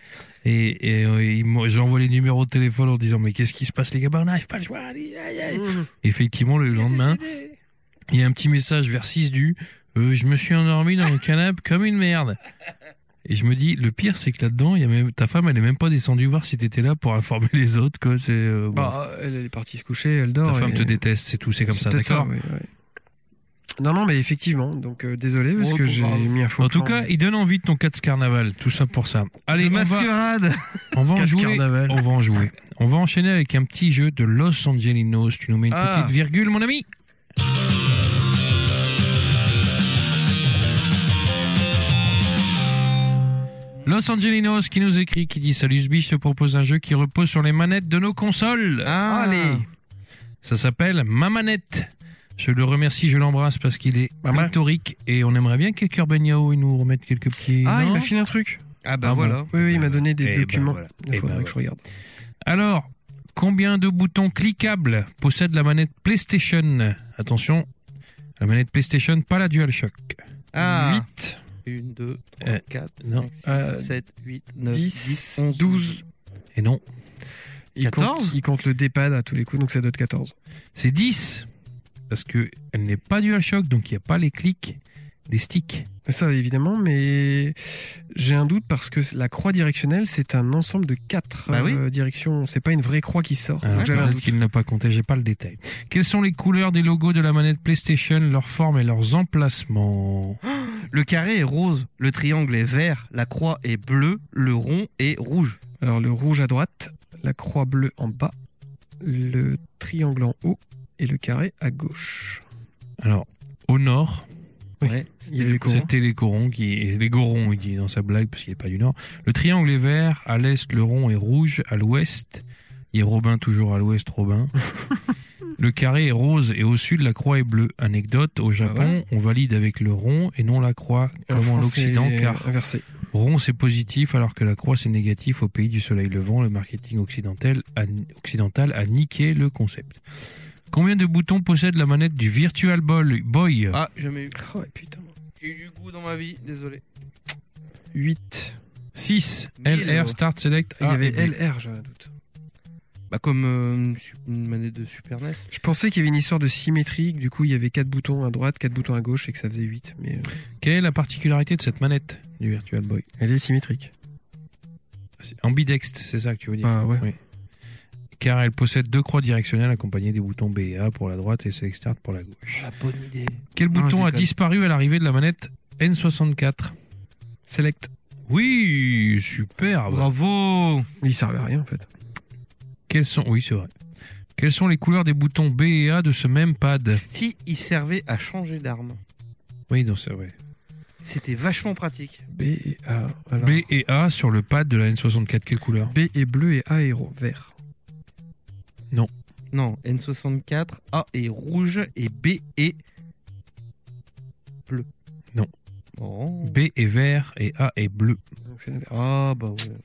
S1: Et, et euh, il m'a- j'envoie les numéros de téléphone en disant mais qu'est-ce qui se passe les gars Bah, On n'arrive pas à le joindre. Aïe, aïe, aïe.
S2: Mm.
S1: Effectivement, le lendemain, il y a un petit message vers 6 du euh, Je me suis endormi dans le canapé comme une merde. Et je me dis, le pire, c'est que là-dedans, il y a même, ta femme, elle est même pas descendue voir si t'étais là pour informer les autres, quoi. C'est, euh, bon.
S2: Bah, elle, elle est partie se coucher, elle dort.
S1: ta femme
S2: et-
S1: te déteste, c'est tout, c'est comme ça,
S2: peut-être
S1: d'accord?
S2: oui, ouais. Non, non, mais effectivement, donc euh, désolé parce
S3: Oh,
S2: que
S3: pour
S2: j'ai
S3: grave.
S2: mis un faux
S1: En tout
S2: plan.
S1: cas, il donne envie de ton 4 carnaval, tout ça pour ça. Allez, on
S3: The
S1: va,
S3: masquerade.
S1: on va en
S2: Quatre
S1: jouer.
S2: carnavals.
S1: On va en jouer. On va enchaîner avec un petit jeu de Los Angelinos. Tu nous mets une
S2: Ah.
S1: petite virgule, mon ami. Los Angelinos qui nous écrit, qui dit Salut Sbi, je te propose un jeu qui repose sur les manettes de nos consoles.
S3: Ah.
S1: Allez Ça s'appelle Ma manette. Je le remercie, je l'embrasse parce qu'il est
S2: Maman.
S1: pléthorique et on aimerait bien que Kerbenyao nous remette quelques petits.
S2: Ah, il
S1: non
S2: m'a filé un truc.
S3: Ah
S1: Ah
S3: bah
S1: bon.
S3: voilà.
S2: Oui, oui, il m'a donné des
S1: Eh ben
S2: documents.
S1: voilà.
S2: Il
S1: Eh
S2: faudrait
S1: ben
S2: que je regarde.
S1: Alors, combien de boutons cliquables possède la manette PlayStation Attention, la manette PlayStation, pas la DualShock.
S3: Ah.
S1: 8,
S3: 1, 2,
S1: Euh,
S3: 3, 4,
S1: non.
S3: 5, 6,
S2: Euh,
S3: 7, 8, 9,
S2: 10,
S3: 10, 11, 12.
S1: et non.
S2: Il compte,
S3: 14?
S2: il compte le dépad à tous les coups, donc ça doit être 14.
S1: C'est 10. Parce que elle n'est pas due à choc, donc il n'y a pas les clics des sticks.
S2: Ça, évidemment, mais j'ai un doute parce que la croix directionnelle, c'est un ensemble de quatre
S3: Bah
S2: euh, directions. C'est pas une vraie croix qui sort.
S1: Alors,
S2: Donc j'avais un
S1: Hein, peut-être
S2: doute.
S1: qu'il n'a pas compté, j'ai pas le détail. Quelles sont les couleurs des logos de la manette PlayStation, leur forme et leurs emplacements
S3: Le carré est rose, le triangle est vert, la croix est bleue, le rond est rouge.
S2: Alors, le rouge à droite, la croix bleue en bas, le triangle en haut et le carré à gauche.
S1: Alors, au nord,
S2: Oui.
S3: Ouais.
S2: Il y a les corons.
S1: c'était les corons qui, et les gorons, il dit dans sa blague parce qu'il n'est pas du nord. Le triangle est vert, à l'est le rond est rouge, à l'ouest, il y a Robin toujours à l'ouest, Robin. le carré est rose et au sud la croix est bleue. Anecdote,
S2: Ah
S1: au Japon, on valide avec le rond et non la croix,
S2: Et en
S1: comme en
S2: France, Euh, c'est
S1: Occident, car
S2: Inversé.
S1: Rond, c'est positif, alors que la croix, c'est négatif. Au pays du soleil levant, le marketing occidental a, occidental a niqué le concept. Combien de boutons possède la manette du Virtual Boy Boy
S3: Ah, jamais eu.
S2: Oh, putain.
S3: J'ai eu du goût dans ma vie, désolé.
S2: 8.
S1: 6.
S3: Mille. euh,
S1: LR, Start, Select,
S3: Ah,
S2: Il y
S1: A
S2: avait
S1: et B.
S2: LR, j'avais un doute.
S3: Bah comme euh, une manette de Super E NES.
S2: Je pensais qu'il y avait une histoire de symétrique, du coup il y avait quatre boutons à droite, quatre boutons à gauche et que ça faisait 8. Mais euh,
S1: Quelle est la particularité de cette manette du Virtual Boy
S2: elle est symétrique.
S1: C'est Ambidextre, c'est ça que tu veux dire
S2: Ah ouais.
S1: Oui. Car elle possède deux croix directionnelles accompagnées des boutons B et A pour la droite et Select, Start pour la gauche.
S3: bonne idée.
S1: Quel
S3: Non, Ah, je
S1: bouton a
S3: déconne.
S1: disparu à l'arrivée de la manette N64
S2: Select.
S1: Oui, super
S3: Bravo
S2: Mais il servait à rien en fait.
S1: Quels sont oui c'est vrai. Quelles sont les couleurs des boutons B et A de ce même pad
S3: Si, il servait à changer d'arme.
S1: Oui donc c'est vrai.
S3: C'était vachement pratique.
S2: B et A. alors.
S1: B et A sur le pad de la N64 quelle couleur
S2: B est bleu et A est ro- vert.
S3: Non, N64, A est rouge et B est bleu.
S1: Non.
S3: Oh.
S1: B est vert et A est bleu.
S2: Donc c'est l'inverse.
S3: Ah bah ouais.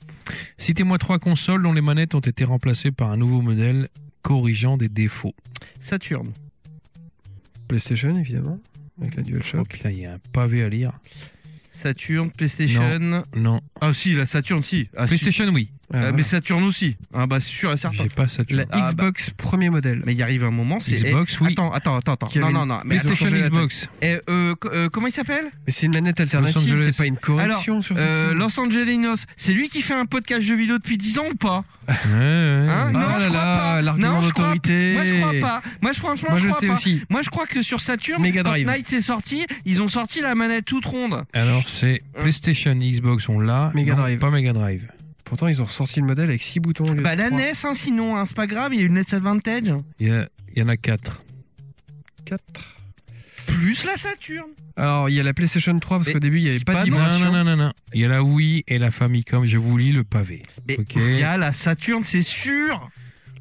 S1: Citez-moi trois consoles dont les manettes ont été remplacées par un nouveau modèle corrigeant des défauts.
S3: Saturne.
S2: PlayStation évidemment, avec la Ah,
S1: Oh
S2: DualShock.
S1: putain, il y a un pavé à lire.
S3: Saturne, PlayStation.
S1: Non.
S3: Ah si, la Saturne, si. Ah, si.
S1: PlayStation oui.
S2: Ah,
S3: Ah,
S2: voilà.
S3: Mais Saturne aussi. Ah bah c'est sûr et certain.
S1: J'ai pas ça.
S2: La
S3: Ah, bah.
S2: Xbox premier modèle.
S3: Mais il arrive un moment, c'est. Eh,
S1: Xbox oui.
S3: Attends, attends, attends, attends.
S2: Qui
S3: Non,
S2: avait
S3: non,
S2: une-
S3: non. Mais attends,
S1: PlayStation
S2: attends, je
S1: Xbox.
S3: eh, euh, co- euh, comment il s'appelle
S2: Mais c'est une manette
S1: Los
S2: alternative,
S1: Angeles.
S2: c'est pas une correction sur
S3: Euh,
S2: ça.
S3: Los Angelinos. C'est lui qui fait un podcast jeux vidéo depuis 10 ans ou pas
S1: Ouais, ouais.
S3: Hein Non,
S2: ah
S3: je
S2: là
S3: crois
S2: là,
S3: pas.
S2: l'argument
S3: Non, je crois-
S2: d'autorité.
S3: Moi je crois pas. Moi je franchement
S2: Moi
S3: je,
S2: je
S3: crois
S2: sais
S3: pas.
S2: aussi.
S3: Moi je crois que sur Saturn,
S2: Mega
S3: quand
S2: Drive.
S3: Night est sorti, ils ont sorti la manette toute ronde.
S1: Alors c'est PlayStation Xbox on l'a.
S2: Mega
S1: Non,
S2: Drive.
S1: Pas Hein Mega Drive.
S2: Pourtant ils ont ressorti le modèle avec 6 boutons. au lieu de
S3: Bah la
S2: trois.
S3: NES hein, sinon, hein, c'est pas grave, il y a une NES Advantage.
S1: Il y, a- il y en a quatre.
S2: 4.
S3: Plus la Saturn.
S2: Alors il y a la PlayStation 3 parce
S3: Mais
S2: qu'au début il y avait pas
S3: dis
S1: Ah Non,
S2: d'immersion.
S1: non, non, non, non. Il y a la Wii et la Famicom. Je vous lis le pavé.
S3: Mais
S1: Ok.
S3: il y a la Saturn, c'est sûr.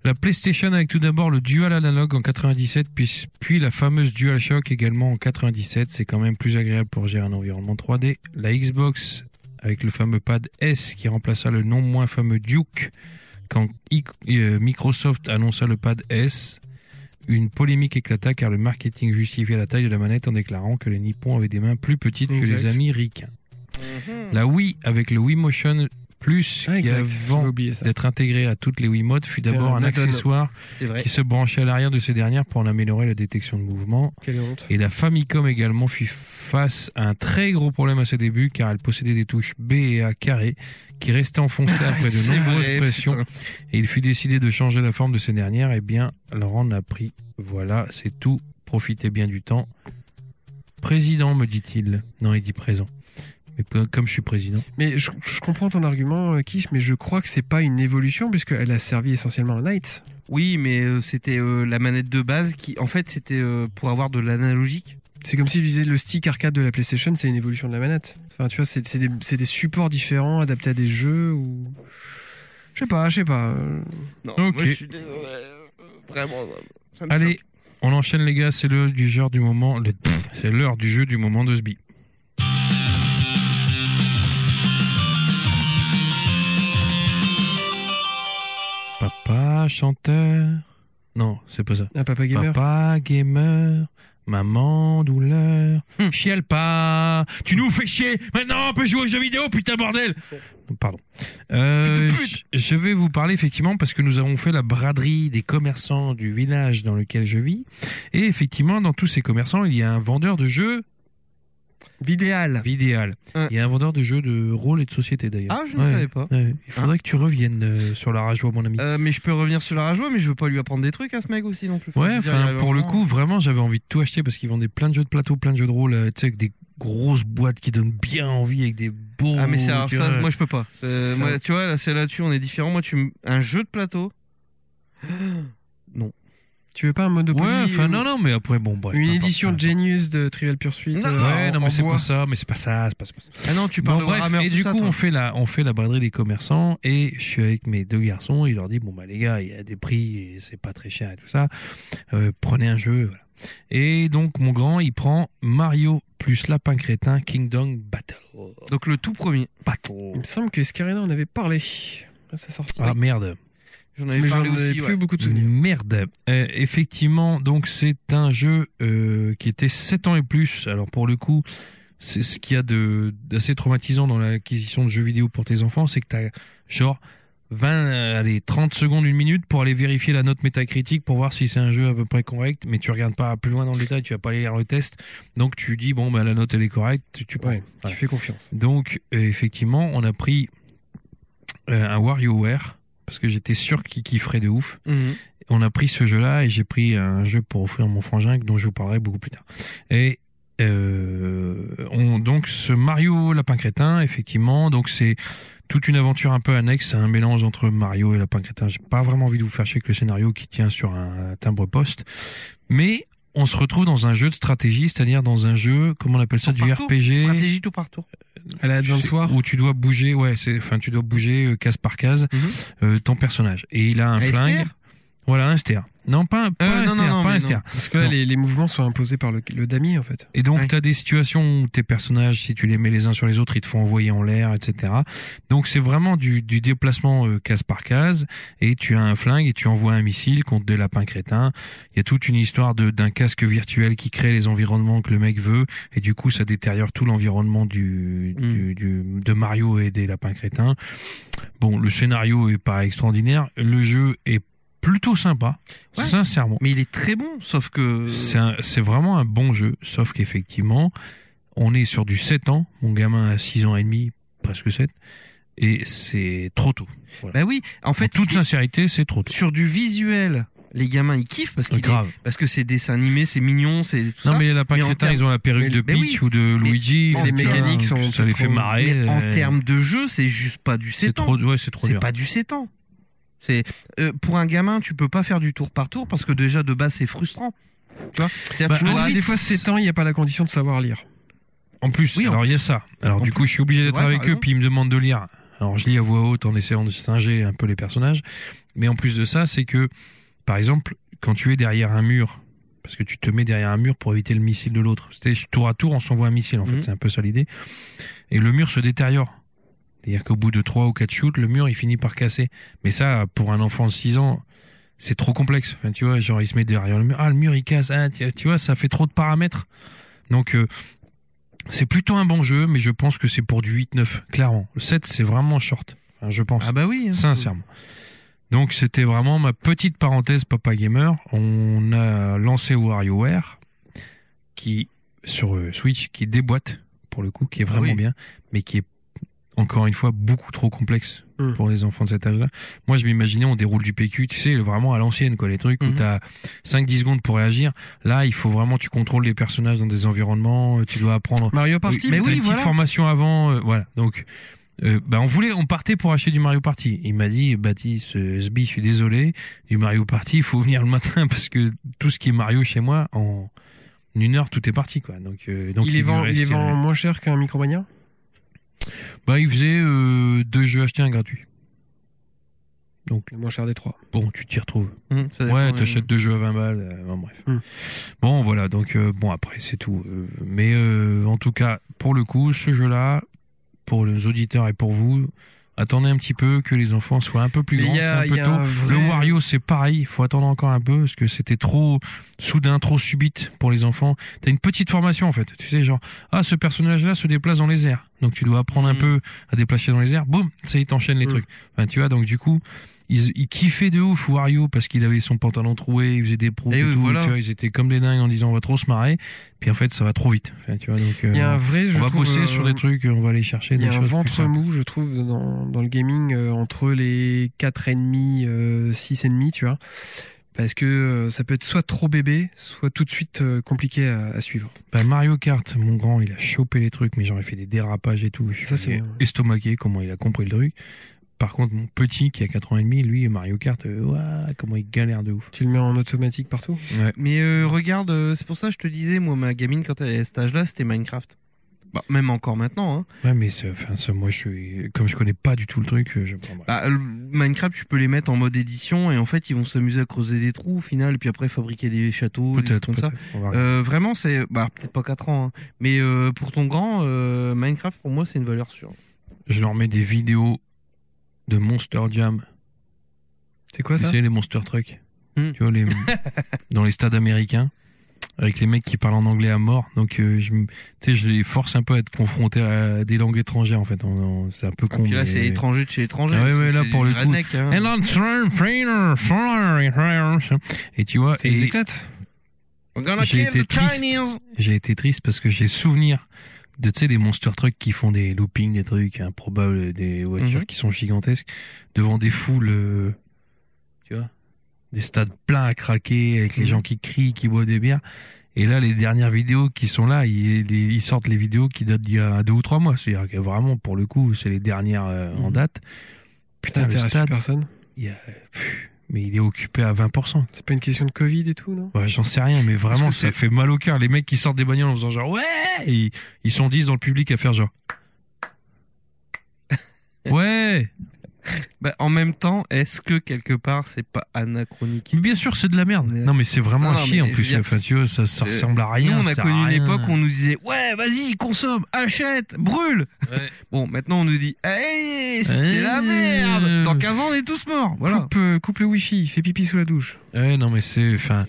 S1: La PlayStation avec tout d'abord le Dual Analog en 97, puis, puis la fameuse DualShock également en 97. C'est quand même plus agréable pour gérer un environnement 3D. La Xbox avec le fameux pad S qui remplaça le non moins fameux Duke quand I- euh, Microsoft annonça le pad S. Une polémique éclata car le marketing justifiait la taille de la manette en déclarant que les Nippons avaient des mains plus petites que
S2: Exact.
S1: les Américains.
S3: Mm.
S1: La Wii avec le Wii Motion Plus
S2: Ah,
S1: qui
S2: exact. J'avais
S1: avant
S2: oublié ça.
S1: d'être intégré à toutes les Wiimotes fut
S2: C'était
S1: d'abord un
S2: un add-on.
S1: accessoire
S3: C'est vrai.
S1: qui se branchait à l'arrière de ces dernières pour en améliorer la détection de mouvement.
S2: Quelle honte.
S1: Et la Famicom également fut face à un très gros problème à ses débuts car elle possédait des touches B et A carrées qui restaient enfoncées
S3: [LAUGHS]
S1: après de
S3: C'est
S1: nombreuses
S3: vrai,
S1: pressions
S3: putain.
S1: et il fut décidé de changer la forme de ces dernières et bien leur en a pris. Voilà, c'est tout. Profitez bien du temps. Président, me dit-il. Non, il dit présent. Mais peu- comme je suis président.
S2: Mais je, je comprends ton argument, euh, Kish, mais je crois que c'est pas une évolution puisqu'elle a servi essentiellement à Night.
S3: Oui, mais euh, c'était euh, la manette de base qui, en fait, c'était euh, pour avoir de l'analogique.
S2: C'est comme si tu disais le stick arcade de la PlayStation, c'est une évolution de la manette. Enfin, tu vois, c'est c'est des, c'est des supports différents adaptés à des jeux ou. Je sais pas, je sais pas. euh,
S3: Non,
S1: Ok.
S3: moi, je suis désolé. euh, Vraiment. ça me
S1: Allez, on enchaîne les gars, c'est l'heure du genre du moment. le- pff, C'est l'heure du jeu du moment de Sbi. Papa chanteur. Non, c'est pas ça.
S2: Un papa gamer.
S1: Papa gamer. Maman, douleur,
S3: Hmm.
S1: chiale pas. Tu nous fais chier. Maintenant, on peut jouer aux jeux vidéo, putain bordel. Pardon. Euh, je- je vais vous parler effectivement parce que nous avons fait la braderie des commerçants du village dans lequel je vis. Et effectivement, dans tous ces commerçants, il y a un vendeur de jeux
S2: Vidéal.
S1: vidéal.
S3: Hein.
S1: Il y a un vendeur de jeux de rôle et de société d'ailleurs.
S3: Ah, je ne
S1: Ouais.
S3: savais pas. Ah.
S1: Ouais. Il faudrait que tu reviennes euh, sur la rajoie, mon ami.
S3: Euh, mais je peux revenir sur la rajoie, mais je veux pas lui apprendre des trucs à ce mec aussi non plus. Faut
S1: Ouais,
S3: lui dire, il y a hein.
S1: enfin, pour le
S3: vraiment-
S1: coup, vraiment, j'avais envie de tout acheter parce qu'ils vendaient plein de jeux de plateau, plein de jeux de rôle, euh, tu sais, avec des grosses boîtes qui donnent bien envie, avec des beaux.
S3: Ah mais c'est alors
S1: tu
S3: ça,
S1: vois.
S3: moi je peux pas. Euh,
S1: Ça-
S3: moi, tu vois, là c'est là-dessus, on est différent. Moi, tu m- un jeu de plateau.
S2: Tu veux pas un Monopoly
S1: Ouais,
S3: euh,
S1: enfin,
S2: ou
S1: non, non, mais après, bon, bref.
S2: Une
S1: peu importe,
S2: édition
S1: peu importe.
S2: Genius de Trivial Pursuit.
S3: Non.
S2: euh,
S1: Ouais,
S2: en-
S1: non, mais
S2: en
S1: c'est
S2: bois.
S1: pas ça, mais c'est pas ça, c'est pas, c'est pas ça.
S3: Ah non, tu
S1: Bon,
S3: parles au
S1: bref,
S3: rameur,
S1: et
S3: tout
S1: du
S3: ça,
S1: coup,
S3: toi.
S1: on fait la, on fait la braderie des commerçants et je suis avec mes deux garçons. Il leur dit bon bah les gars, il y a des prix et c'est pas très cher et tout ça. Euh, prenez un jeu. Voilà. Et donc mon grand, il prend Mario plus Lapin Crétin Kingdom Battle.
S3: Donc le tout premier.
S2: Il
S1: Battle.
S2: me semble que Scarina en avait parlé à sa sortie.
S1: Ah merde.
S3: J'en avais
S2: mais j'en
S3: parlé
S2: avais
S3: aussi.
S2: plus
S3: ouais.
S2: beaucoup de souvenirs.
S1: Merde. Euh, effectivement, donc c'est un jeu euh, qui était 7 ans et plus. Alors pour le coup, c'est ce qu'il y a de d'assez traumatisant dans l'acquisition de jeux vidéo pour tes enfants, c'est que t'as genre 20 euh, allez 30 secondes une minute pour aller vérifier la note métacritique pour voir si c'est un jeu à peu près correct mais tu regardes pas plus loin dans le détail tu vas pas aller lire le test donc tu dis bon bah la note elle est correcte tu, tu prends.
S2: Mmh. Ouais,
S1: Ouais.
S2: tu fais confiance.
S1: Donc, euh, effectivement, on a pris euh, un WarioWare, parce que j'étais sûr qu'il kifferait de ouf.
S3: Mhm.
S1: On a pris ce jeu-là et j'ai pris un jeu pour offrir à mon frangin dont je vous parlerai beaucoup plus tard. Et euh, on, donc ce Mario Lapin Crétin, effectivement, donc c'est toute une aventure un peu annexe, c'est un mélange entre Mario et Lapin Crétin. J'ai pas vraiment envie de vous faire chier avec le scénario qui tient sur un timbre poste, mais on se retrouve dans un jeu de stratégie, c'est-à-dire dans un jeu, comment on appelle ça,
S3: Tour
S1: du
S3: par tour,
S1: RPG
S3: Stratégie tout par tour.
S2: À la
S1: tu sais, où tu dois bouger ouais c'est enfin tu dois bouger euh, case par case
S3: Mhm.
S1: euh, ton personnage et il a un
S3: Un
S1: flingue
S3: STR?
S1: voilà un STR non pas un, pas
S3: Euh,
S1: un
S3: non,
S1: STR,
S3: non, non,
S1: pas un
S3: mais
S1: STR.
S3: non.
S2: Parce que là,
S1: Non.
S2: les, les mouvements sont imposés par le, le damier, en fait.
S1: et donc
S3: Ouais.
S1: tu as des situations où tes personnages si tu les mets les uns sur les autres ils te font envoyer en l'air etc donc c'est vraiment du, du déplacement euh, case par case et tu as un flingue et tu envoies un missile contre des lapins crétins il y a toute une histoire de d'un casque virtuel qui crée les environnements que le mec veut et du coup ça détériore tout l'environnement du,
S3: Mm.
S1: du, du de Mario et des lapins crétins. Bon, le scénario est pas extraordinaire, le jeu est plutôt sympa,
S3: Ouais.
S1: sincèrement.
S3: Mais il est très bon, sauf que.
S1: C'est un- c'est vraiment un bon jeu, sauf qu'effectivement, on est sur du 7 ans, mon gamin a 6 ans et demi, presque 7 et c'est trop tôt.
S3: Bah oui. En
S1: En
S3: fait,
S1: toute
S3: il est-
S1: sincérité, c'est trop tôt. Euh,
S3: sur du visuel, les gamins ils kiffent parce qu'il est-
S1: Grave.
S3: parce que c'est dessin animé, c'est mignon, c'est tout
S1: Non
S3: ça.
S1: mais les lapins
S3: Mais en
S1: crétins,
S3: termes-
S1: ils ont la perruque
S3: mais-
S1: de
S3: mais
S1: Peach
S3: oui.
S1: ou de
S3: Mais
S1: Luigi.
S3: en-
S1: tu vois,
S2: mécaniques sont-
S1: ça les
S2: sont
S1: fait
S2: trop-
S1: marrer.
S3: Mais en
S1: euh,
S3: termes de jeu, c'est juste pas du
S1: c'est
S3: 7 ans.
S1: trop, ouais, c'est trop
S3: C'est
S1: dur.
S3: pas du 7 ans. C'est euh, pour un gamin, tu peux pas faire du tour par tour parce que déjà de base c'est frustrant. Tu vois. C'est-à-dire
S1: Bah,
S3: que tu
S1: à
S3: vois-
S1: la
S2: Ah, des
S1: limite,
S2: fois, c'est temps, il n'y a pas la condition de savoir lire.
S1: En plus,
S3: Oui, en
S1: alors il y a ça. Alors
S3: En
S1: du coup, je suis obligé d'être
S3: Ouais, t'as
S1: avec eux,
S3: raison.
S1: puis ils me demandent de lire. Alors je lis à voix haute en essayant de singer un peu les personnages. Mais en plus de ça, c'est que, par exemple, quand tu es derrière un mur, parce que tu te mets derrière un mur pour éviter le missile de l'autre. C'était tour à tour, on s'envoie un missile, en fait.
S3: Mhm.
S1: C'est un peu ça l'idée. Et le mur se détériore. C'est-à-dire qu'au bout de trois ou quatre shoots, le mur, il finit par casser. Mais ça, pour un enfant de 6 ans, c'est trop complexe. Enfin, tu vois, genre, il se met derrière le mur. Ah, le mur, il casse. Ah, tu tu vois, ça fait trop de paramètres. Donc, euh, c'est plutôt un bon jeu, mais je pense que c'est pour du 8-9, clairement. Le 7, c'est vraiment short, hein, je pense.
S3: Ah bah oui. hein.
S1: Sincèrement. Donc c'était vraiment ma petite parenthèse Papa Gamer. On a lancé WarioWare qui sur euh, Switch qui déboîte pour le coup, qui est vraiment
S3: oui.
S1: bien, mais qui est encore une fois beaucoup trop complexe
S2: Hmm.
S1: pour les enfants de cet âge-là. Moi, je m'imaginais on déroule du PQ, tu sais, vraiment à l'ancienne quoi, les trucs où
S3: Mhm.
S1: t'as 5 10 secondes pour réagir. Là, il faut vraiment tu contrôles les personnages dans des environnements, tu dois apprendre
S2: Mario Party,
S1: oui, mais oui,
S2: peut-être.
S1: petite formation avant, euh, voilà. Donc, euh, bah, on voulait, on partait pour acheter du Mario Party. Il m'a dit, Baptiste, euh, Sbi, je suis désolé, du Mario Party, il faut venir le matin [LAUGHS] parce que tout ce qui est Mario chez moi, en une heure, tout est parti, quoi. Donc, euh, donc
S2: il est
S1: du
S2: vend,
S1: reste,
S2: il est vend
S1: euh,
S2: moins cher qu'un Micromania
S1: Bah, il faisait euh, deux jeux achetés, un gratuit.
S2: Le moins cher des trois.
S1: Bon, tu t'y retrouves.
S3: Hum, ça dépend,
S1: Ouais,
S3: euh,
S1: t'achètes deux jeux à 20 balles. euh, bon, bref.
S2: Hmm.
S1: Bon, voilà. Donc, euh, bon, après, c'est tout. Euh, mais euh, en tout cas, pour le coup, ce jeu-là, pour les auditeurs et pour vous, attendez un petit peu que les enfants soient un peu plus
S2: Mais
S1: grands,
S2: il y
S1: c'est
S2: a-
S1: un peu
S2: il y a
S1: tôt.
S2: un vrai-
S1: Le Wario, c'est pareil, il faut attendre encore un peu parce que c'était trop soudain, trop subite pour les enfants. T'as une petite formation en fait, tu sais genre ah ce personnage-là se déplace dans les airs, donc tu dois apprendre un
S2: Hmm.
S1: peu
S3: Mm.
S1: à déplacer dans les airs. Boum, ça y t'enchaîne les
S2: Mm.
S1: trucs. Enfin, tu vois donc du coup. Ils, ils kiffaient de ouf Wario parce qu'il avait son pantalon troué, il faisait des proutes
S3: Et
S1: et,
S3: oui,
S1: tout,
S3: voilà.
S1: tu vois, ils étaient comme des dingues en disant on va trop se marrer, puis en fait ça va trop vite. Enfin, tu vois, donc,
S2: Il y a
S1: euh,
S2: un vrai, je
S1: on va
S2: trouve,
S1: bosser
S2: euh,
S1: sur des trucs, on va aller chercher
S2: Il y
S1: des
S2: a un
S1: choses. plus
S2: ventre
S1: simples.
S2: mou, je trouve, dans, dans le gaming, euh, entre les 4,5, euh, 6,5, tu vois. Parce que euh, ça peut être soit trop bébé, soit tout de suite euh, compliqué à, à suivre.
S1: Bah, Mario Kart, mon grand, il a chopé les trucs, mais j'aurais fait des dérapages et tout. Je
S2: Ça,
S1: suis
S2: c'est-
S1: estomaqué comment il a compris le truc. Par contre, mon petit qui a 4 ans et demi, lui, Mario Kart, euh, ouah, comment il galère de ouf.
S2: Tu le mets en automatique partout
S3: Mais euh, regarde, euh, c'est pour ça que je te disais, moi, ma gamine, quand elle est à cet âge-là, c'était Minecraft. Bah, même encore maintenant. Hein.
S1: Ouais, mais c'est- enfin, ça, moi, je suis, comme je connais pas du tout le truc, euh, je prends.
S3: Bah, le- Minecraft, tu peux les mettre en mode édition et en fait, ils vont s'amuser à creuser des trous au final, et puis après fabriquer des châteaux, des trucs comme ça.
S1: on va regarder.
S3: Euh, vraiment, c'est bah, peut-être pas 4 ans, hein. mais euh, pour ton grand, euh, Minecraft, pour moi, c'est une valeur sûre.
S1: Je leur mets des vidéos de Monster Jam.
S2: C'est quoi
S1: Tu
S2: ça
S1: sais, les Monster Truck.
S3: Hmm.
S1: Tu vois, les, dans les stades américains, avec les mecs qui parlent en anglais à mort. Donc, euh, je, me- tu sais, je les force un peu à être confrontés à des langues étrangères, en fait. On- on- C'est un peu
S3: Et
S1: con.
S3: Ah, puis là,
S1: mais-
S3: c'est étranger de chez étranger.
S1: Ah ouais,
S3: parce que
S1: ouais, là,
S3: c'est
S1: pour
S3: du
S1: le coup.
S3: redneck, hein.
S1: And I'm trying, trying, trying. Et tu vois,
S2: Ça les
S1: et
S2: éclate
S3: We're gonna
S1: j'ai
S3: kill
S1: été
S3: the
S1: triste.
S3: Chinese.
S1: j'ai été triste parce que j'ai souvenir de, tu sais, les monster trucks qui font des loopings, des trucs improbables, des voitures
S3: Mhm.
S1: qui sont gigantesques, devant des foules, euh, tu vois, des stades pleins à craquer, avec les gens qui crient, qui boivent des bières. Et là, les dernières vidéos qui sont là, ils, les- ils sortent les vidéos qui datent d'il y a deux ou trois mois. C'est-à-dire que vraiment, pour le coup, c'est les dernières euh, en
S2: Mhm.
S1: date.
S2: Putain,
S1: Putain, le
S2: intéresse plus
S1: stade,
S2: personne.
S1: il y a- pff, mais il est occupé à 20%.
S2: C'est pas une question de Covid et tout, non
S1: Ouais, j'en sais rien, mais vraiment,
S3: Parce que
S1: ça fait mal au cœur. Les mecs qui sortent des bagnoles en faisant genre, ouais! Et ils- ils sont 10 dans le public à faire
S3: [LAUGHS]
S1: genre. Ouais!
S3: Bah, en même temps, est-ce que quelque part, c'est pas anachronique
S1: Mais bien sûr, c'est de la merde.
S3: Mais-
S1: Non, mais c'est vraiment
S3: Non,
S1: à
S3: non,
S1: chier,
S3: mais
S1: en
S3: je veux
S1: plus.
S3: dire,
S1: Enfin, tu vois, ça, ça
S3: euh,
S1: ressemble à rien.
S3: Nous, on a
S1: ça
S3: connu
S1: sert à
S3: une
S1: rien.
S3: époque où on nous disait Ouais, vas-y, consomme, achète, brûle
S1: Ouais.
S3: [LAUGHS] Bon, maintenant, on nous dit Hey,
S1: Euh,
S3: c'est la merde Dans 15 ans, on est tous morts
S1: [LAUGHS]
S3: Voilà
S2: coupe, euh, coupe le wifi, fais pipi sous la douche.
S1: Ouais, non, mais c'est, enfin,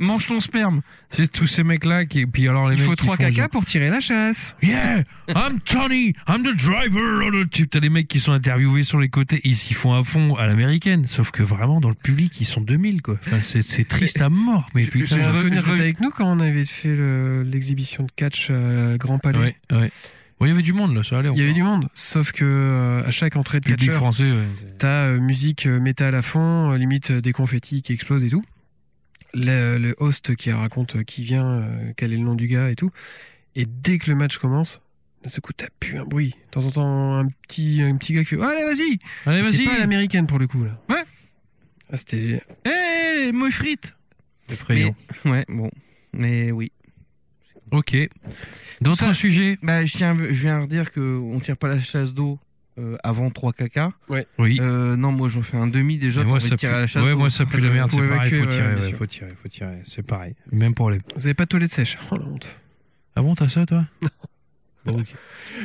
S3: Mange ton sperme
S1: tu sais, tous ces mecs-là qui, puis alors les
S2: Il
S1: mecs
S2: faut
S1: qui
S2: trois
S1: font
S2: caca
S1: genre,
S2: pour tirer la chasse.
S1: Yeah, I'm Tony, I'm the driver. of the- Tu- T'as les mecs qui sont interviewés sur les côtés, ils s'y font à fond à l'américaine. Sauf que vraiment, dans le public, ils sont 2000, quoi. Enfin, c'est, c'est triste à mort, mais
S3: Je-
S1: putain.
S2: J'ai
S3: je
S2: un
S3: re-
S2: souvenir,
S3: je re-
S2: t'étais avec nous quand on avait fait le- l'exhibition de catch à Grand Palais.
S1: Ouais, ouais. Bon, il y avait du monde, là, ça allait.
S2: Il y avait du monde, sauf que euh, à chaque entrée de
S1: public
S2: catcheur,
S1: français, ouais.
S2: T'as euh, musique euh, métal à fond, euh, limite euh, des confettis qui explosent et tout. Le, le host qui raconte euh, qui vient, euh, quel est le nom du gars et tout. Et dès que le match commence, d'un seul coup, t'as plus un bruit. De temps en temps, un petit, un petit gars qui fait Allez, vas-y
S1: Allez,
S2: Mais C'est pas à
S1: vas-y.
S2: l'américaine pour le coup, là.
S3: Ouais.
S2: Ah, c'était.
S3: Hey, moi frites
S1: Les crayons.
S3: Ouais, bon. Mais oui.
S1: Ok. D'autres
S3: Ça-
S1: sujets?
S3: Bah, je, tiens, je viens à redire qu'on tire pas la chasse d'eau euh, avant 3 caca.
S1: Oui.
S3: Euh, non, moi, j'en fais un demi déjà.
S1: Mais
S3: t'as
S1: moi,
S3: envie de
S1: ça pue.
S3: tirer à la chasse
S1: Ouais,
S3: d'eau.
S1: moi, ça pue la merde,
S2: Pour
S1: c'est pareil,
S2: évacuer,
S1: faut
S2: ouais,
S3: euh,
S1: tirer,
S2: bien
S1: ouais,
S2: sûr.
S1: faut tirer, faut tirer, c'est pareil. Même pour les.
S2: Vous avez pas de toilette sèche. Oh la honte.
S1: Ah bon, t'as ça, toi? Bon, ok.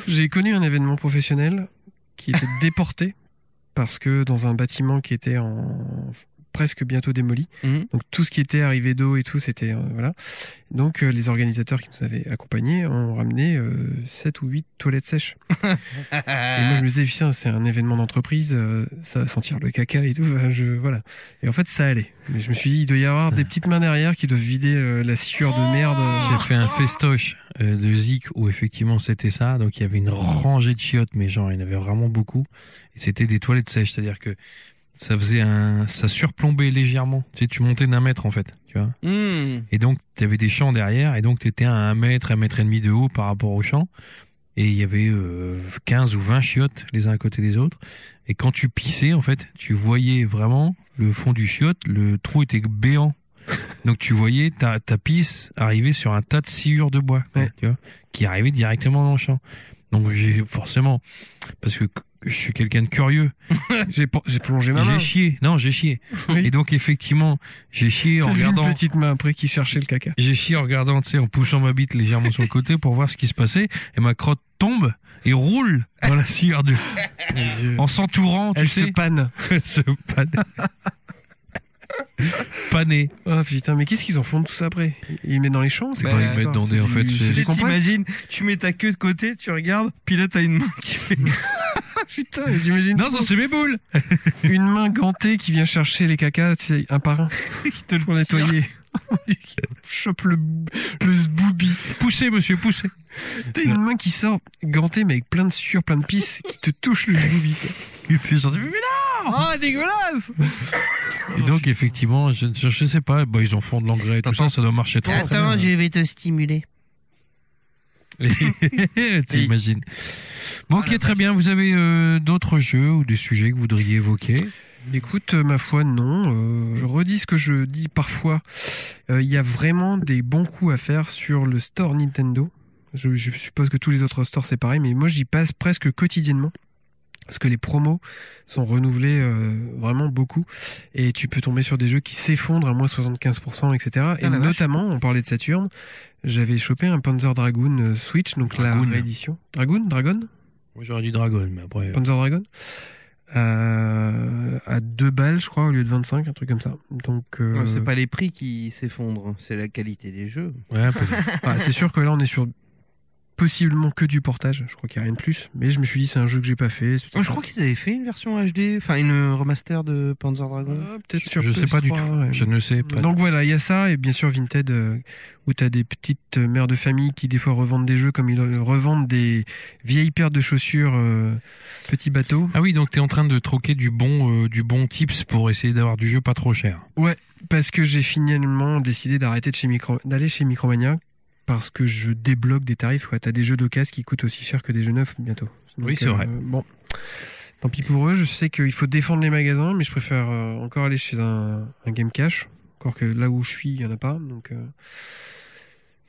S2: J'ai connu un événement professionnel qui [LAUGHS] était déporté parce que dans un bâtiment qui était en presque bientôt démoli,
S3: Mhm.
S2: donc tout ce qui était arrivé d'eau et tout, c'était euh, voilà. Donc euh, les organisateurs qui nous avaient accompagnés ont ramené 7 ou 8 toilettes sèches. Et
S3: [LAUGHS]
S2: moi je me disais putain, c'est un événement d'entreprise, euh, ça va sentir le caca et tout, enfin, je voilà. Et en fait ça allait. Mais je me suis dit il doit y avoir des petites mains derrière qui doivent vider euh, la sueur de merde. euh,
S1: J'ai fait un festoche euh, de Zik où effectivement c'était ça. Donc il y avait une rangée de chiottes, mais genre il y en avait vraiment beaucoup. Et c'était des toilettes sèches, c'est-à-dire que ça faisait un, ça surplombait légèrement. Tu sais, tu montais d'un mètre en fait, tu vois.
S3: Mmh.
S1: Et donc tu avais des champs derrière, et donc tu étais à un mètre, un mètre et demi de haut par rapport aux champs. Et il y avait euh, 15 ou 20 chiottes les uns à côté des autres. Et quand tu pissais, en fait, tu voyais vraiment le fond du chiotte, le trou était
S2: [LAUGHS]
S1: béant. Donc tu voyais ta, ta pisse arriver sur un tas de sciures de bois, quoi,
S2: Ouais.
S1: tu vois, qui arrivait directement dans le champ. Donc j'ai forcément, parce que je suis quelqu'un de curieux,
S2: [LAUGHS] J'ai pon- j'ai plongé ma main.
S1: j'ai chié. Non, j'ai chié.
S2: Oui.
S1: Et donc effectivement, j'ai chié en
S2: T'as vu une
S1: regardant.
S2: petite main après qui cherchait le caca.
S1: J'ai chié en regardant, tu sais, en poussant ma bite légèrement sur le côté pour voir ce qui se passait. Et ma crotte tombe et roule dans la sciure du, En s'entourant, tu
S2: Elle se
S1: sais.
S2: panne.
S1: Elle [LAUGHS] se panait. [LAUGHS] Pané.
S2: Ah putain, mais qu'est-ce qu'ils en font de tout ça après Ils mettent dans les champs c'est
S1: Bah,
S2: quoi
S1: ils mettent dans des- en fait, c'est-
S2: du compost
S3: T'imagines, tu mets ta queue de côté, tu regardes, puis là t'as une main qui fait.
S2: Ah, Putain, j'imagine
S1: [LAUGHS] Non, ça c'est mes boules.
S2: une main gantée qui vient chercher les cacas, tu sais, un par un,
S3: qui te le
S1: [LAUGHS]
S2: pour nettoyer. [LAUGHS] Chope le, le zboubi.
S1: Poussez, monsieur, poussez.
S2: T'as une main qui sort gantée, mais avec plein de sueur, plein de pisse, qui te touche le zboubi.
S1: C'est gentil.
S2: Ah, dégueulasse
S1: Et donc, effectivement, je, je, je sais pas, bah, ils en font de l'engrais et tout ça, ça doit marcher trop.
S2: Attends,
S1: [LAUGHS]
S3: je vais te stimuler.
S1: [LAUGHS] T'imagines. Bon, ok, très bien. Vous avez euh, d'autres jeux ou des sujets que vous voudriez évoquer
S2: Écoute, euh, ma foi, non. euh, je redis ce que je dis parfois. Euh, Il y a vraiment des bons coups à faire sur le store Nintendo. Je, je suppose que tous les autres stores c'est pareil, mais moi j'y passe presque quotidiennement. Parce que les promos sont renouvelés euh, vraiment beaucoup. Et tu peux tomber sur des jeux qui s'effondrent à moins 75%, etc. Et
S3: Ah la vache.
S2: notamment, on parlait de Saturn, j'avais chopé un Panzer Dragoon euh, Switch, donc
S1: Dragoon.
S2: la réédition. Dragoon Dragon
S1: Moi, j'aurais dit Dragon, mais après.
S2: Panzer Dragon euh, à 2 balles je crois au lieu de 25 un truc comme ça donc euh,
S3: c'est pas les prix qui s'effondrent, c'est la qualité des jeux.
S1: Ouais, un peu.
S2: ah, c'est sûr que là on est sur possiblement que du portage je crois qu'il n'y a rien de plus mais je me suis dit c'est un jeu que j'ai pas fait c'est peut-être
S3: Moi, je crois qu'ils avaient fait une version HD, enfin une remaster de Panzer Dragon.
S2: Ah, peut-être
S1: Je-
S2: sur
S1: je sais pas du
S2: PS3,
S1: tout.
S2: ouais.
S1: Je ne sais pas.
S2: donc voilà il y a ça et bien sûr Vinted euh, où t'as des petites euh, mères de famille qui des fois revendent des jeux comme ils euh, revendent des vieilles paires de chaussures euh, petits bateaux
S1: Ah oui, donc t'es en train de troquer du bon, euh, du bon tips pour essayer d'avoir du jeu pas trop cher.
S2: parce que j'ai finalement décidé d'arrêter de chez Micro- d'aller chez Micromania parce que je débloque des tarifs. Ouais, t'as des jeux d'occasion qui coûtent aussi cher que des jeux neufs bientôt. Donc, euh,
S1: Oui, c'est vrai.
S2: Bon, tant pis pour eux. Je sais qu'il faut défendre les magasins, mais je préfère euh, encore aller chez un, un game cash. Encore que là où je suis, il y en a pas. Donc, euh,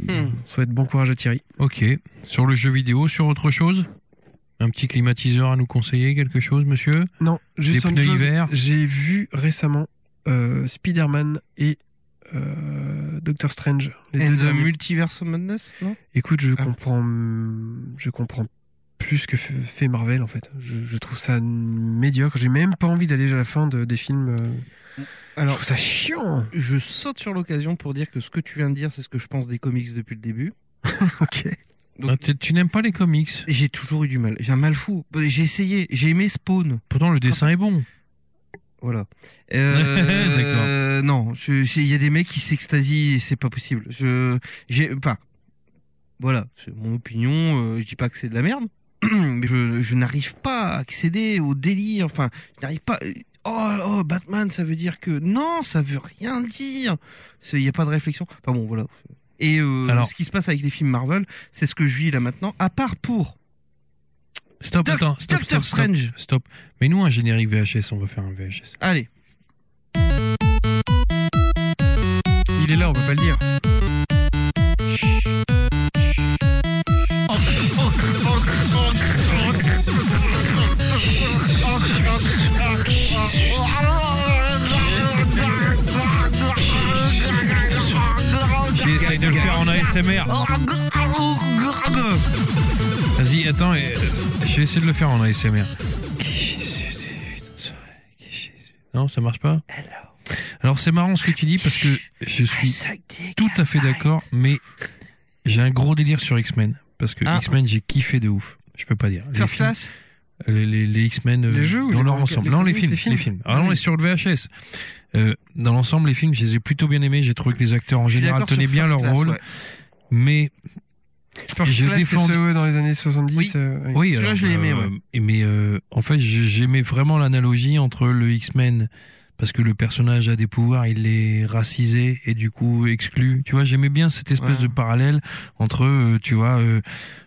S1: Hmm.
S2: ça va être bon courage à Thierry.
S1: Ok. Sur le jeu vidéo, sur autre chose Un petit climatiseur à nous conseiller, quelque chose, monsieur
S2: Non, juste
S1: Des
S2: une
S1: pneus
S2: chose,
S1: hiver.
S2: J'ai vu récemment euh, Spider-Man et euh, Doctor Strange. les
S3: And
S2: deux
S3: the
S2: derniers.
S3: Multiverse of Madness, non
S2: Écoute, je
S3: Ah.
S2: comprends, je comprends plus ce que f- fait Marvel en fait. Je, je trouve ça médiocre. J'ai même pas envie d'aller à la fin de- des films. euh, je
S3: Alors,
S2: trouve ça chiant.
S3: je saute sur l'occasion pour dire que ce que tu viens de dire, c'est ce que je pense des comics depuis le début.
S2: ok.
S3: Donc-
S1: Ah, t'es- tu n'aimes pas les comics.
S3: J'ai toujours eu du mal. J'ai un mal fou. J'ai essayé. J'ai aimé Spawn.
S1: Pourtant, le dessin est bon.
S3: Voilà.
S1: [LAUGHS]
S3: Euh, Non, je- c'est- il y a des mecs qui s'extasient et c'est pas possible. Je, j'ai, enfin, voilà, c'est mon opinion. euh, je dis pas que c'est de la merde, [CLEARS THROAT] mais je, je n'arrive pas à accéder au délire. Enfin, je n'arrive pas. Oh, oh, Batman, ça veut dire que non, ça veut rien dire. C'est- Il n'y a pas de réflexion. Enfin bon, voilà. Et euh,
S1: Alors-
S3: ce qui se passe avec les films Marvel, c'est ce que je vis là maintenant. À part pour
S1: Stop,
S3: Doc-
S1: attends. Stop, stop, stop,
S3: Doctor Strange.
S1: Stop. Mais nous, un générique VHS, on va faire un VHS.
S3: Allez.
S2: Il est là, on peut pas le dire.
S1: J'essaye de le faire en ASMR. Vas-y, attends, et, euh, je vais essayer de le faire en ASMR. Non, ça marche pas Alors c'est marrant ce que tu dis parce que je suis tout à fait d'accord, mais j'ai un gros délire sur X-Men. Parce que
S3: Ah.
S1: X-Men, j'ai kiffé de ouf. Je peux pas dire. Les
S3: First
S1: films-
S3: Class.
S1: les, les- les X-Men euh,
S2: Les jeux ou
S1: dans
S2: les
S1: leur
S2: comics,
S1: ensemble.
S2: les
S1: non, les
S2: comics,
S1: films,
S2: les
S1: les
S2: films.
S1: films. Ah non,
S2: Oui.
S1: et sur le VHS. Euh, dans l'ensemble, les films, je les ai plutôt bien aimés. J'ai trouvé que les acteurs en
S3: Je suis
S1: général
S3: d'accord sur
S1: tenaient bien
S3: First
S1: leur
S3: Class,
S1: rôle.
S3: ouais.
S1: Mais
S3: Mm.
S2: First
S1: Je
S2: Class,
S1: défends-
S2: c'est ceux dans les années 70.
S3: Oui.
S2: euh, oui.
S1: oui,
S3: Celui-là,
S1: alors,
S3: je l'ai aimé,
S1: euh, et Mais euh, en fait, je- j'aimais vraiment l'analogie entre le X-Men parce que le personnage a des pouvoirs, il est racisé et du coup exclu. Tu vois, j'aimais bien cette espèce
S3: Ouais.
S1: de parallèle entre, euh, tu vois, euh,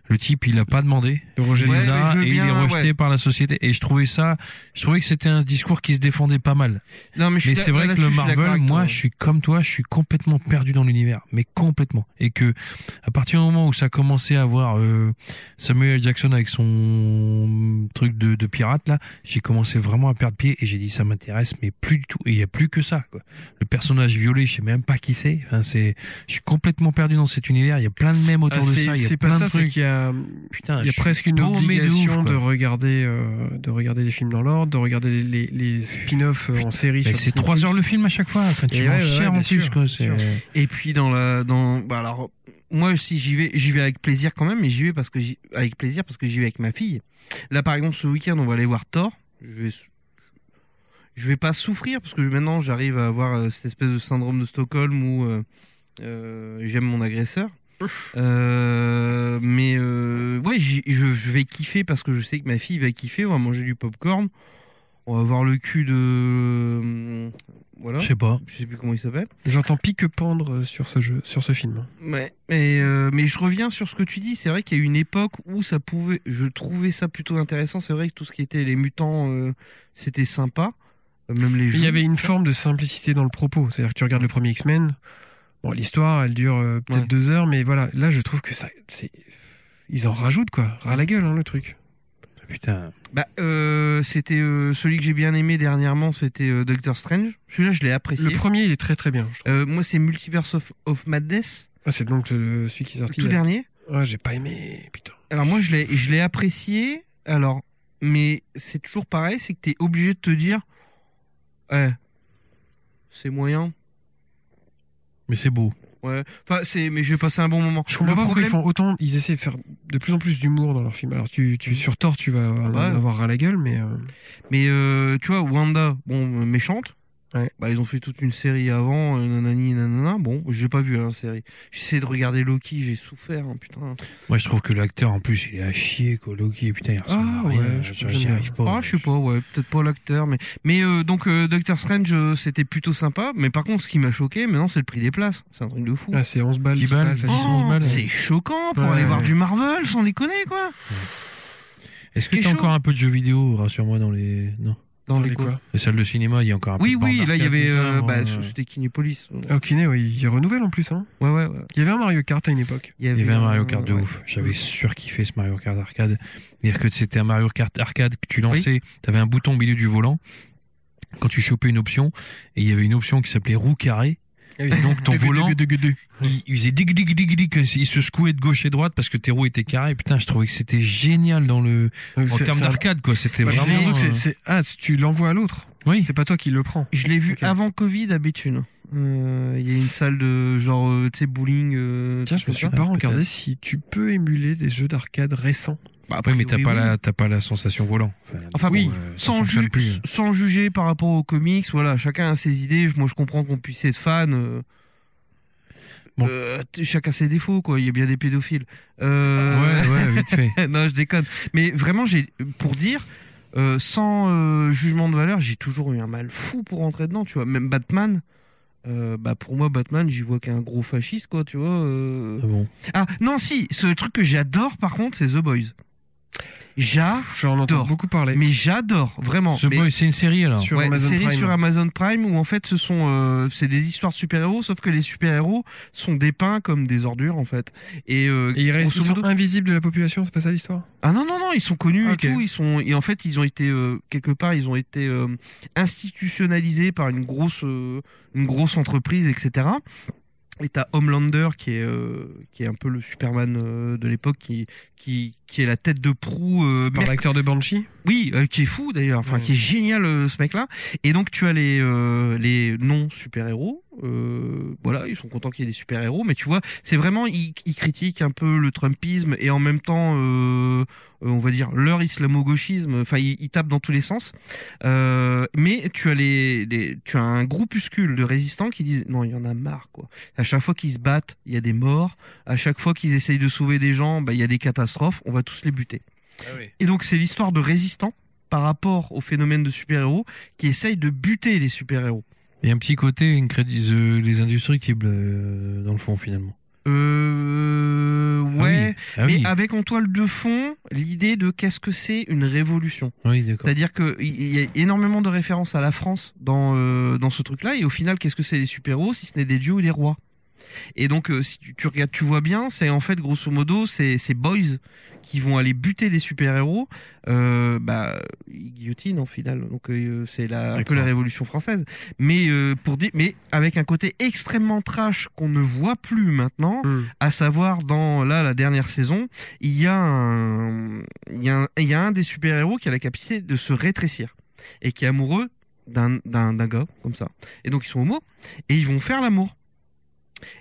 S1: le type, il a pas demandé,
S2: Le rejet
S1: il
S3: Ouais,
S1: les a
S3: mais je veux
S1: et il est
S3: bien,
S1: rejeté
S3: ouais.
S1: par la société. Et je trouvais ça, je trouvais que c'était un discours qui se défendait pas mal.
S3: Non, mais je
S1: Mais
S3: suis
S1: c'est vrai
S3: là-
S1: que le
S3: là-dessus, je suis d'accord
S1: Marvel,
S3: avec
S1: moi,
S3: toi.
S1: je suis comme toi, je suis complètement perdu dans l'univers, mais complètement. Et que à partir du moment où ça commençait à avoir euh, Samuel L. Jackson avec son truc de, de pirate là, j'ai commencé vraiment à perdre pied et j'ai dit ça m'intéresse, mais plus du tout. Et il y a plus que ça. Quoi. Le personnage violet, je sais même pas qui c'est. Enfin, c'est, je suis complètement perdu dans cet univers. Il y a plein de mèmes
S2: Ah,
S1: autour de
S2: c'est-
S1: ça. Il y a
S2: c'est pas
S1: plein
S2: ça,
S1: de
S2: c'est
S1: trucs.
S2: qu'il y a a,
S1: Putain,
S2: il y a
S1: je suis
S2: presque une
S1: paumé de ouf,
S2: obligation
S1: quoi.
S2: de, regarder, euh, de regarder les films dans l'ordre, de regarder les, les, les spin-offs euh, en série.
S1: Mais
S2: sur
S1: c'est
S2: Disney+. euh,
S1: 3 heures le film à chaque fois. Enfin, tu
S2: Et
S1: manges
S2: ouais, ouais,
S1: cher
S2: bien
S1: en plus,
S2: sûr,
S1: quoi.
S2: bien
S1: c'est-
S2: sûr.
S3: Et puis dans la dans bah alors moi si j'y vais j'y vais avec plaisir quand même mais j'y vais parce que j'y- avec plaisir parce que j'y vais avec ma fille. Là par exemple ce week-end on va aller voir Thor. Je vais sou- je vais pas souffrir parce que maintenant j'arrive à avoir euh, cette espèce de syndrome de Stockholm où euh, euh, j'aime mon agresseur. Euh, mais euh, ouais j'y- je, je vais kiffer parce que je sais que ma fille va kiffer. On va manger du popcorn. On va voir le cul de voilà.
S1: Je sais pas.
S3: Je sais plus comment il s'appelle.
S2: J'entends pique pendre sur ce jeu, sur ce film.
S3: Ouais, mais, euh, mais je reviens sur ce que tu dis. C'est vrai qu'il y a une époque où ça pouvait. Je trouvais ça plutôt intéressant. C'est vrai que tout ce qui était les mutants, euh, c'était sympa. Euh, Même les jeux.
S2: Il y avait une forme de simplicité dans le propos. C'est-à-dire que tu regardes le premier X-Men, bon, l'histoire, elle dure euh, peut-être
S3: Ouais.
S2: deux heures, mais voilà, là, je trouve que ça, c'est, ils en rajoutent, quoi. Ras la gueule, hein, le truc.
S1: Putain.
S3: Bah, euh, c'était euh, celui que j'ai bien aimé dernièrement. C'était euh, Doctor Strange. Celui-là, je l'ai apprécié.
S2: Le premier, il est très très bien. je trouve.
S3: Euh, moi, c'est Multiverse of, of Madness,
S2: Ah, c'est donc le, celui qui est
S3: le
S2: sorti.
S3: tout
S2: il y a-
S3: dernier.
S2: Ouais, Ah, j'ai pas aimé, putain.
S3: Alors moi, je l'ai, je l'ai apprécié. Alors, mais c'est toujours pareil, c'est que t'es obligé de te dire, eh, c'est moyen.
S1: Mais c'est beau.
S3: Enfin, c'est, mais je vais passer un bon moment.
S2: Je comprends
S3: Le
S2: pas pourquoi
S3: problème-
S2: ils font autant, ils essaient de faire de plus en plus d'humour dans leurs films. Alors tu, tu sur Thor, tu vas en
S3: bah ouais.
S2: avoir ras la gueule, mais euh,
S3: Mais euh, tu vois, Wanda, bon, euh, méchante.
S2: Ouais.
S3: Bah, ils ont fait toute une série avant, euh, nanani, nanana. Bon, j'ai pas vu hein, la série. J'essaie de regarder Loki, j'ai souffert, hein, putain.
S1: Moi, je trouve que l'acteur, en plus, il est à chier, quoi. Loki, putain, il ressemble
S2: Ah,
S1: à rien.
S2: ouais, je
S1: je
S2: peux
S1: j'y
S2: jamais.
S1: arrive pas.
S3: Ah, je sais pas, ouais, peut-être pas l'acteur, mais mais euh, donc euh, Doctor Strange, euh, c'était plutôt sympa. Mais par contre, ce qui m'a choqué, maintenant, c'est le prix des places. C'est un truc de fou.
S2: là c'est 11 balles, Oh.
S1: 10 balles,
S2: facile.
S1: facile. 11 balles, ouais.
S3: c'est choquant pour
S2: Ouais,
S3: aller voir
S2: ouais.
S3: du Marvel, sans déconner, quoi.
S1: Est-ce que
S3: c'est
S1: t'as
S3: chaud.
S1: encore un peu de jeux vidéo, rassure-moi, dans les. Non.
S3: Dans,
S2: les quoi
S1: Les salles de cinéma, il y a encore un
S3: Oui,
S1: peu de
S3: oui,
S1: bornes
S3: là, il y
S1: d'arcade,
S3: avait,
S1: tout ça, moi,
S3: euh, bah,
S1: euh,
S3: c'était Kinépolis. Ouais,
S2: Ah, au kiné, hein, ouais, il renouvelle en plus. Hein.
S3: ouais, ouais.
S2: Il y avait un Mario Kart à une époque.
S1: Il y avait un Mario
S3: euh,
S1: Kart de
S3: ouais.
S1: ouf. J'avais surkiffé ce Mario Kart arcade. Dire que c'était un Mario Kart arcade que tu lançais, t'avais un bouton au milieu du volant. Quand tu chopais une option, et il y avait une option qui s'appelait roue carrée. Et donc ton volant, il, il faisait dig dig dig dig, il se secouait de gauche et droite parce que tes roues étaient carrées. Putain, je trouvais que c'était génial dans le
S2: Donc,
S1: en
S2: c'est-
S1: termes
S2: ça-
S1: d'arcade quoi. C'était
S2: Bah, c'est
S1: vraiment.
S2: surtout que c'est-
S1: euh,
S2: c'est- ah, si tu l'envoies à l'autre.
S1: Oui.
S2: C'est pas toi qui le prends.
S3: Je l'ai vu
S2: Ok.
S3: avant Covid à Béthune. Euh, Il y a une salle de genre, euh, tu sais, bowling. euh,
S2: Tiens,
S3: tout
S2: je me
S3: ça.
S2: suis
S1: peut-être.
S2: pas regardé si tu peux émuler des jeux d'arcade récents.
S3: Bah,
S1: euh, Oui, mais t'as
S3: oui,
S1: pas
S3: oui.
S1: la t'as pas la sensation volant. Enfin,
S3: Enfin,
S1: du
S3: oui,
S1: coup, euh, ça
S3: Sans,
S1: fonctionne
S3: ju-
S1: plus.
S3: sans juger par rapport aux comics, voilà, chacun a ses idées. Moi, je comprends qu'on puisse être fan. euh,
S1: Bon.
S3: euh, t- chacun ses défauts, quoi. Il y a bien des pédophiles. Euh,
S1: Ouais, ouais, vite
S2: [LAUGHS]
S1: fait.
S3: [LAUGHS] non, je déconne. Mais vraiment, j'ai pour dire, euh, sans euh, jugement de valeur, j'ai toujours eu un mal fou pour rentrer dedans, tu vois. Même Batman. euh, bah pour moi Batman j'y vois qu'un gros fasciste quoi tu vois euh.
S1: Ah bon.
S3: ah non si ce truc que j'adore par contre c'est The Boys j'adore
S2: J'en entends beaucoup parler.
S3: mais j'adore vraiment
S1: Ce
S3: mais
S1: boy, c'est une série alors.
S2: sur
S3: Ouais,
S2: Amazon
S3: série
S2: Prime.
S3: sur Amazon Prime où en fait ce sont euh, c'est des histoires de super-héros sauf que les super-héros sont dépeints comme des ordures en fait et, euh,
S2: Et ils restent ils
S3: grosso
S2: sont
S3: modo-
S2: invisibles de la population, c'est pas ça l'histoire
S3: ah non non non ils sont connus
S2: Ok.
S3: et tout ils sont et en fait ils ont été euh, quelque part ils ont été euh, institutionnalisés par une grosse euh, une grosse entreprise etc et t'as Homelander qui est euh, qui est un peu le Superman euh, de l'époque qui qui qui est la tête de proue euh,
S2: Par l'acteur de Banshee
S3: oui, euh, qui est fou d'ailleurs, enfin
S2: Ouais.
S3: qui est génial euh, ce mec-là. Et donc tu as les euh, les non super héros, voilà, ils sont contents qu'il y ait des super héros, mais tu vois, c'est vraiment ils, ils critiquent un peu le Trumpisme et en même temps, euh, euh, on va dire leur islamo-gauchisme. Enfin, ils, ils tapent dans tous les sens. Euh, mais tu as les, les tu as un groupuscule de résistants qui disent non, il y en a marre quoi. À chaque fois qu'ils se battent, il y a des morts. À chaque fois qu'ils essayent de sauver des gens, bah il y a des catastrophes. On va tous les buter. Et donc c'est l'histoire de résistants par rapport au phénomène de super-héros qui essayent de buter les super-héros.
S1: Il y a un petit côté une crédit, euh, les industries qui euh, dans le fond finalement.
S3: Euh...
S1: Ah
S3: Ouais,
S1: oui, ah
S3: mais
S1: oui,
S3: avec en toile de fond l'idée de qu'est-ce que c'est une révolution.
S1: oui, d'accord.
S3: C'est-à-dire que il y a énormément de références à la France dans, euh, dans ce truc-là, et au final, qu'est-ce que c'est les super-héros si ce n'est des dieux ou des rois Et donc, euh, si tu, tu regardes, tu vois bien, c'est en fait, grosso modo, c'est ces boys qui vont aller buter des super-héros. Euh, bah, ils guillotinent en finale. Donc, euh, c'est la, un peu la Révolution française. Mais, euh, pour dire, mais avec un côté extrêmement trash qu'on ne voit plus maintenant, à savoir dans là la dernière saison, il y a un il y a un, il y a un des super-héros qui a la capacité de se rétrécir et qui est amoureux d'un d'un d'un gars comme ça. Et donc ils sont homo et ils vont faire l'amour.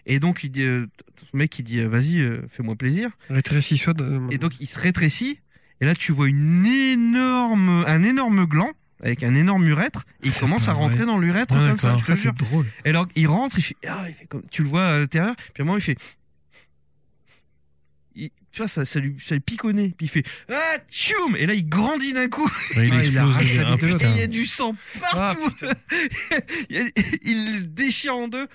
S3: Et donc il dit euh, ce mec il dit euh, vas-y euh, fais-moi plaisir
S2: Rétrécis-toi. de-
S3: et donc il se rétrécit et là tu vois une énorme un énorme gland avec un énorme urètre, et il
S1: C'est
S3: commence
S1: pas
S3: à rentrer
S1: vrai.
S3: dans l'urètre
S1: Ah,
S3: comme ça,
S1: d'accord.
S3: je te
S1: Ah,
S3: jure.
S1: c'est drôle.
S3: Et alors il rentre, il fait, ah, il fait comme, tu le vois à l'intérieur, puis à un moment il fait, il- tu vois, ça, ça lui, ça lui pique au nez, puis il fait, ah, tchoum! Et là il grandit d'un coup,
S1: Ouais, il
S2: Ah, il
S1: explose.
S2: arrache la
S1: Ah,
S2: bite de l'autre.
S1: putain.
S3: il y a du sang partout! [LAUGHS] il, y a- il le déchire en deux.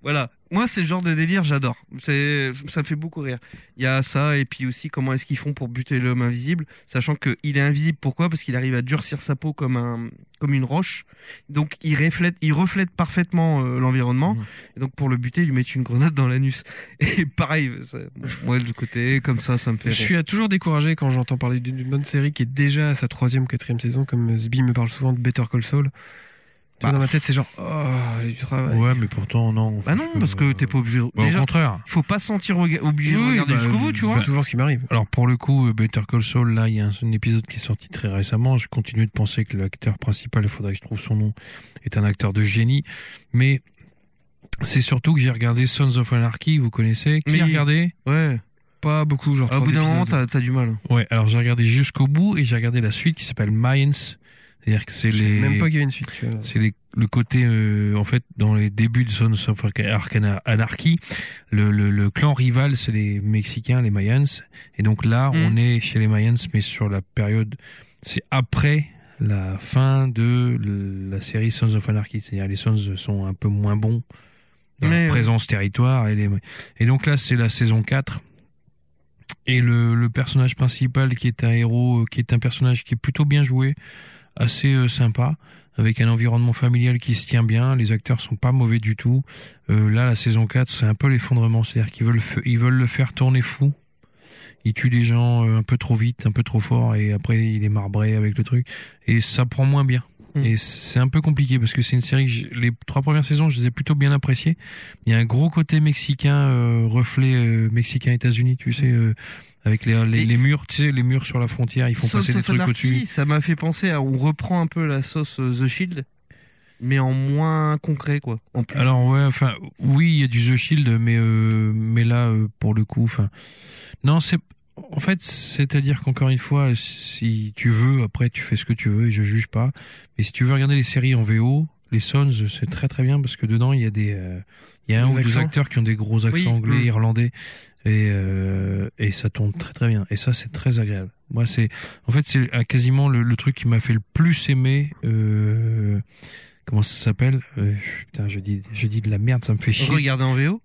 S3: Voilà. Moi, c'est le genre de délire, j'adore. C'est, ça me fait beaucoup rire. Il y a ça, et puis aussi, comment est-ce qu'ils font pour buter l'homme invisible? Sachant que il est invisible, pourquoi? Parce qu'il arrive à durcir sa peau comme un, comme une roche. Donc, il reflète, il reflète parfaitement euh, l'environnement.
S1: Mhm.
S3: Et donc, pour le buter, ils lui mettent une grenade dans l'anus. [LAUGHS] Et pareil, ça- moi, du côté, comme ça, ça me fait
S2: Je
S3: rire.
S2: suis à toujours découragé quand j'entends parler d'une d'une bonne série qui est déjà à sa troisième ou quatrième saison, comme euh, Zbi me parle souvent de Better Call Saul. Tu vois,
S3: Bah.
S2: Dans ma tête, c'est genre, oh, j'ai du travail.
S1: Ouais, mais pourtant, non.
S3: Bah non, parce que t'es pas obligé.
S1: Bah,
S3: Déjà,
S1: au contraire.
S3: faut pas se sentir rega- obligé de
S1: Oui,
S3: regarder
S1: bah,
S3: jusqu'au bout, tu vois.
S2: C'est souvent ce qui m'arrive.
S1: Alors pour le coup, euh, Better Call Saul, là, il y a un, un épisode qui est sorti très récemment. Je continue de penser que l'acteur principal, il faudrait que je trouve son nom, est un acteur de génie. Mais c'est surtout que j'ai regardé Sons of Anarchy, vous connaissez. Qui
S3: Mais-
S1: a regardé
S3: Ouais. Ah,
S2: Pas beaucoup, genre.
S3: Au
S2: trois
S3: bout d'un
S2: épisodes.
S3: moment, t'as t'as du mal. hein.
S1: Ouais, alors j'ai regardé jusqu'au bout et j'ai regardé la suite qui s'appelle Mayans. C'est-à-dire que c'est
S2: Je savais
S1: les...
S2: Même pas qu'il y avait une suite. tu vois.
S1: C'est les- le côté, euh, en fait, dans les débuts de Sons of Arcana- Anarchy, le, le, le clan rival, c'est les Mexicains, les Mayans. Et donc là,
S2: Hmm.
S3: Mm.
S1: on est chez les Mayans, mais sur la période, c'est après la fin de le- la série Sons of Anarchy. C'est-à-dire les Sons sont un peu moins bons dans
S3: Mais-
S1: leur présence territoire. Et, les, et donc là, c'est la saison 4. Et le, le personnage principal qui est un héros, euh, qui est un personnage qui est plutôt bien joué, assez euh, sympa, avec un environnement familial qui se tient bien, les acteurs sont pas mauvais du tout. Euh, là, la saison 4, c'est un peu l'effondrement, c'est-à-dire qu'ils veulent, fe- ils veulent le faire tourner fou. Il tue des gens euh, un peu trop vite, un peu trop fort, et après il est marbré avec le truc. Et ça prend moins bien.
S3: Mm.
S1: Et c'est un peu compliqué parce que c'est une série que j'ai- les trois premières saisons, je les ai plutôt bien appréciées. Il y a un gros côté mexicain, euh, reflet euh, mexicain-États-Unis, tu sais, euh, avec les, les,
S3: Mm. Et-
S1: les murs, tu sais, les murs sur la frontière, ils font
S3: Sons
S1: passer des
S3: of
S1: trucs
S3: Anarchy,
S1: au-dessus.
S3: Ça m'a fait penser à on reprend un peu la sauce euh, The Shield, mais en moins concret quoi. En plus.
S1: Alors ouais, enfin oui, il y a du The Shield, mais euh, mais là euh, pour le coup, enfin non, c'est en fait c'est-à-dire qu'encore une fois, si tu veux, après tu fais ce que tu veux et je juge pas. Mais si tu veux regarder les séries en VO, les Sons c'est très très bien parce que dedans il y a des euh, il y a un
S2: Des
S1: ou deux
S2: accents.
S1: acteurs qui ont des gros accents
S3: Oui,
S1: anglais,
S3: mm.
S1: irlandais et euh, et ça tombe très très bien et ça c'est très agréable. Moi c'est en fait c'est euh, quasiment le, le truc qui m'a fait le plus aimer euh, comment ça s'appelle Euh, je- Putain, je dis, je dis de la merde, ça me fait chier.
S3: Regarder en VO,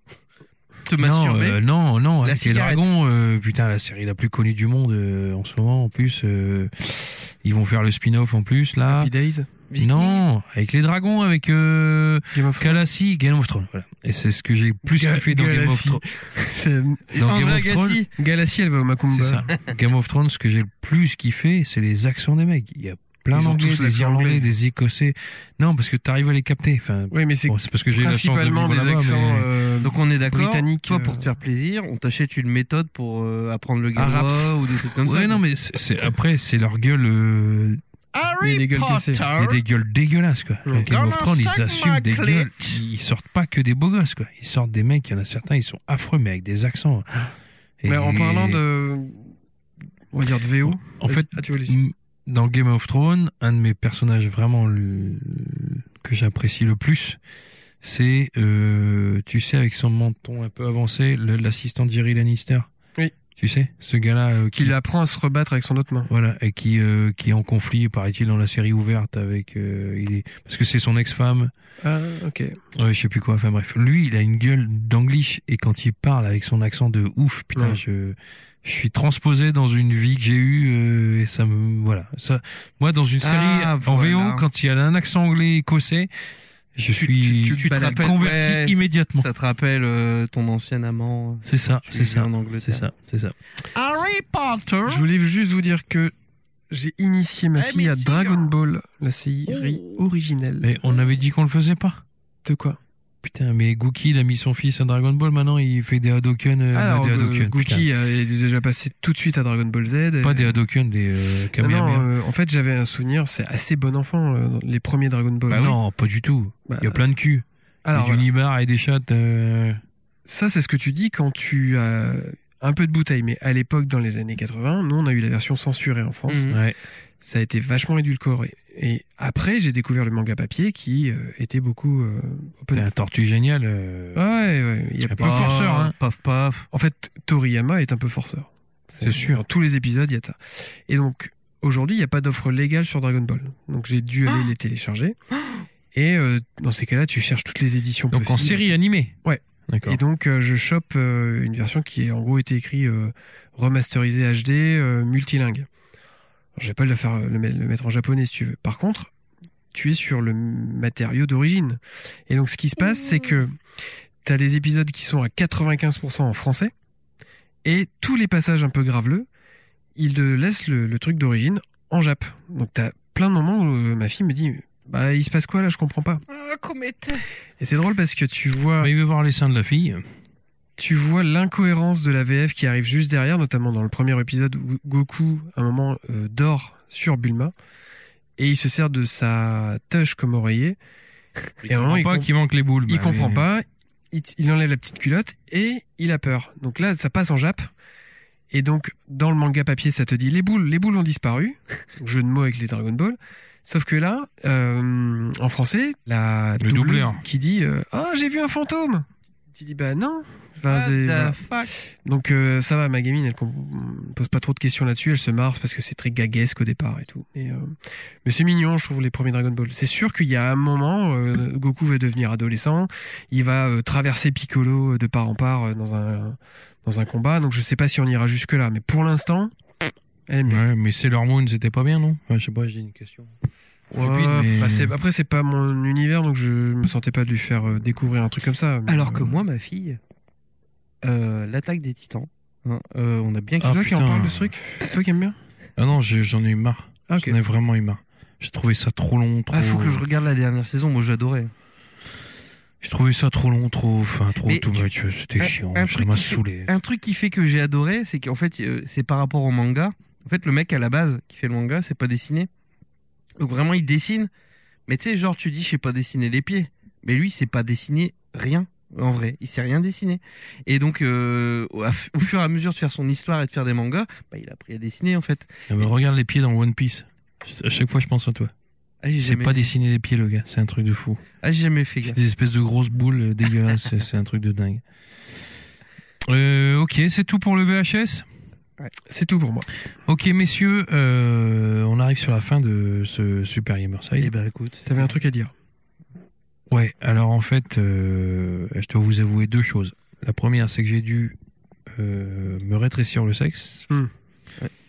S3: te
S1: non,
S3: masturber.
S1: euh, non, non,
S3: La
S1: avec les
S3: cigarette.
S1: dragons, euh, putain, la série la plus connue du monde euh, en ce moment, en plus, euh, ils vont faire le spin-off en plus là.
S2: Happy Days.
S1: Non, avec les dragons, avec euh,
S2: Game of
S1: Galassi, Game of Thrones. Voilà. Et c'est ce que j'ai plus
S2: Ga-
S1: kiffé dans Game of [LAUGHS]
S2: Galassi.
S1: Thrones.
S2: Thrones.
S3: Et
S1: dans
S3: André
S1: Game of Thrones,
S3: Agassi.
S2: C'est- Galassi, elle va au Macumba.
S1: hum, C'est ça. Game of Thrones, ce que j'ai le plus kiffé, c'est les accents des mecs. Il y a plein
S2: Ils ont
S1: d'anglais,
S2: tous
S1: des
S2: l'accent
S1: Irlandais,
S2: anglais.
S1: des Écossais. Non, parce que t'arrives à les capter. Enfin,
S2: Oui, mais c'est
S1: bon, c'est parce que j'ai eu la chance de
S2: principalement
S1: vivre
S2: des
S1: là-bas,
S2: accents.
S1: mais-
S2: euh,
S3: Donc on est d'accord.
S2: Britannique,
S3: Toi pour
S2: euh,
S3: te faire plaisir, on t'achète une méthode pour euh, apprendre le gallois
S2: Arabe.
S3: ou des trucs comme
S1: ouais,
S3: ça.
S1: non, mais c'est c'est- après, c'est leur gueule. euh,
S2: il y a des gueules cassées.
S1: Il y a des gueules dégueulasses, quoi.
S2: Ouais.
S1: Game of
S3: Comment
S1: Thrones,
S3: ça que
S1: ils assument
S3: ma
S1: des
S3: clé
S1: gueules. Ils sortent pas que des beaux gosses, quoi. Ils sortent des mecs, il y en a certains, ils sont affreux, mais avec des accents.
S2: Mais
S1: Et-
S2: en parlant de. On va dire de VO.
S1: En fait,
S2: Ah, tu voulais-
S1: m- dans Game of Thrones, un de mes personnages vraiment le- que j'apprécie le plus, c'est, euh, tu sais, avec son menton un peu avancé, le- l'assistant de Jerry Lannister.
S2: Oui.
S1: Tu sais, ce gars-là euh, qui
S2: Qu'il apprend à se rebattre avec son autre main.
S1: Voilà, et qui euh, qui est en conflit, paraît-il, dans la série ouverte avec euh, il est parce que c'est son ex-femme,
S2: Ah, ok.
S1: ouais, je sais plus quoi. Enfin bref, lui, il a une gueule d'anglish et quand il parle avec son accent de ouf, putain,
S2: Ouais.
S1: je je suis transposé dans une vie que j'ai eue euh, et ça me voilà. Ça, moi, dans une série
S3: Ah,
S1: en
S3: voilà.
S1: VO, quand il y a un accent anglais écossais. Je suis,
S3: tu- tu te
S1: te
S3: balades.
S1: rappelles- converti
S3: Ouais,
S1: immédiatement.
S3: Ça te rappelle euh, ton ancien amant.
S1: C'est ça,
S3: Tu
S1: c'est
S3: vis
S1: ça,
S3: en Angleterre.
S1: c'est ça, c'est ça.
S3: Harry Potter
S2: Je voulais juste vous dire que j'ai initié ma
S3: Eh,
S2: fille
S3: mais
S2: à
S3: si,
S2: Dragon
S3: hein.
S2: Ball, la série originelle.
S1: Oh. Mais on avait dit qu'on le faisait pas.
S2: De quoi
S1: Putain, mais Gookie, il a mis son fils à Dragon Ball, maintenant il fait des Hadoken, euh,
S2: Alors,
S1: des
S2: euh,
S1: Hadoken,
S2: Gookie euh, est déjà passé tout de suite à Dragon Ball Z.
S1: putain.
S2: et-
S1: Pas des Hadoken, des euh,
S2: Non,
S1: Kamehameha.
S2: non, euh, en fait, j'avais un souvenir, c'est assez bon enfant, euh, dans les premiers Dragon Ball.
S1: Bah non, pas du tout.
S2: Bah,
S1: Il y a plein de culs.
S2: alors,
S1: et du nibar et des chattes. euh,
S2: ça, c'est ce que tu dis quand tu as un peu de bouteille. Mais à l'époque, dans les années 80, nous, on a eu la version censurée en France.
S3: Mhm.
S1: Ouais.
S2: Ça a été vachement édulcoré. Et après, j'ai découvert le manga papier qui euh, était beaucoup euh,
S1: T'es
S2: open.
S1: un tortue génial. euh,
S2: Ouais, ouais, il y a
S1: Pas
S2: pas-
S1: forceur, hein.
S3: Paf paf.
S2: En fait, Toriyama est un peu forceur.
S1: C'est sûr.
S2: Dans tous les épisodes, il y a ça. Et donc, aujourd'hui, il n'y a pas d'offre légale sur Dragon Ball. Donc, j'ai dû
S1: Ah
S2: aller les télécharger. Et euh, dans ces cas-là, tu cherches toutes les éditions
S1: Donc en
S2: possibles.
S1: série animée.
S2: Ouais.
S1: D'accord.
S2: Et donc, euh, je chope euh, une version qui est en gros été écrite euh, remasterisée HD, euh, multilingue. Alors, je vais pas le faire euh, le, met- le mettre en japonais si tu veux. Par contre, tu es sur le matériau d'origine. Et donc, ce qui se passe, c'est que tu as les épisodes qui sont à 95% en français et tous les passages un peu graveleux, ils te laissent le, le truc d'origine en jap. Donc, tu as plein de moments où euh, ma fille me dit Bah, il se passe quoi là Je comprends pas.
S3: Ah,
S2: Et c'est drôle parce que tu vois
S1: Bah, il veut voir les seins de la fille.
S2: tu vois l'incohérence de la VF qui arrive juste derrière, notamment dans le premier épisode où Goku, à un moment, euh, dort sur Bulma et il se sert de sa touche comme oreiller. Et à un moment,
S1: comprend
S2: il,
S1: pas
S2: com-
S1: qu'il manque les boules.
S2: il
S1: bah,
S2: comprend
S1: mais-
S2: pas, il, t- il enlève la petite culotte et il a peur. Donc là, ça passe en jappe. Et donc, dans le manga papier, ça te dit les boules, les boules ont disparu. [LAUGHS] Donc, Jeu de mots avec les Dragon Ball. Sauf que là, euh, en français, la
S1: Le
S2: doubleuse
S1: doubleur.
S2: qui dit euh, Ah, j'ai vu un fantôme Tu dis Bah non Enfin,
S3: What
S2: c'est-
S3: the
S2: voilà.
S3: fuck
S2: Donc euh, ça va, ma gamine, elle com- pose pas trop de questions là-dessus, elle se marre parce que c'est très gaguesque au départ et tout. Et, euh, mais c'est mignon, je trouve, les premiers Dragon Ball. C'est sûr qu'il y a un moment, euh, Goku va devenir adolescent, il va euh, traverser Piccolo euh, de part en part euh, dans un dans un combat, donc je sais pas si on ira jusque-là, mais pour l'instant, eh, elle aime bien.
S1: Ouais, mais Sailor Moon, c'était pas bien, non Enfin, Je sais pas, j'ai une question. Stupide,
S2: Ouais,
S1: mais-
S2: bah, c'est- après, c'est pas mon univers, donc je me sentais pas de lui faire euh, découvrir un truc comme ça. mais,
S3: Alors que
S1: Hmm.
S2: euh,
S3: moi, ma fille, euh, l'attaque des titans, hein, euh, on a bien
S2: C'est
S1: Ah,
S2: toi qui en
S1: putain.
S2: parle de ce truc C'est toi qui aimes bien
S1: Ah non, je- j'en ai eu marre.
S2: Ah, ok.
S1: J'en ai vraiment eu marre. J'ai trouvé ça trop long, trop.
S3: Ah, faut que je regarde la dernière saison, moi j'adorais.
S1: J'ai trouvé ça trop long, trop, enfin, trop
S3: Mais
S1: too
S3: tu-
S1: much. C'était
S3: un-
S1: chiant.
S3: un
S1: Ça
S3: truc
S1: m'a
S3: qui fait-
S1: saoulé.
S3: Un truc qui fait que j'ai adoré, c'est qu'en fait, euh, c'est par rapport au manga. En fait, le mec à la base qui fait le manga, c'est pas dessiné. Donc vraiment, il dessine. Mais tu sais, genre, tu dis, je sais pas dessiner les pieds. Mais lui, c'est pas dessiner rien. En vrai, il sait rien dessiner. Et donc, euh, au au fur et à mesure de faire son histoire et de faire des mangas, bah, il a appris à dessiner, en fait.
S1: Ah, mais regarde les pieds dans One Piece. À chaque fois, je pense à toi.
S3: Ah, j'ai
S1: J'ai
S3: jamais,
S1: pas dessiné les pieds, le gars. C'est un truc de fou.
S3: ah, j'ai jamais fait
S1: C'est
S3: gaffe.
S1: des espèces de grosses boules euh, dégueulasses. c'est- c'est un truc de dingue. Euh, ok, c'est tout pour le VHS.
S2: C'est tout pour moi.
S1: Ok, messieurs, euh, on arrive sur la fin de ce Super Gamerside.
S3: Eh ben, écoute.
S2: T'avais un truc à dire
S1: Ouais, alors en fait, euh, je dois vous avouer deux choses. La première, c'est que j'ai dû euh, me rétrécir le sexe.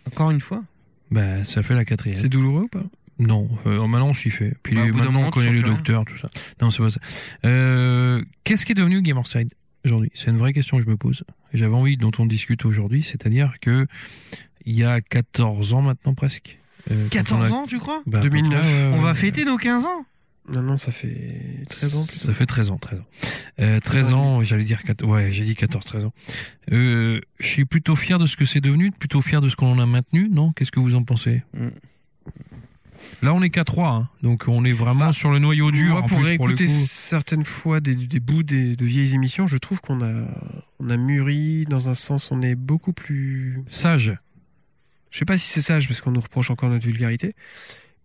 S3: Encore une fois
S1: Bah, ça fait la quatrième.
S2: C'est douloureux ou pas
S1: Non, euh, maintenant on s'y fait. Puis
S3: Bah, au bout d'un
S1: maintenant
S3: moment,
S1: on
S3: tu
S1: connaît
S3: sens
S1: le
S3: plus rien.
S1: docteur, tout ça. Non, c'est pas ça. Euh, Qu'est-ce qui est devenu Gamerside aujourd'hui C'est une vraie question que je me pose. J'avais envie dont on discute aujourd'hui, c'est-à-dire que il y a 14 ans maintenant presque. euh, quand on
S3: 14
S1: a-
S3: ans, tu crois
S1: Bah,
S2: 2009.
S1: quand a-
S3: On va fêter nos 15 ans
S2: Non, non, ça fait 13 ans plutôt.
S1: Ça fait 13 ans, 13 ans. Euh, 13 ans, j'allais dire 14, ouais, j'ai dit 14, 13 ans. Euh, je suis plutôt fier de ce que c'est devenu, plutôt fier de ce qu'on en a maintenu, non Qu'est-ce que vous en pensez
S3: Mm.
S1: Là, on est qu'à 3, hein, donc on est
S3: Bah,
S1: vraiment sur le noyau dur.
S2: Moi,
S1: en
S2: pour
S1: plus, le
S2: réécouter
S1: coup.
S2: certaines fois des, des bouts des- de vieilles émissions, je trouve qu'on a, on a mûri dans un sens, on est beaucoup plus.
S1: Sage.
S2: Je sais pas si c'est sage parce qu'on nous reproche encore notre vulgarité,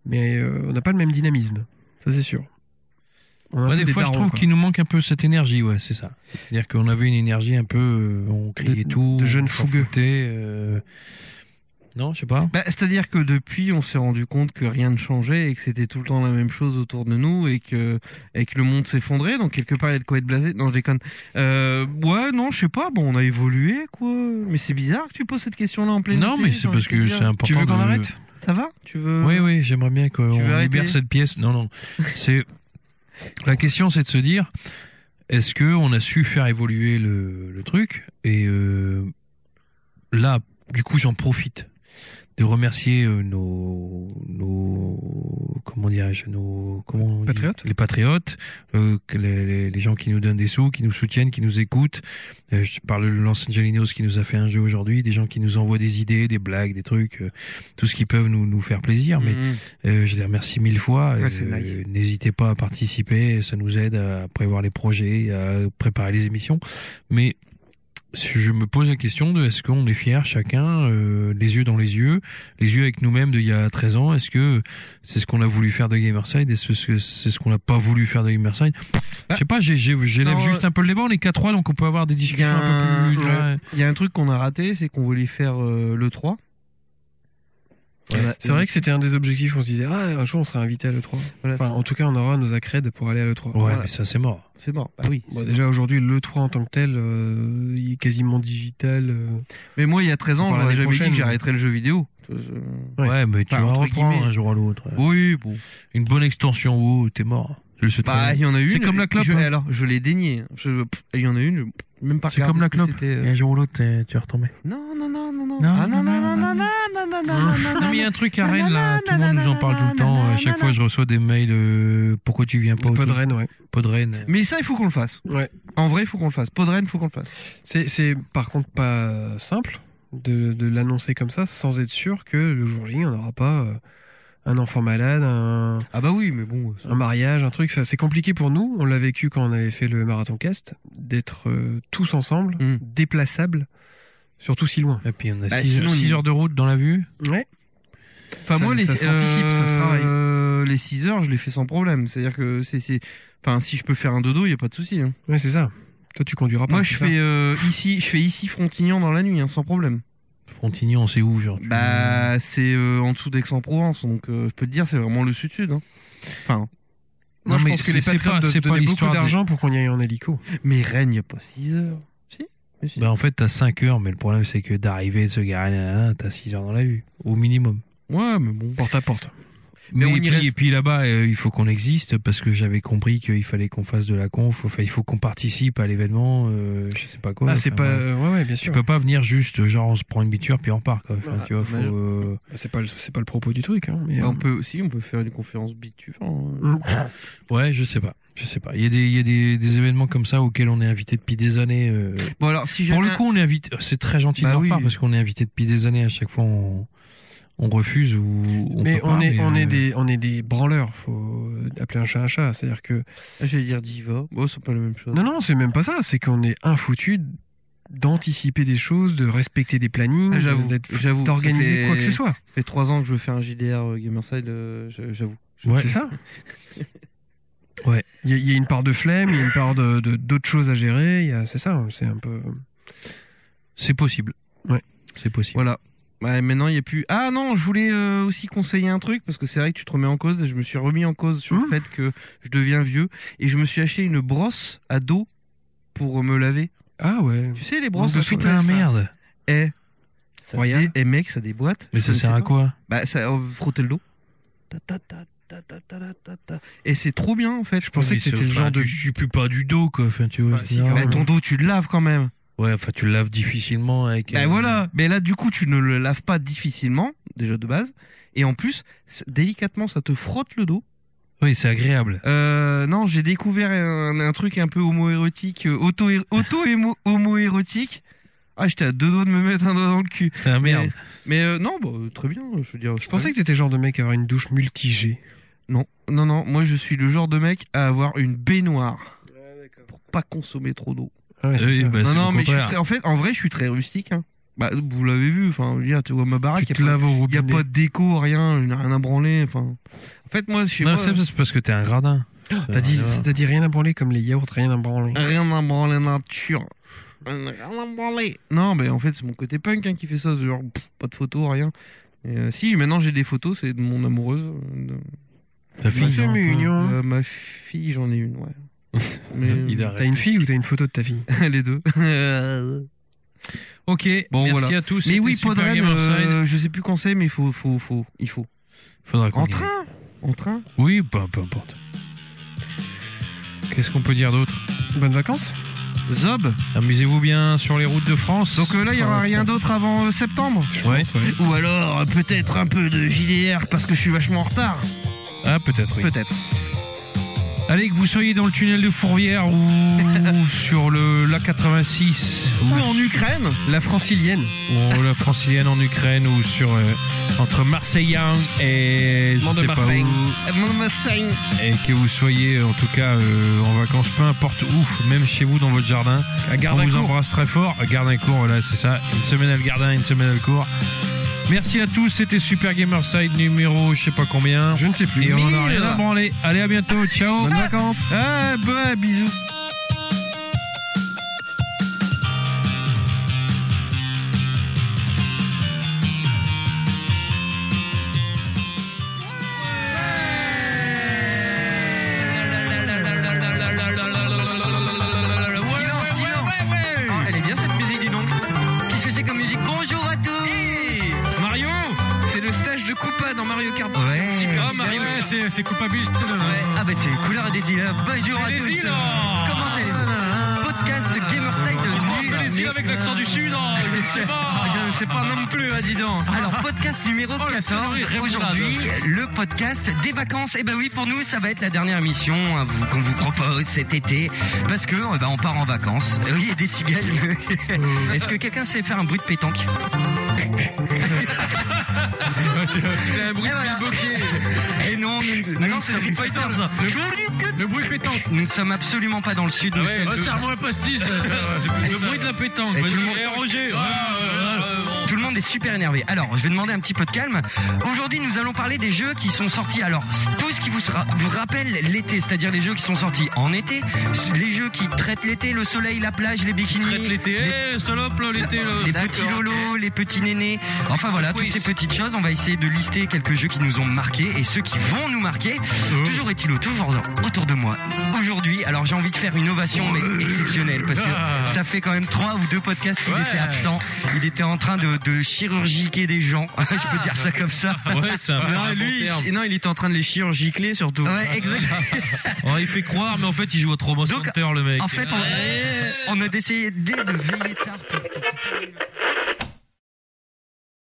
S2: mais euh, on n'a pas le même dynamisme. Ça, c'est sûr. On a un
S1: Ouais,
S2: peu
S1: des fois,
S2: darons,
S1: je trouve
S2: quoi.
S1: qu'il nous manque un peu cette énergie, ouais, c'est ça. C'est-à-dire qu'on avait une énergie un peu, euh, on criait
S2: De-
S1: tout,
S2: de jeunes
S1: on s'en
S2: fougueux.
S1: foutait, euh, Non, je sais pas.
S3: Bah, C'est-à-dire que depuis, on s'est rendu compte que rien ne changeait et que c'était tout le temps la même chose autour de nous et que, et que le monde s'effondrait. Donc, quelque part, il y a de quoi être blasé. Non, je déconne. Euh, ouais, non, je sais pas. Bon, on a évolué, quoi. Mais c'est bizarre que tu poses cette question-là en pleine
S1: Non, mais c'est parce que c'est important.
S2: Tu veux qu'on
S1: de-
S2: arrête
S3: Ça va Tu veux
S1: Oui, oui, j'aimerais bien
S3: Tu veux
S1: qu'on libère
S3: arrêter
S1: cette pièce. Non, non. C'est. La question, c'est de se dire, est-ce que on a su faire évoluer le, le truc Et euh, là, du coup, j'en profite de remercier euh, nos nos comment dirais-je nos comment on dit
S2: Patriotes
S1: les patriotes euh, que les, les- les gens qui nous donnent des sous qui nous soutiennent qui nous écoutent Euh, je parle de Lance Angelinos qui nous a fait un jeu aujourd'hui des gens qui nous envoient des idées des blagues des trucs euh, tout ce qui peuvent nous nous faire plaisir mais
S3: Mhm.
S1: euh, je les remercie mille fois.
S2: Ouais,
S1: Euh,
S2: c'est nice.
S1: N'hésitez pas à participer, ça nous aide à prévoir les projets, à préparer les émissions. Mais si je me pose la question de est-ce qu'on est fiers chacun, euh, les yeux dans les yeux, les yeux avec nous-mêmes d'il y a 13 ans, est-ce que c'est ce qu'on a voulu faire de Gamerside et c'est ce que- c'est ce qu'on n'a pas voulu faire de Gamerside Je sais pas, j'ai- j'ai- j'élève
S3: Non,
S1: juste un peu le débat, on est qu'à 3 donc on peut avoir des discussions
S3: y a
S1: un peu plus...
S3: un- Il y a un truc qu'on a raté, c'est qu'on voulait faire euh, le 3.
S2: C'est vrai que c'était un des objectifs. On se disait, ah, un jour, on sera invité à l'E3. Enfin, en tout cas, on aura nos accrèdes pour aller à
S1: Ouais,
S2: l'E3. Voilà.
S1: mais ça c'est mort.
S3: c'est mort. Bah oui.
S2: Bon, déjà, aujourd'hui, l'E3 en tant que tel, euh, il est quasiment digital. euh.
S3: Mais moi, il y a 13
S2: On
S3: ans,
S2: parle
S3: j'aurais
S2: l'année
S3: jamais dit
S2: prochaine,
S3: que
S2: mais-
S3: j'arrêterais le jeu vidéo.
S1: Ouais,
S2: Ouais.
S1: mais tu
S3: Enfin,
S1: vas
S3: entre
S1: reprendre
S3: guillemets.
S1: un jour à l'autre.
S3: Oui, bon.
S1: Une bonne extension, oh, t'es mort. Je le sais très
S3: Bah,
S1: bien.
S3: il y en a une.
S1: C'est comme la clope,
S3: je-
S1: hein.
S3: alors, je l'ai dénié. Je- pff, Il y en a une, je- même pas
S1: C'est comme la
S3: regardé ce
S1: clope.
S3: que c'était, euh.
S1: Et un jour ou l'autre, t'es- tu vas retomber.
S3: Non, non, non, non, non.
S1: Non,
S3: Ah,
S1: non,
S3: non, non,
S1: non, non,
S3: non, non, non, non, non, non, non,
S1: Non, mais il y a un truc à Rennes, là. Tout le monde nous en parle tout le temps. À chaque fois, je reçois des mails. euh, pourquoi tu viens pas au
S2: Pas de
S1: truc
S2: Rennes, ouais.
S1: Pas de Rennes.
S3: Mais ça, il faut qu'on le fasse.
S2: Ouais.
S3: En vrai, il faut qu'on le fasse. Podren, il faut qu'on le fasse.
S2: C'est, c'est par contre pas simple de, de l'annoncer comme ça sans être sûr que le jour J, on n'aura pas euh, un enfant malade, un,
S3: Ah bah oui, mais bon.
S2: un mariage, un truc. Ça, c'est compliqué pour nous. On l'a vécu quand on avait fait le marathon cast, d'être euh, tous ensemble,
S3: Mm.
S2: déplaçables, surtout si loin.
S1: Et puis, on
S3: Bah,
S1: a
S3: sinon, on
S1: 6
S3: y-
S1: heures de route dans la vue.
S2: Ouais.
S3: Enfin,
S2: Ça-
S3: moi, les,
S2: ça s'anticipe, ça se travaille.
S3: euh, les 6 heures, je les fais sans problème. C'est-à-dire que c'est, c'est, enfin, si je peux faire un dodo, il y a pas de souci. hein.
S2: Ouais, c'est ça. Toi, tu conduiras pas. Ah,
S3: Moi,
S2: bah, c'est
S3: je
S2: ça
S3: fais euh, ici, je fais ici Frontignan dans la nuit, hein, sans problème.
S1: Frontignan, c'est où, genre tu-
S3: Bah, c'est euh, en dessous d'Aix-en-Provence, donc euh, je peux te dire, c'est vraiment le sud-sud. hein. Enfin,
S2: Moi,
S1: Non,
S2: je
S1: mais
S2: pense que
S1: c'est-
S2: les
S1: c'est
S2: patriotes
S1: pas-
S2: doivent
S1: c'est pas
S2: donner beaucoup
S1: l'histoire des-
S2: d'argent pour qu'on y aille en hélico.
S3: mais Rennes, il a pas 6 heures. Si Mais si.
S1: Bah, en fait, t'as 5 heures, mais le problème, c'est que d'arriver, de se garer, nanana, t'as 6 heures dans la vue. Au minimum.
S3: Ouais, mais bon.
S2: Porte à porte.
S3: Mais
S1: Mais
S3: on y
S1: et, puis,
S3: reste.
S1: et puis là-bas, euh, il faut qu'on existe parce que j'avais compris qu'il fallait qu'on fasse de la conf. Enfin, il faut qu'on participe à l'événement. euh, je sais pas quoi.
S2: ah, c'est
S1: Enfin,
S2: pas.
S1: voilà.
S2: Ouais, ouais, bien
S1: Tu
S2: sûr.
S1: peux pas venir juste, genre, on se prend une biture puis on part, quoi. Enfin,
S2: Ah,
S1: tu vois, faut,
S3: mais je-
S1: euh,
S2: C'est pas, le, c'est pas le propos du truc. Hein, mais,
S3: Bah,
S2: euh,
S3: on peut aussi, on peut faire une conférence biture.
S2: Hum.
S1: Ouais, je sais pas. Je sais pas. Il y a des, il y a des, des événements comme ça auxquels on est invité depuis des années. euh.
S3: Bon alors, si j'ai
S1: Pour le coup, on est invité. oh, C'est très gentil
S3: Bah
S1: de leur
S3: oui.
S1: part parce qu'on est invité depuis des années. À chaque fois, on, on refuse ou on
S2: mais
S1: peut
S2: on
S1: pas,
S2: est,
S1: mais,
S2: on est
S1: euh,
S2: des, on est des branleurs. Faut appeler un chat un chat. C'est-à-dire que
S3: j'allais dire diva. Bon, c'est pas la même chose.
S2: non, non, c'est même pas ça. C'est qu'on est infoutu d'anticiper des choses, de respecter des plannings,
S3: Ah, j'avoue,
S2: de- d'être-
S3: j'avoue, ça
S2: d'organiser
S3: fait-
S2: quoi que ce soit.
S3: Ça fait trois ans que je fais un JDR euh, Gamerside, euh, je- j'avoue.
S1: Ouais.
S2: C'est ça.
S1: Ouais.
S2: Il y, a- il y a une part de flemme, il y a une part de de- d'autres choses à gérer. il y a- C'est ça. C'est un peu.
S1: C'est possible.
S2: Ouais.
S1: C'est possible.
S3: Voilà. Ouais, maintenant il y a plus. Ah non, je voulais euh, aussi conseiller un truc parce que c'est vrai que tu te remets en cause. Je me suis remis en cause sur le
S2: Mmh.
S3: fait que je deviens vieux et je me suis acheté une brosse à dos pour me laver.
S2: Ah ouais.
S3: Tu sais les brosses
S2: de
S3: à
S2: suite,
S3: toilette,
S1: Putain,
S3: ça-
S1: merde.
S3: Eh, ça
S2: Royal.
S3: dé- eh, mec, ça déboîte.
S1: Mais
S3: Je
S1: ça
S3: ne
S1: sert
S3: sais
S1: à
S3: pas.
S1: quoi
S3: Bah ça euh, frotter le dos. Ta, ta, ta, ta, ta, ta, ta, ta. Et c'est trop bien en fait. Je
S2: pensais
S1: Mais
S2: que c'était
S1: c'est-
S2: le genre
S1: enfin,
S2: de-
S1: Tu suppes pas du dos, quoi. Enfin, tu vois.
S2: Ouais,
S1: je
S2: si,
S1: dis,
S2: quand
S1: ah,
S3: Eh, ton dos, tu le laves quand même.
S1: Ouais, enfin, tu le laves difficilement avec.
S3: Bah
S1: euh,
S3: voilà, mais là du coup tu ne le laves pas difficilement, déjà de base, et en plus, c- délicatement ça te frotte le dos.
S1: Oui, c'est
S2: [LAUGHS]
S1: agréable.
S3: Euh, non, j'ai découvert un, un truc un peu homoérotique, euh, auto- auto-émo- homoérotique. Ah, j'étais à deux doigts de me mettre un doigt dans le cul.
S1: Ah merde.
S3: Mais euh, non, bah, très bien, je veux dire.
S2: Je pensais que t'étais le genre de mec à avoir une douche multi-G.
S3: Non, non, non, moi je suis le genre de mec à avoir une baignoire pour pas consommer trop d'eau.
S2: Ah ouais, c'est
S1: Oui,
S2: ça.
S1: bah,
S3: non,
S1: c'est
S3: non,
S1: le
S3: mais je suis
S1: contraire.
S3: très- en fait, en vrai, je suis très rustique. hein. Bah, vous l'avez vu, enfin, je veux dire, tu vois ma baraque,
S2: tu
S3: y a
S2: te
S3: Ah, pas-
S2: laves au
S3: Il y a
S2: robinet.
S3: pas de déco, rien, je n'ai rien à branler. Enfin, en fait, moi, chez
S1: Non,
S3: moi,
S1: c'est c'est parce que t'es un gradin.
S2: Oh, T'as dit, t'as dit rien à branler comme les yaourts, rien à branler.
S1: Ah,
S3: rien à branler nature. Rien à branler. Non, mais en fait, c'est mon côté punk hein, qui fait ça. c'est Genre, pff, pas de photos, rien. Et, euh, si, maintenant j'ai des photos, c'est de mon amoureuse. euh, de-
S1: T'as
S2: Bah,
S1: fini.
S2: c'est
S1: non, quoi.
S2: mignon.
S3: euh, ma fille, j'en ai une, ouais. Mais, euh,
S1: [LAUGHS] Il a
S2: T'as une fille ou t'as une photo de ta fille
S3: [LAUGHS] les deux.
S1: Ok,
S3: Bon,
S1: merci
S3: voilà.
S1: à tous.
S3: mais
S1: c'était
S3: oui,
S1: Super
S3: Podren,
S1: Game Outside.
S3: euh, je sais plus quand c'est, mais il faut, faut, faut, il faut.
S1: Faudra qu'on
S3: En
S1: y aille.
S3: train En train
S1: Oui, peu, peu importe. Qu'est-ce qu'on peut dire d'autre
S2: Bonnes vacances
S3: Zob.
S1: Amusez-vous bien sur les routes de France.
S3: Donc euh, là, il y aura
S1: Enfin,
S3: rien d'autre avant euh, septembre.
S1: Ouais.
S3: Ou alors euh, peut-être un peu de JDR parce que je suis vachement en retard.
S1: Ah, peut-être, oui.
S3: Peut-être.
S1: Allez, que vous soyez dans le tunnel de Fourvière [LAUGHS] ou sur le l'A86
S3: Ou en Ukraine.
S2: La francilienne.
S1: ou la francilienne en Ukraine ou sur euh, entre Marseille et je
S2: Mont de
S1: sais pas
S2: Marseille.
S1: où,
S3: Euh, mon Marseille.
S1: et que vous soyez euh, en tout cas euh, en vacances peu importe où même chez vous dans votre jardin
S2: À
S1: on vous
S2: Gardincourt.
S1: embrasse très fort Euh, Gardincourt voilà c'est ça une semaine à le Gardin une semaine à le cours merci à tous c'était Super Gamerside numéro je sais pas combien
S2: Je ne sais plus.
S1: et on en a
S2: Mille.
S1: rien à branler allez à bientôt ciao
S2: Bonnes vacances.
S3: Ah bah bisous.
S7: Ah, Elle est bien cette musique, dis donc. Qu'est-ce que c'est comme musique Bonjour à tous Mario C'est le stage de Koopa dans Mario Kart. Ouais Ah, Mario c'est, c'est Koopa Ouais, ah bah c'est couleur des dealers. Bonjour à tous Comment allez-vous Podcast Gamerside Nul. Les avec l'accent du Sud, hein, je ne sais pas Ah, Je ne sais pas non plus, ah, Oh, dis donc Alors, podcast numéro 14, aujourd'hui, le podcast des vacances. Et ben oui, pour nous, ça va être la dernière émission hein, vous- qu'on vous propose cet été, parce que eh ben, on part en vacances. Eh Oui, il y a des cigales. [LAUGHS] Est-ce que quelqu'un sait faire un bruit de [LAUGHS] pétanque C'est un bruit de Et Ah, Eh non, nous, nous ne sommes pas Le, bruit de pétanque. Nous ne sommes absolument pas dans le sud. Ah Ouais, [LAUGHS] le bruit de la pétanque. tout, le monde... Ah, tout le monde est super énervé. Alors, je vais demander un petit peu de calme. Aujourd'hui, nous allons parler des jeux qui sont sortis. Alors, tout ce qui vous, sera- vous rappelle l'été, c'est-à-dire les jeux qui sont sortis en été, les jeux qui traitent l'été, le soleil, la plage, les bikinis. l'été, eh, l'été. Les petits lolos, les petits nénés. Enfin voilà, toutes ces petites choses. On va essayer de lister quelques jeux qui nous ont marqués et ceux qui vont nous marquer.
S1: Mmh.
S7: Toujours est-il autour, autour de moi. Aujourd'hui, alors j'ai envie de faire une ovation, mais exceptionnelle, parce
S1: Ah.
S7: que ça fait quand même trois ou deux podcasts qu'il était absent. Il était en train de, de chirurgiquer des gens. [LAUGHS] Je peux dire ça comme ça.
S1: Ah. ouais c'est
S7: Non, lui, il- non, il était en train de les chirurgicler surtout. Ouais, [LAUGHS] exactement.
S1: il fait croire mais en fait il joue au Trauma
S7: Donc,
S1: le mec
S7: en fait, on, on a essayé dès de veiller tard. pour-